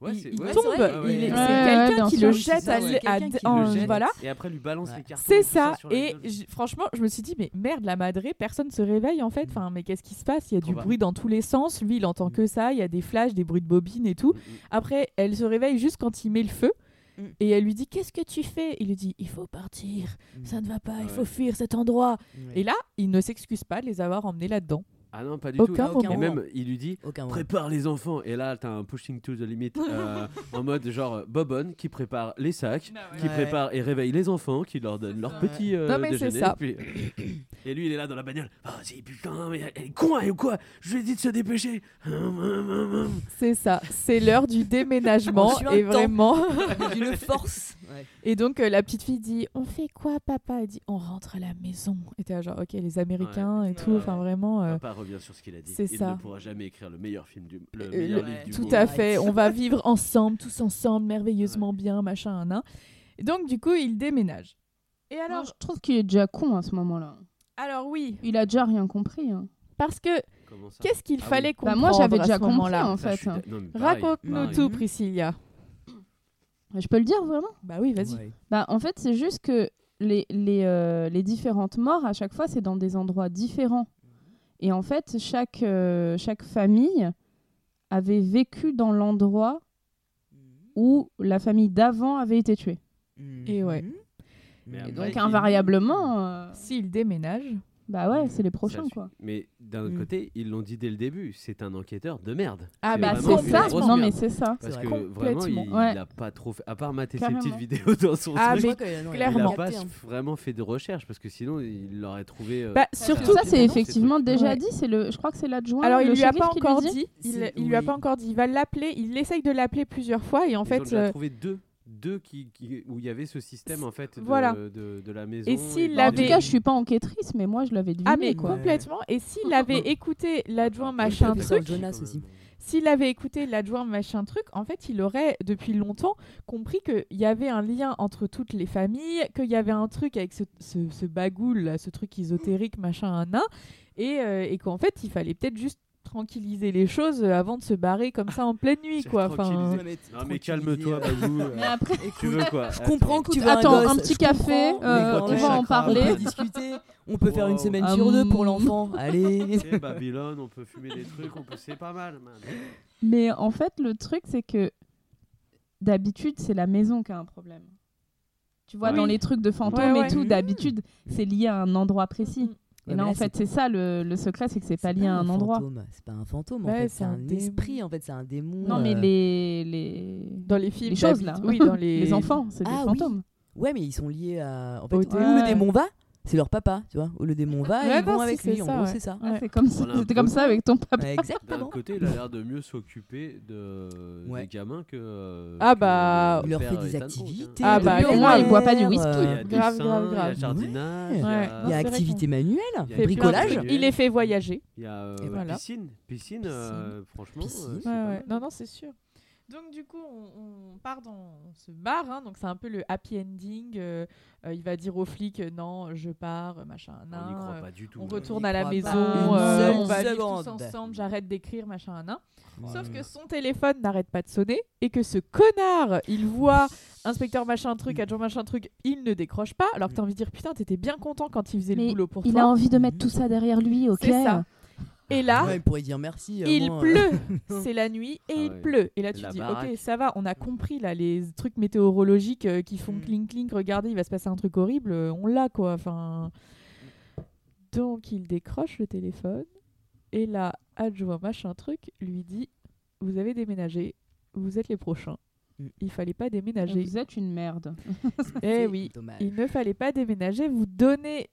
Speaker 8: Ouais,
Speaker 1: il,
Speaker 8: c'est-
Speaker 1: il
Speaker 8: Mm. ouais,
Speaker 1: tombe,
Speaker 8: c'est vrai. Ah ouais.
Speaker 1: il est-
Speaker 8: Ouais,
Speaker 1: c'est
Speaker 8: ouais,
Speaker 1: quelqu'un
Speaker 8: bien
Speaker 1: qui
Speaker 8: sûr,
Speaker 1: le
Speaker 8: oui, c'est
Speaker 1: jette
Speaker 8: ça,
Speaker 1: à,
Speaker 8: ouais.
Speaker 1: l'é- à-
Speaker 8: Quelqu'un qui le
Speaker 1: en-
Speaker 8: jette
Speaker 1: voilà.
Speaker 8: et après lui balance les cartons,
Speaker 1: C'est
Speaker 8: tout ça
Speaker 1: ça.
Speaker 8: sur la
Speaker 1: Et j- franchement, je me suis dit, mais merde, la madrée, personne se réveille en fait. Enfin, mais qu'est-ce qui se passe Il y a du
Speaker 8: Mm. bas. Mm.
Speaker 1: bruit dans tous les sens. Lui, il entend que ça. Il y a des flashs, des bruits de bobines et tout. Après, elle se réveille juste quand il met le feu.
Speaker 8: Mm.
Speaker 1: Et elle lui dit qu'est-ce que tu fais Il lui dit il faut partir, ça ne va
Speaker 8: Ah
Speaker 1: pas, il faut fuir cet endroit. Et là, il ne s'excuse pas de les avoir emmenés là-dedans.
Speaker 8: Ah non, pas du
Speaker 1: Aucun
Speaker 8: tout.
Speaker 1: moment.
Speaker 8: Et même, il lui dit
Speaker 1: Aucun moment.
Speaker 8: prépare les enfants. Et là, t'as un pushing to the limit euh, en mode genre Bobonne qui prépare les sacs, qui
Speaker 1: ouais.
Speaker 8: prépare et réveille les enfants, qui leur donne leur petit euh,
Speaker 1: Non, mais c'est
Speaker 8: déjeuner.
Speaker 1: ça.
Speaker 8: Puis- euh, Et lui, il est là dans la bagnole. Oh, c'est putain, mais elle est con, elle ou quoi Je lui ai dit de se dépêcher. Hum, hum, hum, hum.
Speaker 1: C'est ça, c'est l'heure du déménagement
Speaker 8: Je suis un
Speaker 1: et
Speaker 8: temps.
Speaker 1: vraiment.
Speaker 8: Tu le forces. Ouais.
Speaker 1: Et donc euh, la petite fille dit On fait quoi, papa Elle dit On rentre à la maison. Et t'es là, genre Ok, les Américains et tout, enfin vraiment. euh,
Speaker 8: Papa revient sur ce qu'il a dit.
Speaker 1: C'est
Speaker 8: il
Speaker 1: ça.
Speaker 8: ne pourra jamais écrire le meilleur film du, le
Speaker 1: Euh,
Speaker 8: meilleur
Speaker 1: le-
Speaker 8: livre du
Speaker 1: tout
Speaker 8: monde.
Speaker 1: à fait, on va vivre ensemble, tous ensemble, merveilleusement bien, machin, un, un. Et donc du coup, il déménage. Et alors,
Speaker 9: je trouve qu'il est déjà con à ce moment-là.
Speaker 1: Alors oui.
Speaker 9: Il a déjà rien compris. hein.
Speaker 1: Parce que
Speaker 8: Comment ça Ah,
Speaker 1: qu'est-ce qu'il
Speaker 9: Ah oui.
Speaker 1: fallait
Speaker 9: Bah,
Speaker 1: comprendre
Speaker 9: moi, j'avais
Speaker 1: à
Speaker 9: déjà
Speaker 1: ce
Speaker 9: compris,
Speaker 1: moment-là
Speaker 9: en Ça, je fait, suis hein. d'a- non, mais pareil,
Speaker 1: Raconte-nous
Speaker 9: pareil.
Speaker 1: tout, Priscilla.
Speaker 9: Je peux le dire vraiment
Speaker 1: Bah oui, vas-y.
Speaker 9: Bah, en fait, c'est juste que les, les, euh, les différentes morts, à chaque fois, c'est dans des endroits différents. Et en fait, chaque, euh, chaque famille avait vécu dans l'endroit où la famille d'avant avait été tuée.
Speaker 1: Et ouais.
Speaker 8: Ah, bah,
Speaker 9: Et donc, invariablement. euh,
Speaker 1: S'il déménage.
Speaker 9: Bah ouais, c'est les prochains,
Speaker 8: suit.
Speaker 9: quoi.
Speaker 8: Mais d'un
Speaker 9: Mm.
Speaker 8: autre côté, ils l'ont dit dès le début, c'est un enquêteur de merde.
Speaker 9: Ah bah,
Speaker 8: vraiment
Speaker 9: c'est
Speaker 8: une
Speaker 9: ça.
Speaker 8: grosse
Speaker 9: Non, mais
Speaker 8: merde.
Speaker 9: c'est ça.
Speaker 8: Parce
Speaker 9: C'est
Speaker 8: que
Speaker 9: vrai.
Speaker 8: vraiment, il,
Speaker 9: Complètement. Ouais.
Speaker 8: il a pas trop fait, à part mater ses
Speaker 9: Carrément.
Speaker 8: petites vidéos dans son
Speaker 1: Ah,
Speaker 8: truc,
Speaker 1: mais clairement.
Speaker 8: il a pas
Speaker 1: Capté, hein.
Speaker 8: vraiment fait de recherche parce que sinon il l'aurait trouvé. euh,
Speaker 1: Bah,
Speaker 8: ça-
Speaker 1: surtout-
Speaker 9: ça, c'est
Speaker 1: Ouais.
Speaker 9: effectivement déjà
Speaker 1: Ouais.
Speaker 9: dit. C'est le, je crois que c'est l'adjoint.
Speaker 1: Alors, il
Speaker 9: le
Speaker 1: lui a
Speaker 9: shérif
Speaker 1: pas
Speaker 9: qui
Speaker 1: encore
Speaker 9: dit.
Speaker 1: dit. Il, il lui a pas encore dit. Il va l'appeler. Il essaye de l'appeler plusieurs fois et en
Speaker 8: Ils
Speaker 1: fait.
Speaker 8: ont déjà
Speaker 1: euh,
Speaker 8: trouvé deux, deux qui, qui- où il y avait ce système en fait de,
Speaker 1: Voilà.
Speaker 8: de, de la maison.
Speaker 1: s'il
Speaker 8: l'avait
Speaker 9: Bah, En tout cas, je suis pas enquêtrice, mais moi, je l'avais deviné.
Speaker 1: Ah mais
Speaker 9: quoi.
Speaker 1: complètement. Et s'il avait écouté
Speaker 8: Ah,
Speaker 1: l'adjoint machin
Speaker 9: fait ça,
Speaker 1: truc, s'il avait écouté l'adjoint machin truc, en fait, il aurait depuis longtemps compris qu'il y avait un lien entre toutes les familles, qu'il y avait un truc avec ce, ce, ce bagoule, là, ce truc ésotérique machin un nain, et, euh, et qu'en fait, il fallait peut-être juste tranquilliser les choses avant de se barrer comme ça en pleine nuit quoi enfin euh,
Speaker 8: Tranquilliser. Non mais calme-toi, Babou. euh,
Speaker 9: Mais après-
Speaker 8: tu veux quoi
Speaker 9: Je
Speaker 8: Attends.
Speaker 9: comprends que tu veux un
Speaker 10: Attends,
Speaker 9: gosse,
Speaker 10: un
Speaker 9: je
Speaker 10: petit café,
Speaker 9: comprends.
Speaker 10: euh,
Speaker 9: Mais
Speaker 10: on
Speaker 9: quand
Speaker 10: va en
Speaker 9: chacun
Speaker 10: parler.
Speaker 9: peut discuter,
Speaker 10: on peut faire une semaine
Speaker 9: Wow.
Speaker 10: sur deux pour
Speaker 9: Hum.
Speaker 10: l'enfant. Allez.
Speaker 8: Tu sais, Babylone, on peut fumer des trucs, on peut... c'est pas mal. man.
Speaker 9: Mais en fait, le truc, c'est que d'habitude, c'est la maison qui a un problème. Tu vois,
Speaker 1: Oui.
Speaker 9: dans les trucs de fantômes
Speaker 1: Ouais,
Speaker 9: et
Speaker 1: ouais.
Speaker 9: tout,
Speaker 1: Mmh.
Speaker 9: d'habitude, c'est lié à un endroit précis.
Speaker 10: Ouais,
Speaker 9: Et
Speaker 10: mais
Speaker 9: là,
Speaker 10: là,
Speaker 9: en fait, c'est ça le, le secret, c'est que c'est pas lié à un endroit.
Speaker 10: fantôme, C'est pas un fantôme, en
Speaker 9: Ouais,
Speaker 10: fait,
Speaker 9: c'est
Speaker 10: c'est
Speaker 9: un
Speaker 10: un
Speaker 9: démon.
Speaker 10: esprit, en fait, c'est un démon.
Speaker 9: Non, mais
Speaker 10: euh,
Speaker 9: les, les.
Speaker 1: Dans les films,
Speaker 9: choses, là.
Speaker 1: d'habitude. Oui, dans les-
Speaker 9: enfants, c'est
Speaker 10: Ah
Speaker 9: des
Speaker 10: oui.
Speaker 9: fantômes.
Speaker 10: Ouais, mais ils sont liés à. En fait,
Speaker 9: Au
Speaker 10: où
Speaker 9: démon.
Speaker 10: le démon va, c'est leur papa, tu vois. Où le démon va,
Speaker 9: Ouais,
Speaker 10: ils
Speaker 9: non,
Speaker 10: vont
Speaker 9: si,
Speaker 10: avec
Speaker 9: c'est
Speaker 10: lui, en
Speaker 9: ça,
Speaker 10: gros,
Speaker 9: ouais.
Speaker 10: c'est ça.
Speaker 9: Ah, c'est comme ça,
Speaker 8: Voilà un
Speaker 9: c'était comme
Speaker 8: peu.
Speaker 9: ça avec ton papa.
Speaker 10: Ouais,
Speaker 8: D'un
Speaker 10: exactement.
Speaker 8: côté, il a l'air de mieux s'occuper de...
Speaker 10: Ouais.
Speaker 8: des gamins que. euh,
Speaker 1: Ah
Speaker 8: que
Speaker 1: bah-
Speaker 8: le
Speaker 1: Il leur
Speaker 8: père
Speaker 1: fait des
Speaker 8: Ethan Hawke, hein.
Speaker 10: activités,
Speaker 1: Ah bah, au moins, il boit pas du
Speaker 10: whisky.
Speaker 8: Il y a dessin,
Speaker 1: Grave, grave,
Speaker 8: il y a
Speaker 1: grave.
Speaker 8: jardinage, il y
Speaker 1: Ouais.
Speaker 8: a-
Speaker 10: Il y a
Speaker 1: c'est vrai
Speaker 10: activité
Speaker 1: qu'on-
Speaker 10: manuelle,
Speaker 8: Il y a
Speaker 1: fait plein de
Speaker 10: bricolage.
Speaker 1: trucs. Il les fait voyager.
Speaker 8: Il y a euh,
Speaker 1: Et voilà.
Speaker 8: piscine, piscine, euh, franchement. euh, c'est
Speaker 1: Ouais,
Speaker 8: pas
Speaker 1: ouais.
Speaker 8: mal.
Speaker 1: Non, non, c'est sûr. Donc, du coup, on, on part dans ce bar. hein. donc, c'est un peu le happy ending. euh, euh, il va dire aux flics euh, Non, je pars, machin.
Speaker 8: On n'y
Speaker 1: nan,
Speaker 8: croit
Speaker 1: euh,
Speaker 8: pas du tout.
Speaker 1: On
Speaker 8: On
Speaker 1: retourne
Speaker 8: n'y
Speaker 1: à la
Speaker 8: croit
Speaker 1: maison.
Speaker 8: pas une
Speaker 1: euh,
Speaker 8: seule
Speaker 1: on va vivre tous
Speaker 8: seconde.
Speaker 1: ensemble. J'arrête d'écrire, machin. nan.
Speaker 8: Oh
Speaker 1: Sauf
Speaker 8: là
Speaker 1: que
Speaker 8: là.
Speaker 1: son téléphone n'arrête pas de sonner et que ce connard, il voit inspecteur machin truc, adjoint machin truc, il ne décroche pas.
Speaker 8: Mm.
Speaker 1: Alors que t'as envie de dire Putain, t'étais bien content quand il faisait le
Speaker 9: Mais
Speaker 1: boulot pour
Speaker 9: il
Speaker 1: toi.
Speaker 9: a envie de mettre tout ça derrière lui, ok
Speaker 1: C'est ça. Et là,
Speaker 10: Ouais, il pourrait dire merci.
Speaker 1: il
Speaker 10: avant, euh,
Speaker 1: pleut, c'est la nuit
Speaker 9: Ah
Speaker 1: et il pleut. Et là, tu
Speaker 10: La
Speaker 1: dis, ok,
Speaker 10: baraque.
Speaker 1: ça va, on a compris là les trucs météorologiques euh, qui
Speaker 9: Mm.
Speaker 1: font cling cling. Regardez, il va se passer un truc horrible. euh, On l'a quoi. Enfin, donc il décroche le téléphone et là, adjoint machin truc lui dit, vous avez déménagé, vous êtes les prochains. Il fallait pas déménager.
Speaker 9: Mm. Ah, Vous êtes une merde.
Speaker 10: euh,
Speaker 1: Eh oui, il ne fallait pas déménager. Vous donnez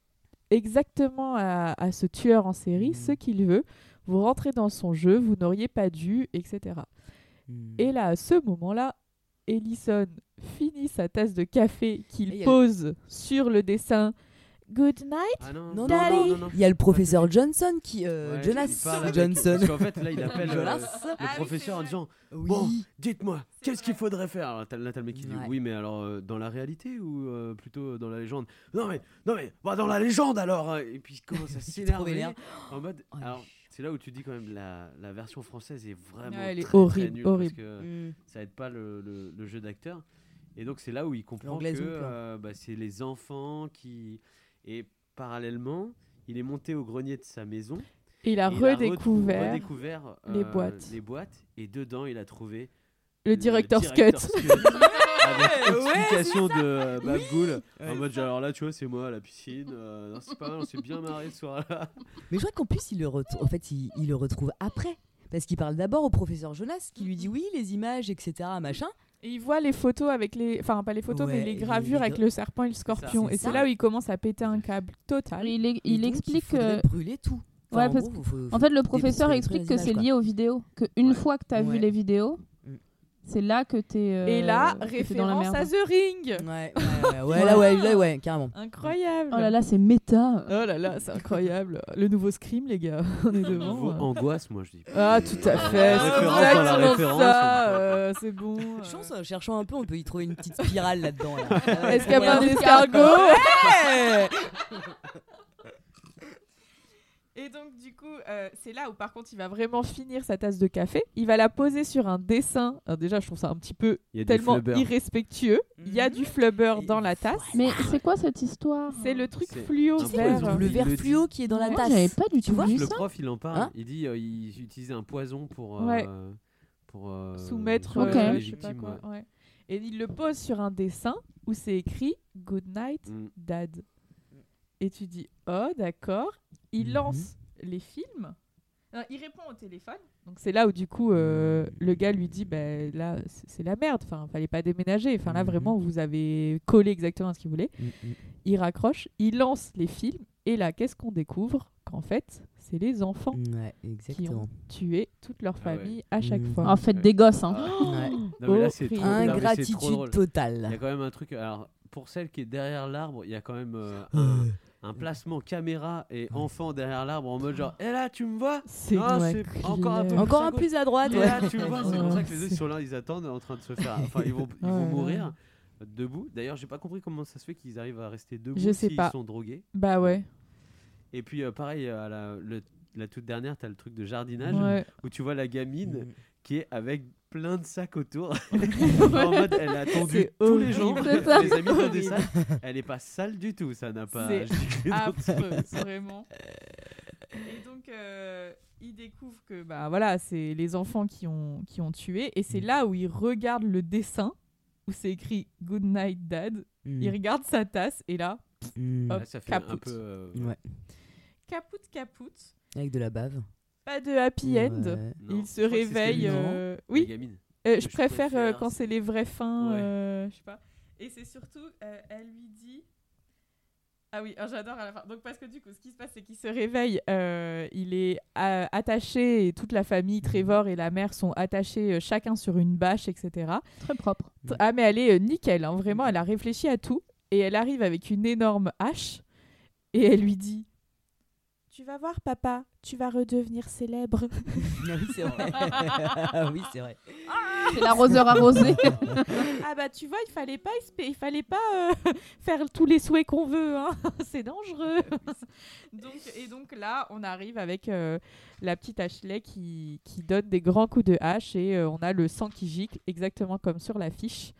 Speaker 1: exactement à, à ce tueur en
Speaker 10: Mm.
Speaker 1: série ce qu'il veut. Vous rentrez dans son jeu, vous n'auriez pas dû, etc.
Speaker 10: Mm. Hmm.
Speaker 1: Et là, à ce moment-là, Ellison finit sa tasse de café
Speaker 10: Et il
Speaker 1: qu'il
Speaker 10: y a-
Speaker 1: pose sur le dessin. Good
Speaker 8: Ah,
Speaker 1: night,
Speaker 10: Non, non,
Speaker 1: Daddy.
Speaker 10: non, non, non. Il y a le professeur Johnson qui. euh,
Speaker 8: Ouais, il
Speaker 10: Jonas
Speaker 8: parle avec-
Speaker 10: Johnson.
Speaker 8: Parce qu'en fait, là, il
Speaker 1: Ah
Speaker 8: appelle euh,
Speaker 10: Jonas.
Speaker 8: le professeur en disant Bon, dites-moi, qu'est-ce qu'il faudrait faire hein, Alors, t'as là, t'as le mec qui dit
Speaker 10: Ouais.
Speaker 8: Oui, mais alors, euh, dans la réalité ou euh, plutôt dans la légende Non, mais, non, mais, bah, dans la légende alors hein. Et puis, il commence à
Speaker 10: Il se trouve
Speaker 8: s'énerver
Speaker 10: énervé.
Speaker 1: Oh,
Speaker 8: en mode. Alors, C'est là où tu dis quand même la, la version française est vraiment
Speaker 1: Ouais, elle est
Speaker 8: très, très
Speaker 1: horrible,
Speaker 8: nulle parce
Speaker 1: horrible.
Speaker 8: que
Speaker 9: Hmm.
Speaker 1: Mm.
Speaker 8: Ça aide pas le, le- le jeu d'acteur. Et donc c'est là où il comprend que
Speaker 10: L'anglaise non plus, hein.
Speaker 8: euh, bah, c'est les enfants qui et parallèlement il est monté au grenier de sa maison.
Speaker 1: Et il a
Speaker 8: re-
Speaker 1: redécouvert
Speaker 8: redécouvert, euh,
Speaker 1: les boîtes.
Speaker 8: les boîtes et dedans il a trouvé
Speaker 1: Le director's
Speaker 8: director's
Speaker 1: cut.
Speaker 8: avec
Speaker 1: Ouais, ouais,
Speaker 8: explication
Speaker 1: c'est ça.
Speaker 8: de euh, Babgoul
Speaker 10: Oui,
Speaker 8: en mode alors là tu vois c'est moi à la piscine euh, non, c'est pas mal on s'est bien marré ce soir là
Speaker 10: Mais je crois qu'en plus, il le, retrou- en fait, il, il le retrouve après. Parce qu'il parle d'abord au professeur Jonas, qui lui dit oui, les images, etc., machin.
Speaker 1: Et il voit les photos avec les. Enfin, pas les photos,
Speaker 10: Ouais,
Speaker 1: mais les
Speaker 10: les-
Speaker 1: gravures
Speaker 10: les
Speaker 1: avec
Speaker 10: gra-
Speaker 1: le serpent et le scorpion.
Speaker 10: c'est
Speaker 1: Et c'est
Speaker 10: ça.
Speaker 1: là où il commence à péter un câble total.
Speaker 9: Il, il explique que.
Speaker 10: brûler tout.
Speaker 1: Enfin,
Speaker 9: Ouais,
Speaker 1: en
Speaker 9: parce
Speaker 1: gros,
Speaker 9: que-
Speaker 1: faut- faut
Speaker 9: en fait, le
Speaker 1: détruire
Speaker 9: professeur
Speaker 1: les
Speaker 9: explique que
Speaker 1: images,
Speaker 9: c'est
Speaker 1: quoi.
Speaker 9: lié aux vidéos. Qu'une fois que tu as vu
Speaker 1: Ouais.
Speaker 9: les vidéos, c'est là que tu es.
Speaker 1: Et là,
Speaker 9: euh, dans la
Speaker 1: référence
Speaker 9: merde.
Speaker 1: à The Ring.
Speaker 10: Ouais, ouais, ouais, là, ouais, là, ouais, carrément.
Speaker 1: Incroyable.
Speaker 9: Oh là là, c'est méta.
Speaker 1: Oh là là, c'est incroyable. Le nouveau Scream, les gars. On est devant.
Speaker 8: Nouveau
Speaker 1: hein.
Speaker 8: angoisse, moi, je dis.
Speaker 1: Ah, tout à fait. C'est
Speaker 8: Référence dans la
Speaker 1: exactement
Speaker 8: référence,
Speaker 1: ça.
Speaker 8: on peut-
Speaker 1: euh, c'est bon.
Speaker 10: Je pense, en cherchant un peu, on peut y trouver une petite spirale là-dedans. là.
Speaker 1: Est-ce qu'il y a
Speaker 10: Ouais,
Speaker 1: pas
Speaker 10: un
Speaker 1: d'escargot
Speaker 10: Ouais.
Speaker 1: Et donc, du coup, euh, c'est là où, par contre, il va vraiment finir sa tasse de café. Il va la poser sur un dessin. Alors, déjà, je trouve ça un petit peu
Speaker 8: Il y a du
Speaker 1: tellement
Speaker 8: flubber.
Speaker 1: irrespectueux. Il y a du flubber dans la tasse.
Speaker 9: Mais c'est quoi cette histoire
Speaker 1: C'est le truc
Speaker 8: C'est
Speaker 1: fluo
Speaker 8: un peu
Speaker 1: vert.
Speaker 8: le Il verre le dit. fluo
Speaker 10: qui est dans la
Speaker 9: Ouais,
Speaker 10: tasse.
Speaker 9: euh, J'avais pas du
Speaker 10: Tu
Speaker 9: tout
Speaker 10: vois
Speaker 9: vu
Speaker 8: le
Speaker 9: ça.
Speaker 8: prof, il en parle.
Speaker 10: Hein
Speaker 8: il dit euh, il utilisait un poison pour. euh,
Speaker 1: Ouais.
Speaker 8: pour euh,
Speaker 1: Soumettre
Speaker 8: soumettre
Speaker 1: euh,
Speaker 8: les
Speaker 1: je sais pas
Speaker 8: victimes.
Speaker 1: quoi,
Speaker 8: ouais.
Speaker 1: ouais. Et il le pose sur un dessin où c'est écrit Good night,
Speaker 8: Mm.
Speaker 1: dad. Et tu dis Oh, d'accord.
Speaker 8: Mhm.
Speaker 1: Il lance les films. Non, il répond au téléphone. Donc c'est là où du coup euh, le gars lui dit ben là c'est c'est la merde enfin fallait pas déménager enfin
Speaker 8: Mhm.
Speaker 1: là vraiment vous avez collé exactement à ce qu'il voulait. Il raccroche, il lance les films et là qu'est-ce qu'on découvre qu'en fait c'est les enfants qui ont tué toute leur
Speaker 8: Ah ouais.
Speaker 1: famille à chaque
Speaker 9: Mhm.
Speaker 1: fois.
Speaker 9: En fait, des gosses, hein.
Speaker 1: Oh,
Speaker 8: Ah.
Speaker 9: Ouais.
Speaker 8: Non, mais là, c'est trop-
Speaker 1: Horrible.
Speaker 8: non, mais c'est trop
Speaker 10: Ingratitude
Speaker 8: drôle.
Speaker 10: totale.
Speaker 8: Il y a quand même un truc. Alors, pour celle qui est derrière l'arbre, il y a quand même euh, un, un placement caméra et enfant derrière l'arbre en mode genre. Et là, tu me vois
Speaker 1: C'est
Speaker 8: Ah,
Speaker 1: ouais,
Speaker 8: c'est
Speaker 1: clair.
Speaker 8: encore un peu
Speaker 10: Encore
Speaker 8: à
Speaker 10: un
Speaker 8: gauche.
Speaker 10: plus à droite,
Speaker 8: Et
Speaker 10: ouais.
Speaker 8: là, tu me vois, c'est pour ça que les deux
Speaker 10: Ouais.
Speaker 8: ils sont là, ils attendent en train de se faire. Enfin, ils vont, ils vont
Speaker 1: Ouais, ouais.
Speaker 8: mourir debout. D'ailleurs, j'ai pas compris comment ça se fait qu'ils arrivent à rester debout
Speaker 1: Je sais
Speaker 8: s'ils
Speaker 1: pas.
Speaker 8: sont drogués.
Speaker 1: Bah ouais.
Speaker 8: Et puis, euh, pareil, euh, à la, le- la toute dernière, t'as le truc de jardinage
Speaker 1: Ouais.
Speaker 8: où tu vois la gamine qui est avec plein de sacs autour. en mode, elle a attendu
Speaker 1: C'est
Speaker 8: tous les
Speaker 1: horrible.
Speaker 8: jours.
Speaker 1: C'est ça.
Speaker 8: Les amis ont des sacs. Elle est pas sale du tout, ça n'a pas.
Speaker 1: C'est
Speaker 8: giclé dans tous les
Speaker 1: affreux,
Speaker 8: sens.
Speaker 1: vraiment. Et donc, euh, il découvre que bah voilà, c'est les enfants qui ont qui ont tué, et
Speaker 8: Mm.
Speaker 1: c'est là où il regarde le dessin où c'est écrit Good Night Dad.
Speaker 10: Mm.
Speaker 1: Il regarde sa tasse et là, pff,
Speaker 10: Mm.
Speaker 1: hop,
Speaker 8: Là, ça fait un
Speaker 1: caput.
Speaker 8: peu. euh,
Speaker 10: Ouais.
Speaker 1: caput, caput.
Speaker 10: Avec de la bave.
Speaker 1: Pas de happy end.
Speaker 10: Ouais.
Speaker 8: Non,
Speaker 1: Il se
Speaker 8: je crois que c'est ce qu'elle
Speaker 1: réveille.
Speaker 8: dit, non
Speaker 1: euh,
Speaker 8: La
Speaker 1: Oui.
Speaker 8: gamine.
Speaker 1: Euh,
Speaker 8: Mais
Speaker 1: je, préfère euh, quand c'est
Speaker 8: c'est-
Speaker 1: les vraies fins.
Speaker 8: Ouais.
Speaker 1: euh, je sais pas. Et c'est surtout, euh, elle lui dit. Ah oui, ah, j'adore à la fin. Donc, parce que du coup, ce qui se passe, c'est qu'il se réveille. euh, il est euh, attaché et toute la famille, Trevor et la mère, sont attachés euh, chacun sur une bâche, etc.
Speaker 9: Très propre.
Speaker 1: T- Ah, mais elle est euh, nickel, hein, vraiment. Elle a réfléchi à tout. Et elle arrive avec une énorme hache. Et elle lui dit Tu vas voir, papa, tu vas redevenir célèbre.
Speaker 10: Ah oui, c'est vrai. Ah oui, c'est vrai.
Speaker 9: C'est l'arroseur arrosé.
Speaker 1: ah bah tu vois, il fallait pas, espé- il fallait pas euh, faire tous les souhaits qu'on veut, hein. c'est dangereux. donc, et donc là, on arrive avec euh, la petite Ashley qui, qui donne des grands coups de hache et euh, on a le sang qui gicle, exactement comme sur l'affiche.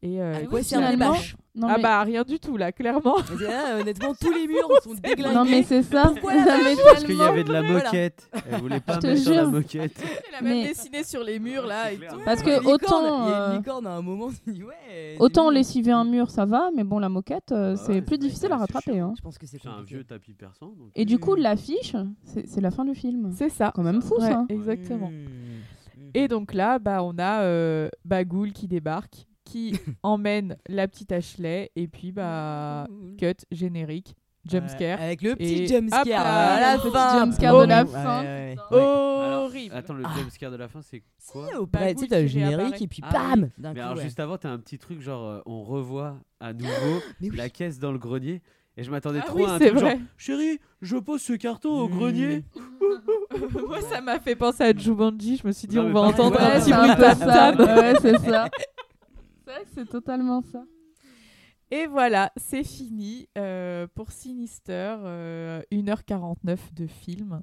Speaker 1: Et euh,
Speaker 10: À quoi
Speaker 1: écoute,
Speaker 10: sert les
Speaker 1: finalement-
Speaker 10: bâches
Speaker 9: Non,
Speaker 1: Ah
Speaker 9: mais-
Speaker 1: bah rien du tout là, clairement.
Speaker 10: Et là, honnêtement, tous les murs sont déglingués.
Speaker 9: Non, mais c'est ça.
Speaker 10: Pourquoi la
Speaker 9: Ça
Speaker 10: vache
Speaker 9: m'est
Speaker 8: Parce qu'il y
Speaker 9: tellement
Speaker 8: avait de la
Speaker 9: vrai.
Speaker 8: moquette. Elle voulait pas
Speaker 9: Je te
Speaker 8: mettre sur la
Speaker 9: jure.
Speaker 8: moquette.
Speaker 1: Elle a même
Speaker 9: Mais-
Speaker 1: dessiné sur les murs là. et tout.
Speaker 9: Parce
Speaker 10: Il y a
Speaker 9: que
Speaker 10: une licorne,
Speaker 9: autant,
Speaker 10: Il y a
Speaker 9: euh,
Speaker 10: une licorne à un moment, on se dit, ouais. c'est
Speaker 9: Autant
Speaker 10: mignon.
Speaker 9: lessiver un mur, ça va, mais bon, la moquette, euh,
Speaker 8: Ah
Speaker 9: c'est
Speaker 8: ouais,
Speaker 9: plus
Speaker 8: c'est-
Speaker 9: difficile à
Speaker 8: c'est
Speaker 9: rattraper.
Speaker 8: chiant.
Speaker 9: hein.
Speaker 10: Je pense que c'est
Speaker 8: C'est un
Speaker 10: compliqué.
Speaker 8: vieux tapis persan. donc-
Speaker 9: Et du coup, l'affiche, c'est c'est la fin du film.
Speaker 1: Mm. C'est ça.
Speaker 9: Quand même fou,
Speaker 1: Ouais,
Speaker 9: ça.
Speaker 1: Exactement.
Speaker 10: Mm.
Speaker 1: Et donc là, bah, on a euh, Bagoul qui débarque, qui emmène la petite Ashley, et puis bah, cut, générique, jumpscare.
Speaker 10: Mmh. Ouais, Avec le
Speaker 1: Et
Speaker 10: petit
Speaker 1: hop
Speaker 10: jumpscare
Speaker 1: là,
Speaker 10: à la
Speaker 1: le petit
Speaker 10: fin.
Speaker 9: jumpscare de la
Speaker 10: Ouais,
Speaker 9: fin, Oh,
Speaker 10: ouais, ouais.
Speaker 8: Alors,
Speaker 1: Horrible. Ah.
Speaker 8: Attends, le jumpscare de la fin, c'est quoi
Speaker 10: Ouais, Au
Speaker 9: bah,
Speaker 1: Bagoul
Speaker 10: près, tu sais, t'as le
Speaker 1: qui réapparaît.
Speaker 10: générique et puis
Speaker 8: Ah
Speaker 10: bam
Speaker 8: oui.
Speaker 10: D'un
Speaker 8: Mais
Speaker 10: coup.
Speaker 8: alors,
Speaker 10: ouais.
Speaker 8: juste avant, t'as un petit truc genre, euh, on revoit à nouveau
Speaker 10: Mais oui.
Speaker 8: la caisse dans le grenier. Et je m'attendais
Speaker 1: Ah
Speaker 8: trop
Speaker 1: oui,
Speaker 8: à un
Speaker 1: c'est
Speaker 8: truc genre,
Speaker 1: vrai. Mmh.
Speaker 8: chérie, je pose ce carton au grenier.
Speaker 1: Moi, ça m'a fait penser à Jumanji. Je me suis dit,
Speaker 8: Non,
Speaker 1: on
Speaker 8: mais
Speaker 1: va
Speaker 8: pareil,
Speaker 1: entendre
Speaker 8: ouais,
Speaker 1: un petit
Speaker 9: c'est
Speaker 1: bruit
Speaker 9: un
Speaker 1: de
Speaker 9: peu ça.
Speaker 1: tam-tam.
Speaker 9: Ouais, c'est ça. C'est vrai que c'est totalement ça.
Speaker 1: Et voilà, c'est fini euh, pour Sinister, euh, 1h49 de film.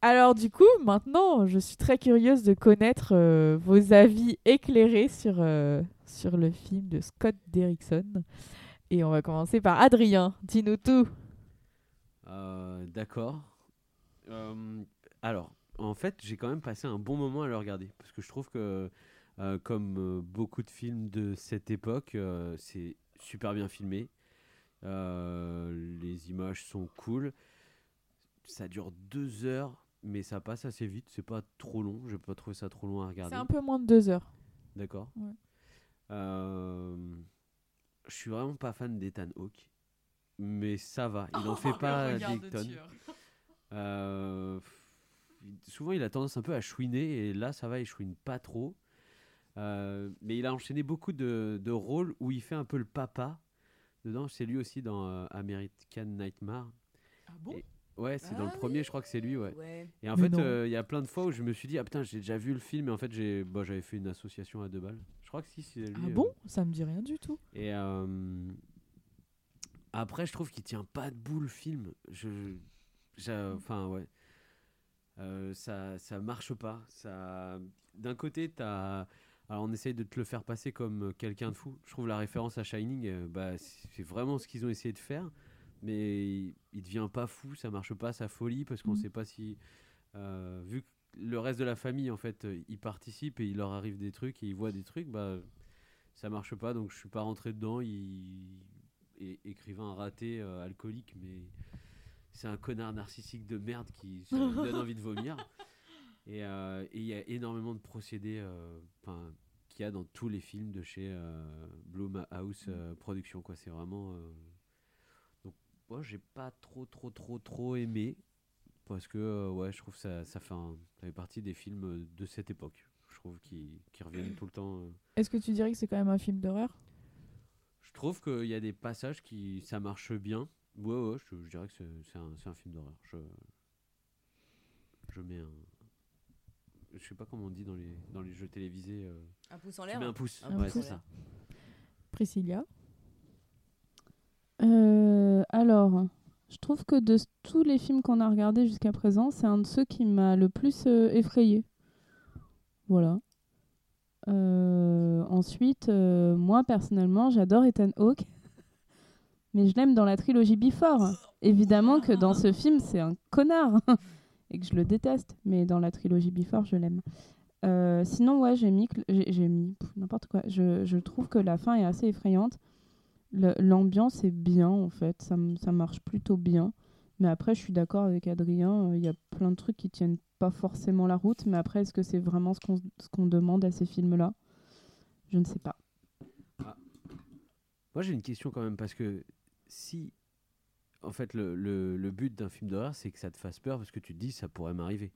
Speaker 12: Alors du coup, maintenant, je suis très curieuse de connaître euh, vos avis éclairés sur, euh, sur le film de Scott Derrickson. Et on va commencer par Adrien. Dis-nous tout.
Speaker 8: Euh, D'accord. Euh, alors, en fait, j'ai quand même passé un bon moment à le regarder. Parce que je trouve que, euh, comme euh, beaucoup de films de cette époque, euh, c'est super bien filmé. Euh, les images sont cool. Ça dure deux heures, mais ça passe assez vite. C'est pas trop long. J'ai pas trouvé ça trop long à regarder.
Speaker 12: C'est un peu moins de deux heures.
Speaker 8: D'accord.
Speaker 12: Ouais.
Speaker 8: Euh, je suis vraiment pas fan d'Ethan Hawke, mais ça va. Il en fait pas
Speaker 13: Oh, le regard
Speaker 8: des
Speaker 13: de
Speaker 8: tonnes.
Speaker 13: tueur.
Speaker 8: Euh, il- souvent, il a tendance un peu à chouiner, et là, ça va, il chouine pas trop. Euh, mais il a enchaîné beaucoup de, de rôles où il fait un peu le papa dedans. C'est lui aussi dans euh, American Nightmare.
Speaker 13: Ah bon Ah
Speaker 8: Ouais, c'est dans le premier, je crois que c'est lui, ouais.
Speaker 13: Ouais.
Speaker 8: Et en
Speaker 13: Mais
Speaker 8: fait,
Speaker 13: non.
Speaker 8: euh, il y a plein de fois où je me suis dit, ah putain, j'ai déjà vu le film, et en fait, j'ai, bah, j'avais fait une association à deux balles. Je crois que si, c'est lui.
Speaker 12: Ah
Speaker 8: euh,
Speaker 12: bon Ça me dit rien du tout.
Speaker 8: et euh, après, je trouve qu'il tient pas debout le film. Je, j'a- enfin ouais, Euh, ça, ça marche pas. Ça, d'un côté, t'as, alors on essaye de te le faire passer comme euh, quelqu'un de fou. Je trouve la référence à Shining, euh, bah c'est vraiment ce qu'ils ont essayé de faire, mais il, il devient pas fou, ça marche pas, sa folie, parce qu'on
Speaker 13: Mhm.
Speaker 8: sait pas si, euh, vu que le reste de la famille en fait, euh, ils participent et il leur arrive des trucs et ils voient des trucs, bah ça marche pas, donc je suis pas rentré dedans. Il est écrivain raté, euh, alcoolique, mais c'est un connard narcissique de merde qui ça me donne envie de vomir. Et euh, et il y a énormément de procédés euh, 'fin, qu'il y a dans tous les films de chez euh, Blumhouse euh, Productions. quoi. C'est vraiment. euh, Donc, moi, j'ai pas trop, trop, trop, trop aimé. Parce que, euh, ouais, je trouve ça, ça, fait un- ça fait partie des films euh, de cette époque. Je trouve qu'ils qui reviennent tout le temps. euh,
Speaker 12: Est-ce que tu dirais que c'est quand même un film d'horreur
Speaker 8: je trouve qu'il y a des passages qui ça marche bien. Ouais, ouais, je, je dirais que c'est- c'est un, c'est un film d'horreur. Je, je mets un. Je sais pas comment on dit dans les, dans les jeux télévisés. euh,
Speaker 13: Un pouce en
Speaker 8: tu
Speaker 13: l'air
Speaker 8: mets un pouce.
Speaker 13: Un
Speaker 8: ouais,
Speaker 13: pouce
Speaker 8: c'est
Speaker 13: en
Speaker 8: ça.
Speaker 12: Priscilla
Speaker 9: Euh, alors, je trouve que de s- tous les films qu'on a regardés jusqu'à présent, c'est un de ceux qui m'a le plus effrayé. effrayée. Voilà. Euh, ensuite, euh, moi personnellement, j'adore Ethan Hawke, mais je l'aime dans la trilogie Before. Évidemment que dans ce film, c'est un connard et que je le déteste, mais dans la trilogie Before, je l'aime. Euh, sinon, ouais, j'ai mis, que- j'ai j'ai mis pff, n'importe quoi. Je, je trouve que la fin est assez effrayante. Le- L'ambiance est bien en fait, ça, m- ça marche plutôt bien. Mais après, je suis d'accord avec Adrien, euh, il y a plein de trucs qui tiennent pas forcément la route. Mais après, est-ce que c'est vraiment ce qu'on ce qu'on demande à ces films-là Je ne sais pas.
Speaker 8: Moi, j'ai une question quand même, parce que si. En fait, le, le, le but d'un film d'horreur, c'est que ça te fasse peur, parce que tu te dis, ça pourrait m'arriver.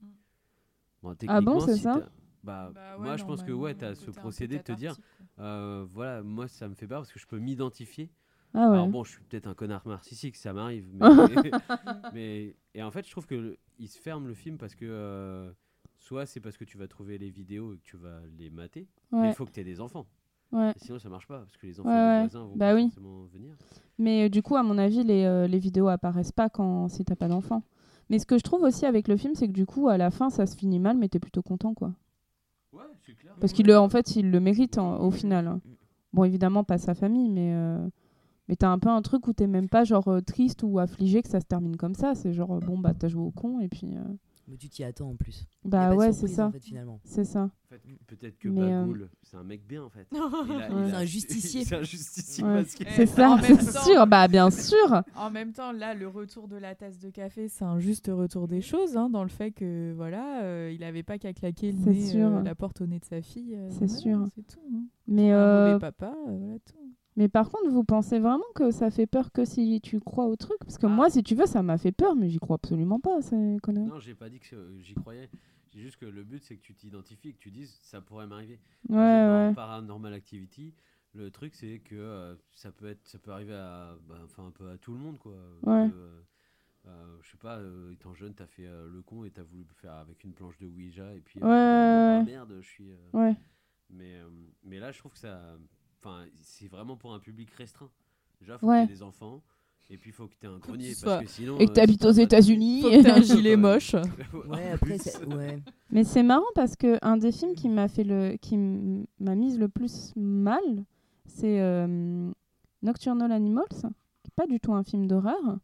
Speaker 8: Bon,
Speaker 9: Ah bon,
Speaker 8: techniquement,
Speaker 9: c'est
Speaker 8: si
Speaker 9: ça
Speaker 8: t'as- bah,
Speaker 9: Bah ouais,
Speaker 8: Moi, je pense que ouais,
Speaker 9: normalement,
Speaker 8: tu as
Speaker 9: le
Speaker 8: ce
Speaker 9: côté un peu
Speaker 8: procédé de te dire, euh, voilà, moi, ça me fait peur, parce que je peux m'identifier.
Speaker 9: Ah ouais.
Speaker 8: Alors bon, je suis peut-être un connard narcissique, ça m'arrive. Mais, mais- et en fait, je trouve que le- il se ferme le film parce que euh, soit c'est parce que tu vas trouver les vidéos et que tu vas les mater, mais
Speaker 9: Ouais.
Speaker 8: il faut que tu aies des enfants.
Speaker 9: Ouais.
Speaker 8: Sinon, ça marche pas parce que les
Speaker 9: Ouais,
Speaker 8: enfants
Speaker 9: ouais.
Speaker 8: des voisins vont
Speaker 9: Bah
Speaker 8: pas
Speaker 9: oui.
Speaker 8: forcément venir.
Speaker 9: Mais euh, du coup, à mon avis, les, euh, les vidéos apparaissent pas quand si t'as pas d'enfant. Mais ce que je trouve aussi avec le film, c'est que du coup, à la fin, ça se finit mal, mais t'es plutôt content, quoi. Parce qu'il le, en fait, il le mérite en- au final. hein.
Speaker 10: Mmh.
Speaker 9: Bon, évidemment, pas sa famille, mais euh, mais t'as un peu un truc où t'es même pas genre euh, triste ou affligé que ça se termine comme ça. C'est genre euh, bon bah t'as joué au con et puis. euh,
Speaker 10: Mais tu t'y attends en plus. Y a
Speaker 9: Bah
Speaker 10: pas de
Speaker 9: ouais, c'est
Speaker 10: surprise,
Speaker 9: ça.
Speaker 10: en fait, finalement.
Speaker 9: C'est ça.
Speaker 8: En fait, peut-être que
Speaker 9: Mais, euh,
Speaker 8: Bagoul, c'est un mec bien en fait.
Speaker 9: Ouais.
Speaker 12: C'est un
Speaker 9: justicier.
Speaker 8: c'est un justicier
Speaker 9: Ouais.
Speaker 8: masqué.
Speaker 9: C'est ça,
Speaker 12: en même
Speaker 9: c'est
Speaker 12: temps-
Speaker 9: sûr, bah bien sûr.
Speaker 12: En même temps, là, le retour de la tasse de café, c'est un juste retour des choses, hein, dans le fait que voilà, euh, il n'avait pas qu'à claquer le
Speaker 9: C'est
Speaker 12: nez,
Speaker 9: sûr.
Speaker 12: euh, la porte au nez de sa fille. euh,
Speaker 9: C'est
Speaker 12: voilà,
Speaker 9: sûr.
Speaker 12: C'est tout. hein.
Speaker 9: Mais
Speaker 12: Un
Speaker 9: euh,
Speaker 12: mauvais papa, euh, voilà tout.
Speaker 9: Mais par contre, vous pensez vraiment que ça fait peur que si tu crois au truc Parce que moi, si tu veux, ça m'a fait peur, mais j'y crois absolument pas, ces conneries.
Speaker 8: Non, j'ai pas dit que euh, j'y croyais. J'ai juste que le but, c'est que tu t'identifies, que tu dises ça pourrait m'arriver. Par
Speaker 9: Ouais,
Speaker 8: exemple, dans
Speaker 9: ouais.
Speaker 8: Paranormal Activity, le truc, c'est que euh, ça peut être, ça peut arriver à, bah, enfin un peu à tout le monde, quoi.
Speaker 9: Ouais.
Speaker 8: Que, euh, euh, je sais pas, euh, étant jeune, t'as fait euh, le con et t'as voulu faire avec une planche de Ouija et puis. euh,
Speaker 9: Ouais, ouais,
Speaker 8: ah,
Speaker 9: ouais.
Speaker 8: merde, je suis. euh,
Speaker 9: Ouais.
Speaker 8: Mais euh, mais là, je trouve que ça, enfin, c'est vraiment pour un public restreint. Déjà, faut que
Speaker 9: Ouais.
Speaker 8: t'aies des enfants. Et puis, il faut que tu aies un grenier.
Speaker 1: tu
Speaker 8: Parce
Speaker 1: sois-
Speaker 8: que sinon,
Speaker 1: et que
Speaker 8: euh,
Speaker 1: t'habites
Speaker 8: ça
Speaker 1: aux
Speaker 8: va-
Speaker 1: États-Unis. Faut que t'aies un gilet moche.
Speaker 9: hein.
Speaker 8: Ouais, après, c'est- ouais.
Speaker 9: Mais c'est marrant parce que un des films qui m'a fait le, qui m- m'a mise le plus mal, c'est euh, Nocturnal Animals, qui est pas du tout un film d'horreur,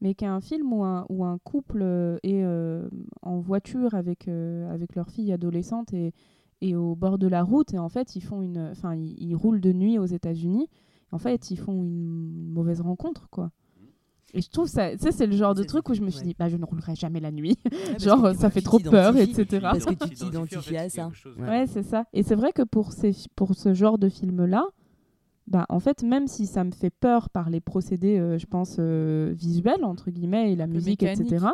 Speaker 9: mais qui est un film où un, où un couple euh, est euh, en voiture avec euh, avec leur fille adolescente et et au bord de la route et en fait ils font une, enfin ils, ils roulent de nuit aux États-Unis. En fait, ils font une mauvaise rencontre quoi. Et je trouve ça, ça c'est le genre de truc où je me suis dit, bah je ne roulerai jamais la nuit.
Speaker 10: parce
Speaker 9: genre, euh,
Speaker 10: que tu-
Speaker 9: ça
Speaker 10: tu
Speaker 9: fait trop peur,
Speaker 10: t'identifies,
Speaker 9: etc.
Speaker 10: parce que tu t'identifies à ça.
Speaker 9: Ouais, c'est ça. Et c'est vrai que pour, ces, fi- pour ce genre de film-là, bah, en fait, même si ça me fait peur par les procédés, euh, je pense, euh, visuels, entre guillemets, et la musique,
Speaker 1: mécanique,
Speaker 9: etc.,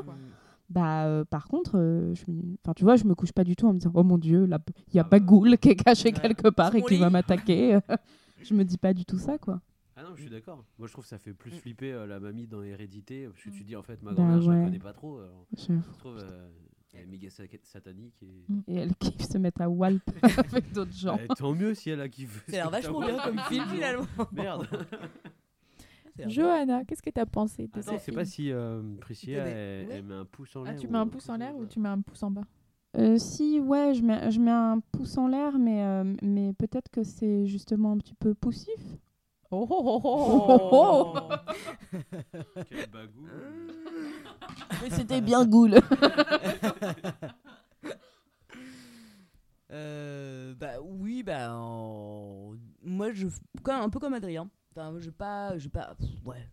Speaker 9: bah, euh, par contre, euh, je, me- enfin, tu vois, je me couche pas du tout en me disant « Oh mon Dieu, là, il y a pas Ghoul qui est caché quelque part et qui va m'attaquer. » Je me dis pas du tout ça, quoi.
Speaker 8: Ah non, je
Speaker 9: Mm.
Speaker 8: suis d'accord. Moi, je trouve que ça fait plus flipper euh, la mamie dans Hérédité. euh, Parce que tu dis, en fait, ma
Speaker 9: Bah
Speaker 8: grand-mère, je la
Speaker 9: ouais.
Speaker 8: connais pas trop. Alors, je
Speaker 9: J'avoue,
Speaker 8: trouve euh, elle est méga sa- satanique. Et...
Speaker 9: Et elle kiffe se mettre à walp avec d'autres gens.
Speaker 8: Eh, tant mieux si elle a kiffé.
Speaker 10: Ça a l'air vachement bien comme film, finalement.
Speaker 8: Merde.
Speaker 1: Johanna, qu'est-ce que t'as pensé de ce
Speaker 8: Attends, je sais
Speaker 1: film
Speaker 8: Ah pas si euh, Priscilla, elle,
Speaker 1: Ouais.
Speaker 8: elle met un pouce en
Speaker 1: Ah,
Speaker 8: l'air.
Speaker 1: tu
Speaker 8: ou-
Speaker 1: mets un pouce en l'air ou tu mets un pouce en bas
Speaker 9: Euh, si, ouais, je mets, je mets un pouce en l'air, mais, euh, mais peut-être que c'est justement un petit peu poussif.
Speaker 1: Oh oh oh
Speaker 8: Oh. Quel bagou.
Speaker 9: Mais c'était bien ghoul.
Speaker 10: Euh, bah oui, bah en- moi je comme- un peu comme Adrien. Enfin, moi, je pas, je pas, pff, ouais.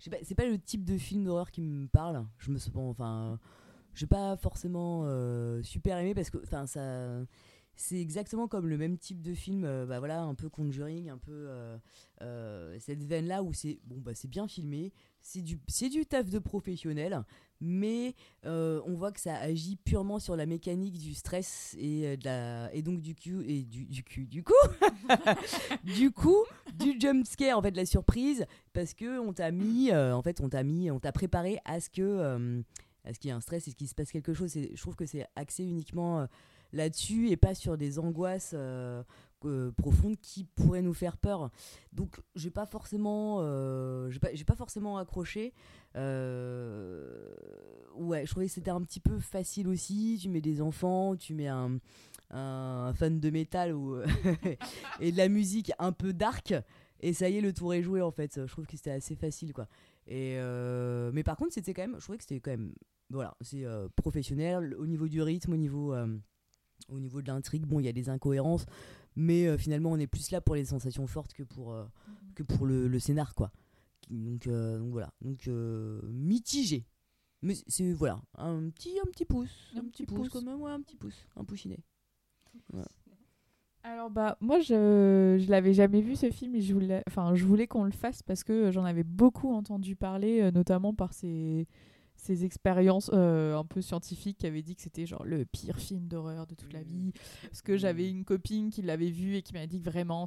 Speaker 10: Je sais pas, c'est pas le type de film d'horreur qui me parle. Je me suis bon, enfin, j'ai pas forcément euh, super aimé parce que, enfin, ça, c'est exactement comme le même type de film, euh, bah voilà, un peu Conjuring, un peu euh, euh, cette veine là où c'est, bon bah c'est bien filmé, c'est du, c'est du taf de professionnel, mais euh, on voit que ça agit purement sur la mécanique du stress et euh, de la, et donc du cul et du, du cul du coup, du coup, du jump scare en fait, de la surprise, parce que on t'a mis, euh, en fait, on t'a mis, on t'a préparé à ce que, euh, à ce qu'il y ait un stress, et ce qu'il se passe quelque chose. Et je trouve que c'est axé uniquement euh, là-dessus et pas sur des angoisses euh, euh, profondes qui pourraient nous faire peur. Donc, j'ai pas forcément, euh, j'ai pas, j'ai pas forcément accroché. Euh, ouais, je trouvais que c'était un petit peu facile aussi. Tu mets des enfants, tu mets un, un fan de métal ou euh, et de la musique un peu dark. Et ça y est, le tour est joué en fait. Je trouve que c'était assez facile quoi. Et euh, mais par contre, c'était quand même, je trouvais que c'était quand même, voilà, c'est euh, professionnel au niveau du rythme, au niveau, euh, au niveau de l'intrigue. Bon, il y a des incohérences, mais euh, finalement, on est plus là pour les sensations fortes que pour euh, que pour le, le scénar quoi. Donc, euh, donc voilà, donc euh, mitigé. Mais c'est voilà, un petit un petit pouce, un, petit, pouce, quand même, ouais, un petit pouce, un poucinet. Voilà.
Speaker 1: Alors bah moi je je l'avais jamais vu ce film et je voulais enfin je voulais qu'on le fasse parce que j'en avais beaucoup entendu parler euh, notamment par ces ces expériences euh, un peu scientifiques qui avaient dit que c'était genre le pire film d'horreur de toute la vie parce que j'avais une copine qui l'avait vu et qui m'a dit que vraiment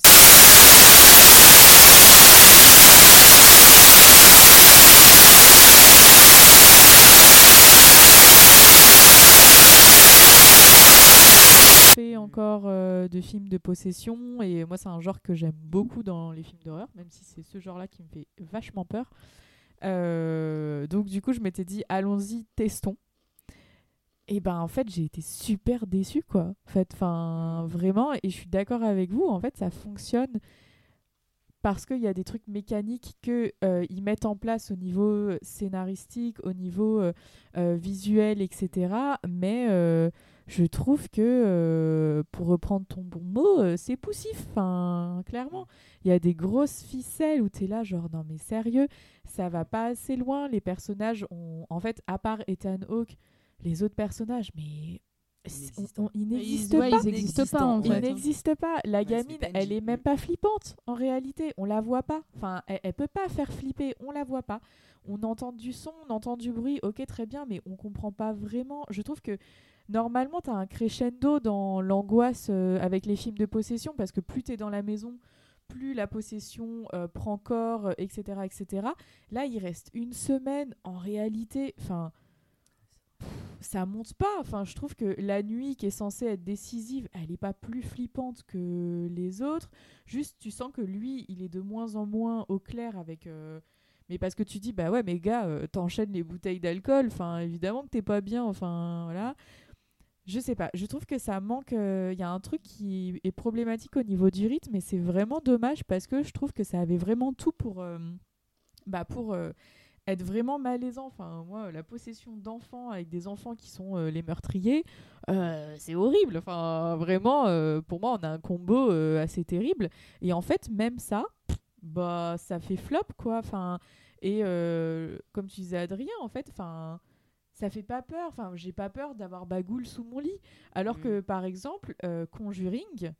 Speaker 1: fait encore euh, de films de possession et moi c'est un genre que j'aime beaucoup dans les films d'horreur même si c'est ce genre là qui me fait vachement peur Euh, donc du coup je m'étais dit allons-y testons et ben en fait j'ai été super déçue quoi en fait enfin vraiment et je suis d'accord avec vous en fait ça fonctionne parce qu'il y a des trucs mécaniques qu'ils mettent en place au niveau euh, scénaristique, au niveau euh, euh, visuel, etc. Mais euh, je trouve que, euh, pour reprendre ton bon mot, euh, c'est poussif, enfin, clairement. Il y a des grosses ficelles où tu es là, genre, non mais sérieux, ça va pas assez loin. Les personnages ont, en fait, à part Ethan Hawke, les autres personnages, mais... c'est- on- on- Bah, Ils n'existent
Speaker 9: ouais,
Speaker 1: pas.
Speaker 9: ils existent pas, en
Speaker 1: Ils
Speaker 9: fait. hein.
Speaker 1: n'existent pas. La
Speaker 9: Ouais, c'est
Speaker 1: gamine, elle est même pas flippante en réalité. On la voit pas. Enfin, elle, elle peut pas faire flipper. On la voit pas. On entend du son, on entend du bruit. Ok, très bien, mais on comprend pas vraiment. Je trouve que normalement, t'as un crescendo dans l'angoisse euh, avec les films de possession parce que plus t'es dans la maison, plus la possession euh, prend corps, euh, etc., etc. Là, il reste une semaine. En réalité, enfin ça monte pas. Enfin, je trouve que la nuit qui est censée être décisive, elle est pas plus flippante que les autres. Juste, tu sens que lui, il est de moins en moins au clair avec. euh, Mais parce que tu dis, bah ouais, mais gars, euh, t'enchaînes les bouteilles d'alcool, enfin, évidemment que t'es pas bien, enfin, voilà. Je sais pas, je trouve que ça manque. euh, Il y a un truc qui est problématique au niveau du rythme, et c'est vraiment dommage parce que je trouve que ça avait vraiment tout pour. euh, bah pour euh, être vraiment malaisant. Enfin, moi, la possession d'enfants avec des enfants qui sont euh, les meurtriers, euh, c'est horrible. Enfin, vraiment, euh, pour moi, on a un combo euh, assez terrible. Et en fait, même ça, bah, ça fait flop, quoi. Enfin, et euh, comme tu disais, Adrien, en fait, enfin. Ça fait pas peur, enfin, j'ai pas peur d'avoir Bagoul sous mon lit. Alors que, par exemple, euh, Conjuring,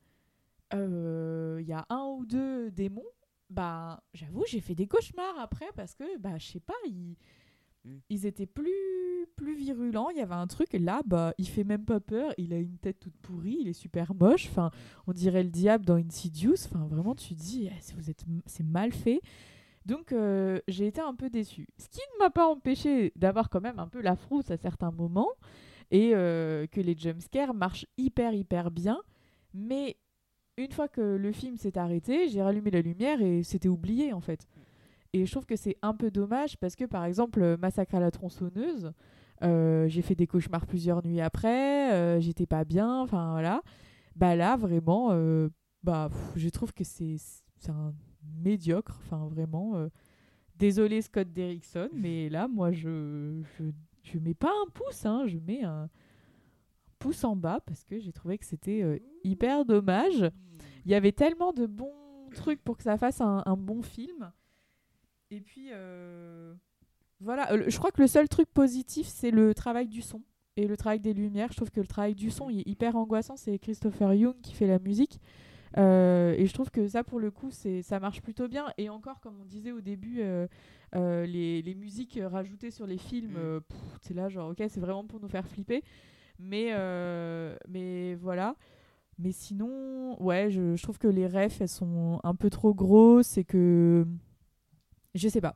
Speaker 1: euh, il y a un ou deux démons, bah j'avoue j'ai fait des cauchemars après parce que bah je sais pas ils ils étaient plus plus virulents il y avait un truc là bah il fait même pas peur il a une tête toute pourrie il est super moche enfin on dirait le diable dans Insidious enfin vraiment tu te dis eh, vous êtes c'est mal fait donc euh, j'ai été un peu déçue ce qui ne m'a pas empêché d'avoir quand même un peu la frousse à certains moments et euh, que les jumpscares marchent hyper hyper bien mais une fois que le film s'est arrêté, j'ai rallumé la lumière et c'était oublié en fait. Et je trouve que c'est un peu dommage parce que par exemple, euh, Massacre à la tronçonneuse, euh, j'ai fait des cauchemars plusieurs nuits après, euh, j'étais pas bien, enfin voilà. Bah là, vraiment, euh, bah, pff, je trouve que c'est c'est un médiocre, enfin vraiment. euh, désolé Scott Derrickson, mais là, moi, je, je, je mets pas un pouce, hein, je mets un, pouce en bas parce que j'ai trouvé que c'était euh, hyper dommage. Il y avait tellement de bons trucs pour que ça fasse un, un bon film. Et puis, euh, voilà, Euh, le- je crois que le seul truc positif, c'est le travail du son et le travail des lumières. Je trouve que le travail du son il est hyper angoissant. C'est Christopher Young qui fait la musique. Euh, et je trouve que ça, pour le coup, c'est ça marche plutôt bien. Et encore, comme on disait au début, euh, euh, les, les musiques euh, rajoutées sur les films, euh, pff, c'est là, genre, ok, c'est vraiment pour nous faire flipper. Mais, euh, mais voilà. Mais sinon, ouais, je, je trouve que les refs, elles sont un peu trop grosses et que. Je sais pas.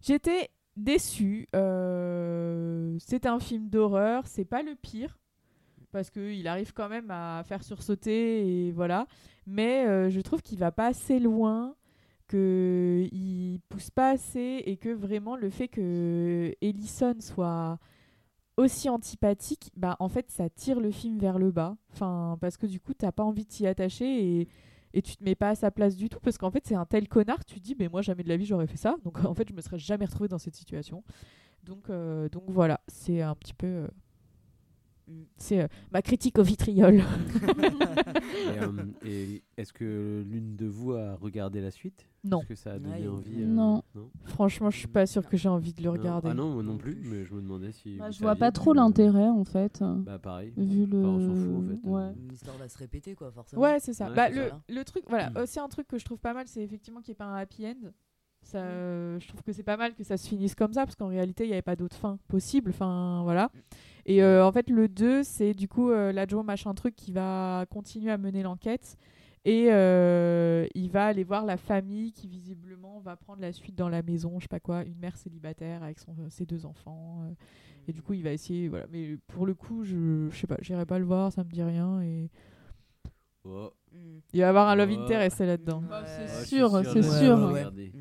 Speaker 1: J'étais déçue. Euh, c'est un film d'horreur, c'est pas le pire. Parce qu'il arrive quand même à faire sursauter, et voilà. Mais euh, je trouve qu'il va pas assez loin, qu'il pousse pas assez, et que vraiment le fait que Ellison soit aussi antipathique, bah en fait ça tire le film vers le bas. Enfin parce que du coup t'as pas envie de t'y attacher et et tu te mets pas à sa place du tout parce qu'en fait c'est un tel connard tu te dis mais moi jamais de la vie j'aurais fait ça donc en fait je me serais jamais retrouvée dans cette situation. Donc euh, donc voilà c'est un petit peu euh, c'est euh, ma critique au vitriol.
Speaker 8: Et, euh, et est-ce que l'une de vous a regardé la suite
Speaker 1: Non.
Speaker 8: Est-ce que ça a donné
Speaker 1: Ouais,
Speaker 8: envie euh,
Speaker 9: Non. Franchement, je suis pas sûre que j'ai envie de le
Speaker 8: Non.
Speaker 9: regarder.
Speaker 8: Ah non, moi non plus, mais je me demandais si.
Speaker 9: Bah,
Speaker 8: vous
Speaker 9: je vois
Speaker 8: saviez,
Speaker 9: pas
Speaker 8: puis,
Speaker 9: trop
Speaker 8: euh,
Speaker 9: l'intérêt en fait.
Speaker 8: Bah, pareil.
Speaker 9: Vu le.
Speaker 8: Bah, on s'en fout, en fait.
Speaker 9: Ouais.
Speaker 10: L'histoire va se répéter, quoi, forcément.
Speaker 1: Ouais, c'est ça. Hmm. bah, le,
Speaker 10: Voilà.
Speaker 1: le truc, voilà, aussi un truc que je trouve pas mal, c'est effectivement qu'il n'y ait pas un happy end. Ça, euh, je trouve que c'est pas mal que ça se finisse comme ça, parce qu'en réalité, il n'y avait pas d'autre fin possible. Enfin, voilà. Et euh, en fait, le 2, c'est du coup euh, l'adjoint machin truc qui va continuer à mener l'enquête. Et euh, il va aller voir la famille qui, visiblement, va prendre la suite dans la maison, je sais pas quoi, une mère célibataire avec son, ses deux enfants. euh, et du coup, il va essayer. Voilà. Mais pour le coup, je, je sais pas, j'irai pas le voir, ça me dit rien. Et.
Speaker 8: Oh.
Speaker 10: Mm.
Speaker 1: Il va y avoir un love
Speaker 8: Oh.
Speaker 1: interest là-dedans.
Speaker 8: Bah, c'est Ouais, je suis
Speaker 1: sûr,
Speaker 8: sûr,
Speaker 1: c'est
Speaker 8: c'est ouais,
Speaker 1: sûr.
Speaker 8: sûr. ouais,
Speaker 10: Mm.
Speaker 8: regardez.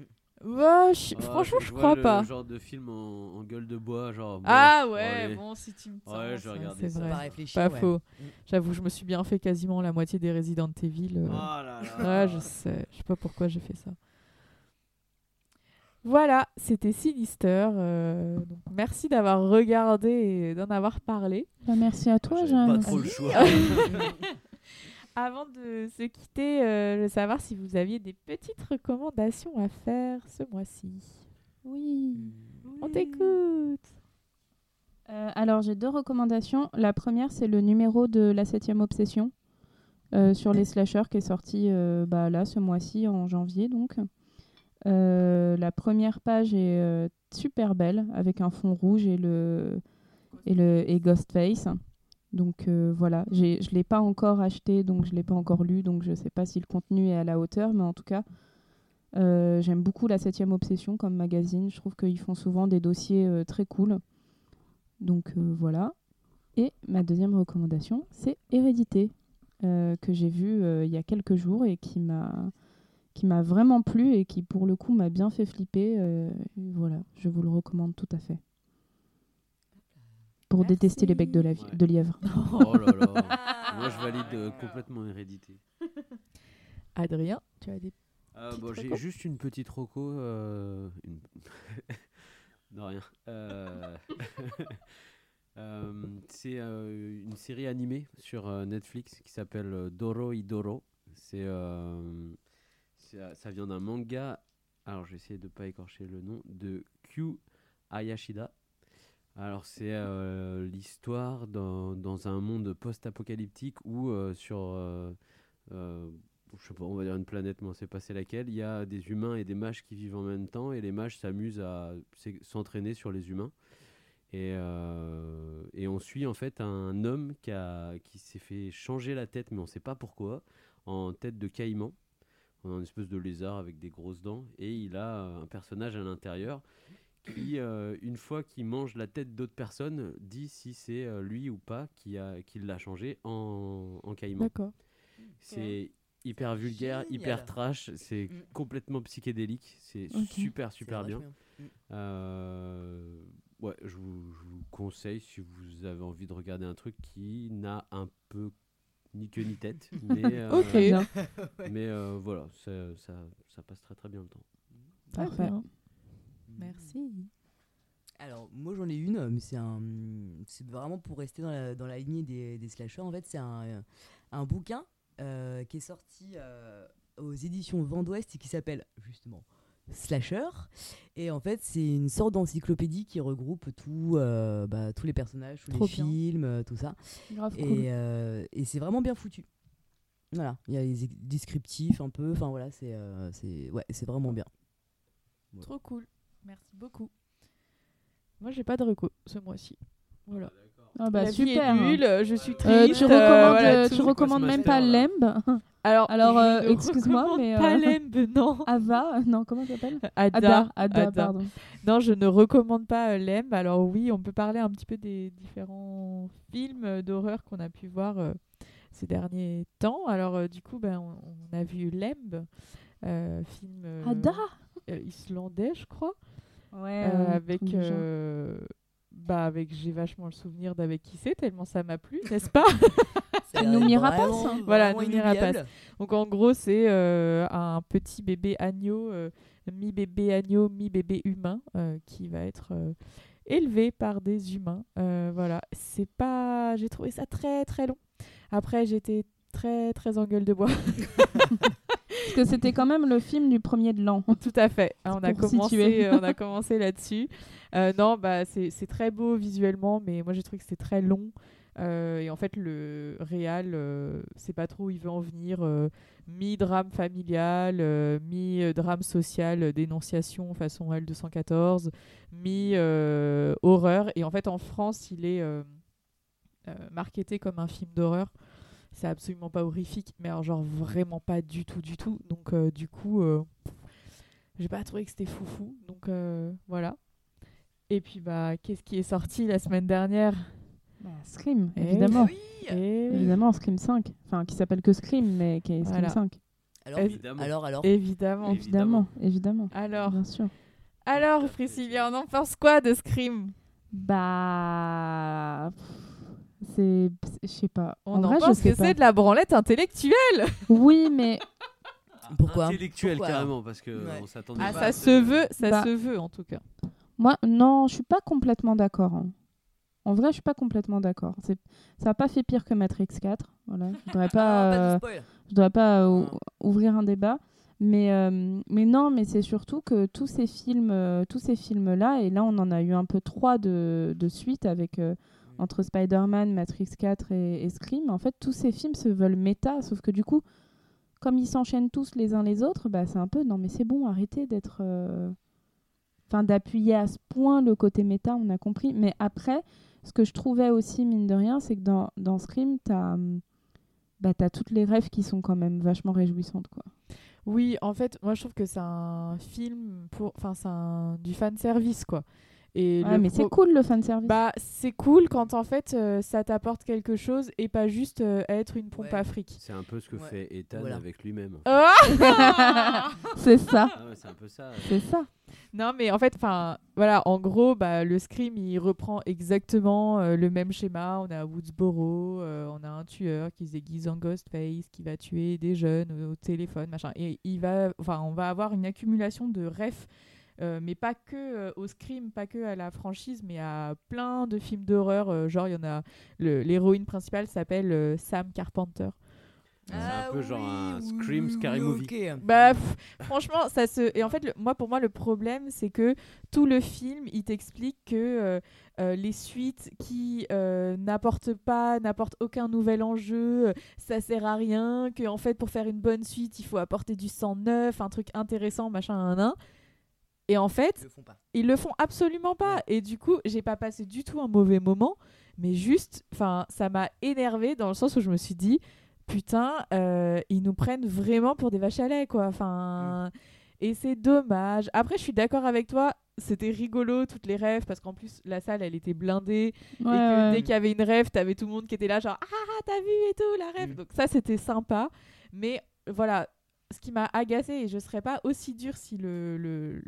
Speaker 1: Ouais, je-
Speaker 8: Ah,
Speaker 1: franchement, je,
Speaker 8: vois
Speaker 1: crois
Speaker 8: le
Speaker 1: pas.
Speaker 8: genre de film en, en gueule de bois, genre. bon,
Speaker 1: Ah ouais, bon, si tu me
Speaker 8: Ouais, je vais regarder
Speaker 1: C'est
Speaker 8: ça. Mm.
Speaker 1: vrai.
Speaker 10: Pas réfléchi,
Speaker 1: Pas
Speaker 10: ouais.
Speaker 1: faux. J'avoue, je me suis bien fait quasiment la moitié des Resident Evil. euh.
Speaker 10: Oh
Speaker 8: Ah.
Speaker 10: là
Speaker 1: Ouais, je sais. Je sais pas pourquoi j'ai fait ça. Voilà, c'était Sinister. euh, donc merci d'avoir regardé et d'en avoir parlé.
Speaker 9: Bah, merci à toi, Jeanne.
Speaker 1: Avant de se quitter, euh, je veux savoir si vous aviez des petites recommandations à faire ce mois-ci.
Speaker 10: Mm.
Speaker 9: Oui.
Speaker 1: On t'écoute.
Speaker 9: Euh, alors, j'ai deux recommandations. La première, c'est le numéro de La 7 Obsession euh, sur les slashers qui est sorti euh, bah, là, ce mois-ci, en janvier. donc. Euh, la première page est euh, super belle, avec un fond rouge et le et le et Ghostface. Donc euh, voilà, J'ai- je ne l'ai pas encore acheté, donc je ne l'ai pas encore lu, donc je ne sais pas si le contenu est à la hauteur, mais en tout cas, euh, j'aime beaucoup La 7 Obsession comme magazine. Je trouve qu'ils font souvent des dossiers euh, très cool. Donc euh, voilà. Et ma deuxième recommandation, c'est Hérédité, euh, que j'ai vu euh, il y a quelques jours et qui m'a qui m'a vraiment plu et qui pour le coup m'a bien fait flipper. euh, et voilà, je vous le recommande tout à fait. Pour détester les becs de, la vi- de lièvre.
Speaker 8: Oh là là. Moi, je valide euh,
Speaker 1: Ah.
Speaker 8: complètement hérédité.
Speaker 1: Adrien, tu as des.
Speaker 8: Euh,
Speaker 1: Petite
Speaker 8: bon, j'ai
Speaker 1: reco.
Speaker 8: juste une petite roco. Euh... une- non, rien. Euh, euh, c'est euh, une série animée sur euh, Netflix qui s'appelle euh, Doro Idoro. C'est, euh, c'est- ça vient d'un manga. Alors, j'ai essayé de pas écorcher le nom de Q Hayashida. Alors, c'est euh, l'histoire dans, dans un monde post-apocalyptique où, euh, sur euh, euh, je sais pas, on va dire une planète, mais on sait pas c'est laquelle, il y a des humains et des mages qui vivent en même temps, et les mages s'amusent à s'é- s'entraîner sur les humains. Et, euh, et on suit en fait un homme qui, a- qui s'est fait changer la tête, mais on sait pas pourquoi, en tête de caïman, en une espèce de lézard avec des grosses dents, et il a euh, un personnage à l'intérieur qui, euh, une fois qu'il mange la tête d'autres personnes, dit si c'est euh, lui ou pas qui, a, qui l'a changé en, en caïman.
Speaker 1: D'accord.
Speaker 8: C'est hyper vulgaire, hyper trash, c'est complètement psychédélique, c'est
Speaker 1: Ok.
Speaker 8: super super
Speaker 1: C'est
Speaker 8: bien.
Speaker 1: vachement bien.
Speaker 8: Euh, ouais, je vous, je vous conseille si vous avez envie de regarder un truc qui n'a un peu ni queue ni tête, mais euh,
Speaker 1: Ok. Très bien.
Speaker 8: mais euh, voilà, ça, ça, ça passe très très bien le temps.
Speaker 9: Parfait.
Speaker 10: Merci. Mm. Alors, moi j'en ai une, euh, mais c'est un, c'est vraiment pour rester dans la, dans la lignée des, des slashers. En fait, c'est un, euh, un bouquin euh, qui est sorti euh, aux éditions Vent d'Ouest et qui s'appelle justement Slasher. Et en fait, c'est une sorte d'encyclopédie qui regroupe tout, euh, bah, tous les personnages, tous
Speaker 9: Trop
Speaker 10: les
Speaker 9: bien.
Speaker 10: films, euh, tout ça.
Speaker 9: Grave
Speaker 10: et
Speaker 9: cool.
Speaker 10: euh, et c'est vraiment bien foutu. Voilà, il y a les ex- descriptifs un peu. Enfin voilà, c'est euh, c'est- ouais, c'est vraiment bien.
Speaker 1: Trop cool. Merci beaucoup. Moi, j'ai pas de recours ce mois-ci. Voilà.
Speaker 9: Ah bah,
Speaker 1: La vie est
Speaker 9: super.
Speaker 1: nulle, je suis triste.
Speaker 9: Euh, tu
Speaker 1: euh,
Speaker 9: recommandes,
Speaker 1: voilà,
Speaker 9: euh,
Speaker 1: tout.
Speaker 9: tu recommandes même pas Lemb
Speaker 1: euh, Alors,
Speaker 9: Alors
Speaker 1: je
Speaker 9: euh,
Speaker 1: ne
Speaker 9: excuse-moi,
Speaker 1: recommande
Speaker 9: mais.
Speaker 1: pas
Speaker 9: euh,
Speaker 1: Lemb, non.
Speaker 9: Ava, euh, non, comment ça s'appelle
Speaker 1: Ada,
Speaker 9: Ada,
Speaker 1: Ada.
Speaker 9: pardon.
Speaker 1: Non, je ne recommande pas euh, Lem. Alors oui, on peut parler un petit peu des différents films euh, d'horreur qu'on a pu voir euh, ces derniers temps. Alors euh, du coup, ben, on, on a vu Lemb, euh, film euh,
Speaker 9: Ada
Speaker 1: euh, islandais, je crois.
Speaker 9: Ouais,
Speaker 1: Euh,
Speaker 9: ouais,
Speaker 1: avec
Speaker 9: truc du genre.
Speaker 1: euh, bah avec j'ai vachement le souvenir d'avec qui c'est tellement ça m'a plu, n'est-ce pas
Speaker 9: a l'air Noumi Rapace, vraiment, hein.
Speaker 1: Voilà,
Speaker 9: vraiment
Speaker 1: Noumi Rapace.
Speaker 9: inoubliable.
Speaker 1: Donc en gros, c'est euh, un petit bébé agneau, euh, mi-bébé agneau, mi-bébé humain, euh, qui va être euh, élevé par des humains. Euh, voilà, c'est pas, j'ai trouvé ça très très long. Après, j'étais très très en gueule de bois.
Speaker 9: Parce que c'était quand même le film du premier de l'an.
Speaker 1: Tout à fait. Ah, on, a
Speaker 9: Pour
Speaker 1: commencé,
Speaker 9: situer.
Speaker 1: euh, on a commencé là-dessus. Euh, non, bah, c'est c'est très beau visuellement, mais moi j'ai trouvé que c'était très long. Euh, et en fait, le réal, euh, c'est pas trop où il veut en venir. euh, mi-drame familial, euh, mi-drame social, euh, dénonciation façon L214, mi-horreur. euh, et en fait, en France, il est euh, euh, marketé comme un film d'horreur. C'est absolument pas horrifique, mais alors genre vraiment pas du tout, du tout. Donc euh, du coup, euh, j'ai pas trouvé que c'était foufou. Donc euh, voilà. Et puis bah, qu'est-ce qui est sorti la semaine dernière
Speaker 9: Bah, Scream,
Speaker 1: Eh
Speaker 9: évidemment.
Speaker 1: oui. Eh oui.
Speaker 9: Évidemment, Scream 5. Enfin, qui s'appelle que Scream, mais qui est Scream
Speaker 1: Voilà.
Speaker 9: 5.
Speaker 10: Alors,
Speaker 1: Eh,
Speaker 10: Évidemment. alors, alors.
Speaker 1: Évidemment.
Speaker 9: Évidemment, évidemment.
Speaker 1: Alors,
Speaker 9: Bien sûr.
Speaker 1: Alors, Priscilla, on en pense quoi de Scream
Speaker 9: Bah. pff, C'est. c'est- Je sais pas.
Speaker 1: On
Speaker 9: en
Speaker 1: en
Speaker 9: vrai, je
Speaker 1: pense
Speaker 9: sais
Speaker 1: que
Speaker 9: pas.
Speaker 1: c'est de la branlette intellectuelle
Speaker 9: Oui, mais.
Speaker 10: Pourquoi
Speaker 8: Ah, Intellectuel
Speaker 9: Pourquoi
Speaker 8: carrément parce que on s'attendait
Speaker 1: Ah,
Speaker 8: pas
Speaker 1: ça
Speaker 8: à
Speaker 1: se
Speaker 8: ce-
Speaker 1: veut, ça
Speaker 9: Bah.
Speaker 1: se veut en tout cas.
Speaker 9: Moi, non, je suis pas complètement d'accord. hein. En vrai, je suis pas complètement d'accord. C'est- Ça n'a pas fait pire que Matrix 4. Voilà. Je voudrais pas,
Speaker 10: Ah, de
Speaker 9: euh,
Speaker 10: spoil.
Speaker 9: je voudrais pas euh, ouvrir un débat. Mais, euh, mais non, mais c'est surtout que tous ces films, euh, tous ces films-là, et là on en a eu un peu trois de, de suite avec euh, entre Spider-Man, Matrix 4 et, et Scream. En fait, tous ces films se veulent méta, sauf que du coup, comme ils s'enchaînent tous les uns les autres, bah c'est un peu non mais c'est bon, arrêtez d'être, euh, enfin d'appuyer à ce point le côté méta, on a compris. Mais après, ce que je trouvais aussi mine de rien, c'est que dans dans Scream, t'as hum, bah, t'as toutes les rêves qui sont quand même vachement réjouissantes quoi.
Speaker 1: Oui, en fait, moi je trouve que c'est un film pour, enfin c'est un- du fan service quoi. Et
Speaker 9: Ouais, mais c'est cool, le fanservice.
Speaker 1: Bah, c'est cool quand en fait euh, ça t'apporte quelque chose et pas juste euh, être une pompe à fric.
Speaker 8: C'est un peu ce que fait Ethan
Speaker 1: Voilà.
Speaker 8: avec lui-même.
Speaker 1: Oh, Ah
Speaker 9: C'est ça.
Speaker 8: Ah ouais, c'est un peu ça. ouais.
Speaker 1: Non, mais en fait, enfin, voilà, en gros, bah, le scream, il reprend exactement euh, le même schéma. On a Woodsboro, euh, on a un tueur qui se déguise en Ghostface, qui va tuer des jeunes au, au téléphone, machin. Et il va, enfin, on va avoir une accumulation de refs, euh, mais pas que euh, au scream, pas que à la franchise, mais à plein de films d'horreur. euh, genre, il y en a, le- l'héroïne principale s'appelle euh, Sam Carpenter.
Speaker 8: C'est
Speaker 10: Ah
Speaker 8: un peu
Speaker 1: Ah
Speaker 8: genre un Scream Scary Movie.
Speaker 1: Bah, pff, franchement, ça se. Et en fait, le- moi, pour moi, le problème, c'est que tout le film, il t'explique que euh, euh, les suites qui euh, n'apportent pas, n'apportent aucun nouvel enjeu, euh, ça sert à rien, que en fait, pour faire une bonne suite, il faut apporter du sang neuf, un truc intéressant, machin, un, un. Et en fait, ils le font, absolument pas. Et du coup, j'ai pas passé du tout un mauvais moment, mais juste, enfin, ça m'a énervé dans le sens où je me suis dit, putain, euh, ils nous prennent vraiment pour des vaches à lait, quoi. Enfin, et c'est dommage. Après, je suis d'accord avec toi. C'était rigolo toutes les rêves parce qu'en plus la salle elle était blindée et
Speaker 9: Ouais,
Speaker 1: que
Speaker 9: ouais.
Speaker 1: dès qu'il y avait une rêve t'avais tout le monde qui était là genre ah ah, t'as vu et tout la
Speaker 9: Mm.
Speaker 1: rêve donc ça c'était sympa mais euh, voilà ce qui m'a agacé et je serais pas aussi dure si le, le,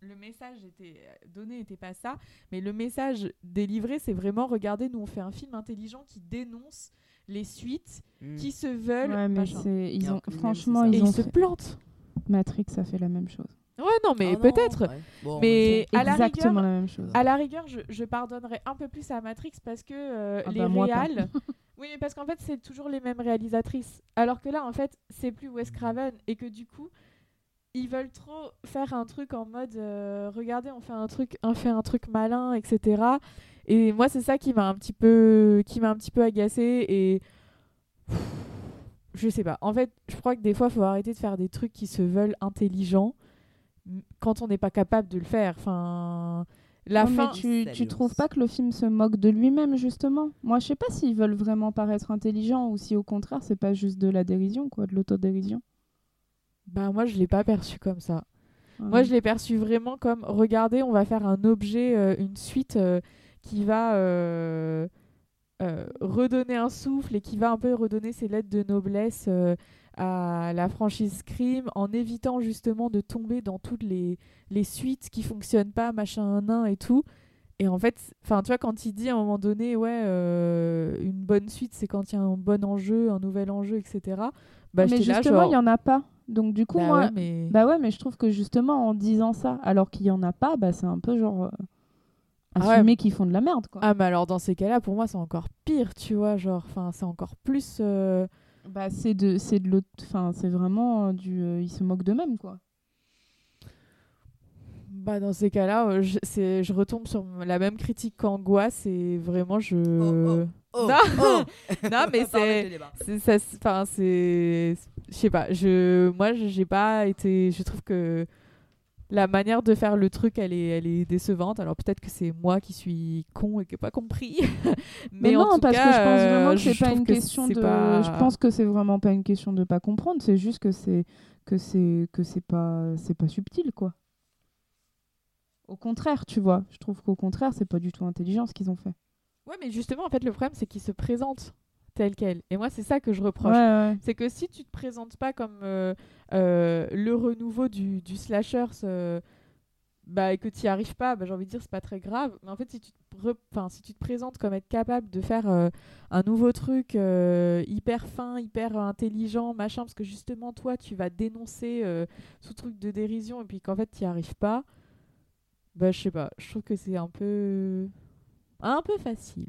Speaker 1: le message était donné n'était pas ça, mais le message délivré, c'est vraiment regardez, nous on fait un film intelligent qui dénonce les suites
Speaker 10: Hmm.
Speaker 9: Mm.
Speaker 1: qui se veulent.
Speaker 9: Ouais, mais
Speaker 1: machin.
Speaker 9: c'est- ils ont, franchement,
Speaker 1: Et
Speaker 9: ils, ont
Speaker 1: se
Speaker 9: fait-
Speaker 1: plantent.
Speaker 9: Matrix a fait la même chose.
Speaker 1: Ouais, non, mais
Speaker 9: Ah non,
Speaker 1: peut-être.
Speaker 9: ouais. Bon, en
Speaker 1: mais
Speaker 9: même temps,
Speaker 1: à la
Speaker 9: exactement
Speaker 1: rigueur,
Speaker 9: la même chose.
Speaker 1: À la rigueur, je, je pardonnerais un peu plus à Matrix parce que euh,
Speaker 9: Ah
Speaker 1: les
Speaker 9: bah, moi pas.
Speaker 1: réals. oui, mais parce qu'en fait, c'est toujours les mêmes réalisatrices. Alors que là, en fait, c'est plus Wes Craven et que du coup, ils veulent trop faire un truc en mode euh, regardez, on fait un truc, on fait un truc malin, etc. Et moi, c'est ça qui m'a un petit peu, qui m'a un petit peu agacé et je sais pas. En fait, je crois que des fois, faut arrêter de faire des trucs qui se veulent intelligents m- quand on n'est pas capable de le faire. Enfin, la
Speaker 9: Non, mais
Speaker 1: fin.
Speaker 9: tu, tu trouves pas que le film se moque de lui-même, justement Moi, je sais pas s'ils veulent vraiment paraître intelligents ou si, au contraire, c'est pas juste de la dérision, quoi, de l'autodérision.
Speaker 1: Bah moi, je l'ai pas perçu comme ça.
Speaker 9: Ah
Speaker 1: Moi,
Speaker 9: oui.
Speaker 1: je l'ai perçu vraiment comme regardez, on va faire un objet, euh, une suite euh, qui va euh, euh, redonner un souffle et qui va un peu redonner ses lettres de noblesse euh, à la franchise Scream en évitant justement de tomber dans toutes les, les suites qui fonctionnent pas, machin, nain et tout. Et en fait, enfin, tu vois, quand il dit à un moment donné, ouais, euh, une bonne suite, c'est quand il y a un bon enjeu, un nouvel enjeu, etc. Bah,
Speaker 9: mais
Speaker 1: j'étais là,
Speaker 9: justement,
Speaker 1: genre,
Speaker 9: il y en a pas. Donc, du coup,
Speaker 1: Bah
Speaker 9: moi.
Speaker 1: ouais, mais-
Speaker 9: Bah ouais, mais je trouve que justement, en disant ça, alors qu'il y en a pas, bah c'est un peu genre. euh, assumer qu'ils font de la merde, quoi.
Speaker 1: Ah, mais alors dans ces cas-là, pour moi, c'est encore pire, tu vois, genre, enfin, c'est encore plus. euh,
Speaker 9: Bah, c'est de, c'est de l'autre. Enfin, c'est vraiment euh, du. euh, ils se moquent d'eux-mêmes, quoi.
Speaker 1: Bah, dans ces cas-là, euh, je, c'est- je retombe sur m- la même critique qu'angoisse et vraiment, je.
Speaker 10: oh,
Speaker 1: non,
Speaker 10: oh.
Speaker 1: non, mais
Speaker 10: On va remettre
Speaker 1: c'est.
Speaker 10: le débat.
Speaker 1: c'est- ça s- Enfin, c'est. Je sais pas, je, moi, je- j'ai pas été. Je trouve que. La manière de faire le truc, elle est, elle est décevante. Alors peut-être que c'est moi qui suis con et qui n'ai pas compris. mais
Speaker 9: non,
Speaker 1: en tout
Speaker 9: parce
Speaker 1: cas,
Speaker 9: que je pense vraiment
Speaker 1: euh,
Speaker 9: que c'est
Speaker 1: je
Speaker 9: pas
Speaker 1: trouve
Speaker 9: une
Speaker 1: que
Speaker 9: question
Speaker 1: c'est
Speaker 9: de.
Speaker 1: pas-
Speaker 9: Je pense que c'est vraiment pas une question de pas comprendre. C'est juste que c'est que c'est que c'est pas c'est pas subtil, quoi. Au contraire, tu vois. Je trouve qu'au contraire, c'est pas du tout intelligent ce qu'ils ont fait.
Speaker 1: Ouais, mais justement, en fait, le problème, c'est qu'ils se présentent tel quel. Et moi, c'est ça que je reproche.
Speaker 9: Ouais, ouais.
Speaker 1: C'est que si tu te présentes pas comme euh, euh, le renouveau du, euh, du slasher, ce- bah, et que tu n'y arrives pas, bah, j'ai envie de dire, c'est pas très grave. Mais en fait, si tu te, pre- enfin, si tu te présentes comme être capable de faire euh, un nouveau truc euh, hyper fin, hyper intelligent, machin, parce que justement, toi, tu vas dénoncer euh, ce truc de dérision, et puis qu'en fait, tu n'y arrives pas, bah, je sais pas, je trouve que c'est un peu. un peu facile.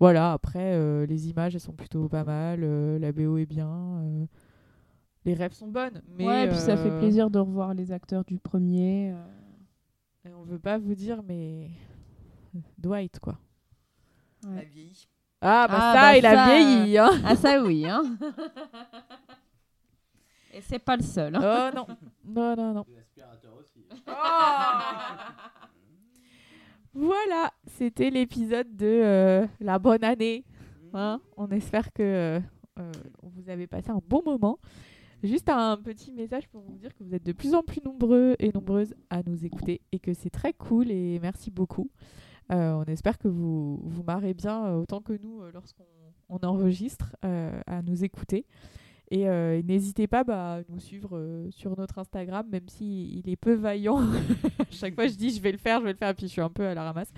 Speaker 1: Voilà, après, euh, les images, elles sont plutôt pas mal, euh, la BO est bien, euh, les rêves sont bonnes. Mais,
Speaker 9: ouais, puis ça fait
Speaker 1: euh,
Speaker 9: plaisir de revoir les acteurs du premier. euh.
Speaker 1: et on veut pas vous dire, mais. Dwight, quoi.
Speaker 9: Ouais.
Speaker 1: Ah, bah ça, il a vieilli. Hein.
Speaker 9: Ah ça oui. Hein. Et c'est pas le seul. hein.
Speaker 1: Oh non. Non, non, Oh. non. Voilà, c'était l'épisode de euh, la bonne année. Hein On espère que euh, euh, vous avez passé un bon moment. Juste un petit message pour vous dire que vous êtes de plus en plus nombreux et nombreuses à nous écouter et que c'est très cool et merci beaucoup. Euh, on espère que vous vous marrez bien euh, autant que nous euh, lorsqu'on on enregistre euh, à nous écouter. Et euh, n'hésitez pas bah, à nous suivre euh, sur notre Instagram, même si il est peu vaillant. À Chaque fois, je dis je vais le faire, je vais le faire, puis je suis un peu à la ramasse.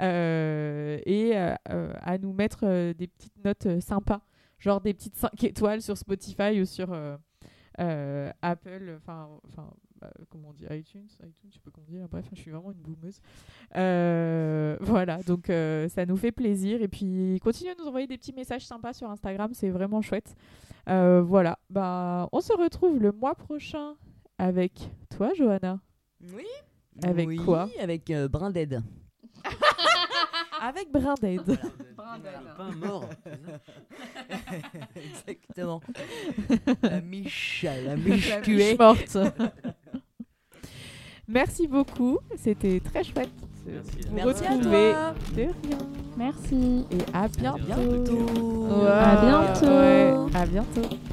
Speaker 1: Euh, et euh, euh, à nous mettre euh, des petites notes euh, sympas, genre des petites 5 étoiles sur Spotify ou sur euh, euh, Apple, enfin, enfin, bah, comment on dit, iTunes, iTunes, je sais pas comment dire, bref, je suis vraiment une boumeuse. Euh, voilà, donc euh, ça nous fait plaisir. Et puis, continuez à nous envoyer des petits messages sympas sur Instagram, c'est vraiment chouette. Euh, voilà, bah, on se retrouve le mois prochain avec toi, Johanna.
Speaker 10: Oui.
Speaker 1: Avec
Speaker 10: Oui,
Speaker 1: quoi
Speaker 10: Avec euh, Brin d'aide.
Speaker 1: Avec Brin d'aide.
Speaker 10: Le
Speaker 8: pain mort, c'est
Speaker 10: Exactement. La miche, la miche
Speaker 1: La
Speaker 10: tuée.
Speaker 1: miche morte. Merci beaucoup, c'était très chouette. de
Speaker 8: Merci.
Speaker 1: vous
Speaker 10: Merci à
Speaker 1: retrouver.
Speaker 10: toi.
Speaker 1: De rien.
Speaker 9: Merci.
Speaker 1: Et à bientôt.
Speaker 10: bientôt.
Speaker 1: Ouais,
Speaker 9: À bientôt.
Speaker 1: ouais, à bientôt.